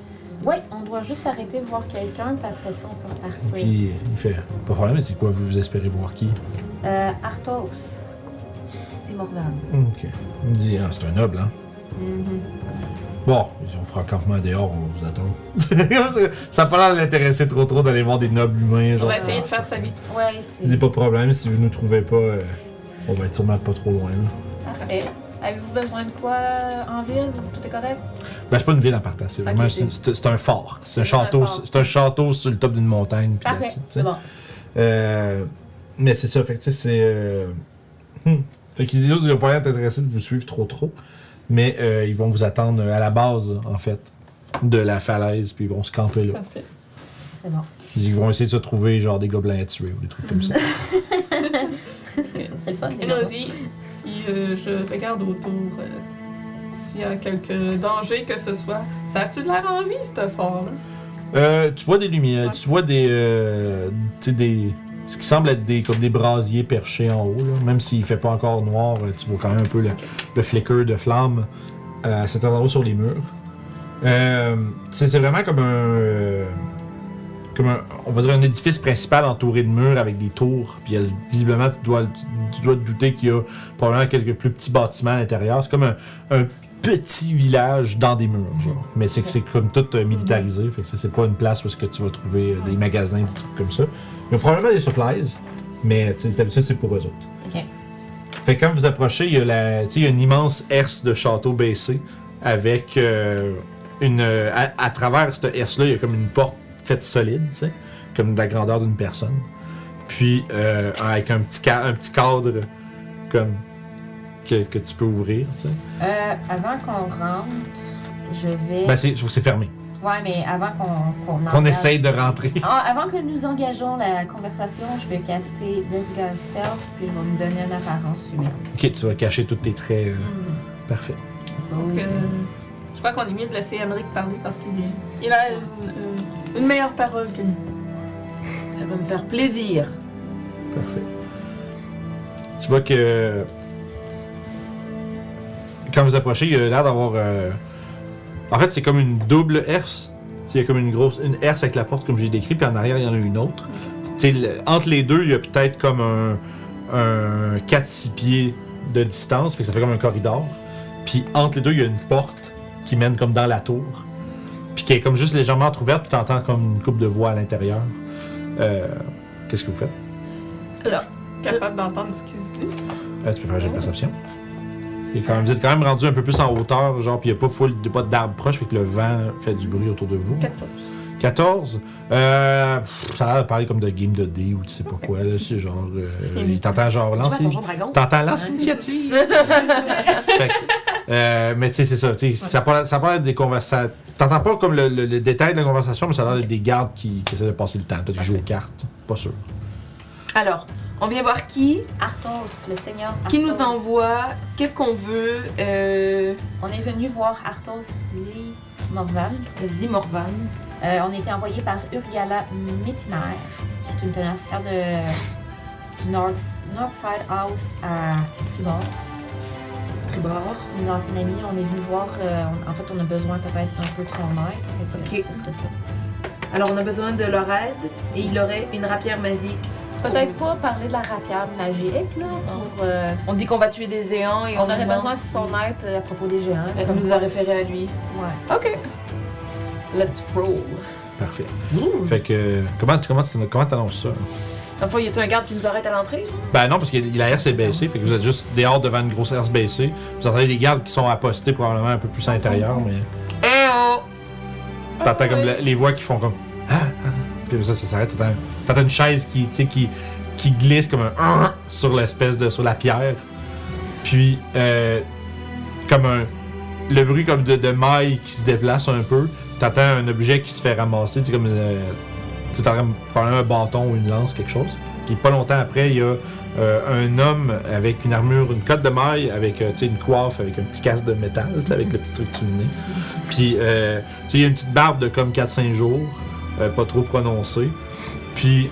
Ouais, on doit juste arrêter de voir quelqu'un, puis après ça, on peut repartir.
Puis il fait Pas de problème, mais c'est quoi Vous vous espérez voir qui
Euh, Arthos. Dis Morvan.
Mm, Ok. Il me dit Ah, c'est un noble, hein
Mm-hmm.
Bon, ils ont fera campement dehors, on va vous attendre. ça n'a pas l'air de l'intéresser trop trop d'aller voir des nobles humains.
On
Genre,
va essayer de faire sa vie.
Ouais,
Il dit
c'est
Pas de problème, si vous nous trouvez pas, euh, on va être sûrement pas trop loin. là.
parfait. Avez-vous besoin de quoi en ville? Tout est correct?
Ben, c'est pas une ville en partant, c'est vraiment
Ok,
c'est- c'est c'est un fort. C'est un
C'est un
château,
fort.
c'est un château sur le top d'une montagne. puis
Parfait,
là, tu- tu sais.
c'est bon.
Euh, mais c'est ça, fait que tu sais, c'est. euh, hmm. Fait qu'ils les autres, ils ont pas l'air intéressés de vous suivre trop trop. Mais euh, ils vont vous attendre à la base, en fait, de la falaise, puis ils vont se camper là.
Parfait.
C'est bon.
Ils vont essayer de se trouver, genre, des gobelins à tuer ou des trucs comme ça.
C'est le fun.
Et Eh ben, vas-y. Puis euh, je regarde autour euh, s'il y a quelque danger que ce soit. Ça a-tu de l'air en vie, ce fort-là?
Euh, tu vois des lumières,
Ouais.
tu vois des. euh, tu sais, des. Ce qui semble être des, comme des brasiers perchés en haut, là. même s'il fait pas encore noir, euh, tu vois quand même un peu le, le flicker de flamme euh, à cet endroit sur les murs. Euh, tu sais, c'est vraiment comme un. euh, comme un, on va dire un édifice principal entouré de murs avec des tours. Puis il y a- visiblement, tu dois, tu, tu dois te douter qu'il y a probablement quelques plus petits bâtiments à l'intérieur. C'est comme un, un petit village dans des murs, genre. Mais c'est que c'est comme tout euh, militarisé. Fait que ça, c'est pas une place où est-ce que tu vas trouver euh, des magasins, des trucs comme ça. Ils ont probablement des supplies, mais tu sais, d'habitude, c'est pour eux autres.
Ok.
Fait que quand vous approchez, il y a, la, tu sais, il y a une immense herse de château baissé avec euh, une. euh, à, à travers cette herse-là, il y a comme une porte faite solide, tu sais, comme de la grandeur d'une personne. Puis euh, avec un petit, ca- un petit cadre comme que, que tu peux ouvrir, tu sais.
Euh, avant qu'on rentre, je vais.
Ben, c'est, c'est fermé.
Ouais, mais avant qu'on qu'on
On
engage-
essaye de rentrer.
Ah, avant que nous engageons la conversation, je vais caster Disguise Self, puis il va me donner une apparence humaine. Mm.
Ok, tu vas cacher tous tes traits. euh, Parfait.
Donc, euh, je crois qu'on est mieux de laisser Emmerich parler parce qu'il est- il a une, euh, une meilleure parole que nous.
Ça va me faire plaisir.
Parfait. Tu vois que. Quand vous approchez, il y a l'air d'avoir. euh, En fait, c'est comme une double herse. Tu sais, Il y a comme une grosse. Une herse avec la porte, comme j'ai décrit, puis en arrière, il y en a une autre. Tu sais, le- entre les deux, il y a peut-être comme un. Un 4-6 pieds de distance, fait que ça fait comme un corridor. Puis entre les deux, il y a une porte qui mène comme dans la tour. Puis qui est comme juste légèrement entrouverte, puis t'entends comme une coupe de voix à l'intérieur. Euh, Qu'est-ce que vous faites?
Capable d'entendre ce qu'il se dit.
Euh, tu peux faire un jet de perception. Et quand même, vous êtes quand même rendu un peu plus en hauteur, genre, puis il n'y a pas full de pas d'arbres proches, fait que le vent fait du bruit autour de vous.
14.
14. Euh, pff, ça a l'air de parler comme de game de dés ou tu sais pas quoi, là. C'est genre. euh, il t'entend genre
Je vais à
lancer.
Donjon Dragon.
T'entends lance initiative. Fait que, euh, mais tu sais, c'est ça. tu sais, Ça parle, ça parle des conversations. T'entends pas comme le, le- le détail de la conversation, mais ça a l'air d'être des gardes qui, qui essaient de passer le temps. Peut-être qu'ils jouent aux cartes. Pas sûr.
Alors, on vient voir qui,
Arthos, le seigneur.
qui
Arthos.
nous envoie, qu'est-ce qu'on veut. Euh,
On est venu voir Arthos Lee Morvan.
Vie Morvan.
Euh, on a été envoyé par Urgala Mittimer, qui est une tenancière de, du North, Northside House à Tribord.
Tribord.
C'est une ancienne amie. On est venu voir. euh, on- en fait, on a besoin peut-être un peu de son aide. Fait que,
Ok.
Ce serait ça.
Alors, on a besoin de leur aide et il aurait une rapière magique
Peut-être pas parler de la rapière magique, là, pour... euh,
On dit qu'on va tuer des géants et
on
on,
aurait
demande
besoin de son aide euh, à propos des géants.
Elle
comme
nous a référé à lui.
Ouais.
Ok. Let's roll.
Euh,
Parfait. Fait que, euh, comment tu comment, tu- comment t'annonces ça?
Dans le fond, y a-tu un garde qui nous arrête à l'entrée? genre?
Ben non, parce que la herse est baissée, fait que vous êtes juste dehors devant une grosse herse baissée. Vous entendez les gardes qui sont apostés probablement un peu plus à l'intérieur, mais
Eh oh!
t'entends comme la- les voix qui font comme Ah, ah. puis ça, ça s'arrête. T'entends, t'entends une chaise qui, tu sais, qui, qui glisse comme un Ah sur l'espèce de sur la pierre. Puis euh, comme un le bruit comme de, de mailles qui se déplace un peu. T'entends un objet qui se fait ramasser, tu sais, comme euh, tu t'entends probablement un bâton ou une lance, quelque chose. Puis pas longtemps après, il y a euh, un homme avec une armure, une cotte de maille, avec euh, tu sais, une coiffe, avec un petit casque de métal, tu sais, avec le petit truc qui nez. Puis, euh, tu sais, il y a une petite barbe de comme 4-5 jours, euh, pas trop prononcée. Puis,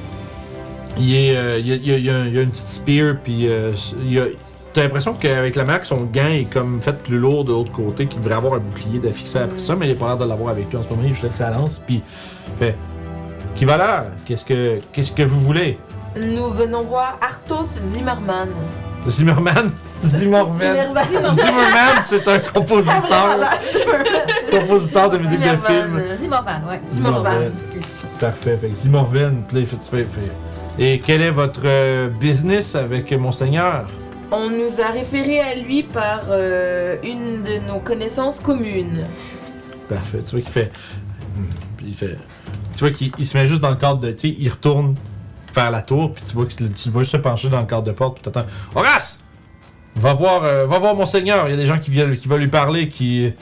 il est, euh, il y a, il y a- il y a un- il y a une petite spear, puis euh, il y a- T'as l'impression qu'avec la marque, son gant est comme fait plus lourd de l'autre côté, qu'il devrait avoir un bouclier d'affixé après ça, mais il a pas l'air de l'avoir avec lui en ce moment, il est juste avec sa lance, puis il fait Qui va là Qu'est-ce que, qu'est-ce que vous voulez
Nous venons voir Arthos Zimmerman.
Zimmerman Zimmerman
Zimmerman.
Zimmerman, c'est un
Ah, vraiment,
compositeur,
là, Zimmerman.
compositeur de musique de film.
Zimmerman.
Zimovan, ouais.
Zimmerman.
Parfait. Fait que Zimorven, puis là, il fait- tu fais- fait- Et quel est votre euh, business avec Monseigneur?
On nous a référé à lui par euh, une de nos connaissances communes.
Parfait. Tu vois qu'il fait. Hmm. Puis il fait. Tu vois qu'il il se met juste dans le cadre de. Tu sais, il retourne vers la tour, puis tu vois qu'il tu le vois se pencher dans le cadre de porte, puis t'entends. Horace! Va voir, euh, va voir Monseigneur. Il y a des gens qui viennent, qui veulent lui parler, qui.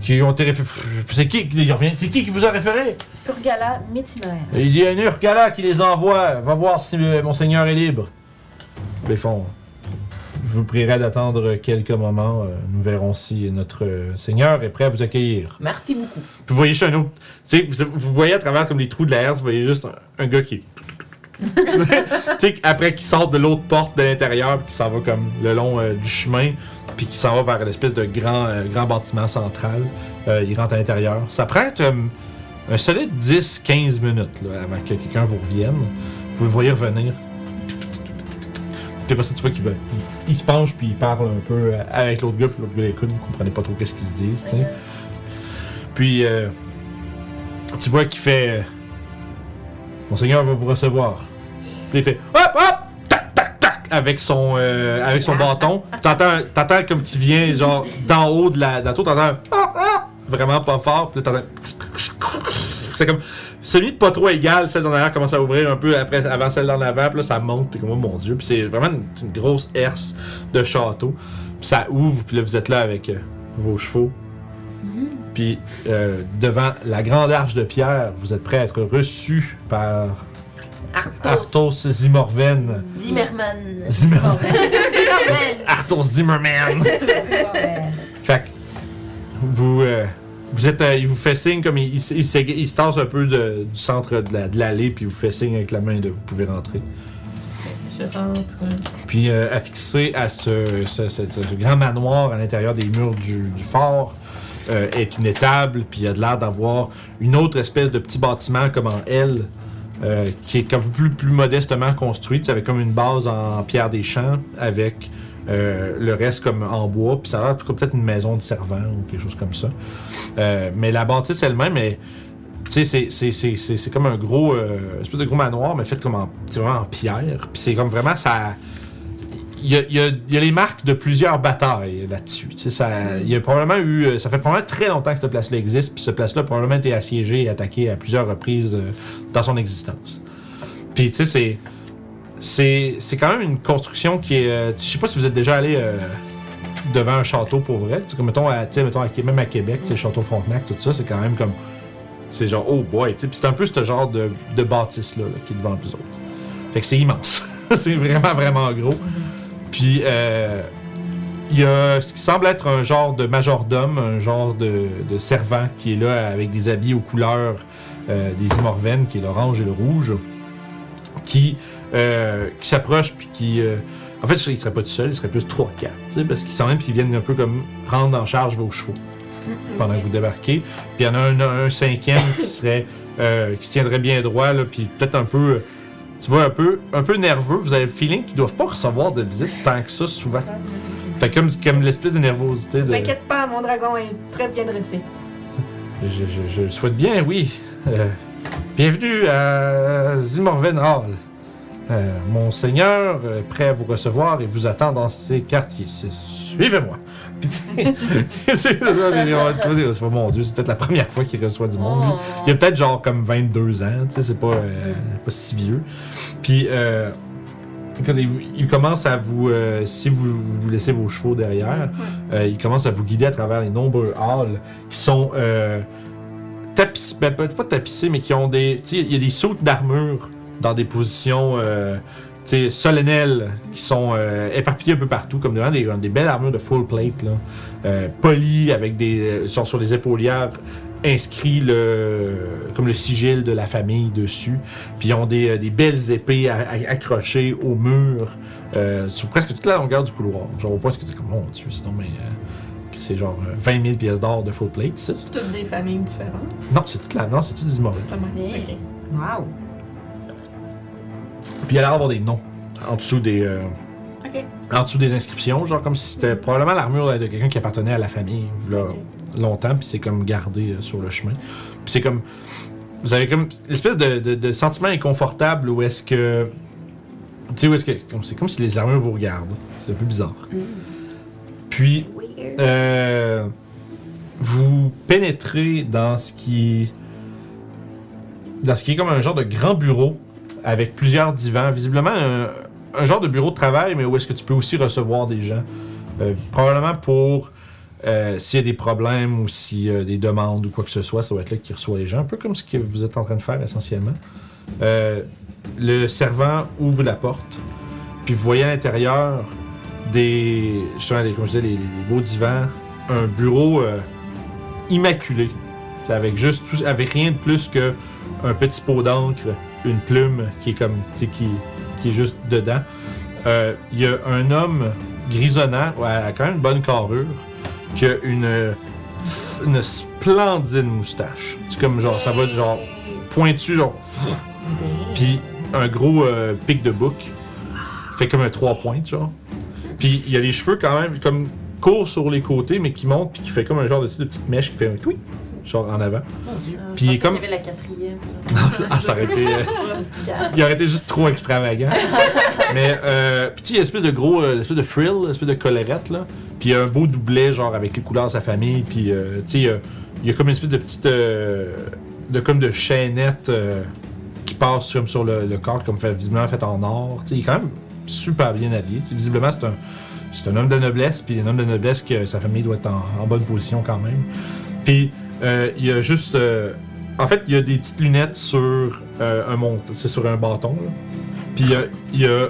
Qui ont été référés. C'est qui qui il revient? C'est qui qui vous a référé?
Purgala Métimère.
Et il y a un Urgala qui les envoie. Va voir si euh, Monseigneur est libre. Les fonds. Je vous prierai d'attendre quelques moments. Euh, Nous verrons si notre euh, Seigneur est prêt à vous accueillir.
Merci beaucoup.
Puis vous voyez juste un autre. Tu sais, vous, vous voyez à travers comme les trous de la herse, vous voyez juste un, un gars qui. tu sais, après qui sort de l'autre porte de l'intérieur, puis qui s'en va comme le long euh, du chemin, puis qui s'en va vers l'espèce de grand, euh, grand bâtiment central. Euh, il rentre à l'intérieur. Ça prend euh, un solide 10-15 minutes là, avant que quelqu'un vous revienne. Vous le voyez revenir. Puis après ça, tu vois qu'il va. Il, il se penche, puis il parle un peu euh, avec l'autre gars, puis l'autre gars l'écoute, vous comprenez pas trop qu'est-ce qu'ils se disent, tu sais. Puis, euh, tu vois qu'il fait. euh, Monseigneur va vous recevoir. Puis il fait hop, hop, tac, tac, tac, avec son, euh, avec son bâton. T'entends, t'entends comme qui vient, genre, d'en haut de la, de la tour, t'entends un hop, hop, vraiment pas fort, puis là, t'entends. C'est comme. Celui de pas trop égal, celle d'en arrière commence à ouvrir un peu après, avant celle d'en avant, puis là, ça monte, t'es comme, oh mon dieu, puis c'est vraiment une, une grosse herse de château. Puis ça ouvre, puis là, vous êtes là avec euh, vos chevaux. Puis euh, devant la grande arche de pierre, vous êtes prêt à être reçu par
Arthos.
Arthos Zimorven.
Zimmerman.
Zimmerman. Arthos Zimmerman. fait que vous, euh, vous êtes, euh, il vous fait signe comme il, il, se- il se- il se tasse un peu de- du centre de la- de l'allée, puis il vous fait signe avec la main de vous pouvez rentrer.
Je rentre.
Puis euh, affixé à ce, ce- ce- ce- ce grand manoir à l'intérieur des murs du, du fort euh, est une étable, puis il y a de l'air d'avoir une autre espèce de petit bâtiment comme en L, euh, qui est comme plus, plus modestement construit, tu sais, avec comme une base en pierre des champs, avec euh, le reste comme en bois, puis ça a l'air comme peut-être une maison de servant ou quelque chose comme ça. Euh, mais la bâtisse elle-même est... Tu sais, c'est- c'est- c'est- c'est c'est comme un gros... euh, espèce de gros manoir, mais fait comme en, c'est vraiment en pierre. Puis c'est comme vraiment... ça il y, a, il y a- il y a les marques de plusieurs batailles là-dessus. Tu sais, ça, il y a probablement eu, euh, ça fait probablement très longtemps que cette place-là existe, puis cette place-là a probablement été assiégée et attaquée à plusieurs reprises euh, dans son existence. Puis tu sais, c'est, c'est, c'est quand même une construction qui est, euh, tu- je sais pas si vous êtes déjà allé euh, devant un château pour vrai. Tu sais, comme mettons, à, tu sais, mettons à, Qué- même à Québec, tu sais, château Frontenac, tout ça, c'est quand même comme, c'est genre oh boy, tu sais, puis c'est un peu ce genre de, de bâtisse là, qui est devant vous autres. Fait que c'est immense. c'est vraiment vraiment gros. Puis euh, il y a ce qui semble être un genre de majordome, un genre de, de servant qui est là avec des habits aux couleurs euh, des Imorvennes, qui est l'orange et le rouge, qui, euh, qui s'approche puis qui. euh, en fait, il serait pas tout seul, il serait plus 3-4, tu sais, parce qu'ils sont même puis ils viennent un peu comme prendre en charge vos chevaux pendant que vous débarquez. Puis il y en a un, un cinquième qui serait euh, qui se tiendrait bien droit, là, puis peut-être un peu tu vois, un peu, un peu nerveux. Vous avez le feeling qu'ils doivent pas recevoir de visite tant que ça souvent. Fait comme, comme l'espèce de nervosité de.
T'inquiète pas, mon dragon est très bien dressé.
Je, je- je le souhaite bien, oui. Euh, bienvenue à Zimorven Hall. Euh, Monseigneur est prêt à vous recevoir et vous attend dans ses quartiers. Su- Suivez-moi. Puis tu sais, c'est ça, c'est- on- tu vois, c'est- c'est pas mon Dieu, c'est peut-être la première fois qu'il reçoit du monde. lui.
Oh.
Il a peut-être genre comme 22 ans, tu sais, c'est pas, euh, pas si vieux. Puis, euh, écoutez, il, il commence à vous, euh, si vous, vous laissez vos chevaux derrière, euh, il commence à vous guider à travers les nombreux halls qui sont euh, tapissés, ben, peut-être pas tapissés, mais qui ont des, tu sais, il y a des sautes d'armure dans des positions, euh, tu sais, solennelles, qui sont euh, éparpillées un peu partout, comme devant des, des belles armures de full plate, là, euh, polies avec des, sont sur les épaulières inscrit le comme le sigil de la famille dessus. Puis ils ont des, euh, des belles épées à- à- accrochées au mur euh, sur presque toute la longueur du couloir. Genre au point que c'est comme mon Dieu, sinon mais euh, que c'est genre euh, 20 000 pièces d'or de full plate. c'est-
Toutes des familles différentes.
Non, c'est toute la non, c'est tout des immortels.
Comment?
Ok.
Wow!
Puis il allait avoir des noms en dessous des. euh,
Ok.
En dessous des inscriptions, genre comme si c'était probablement l'armure là, de quelqu'un qui appartenait à la famille là, longtemps, puis c'est comme gardé euh, sur le chemin. Puis c'est comme. Vous avez comme l'espèce de, de- de sentiment inconfortable où est-ce que. Tu sais, où est-ce que. comme- C'est comme si les armures vous regardent. C'est un peu bizarre. Puis, euh, vous pénétrez dans ce qui. Dans ce qui est comme un genre de grand bureau avec plusieurs divans. Visiblement, un, un genre de bureau de travail, mais où est-ce que tu peux aussi recevoir des gens. Euh, probablement pour euh, s'il y a des problèmes ou s'il y a des demandes ou quoi que ce soit, ça va être là qui reçoit les gens. Un peu comme ce que vous êtes en train de faire essentiellement. Euh, le servant ouvre la porte, puis vous voyez à l'intérieur des, justement, les- comme je disais, les, les- les beaux divans, un bureau euh, immaculé. C'est avec juste tout, avec rien de plus que un petit pot d'encre, une plume qui est comme, tu sais, qui, qui est juste dedans. Euh, Il y a un homme grisonnant, ouais, a quand même une bonne carrure, qui a une, euh, une splendide moustache. C'est comme genre, ça va être genre pointu, genre. Puis un gros euh, pic de bouc. Ça fait comme un trois pointes, genre. Puis il y a les cheveux quand même, comme courts sur les côtés, mais qui montent, puis qui fait comme un genre de, de petite mèche qui fait un tweet, genre en avant. Puis il est comme.
avait la quatrième.
Ah, ça aurait été. euh, il aurait été juste trop extravagant. Mais, euh, petit espèce de gros, euh, espèce de frill, espèce de collerette, là. Puis il y a un beau doublet, genre, avec les couleurs de sa famille. Puis, euh, tu sais, euh, il y a comme une espèce de petite. euh, de comme de chaînette euh, qui passe comme sur le, le corps, comme fait, visiblement fait en or. Tu sais, il est quand même super bien habillé. Tu sais, visiblement, c'est un. C'est un homme de noblesse, puis un homme de noblesse que sa famille doit être en, en bonne position quand même. Puis, euh, il y a juste euh, en fait, il y a des petites lunettes sur euh, un mont- c'est sur un bâton. Là. Puis il y a, il y a-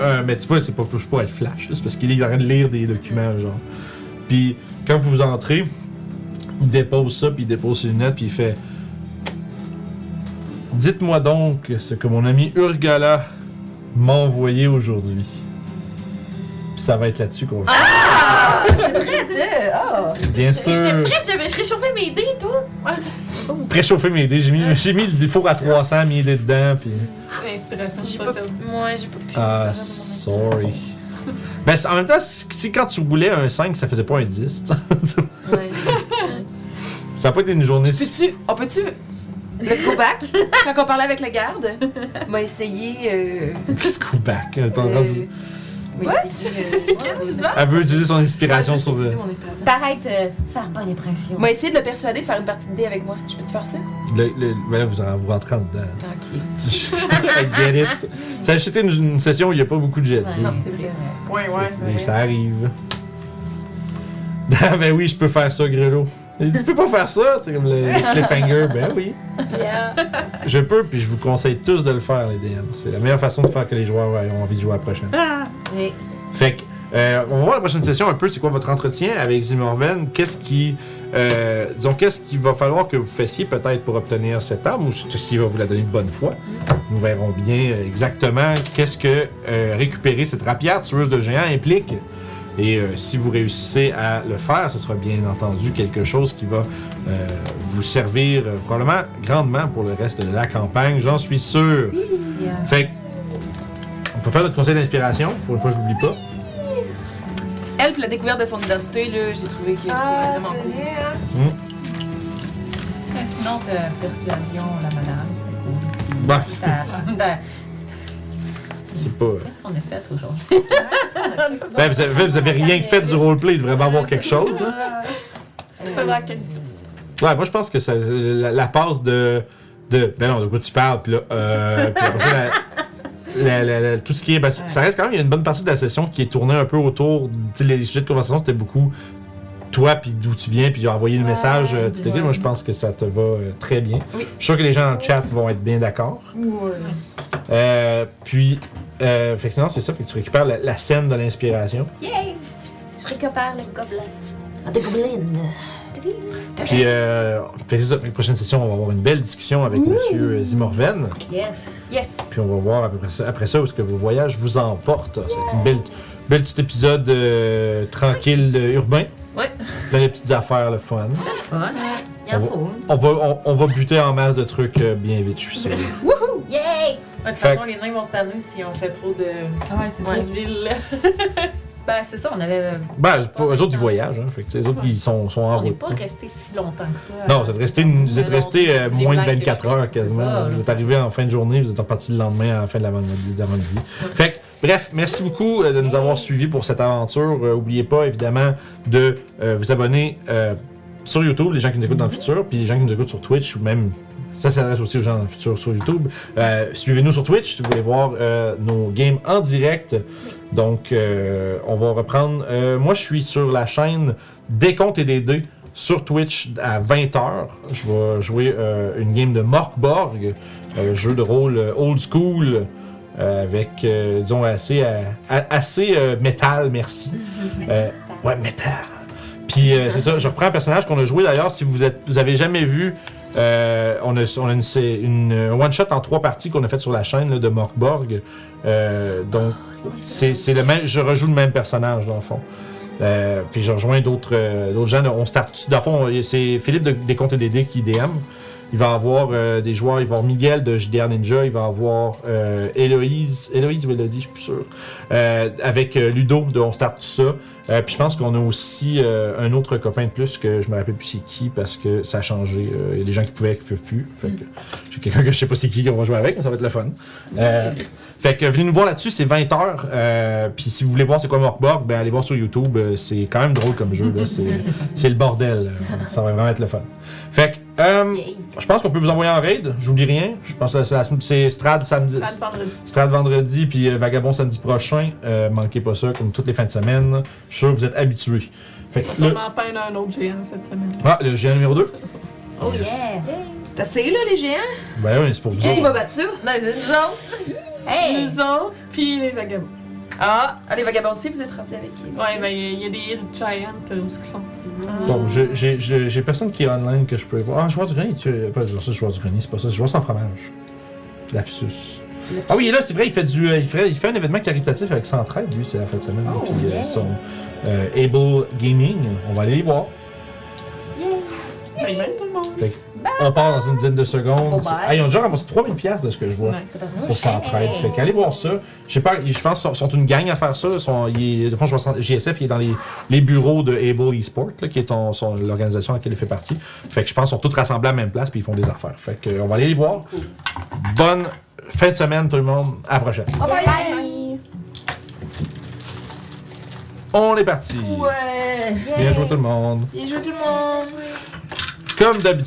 euh, mais tu vois, c'est pas pour, pour être flash, là, c'est parce qu'il est en train de lire des documents, genre. Puis quand vous entrez, il dépose ça, puis il dépose ses lunettes, puis il fait. Dites-moi donc ce que mon ami Urgala m'a envoyé aujourd'hui. Puis ça va être là-dessus qu'on va. Ah! Bien sûr.
Ah! J'étais prête, j'avais réchauffé mes dés et tout.
Préchauffer mes dés. J'ai mis, j'ai mis le défaut à 300, mis les dés dedans, puis...
L'inspiration, je
J'ai
suis
pas.
pas sûre.
Moi, j'ai pas pu.
Ah,
ça
sorry. Ben, c'est- en même temps, si si quand tu roulais un 5, ça faisait pas un 10. t'sais.
va vraiment- Ouais.
ça a pas été une journée... su-
Peux-tu, on peut-tu,
Let's go back.
quand on parlait avec la garde,
On va essayer. euh,
Qu'est-ce qu'on back? hein, t'en-
euh, on va essayer, euh,
qu'est-ce qui se
ouais,
passe?
Elle veut utiliser son inspiration
je vais
sur... le-
utiliser mon inspiration.
Paraître euh, faire bonne impression.
On va essayer de le persuader de faire une partie de dé avec moi. Je peux-tu faire ça?
le- le- ben là, vous, en, vous rentrez en dedans.
Ok.
I get it. Ça a juste été une, une session où il n'y a pas beaucoup de jet.
Ouais.
d'eau.
Non, c'est vrai.
Ouais, ouais, c'est
Mais
vrai.
ça arrive. Ah ben oui, je peux faire ça, Grelot. Il dit, tu peux pas faire ça, c'est comme le le cliffhanger. ben oui. Je peux, puis je vous conseille tous de le faire, les DM. C'est la meilleure façon de faire que les joueurs ouais, ont envie de jouer à la prochaine.
Oui.
Fait que, euh, on va voir la prochaine session un peu, c'est quoi votre entretien avec Zimorven. Qu'est-ce qui. euh, disons, qu'est-ce qu'il va falloir que vous fassiez peut-être pour obtenir cette arme ou s'il va vous la donner de bonne foi. Nous verrons bien euh, exactement qu'est-ce que euh, récupérer cette rapière tueuse de géant implique. Et euh, si vous réussissez à le faire, ce sera bien entendu quelque chose qui va euh, vous servir euh, probablement grandement pour le reste de la campagne, j'en suis sûr.
Yeah.
Fait que, on peut faire notre conseil d'inspiration, pour une fois, je l'oublie pas.
Elle, puis la découverte de son identité, là, j'ai trouvé que c'était
Ah,
vraiment
c'est
cool.
vrai, hein?
Mais Sinon, de persuasion, la madame, c'était cool.
Bah,
Ça- ben,
c'est pas. euh,
Qu'est-ce qu'on a fait aujourd'hui?
Ben, vous avez, vous avez rien fait du roleplay, il devrait bien avoir quelque chose, là.
Faudra qu'elle se trouve.
Ouais, moi je pense que ça, la, la passe de, de. Ben non, de quoi tu parles, puis là. Euh, puis après ça, la- la- la- la- tout ce qui est. ben, Ça reste quand même, il y a une bonne partie de la session qui est tournée un peu autour. Tu sais, les, les sujets de conversation, c'était beaucoup toi, puis d'où tu viens, puis envoyer le message. euh, tu t'écris. Moi je pense que ça te va euh, très bien.
Oui.
Je suis sûr que les gens dans le chat vont être bien d'accord.
Ouais.
Euh, puis. Euh, fait que sinon, c'est ça, fait que tu récupères la, la scène de l'inspiration.
Yay! Je récupère les gobelins.
Puis, euh, fait que c'est ça, Fait que la prochaine session, on va avoir une belle discussion avec Monsieur Zimorven.
Yes!
Yes.
Puis on va voir à peu près ça- après ça où est-ce que vos voyages vous emportent. C'est une belle, belle petit épisode euh, tranquille euh, urbain.
Ouais.
Plein de petites affaires, le fun.
Fun! Il
On
en
va-
faut.
On va, on, on va buter en masse de trucs euh, bien vite, je suis sûr.
Yay!
De toute
Fait-
façon, les nains vont se tanner si on fait trop de.
Ouais, c'est
ça.
de ville.
Ben, c'est ça, on avait.
Ben, c'est pour- eux autres, ils voyagent. Hein, fait que, tu sais, eux autres, ils sont, sont en
On n'est
route. hein.
pas resté si longtemps que ça.
Non, vous êtes resté, vous êtes
Mais non,
resté
c'est ça,
euh,
c'est des
moins de
blagues que
24
je fais.
heures quasiment.
C'est ça, là.
vous êtes arrivé en fin de journée, vous êtes reparti le lendemain à la fin de l'avant-midi. de l'avant-midi. Fait que, bref, merci beaucoup euh, de nous avoir suivis pour cette aventure. Euh, Oubliez pas, évidemment, de euh, vous abonner euh, sur YouTube, les gens qui nous écoutent dans le futur, puis les gens qui nous écoutent sur Twitch, ou même, ça s'adresse aussi aux gens dans le futur sur YouTube. Euh, Suivez-nous sur Twitch si vous voulez voir euh, nos games en direct. Donc, euh, on va reprendre. Euh, moi, je suis sur la chaîne Des comptes et des dés sur Twitch à 20h. Je vais jouer euh, une game de Morkborg, euh, jeu de rôle euh, old school, euh, avec, euh, disons, assez, euh, a- assez euh, métal, merci. Euh, ouais, métal. Puis euh, c'est ça, je reprends un personnage qu'on a joué d'ailleurs. Si vous, êtes, vous avez jamais vu, euh, on a, on a une, c'est une one-shot en trois parties qu'on a faite sur la chaîne là, de Morkborg. Euh, donc, c'est c'est le même, je rejoue le même personnage dans le fond. Euh, puis je rejoins d'autres euh, d'autres gens. On start, dans le fond, on- c'est Philippe de- des Comptes et des Dés qui DM. Il va avoir euh, des joueurs, il va avoir Miguel de JDR Ninja, il va avoir euh, Héloïse, Héloïse ou Elodie, je suis plus sûr, Euh, avec euh, Ludo de On Start Tout Ça. Euh, puis je pense qu'on a aussi euh, un autre copain de plus que je me rappelle plus c'est qui parce que ça a changé. Euh, Il y a des gens qui pouvaient et qui peuvent plus. Fait que j'ai quelqu'un que je sais pas c'est qui qu'on va jouer avec, mais ça va être le fun. Euh, fait que venez nous voir là-dessus, c'est 20h. Euh, Puis si vous voulez voir c'est quoi Morkborg, ben allez voir sur YouTube. Euh, C'est quand même drôle comme jeu. là. C'est c'est le bordel. Euh, Ça va vraiment être le fun. Fait que euh, je pense qu'on peut vous envoyer en raid. J'oublie rien. Je pense que c'est la semaine- c'est Strad samedi.
Pas de vendredi.
Strad vendredi, puis euh, Vagabond samedi prochain. Euh, manquez pas ça, comme toutes les fins de semaine. Je suis sûr que vous êtes habitués. Fait
On va
que le,
sûrement peindre un autre GM cette semaine.
ah, le GN numéro 2.
Oh yeah!
C'est assez, là, les géants.
Ben oui, c'est pour vous
Qui
autres.
va battre ça?
Non, c'est nous autres.
Hey!
Nous autres, puis les vagabonds.
Ah,
Ah, les vagabonds aussi, vous êtes rendus avec qui?
Ouais, ben il y a des Hill Giants euh, où ce qu'ils sont.
Bon, j'ai- j'ai j'ai- j'ai personne qui est online que je peux voir. Ah, joueur du grenier, tu. Pas ça, c'est joueur du grenier, c'est pas ça, c'est joueur sans fromage. Lapsus. Ah oui, là, c'est vrai, il fait du. euh, il, fait, il fait un événement caritatif avec Centraide, lui, c'est la fin de semaine.
Oh,
puis euh,
yeah.
son euh, Able Gaming, on va aller les voir.
Ben, ben, tout le monde.
On part dans une dizaine de secondes.
Oh, bye.
Ah, ils ont déjà remboursé 3000$ piastres de ce que je vois pour Centraide. Fait qu'allez voir ça. Je sais pas, ils- je pense qu'ils sont- sont une gang à faire ça. Ils Sont, ils- de fond, je vois Cent- JSF, il est dans les, les bureaux de Able Esport, là, qui est ton- son- l'organisation à laquelle il fait partie. Fait que je pense qu'ils sont tous rassemblés à la même place puis ils font des affaires. Fait que, euh, on va aller les voir. Bonne fin de semaine, tout le monde. À la prochaine. On est parti.
Ouais!
Bien joué, tout le monde.
Bien joué, tout le monde!
Comme d'habitude.